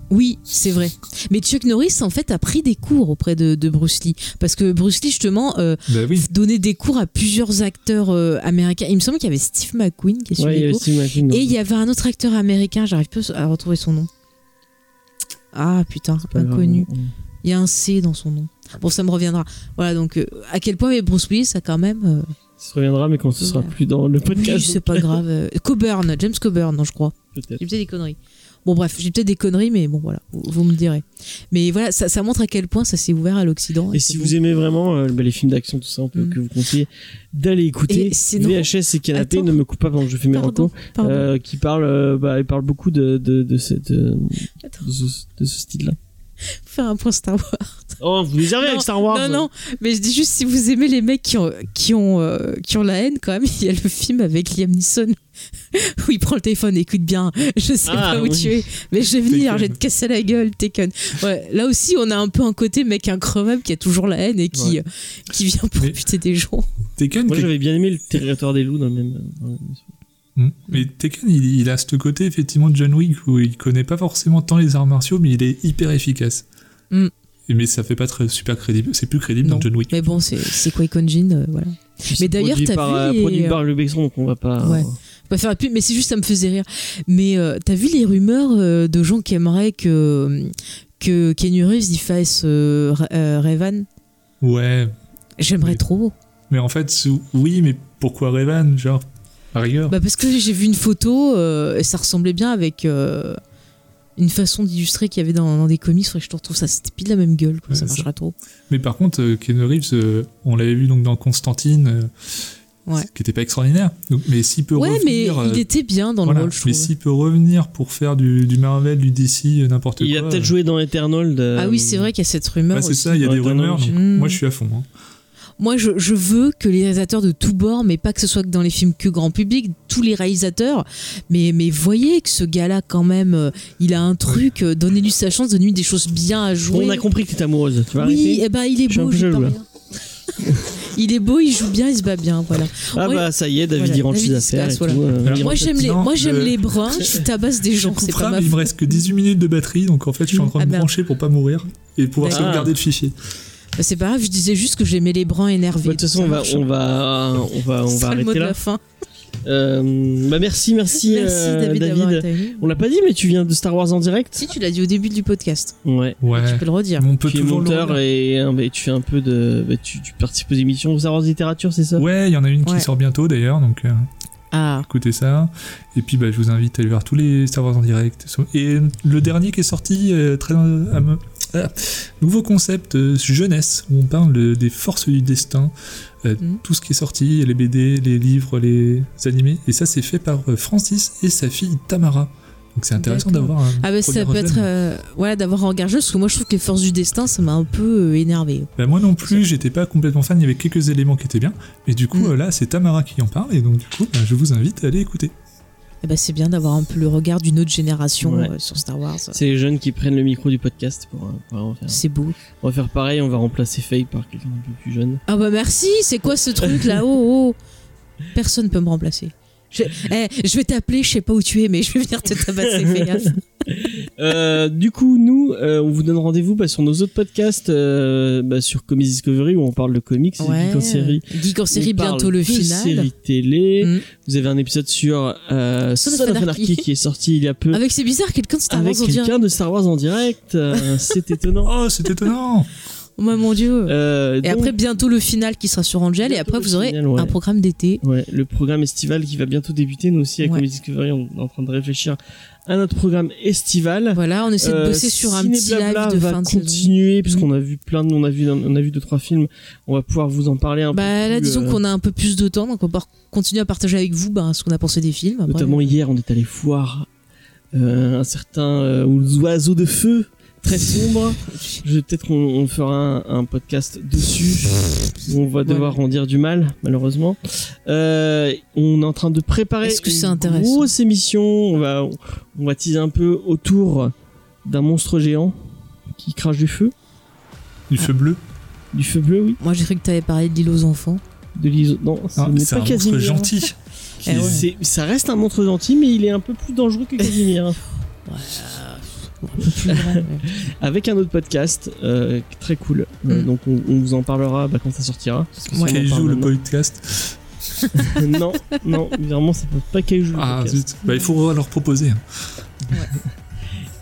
[SPEAKER 2] Oui, c'est vrai. Mais Chuck Norris, en fait, a pris des cours auprès de, de Bruce Lee. Parce que Bruce Lee, justement, euh,
[SPEAKER 3] Bah oui.
[SPEAKER 2] donnait des cours à plusieurs acteurs euh, américains. Il me semble qu'il y avait Steve McQueen qui a suivi
[SPEAKER 8] Ouais, il y
[SPEAKER 2] les
[SPEAKER 8] avait
[SPEAKER 2] cours.
[SPEAKER 8] Steve McQueen. dans-
[SPEAKER 2] Et il y avait un autre acteur américain, j'arrive pas à retrouver son nom. Ah putain,
[SPEAKER 8] c'est pas grave. hein.
[SPEAKER 2] inconnu. Il y a un C dans son nom. Bon, ça me reviendra. Voilà, donc euh, à quel point mais Bruce Lee, ça quand même. euh,
[SPEAKER 8] Ça se reviendra, mais quand ce sera
[SPEAKER 2] Ouais.
[SPEAKER 8] plus dans le
[SPEAKER 2] oui,
[SPEAKER 8] podcast.
[SPEAKER 2] c'est pas grave. Euh, Coburn, James Coburn, non, je crois.
[SPEAKER 8] Peut-être.
[SPEAKER 2] J'ai peut-être des conneries. Bon, bref, j'ai peut-être des conneries, mais bon, voilà, vous, vous me direz. Mais voilà, ça, ça montre à quel point ça s'est ouvert à l'Occident.
[SPEAKER 8] Et si
[SPEAKER 2] c'est
[SPEAKER 8] vous
[SPEAKER 2] bon.
[SPEAKER 8] aimez vraiment euh, bah, les films d'action, tout ça, on peut
[SPEAKER 2] Mm.
[SPEAKER 8] que vous conseiller d'aller écouter
[SPEAKER 2] Et sinon-
[SPEAKER 8] VHS et Canapé,
[SPEAKER 2] Attends.
[SPEAKER 8] ne me coupe pas pendant que je fais mes
[SPEAKER 2] Pardon,
[SPEAKER 8] recos,
[SPEAKER 2] pardon.
[SPEAKER 8] euh, qui parle, euh, bah, il parle beaucoup de, de, de, cette, euh,
[SPEAKER 2] Attends,
[SPEAKER 8] de ce, de ce style-là.
[SPEAKER 2] faire un point Star Wars.
[SPEAKER 8] Oh, vous les avez
[SPEAKER 2] Non,
[SPEAKER 8] avec Star Wars
[SPEAKER 2] Non, non, mais je dis juste si vous aimez les mecs qui ont, qui ont, euh, qui ont la haine, quand même, il y a le film avec Liam Neeson où il prend le téléphone, écoute bien, je sais
[SPEAKER 8] Ah,
[SPEAKER 2] pas où
[SPEAKER 8] oui.
[SPEAKER 2] tu es, mais je vais venir,
[SPEAKER 3] Taken.
[SPEAKER 2] je vais te casser la gueule, Taken. Ouais, là aussi, on a un peu un côté mec incroyable qui a toujours la haine et qui,
[SPEAKER 3] Ouais.
[SPEAKER 2] euh, qui vient pour
[SPEAKER 3] Mais-
[SPEAKER 2] buter des gens.
[SPEAKER 3] Tekken,
[SPEAKER 8] Moi,
[SPEAKER 3] quelque-
[SPEAKER 8] j'avais bien aimé le territoire des loups dans le même. euh, dans le même-
[SPEAKER 3] Mm. Mais Tekken, il, il a ce côté effectivement de John Wick où il connaît pas forcément tant les arts martiaux, mais il est hyper efficace.
[SPEAKER 2] Mm.
[SPEAKER 3] Et Mais ça fait pas très super crédible. C'est plus crédible
[SPEAKER 2] Non.
[SPEAKER 3] dans John Wick.
[SPEAKER 2] Mais bon, c'est c'est quoi Icon Jean, euh, voilà.
[SPEAKER 8] Puis
[SPEAKER 2] Mais
[SPEAKER 8] c'est
[SPEAKER 2] d'ailleurs,
[SPEAKER 8] produit
[SPEAKER 2] t'as
[SPEAKER 8] par,
[SPEAKER 2] vu
[SPEAKER 8] euh,
[SPEAKER 2] les-
[SPEAKER 8] Produit par Lubeson, donc on va pas.
[SPEAKER 2] Ouais. Faut Pas faire la pub, mais c'est juste ça me faisait rire. Mais euh, t'as vu les rumeurs euh, de gens qui aimeraient que euh, que Keanu Reeves y fasse euh, Ra- euh, Revan
[SPEAKER 3] Ouais.
[SPEAKER 2] J'aimerais
[SPEAKER 3] Oui. Oh.
[SPEAKER 2] trop.
[SPEAKER 3] Mais en fait, sous- oui, mais pourquoi Revan Genre, à rigueur.
[SPEAKER 2] Bah parce que j'ai vu une photo euh, et ça ressemblait bien avec euh, une façon d'illustrer qu'il y avait dans, dans des comics. Faudrait que je te retrouve ça. C'était pile la même gueule. quoi.
[SPEAKER 3] Ouais,
[SPEAKER 2] ça
[SPEAKER 3] ça.
[SPEAKER 2] marcherait trop.
[SPEAKER 3] Mais par contre, euh, Keanu Reeves, euh, on l'avait vu donc dans Constantine, euh,
[SPEAKER 2] Ouais.
[SPEAKER 3] qui était pas extraordinaire. Donc, mais s'il peut
[SPEAKER 2] Ouais, mais
[SPEAKER 3] revenir. euh,
[SPEAKER 2] il était bien dans
[SPEAKER 3] voilà.
[SPEAKER 2] le rôle, je
[SPEAKER 3] mais
[SPEAKER 2] trouve.
[SPEAKER 3] s'il peut revenir pour faire du, du Marvel, du DC, euh, n'importe quoi.
[SPEAKER 8] Il a peut-être
[SPEAKER 3] euh,
[SPEAKER 8] joué dans Eternal. de-
[SPEAKER 2] Ah oui, c'est vrai qu'il y a cette rumeur.
[SPEAKER 3] ouais, Bah, c'est
[SPEAKER 2] aussi. Hmm.
[SPEAKER 3] ça, il y a
[SPEAKER 8] dans
[SPEAKER 3] des
[SPEAKER 8] Eternal
[SPEAKER 3] rumeurs. donc
[SPEAKER 2] Origins.
[SPEAKER 3] Moi, je suis à fond. hein.
[SPEAKER 2] Moi, je, je veux que les réalisateurs de tous bords, mais pas que ce soit que dans les films que grand public, tous les réalisateurs, mais, mais voyez que ce gars-là, quand même, euh, il a un truc, euh, donnez-lui sa chance, donnez-lui des choses bien à jouer.
[SPEAKER 1] Bon, on a compris que t'es amoureuse. Tu vas
[SPEAKER 2] Oui,
[SPEAKER 1] arrêter
[SPEAKER 2] eh ben, il est
[SPEAKER 1] Je suis un
[SPEAKER 2] beau,
[SPEAKER 1] peu
[SPEAKER 2] il joue
[SPEAKER 1] jaloux,
[SPEAKER 2] pas bien. il est beau, il joue bien, il se bat bien, voilà.
[SPEAKER 1] Ah
[SPEAKER 2] oui.
[SPEAKER 1] bah ça y est, David
[SPEAKER 2] Voilà,
[SPEAKER 1] il range ses
[SPEAKER 2] David, il se
[SPEAKER 1] affaires et
[SPEAKER 2] casse, voilà.
[SPEAKER 1] tout. euh,
[SPEAKER 3] Alors,
[SPEAKER 1] il
[SPEAKER 2] Moi
[SPEAKER 1] rentre-
[SPEAKER 2] j'aime les,
[SPEAKER 3] Non,
[SPEAKER 2] moi j'aime
[SPEAKER 3] je-
[SPEAKER 2] les bruns qui tabassent des gens, c'est
[SPEAKER 3] Coupera,
[SPEAKER 2] pas ma
[SPEAKER 3] mais il me reste que 18 minutes de batterie, donc en fait, je suis en train de
[SPEAKER 2] Ah
[SPEAKER 3] me
[SPEAKER 2] merde.
[SPEAKER 3] brancher pour pas mourir et pouvoir
[SPEAKER 1] D'accord.
[SPEAKER 3] sauvegarder le fichier.
[SPEAKER 2] Bah, c'est pas grave, je disais juste que j'aimais les bruns énervés.
[SPEAKER 1] Bah, De toute façon,
[SPEAKER 2] Ça
[SPEAKER 1] on va,
[SPEAKER 2] marche.
[SPEAKER 1] on va, on va,
[SPEAKER 2] Ce
[SPEAKER 1] on va
[SPEAKER 2] sera le mot
[SPEAKER 1] arrêter
[SPEAKER 2] de
[SPEAKER 1] là.
[SPEAKER 2] la fin.
[SPEAKER 1] Euh, bah merci, merci,
[SPEAKER 2] Merci
[SPEAKER 1] euh,
[SPEAKER 2] David d'avoir été avec nous.
[SPEAKER 1] On l'a pas dit, mais tu viens de Star Wars en direct.
[SPEAKER 2] Si tu l'as dit au début du podcast,
[SPEAKER 1] Ouais.
[SPEAKER 2] tu peux le redire.
[SPEAKER 3] On peut
[SPEAKER 1] tu es
[SPEAKER 3] toujours le
[SPEAKER 1] monteur
[SPEAKER 3] relire.
[SPEAKER 1] et, euh, bah, tu fais un peu de, bah, tu, tu participes aux émissions Star Wars littérature, c'est ça
[SPEAKER 3] Ouais, il y en a une qui
[SPEAKER 2] Ouais.
[SPEAKER 3] sort bientôt d'ailleurs, donc euh,
[SPEAKER 2] Ah,
[SPEAKER 3] écoutez ça. Et puis, bah, je vous invite à aller voir tous les Star Wars en direct. Et le dernier qui est sorti, euh, très euh, à me- ah, nouveau concept euh, jeunesse, où on parle euh, des forces du destin, euh,
[SPEAKER 2] Mhm.
[SPEAKER 3] tout ce qui est sorti, les BD, les livres, les animés. Et ça, c'est fait par euh, Francis et sa fille Tamara. Donc c'est intéressant
[SPEAKER 2] D'accord.
[SPEAKER 3] d'avoir un.
[SPEAKER 2] ah bah, ça
[SPEAKER 3] premier
[SPEAKER 2] peut être
[SPEAKER 3] jeune.
[SPEAKER 2] euh, voilà d'avoir un gage, parce que moi je trouve que les forces du destin ça m'a un peu euh, énervé.
[SPEAKER 3] Bah, moi non plus, j'étais pas complètement fan, il y avait quelques éléments qui étaient bien, mais du coup
[SPEAKER 2] Mm.
[SPEAKER 3] euh, là c'est Tamara qui en parle, et donc du coup bah, je vous invite à aller écouter.
[SPEAKER 2] Et bah c'est bien d'avoir un peu le regard d'une autre génération
[SPEAKER 1] Ouais.
[SPEAKER 2] euh, sur Star Wars.
[SPEAKER 1] C'est les jeunes qui prennent le micro du podcast pour, euh, pour en faire.
[SPEAKER 2] C'est beau.
[SPEAKER 1] On va faire pareil, on va remplacer Faye par quelqu'un un peu plus jeune.
[SPEAKER 2] Ah bah merci, c'est quoi ce truc là oh, oh. Personne peut me remplacer. Je, eh, je vais t'appeler, je sais pas où tu es, mais je vais venir te tabasser, fais gaffe.
[SPEAKER 1] Euh, du coup, nous, euh, on vous donne rendez-vous bah, sur nos autres podcasts, euh, bah, sur Comics Discovery où on parle de comics, et
[SPEAKER 2] Ouais.
[SPEAKER 1] geek en série.
[SPEAKER 2] Geek en série,
[SPEAKER 1] On parle
[SPEAKER 2] bientôt le
[SPEAKER 1] de
[SPEAKER 2] final.
[SPEAKER 1] Série télé.
[SPEAKER 2] Mm.
[SPEAKER 1] Vous avez un épisode sur euh,
[SPEAKER 2] Son of
[SPEAKER 1] Son of
[SPEAKER 2] Anarchy.
[SPEAKER 1] Anarchy qui est sorti il y a peu
[SPEAKER 2] Avec c'est bizarre, quelqu'un de Star
[SPEAKER 1] avec
[SPEAKER 2] Wars en direct.
[SPEAKER 1] quelqu'un de Star Wars en direct. euh, C'est étonnant.
[SPEAKER 3] Oh c'est étonnant
[SPEAKER 2] Oh mon dieu.
[SPEAKER 1] Euh,
[SPEAKER 2] et
[SPEAKER 1] donc,
[SPEAKER 2] après, bientôt le final qui sera sur Angel, et
[SPEAKER 1] Bientôt
[SPEAKER 2] après,
[SPEAKER 1] le
[SPEAKER 2] vous aurez
[SPEAKER 1] final, ouais.
[SPEAKER 2] un programme d'été.
[SPEAKER 1] Ouais, le programme estival qui va bientôt débuter. Nous aussi, à
[SPEAKER 2] Ouais.
[SPEAKER 1] Comedy Discovery, on est en train de réfléchir à notre programme estival.
[SPEAKER 2] Voilà, on essaie de
[SPEAKER 1] Euh,
[SPEAKER 2] bosser sur un
[SPEAKER 1] Ciné
[SPEAKER 2] petit live
[SPEAKER 1] Blabla
[SPEAKER 2] de
[SPEAKER 1] va
[SPEAKER 2] fin de saison. Mm.
[SPEAKER 1] continuer puisqu'on a vu plein de, on a vu, on a vu deux trois films. On va pouvoir vous en parler un
[SPEAKER 2] Bah
[SPEAKER 1] peu.
[SPEAKER 2] là,
[SPEAKER 1] plus,
[SPEAKER 2] disons
[SPEAKER 1] euh,
[SPEAKER 2] qu'on a un peu plus de temps, donc on va pouvoir continuer à partager avec vous bah, ce qu'on a pensé des films. après.
[SPEAKER 1] Notamment hier, on est allé voir euh, un certain euh, ou les oiseaux de feu très sombre. Je- Peut-être qu'on on fera un, un podcast dessus. où On va devoir en dire du mal, malheureusement. Euh, on est en train de préparer
[SPEAKER 2] Est-ce que c'est
[SPEAKER 1] une
[SPEAKER 2] intéressant
[SPEAKER 1] grosse émission. On va, on va teaser un peu autour d'un monstre géant qui crache du feu,
[SPEAKER 3] Du feu bleu
[SPEAKER 1] du feu bleu, oui,
[SPEAKER 2] Moi, j'ai cru que t'avais parlé de l'île aux enfants.
[SPEAKER 1] de l'iso. Non, ce
[SPEAKER 3] Ah,
[SPEAKER 1] n'est pas
[SPEAKER 3] C'est un monstre
[SPEAKER 1] Casimir.
[SPEAKER 3] gentil
[SPEAKER 2] Eh ouais.
[SPEAKER 1] C'est- Ça reste un monstre gentil, mais il est un peu plus dangereux que Casimir. avec un autre podcast euh, très cool. Euh,
[SPEAKER 2] Mm.
[SPEAKER 1] donc on, on vous en parlera bah, quand ça sortira. Parce que ça, on en
[SPEAKER 3] qui
[SPEAKER 1] parle
[SPEAKER 3] joue le
[SPEAKER 1] maintenant.
[SPEAKER 3] podcast.
[SPEAKER 1] non, non, vraiment ça peut pas qu'elle joue le
[SPEAKER 3] Ah
[SPEAKER 1] podcast.
[SPEAKER 3] zut, bah, il faut leur proposer.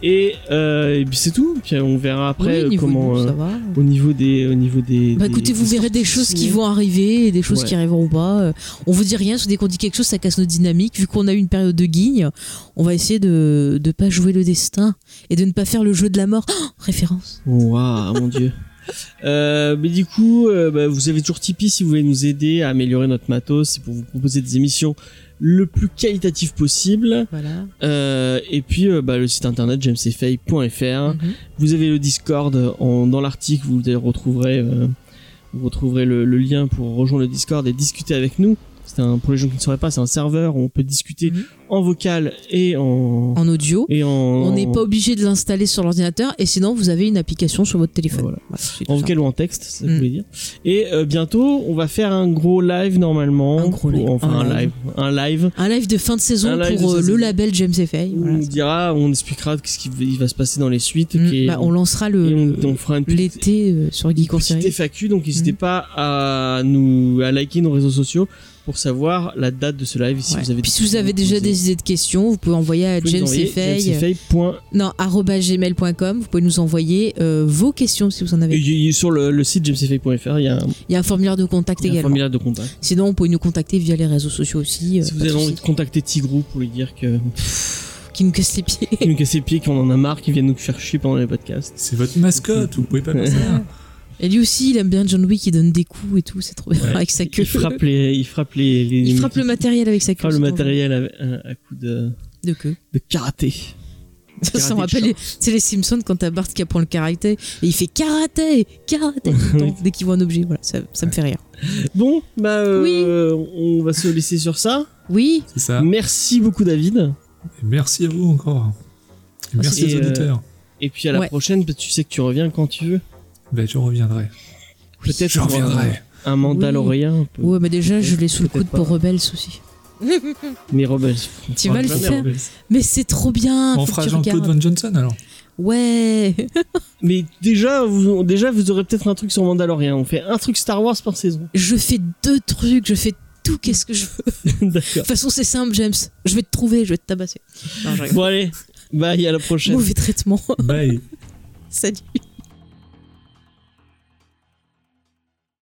[SPEAKER 1] Et, euh, et puis c'est tout. Puis euh, on verra après
[SPEAKER 2] Oui,
[SPEAKER 1] euh,
[SPEAKER 2] niveau
[SPEAKER 1] comment
[SPEAKER 2] nous,
[SPEAKER 1] euh,
[SPEAKER 2] ça va.
[SPEAKER 1] au niveau des au niveau des.
[SPEAKER 2] Bah
[SPEAKER 1] des-
[SPEAKER 2] écoutez, vous
[SPEAKER 1] des
[SPEAKER 2] verrez des
[SPEAKER 1] sorties
[SPEAKER 2] choses qui
[SPEAKER 1] ciné.
[SPEAKER 2] vont arriver et des choses
[SPEAKER 1] Ouais.
[SPEAKER 2] qui arriveront pas. Euh, On vous dit rien, parce que dès qu'on dit quelque chose, ça casse nos dynamiques. Vu qu'on a eu une période de guigne, on va essayer de ne pas jouer le destin et de ne pas faire le jeu de la mort. Oh, référence.
[SPEAKER 1] Waouh, mon dieu. Euh, mais du coup, euh, bah, vous avez toujours Tipeee si vous voulez nous aider à améliorer notre matos et pour vous proposer des émissions le plus qualitatives possible.
[SPEAKER 2] Voilà.
[SPEAKER 1] Euh, et puis euh, bah, le site internet jamesfay.fr. Vous avez le Discord en- dans l'article, vous le retrouverez, euh, vous retrouverez le, le lien pour rejoindre le Discord et discuter avec nous. C'est un pour les gens qui ne sauraient pas, c'est un serveur où on peut discuter
[SPEAKER 2] Mhm.
[SPEAKER 1] en vocal et en
[SPEAKER 2] En audio.
[SPEAKER 1] et en.
[SPEAKER 2] On n'est pas obligé de l'installer sur l'ordinateur et sinon vous avez une application sur votre téléphone.
[SPEAKER 1] Voilà.
[SPEAKER 2] Voilà, c'est tout
[SPEAKER 1] en
[SPEAKER 2] ça.
[SPEAKER 1] vocal ou en texte, ça
[SPEAKER 2] Mm.
[SPEAKER 1] voulait dire. Et euh, bientôt, on va faire un gros live normalement.
[SPEAKER 2] Un gros live.
[SPEAKER 1] Enfin,
[SPEAKER 2] Un
[SPEAKER 1] un live.
[SPEAKER 2] live.
[SPEAKER 1] Un live.
[SPEAKER 2] Un live de fin de saison
[SPEAKER 1] Un live
[SPEAKER 2] pour
[SPEAKER 1] de
[SPEAKER 2] euh,
[SPEAKER 1] saison.
[SPEAKER 2] le label James F.A.
[SPEAKER 1] Où
[SPEAKER 2] Voilà.
[SPEAKER 1] on dira, on expliquera ce qui va- il va se passer dans les suites.
[SPEAKER 2] Mm,
[SPEAKER 1] qui est-
[SPEAKER 2] bah, on lancera
[SPEAKER 1] et
[SPEAKER 2] le
[SPEAKER 1] on, on fera une petite
[SPEAKER 2] l'été euh, sur Geek en
[SPEAKER 1] Petite
[SPEAKER 2] série.
[SPEAKER 1] FAQ, donc n'hésitez
[SPEAKER 2] Mhm.
[SPEAKER 1] pas à nous à liker nos réseaux sociaux pour savoir la date de ce live. Et Si
[SPEAKER 2] Ouais.
[SPEAKER 1] vous avez
[SPEAKER 2] Puis si vous avez déjà des idées de questions, vous pouvez envoyer à James euh, F.A.
[SPEAKER 1] jamesfay.fr
[SPEAKER 2] Non, arobase gmail.com, vous pouvez nous envoyer euh, vos questions si vous en avez.
[SPEAKER 1] sur le, le site jamesfay.fr, il y a un,
[SPEAKER 2] Il y a un formulaire de contact
[SPEAKER 1] il y a un
[SPEAKER 2] également.
[SPEAKER 1] formulaire de contact.
[SPEAKER 2] Sinon, vous pouvez nous contacter via les réseaux sociaux aussi. euh,
[SPEAKER 1] si
[SPEAKER 2] pas
[SPEAKER 1] vous
[SPEAKER 2] de
[SPEAKER 1] avez envie
[SPEAKER 2] soucis.
[SPEAKER 1] de contacter Tigrou pour lui dire que
[SPEAKER 2] Qui nous casse les pieds.
[SPEAKER 1] qu'il nous casse les pieds, qu'on en a marre, qu'il vienne nous faire chier pendant les podcasts.
[SPEAKER 3] C'est votre mascotte, vous pouvez pas faire ça.
[SPEAKER 2] Et lui aussi, il aime bien John Wick, il donne des coups et tout, c'est trop bien.
[SPEAKER 3] Ouais.
[SPEAKER 2] Avec sa queue.
[SPEAKER 1] Il frappe les, il frappe les, les-
[SPEAKER 2] Il
[SPEAKER 1] les-
[SPEAKER 2] frappe le matériel avec sa
[SPEAKER 1] il
[SPEAKER 2] queue.
[SPEAKER 1] frappe le
[SPEAKER 2] c'est dangereux.
[SPEAKER 1] matériel à, à- à coup de,
[SPEAKER 2] De queue.
[SPEAKER 1] de karaté.
[SPEAKER 2] Ça, ça me
[SPEAKER 1] Karaté
[SPEAKER 2] rappelle les, c'est les Simpsons quand t'as Bart qui apprend le karaté et il fait karaté, karaté tout le temps, dès qu'il voit un objet. Voilà, ça, ça me fait rire.
[SPEAKER 1] Bon, bah, euh, on va se laisser sur ça.
[SPEAKER 2] Oui,
[SPEAKER 3] C'est ça.
[SPEAKER 1] Merci beaucoup, David.
[SPEAKER 3] Et merci à vous encore. Et merci
[SPEAKER 1] Et,
[SPEAKER 3] aux
[SPEAKER 1] euh,
[SPEAKER 3] auditeurs.
[SPEAKER 1] Et puis à la
[SPEAKER 2] Ouais.
[SPEAKER 1] prochaine, bah, tu sais que tu reviens quand tu veux.
[SPEAKER 3] Ben, je reviendrai.
[SPEAKER 1] Peut-être
[SPEAKER 3] Je
[SPEAKER 1] pour un-
[SPEAKER 3] reviendrai.
[SPEAKER 1] un Mandalorian. un peu.
[SPEAKER 2] ouais, mais déjà je l'ai sous le
[SPEAKER 1] Peut-être
[SPEAKER 2] coude pour Rebels aussi.
[SPEAKER 1] Mais Rebels.
[SPEAKER 2] Tu vas le
[SPEAKER 3] Jamais,
[SPEAKER 2] faire.
[SPEAKER 3] Rebels.
[SPEAKER 2] Mais c'est trop bien.
[SPEAKER 3] On
[SPEAKER 2] faut
[SPEAKER 3] fera
[SPEAKER 2] que tu
[SPEAKER 3] Jean-Claude
[SPEAKER 2] regardes.
[SPEAKER 3] Van Johnson alors.
[SPEAKER 2] Ouais.
[SPEAKER 1] Mais déjà, vous, déjà, vous aurez peut-être un truc sur Mandalorian. On fait un truc Star Wars par saison.
[SPEAKER 2] Je fais deux trucs, je fais tout, qu'est-ce que je veux. De
[SPEAKER 1] D'accord.
[SPEAKER 2] toute façon, c'est simple, James. Je vais te trouver, je vais te tabasser. Non, je rigole.
[SPEAKER 1] Bon, allez. Bye, à la prochaine.
[SPEAKER 2] Mauvais traitement.
[SPEAKER 3] Bye.
[SPEAKER 2] Salut.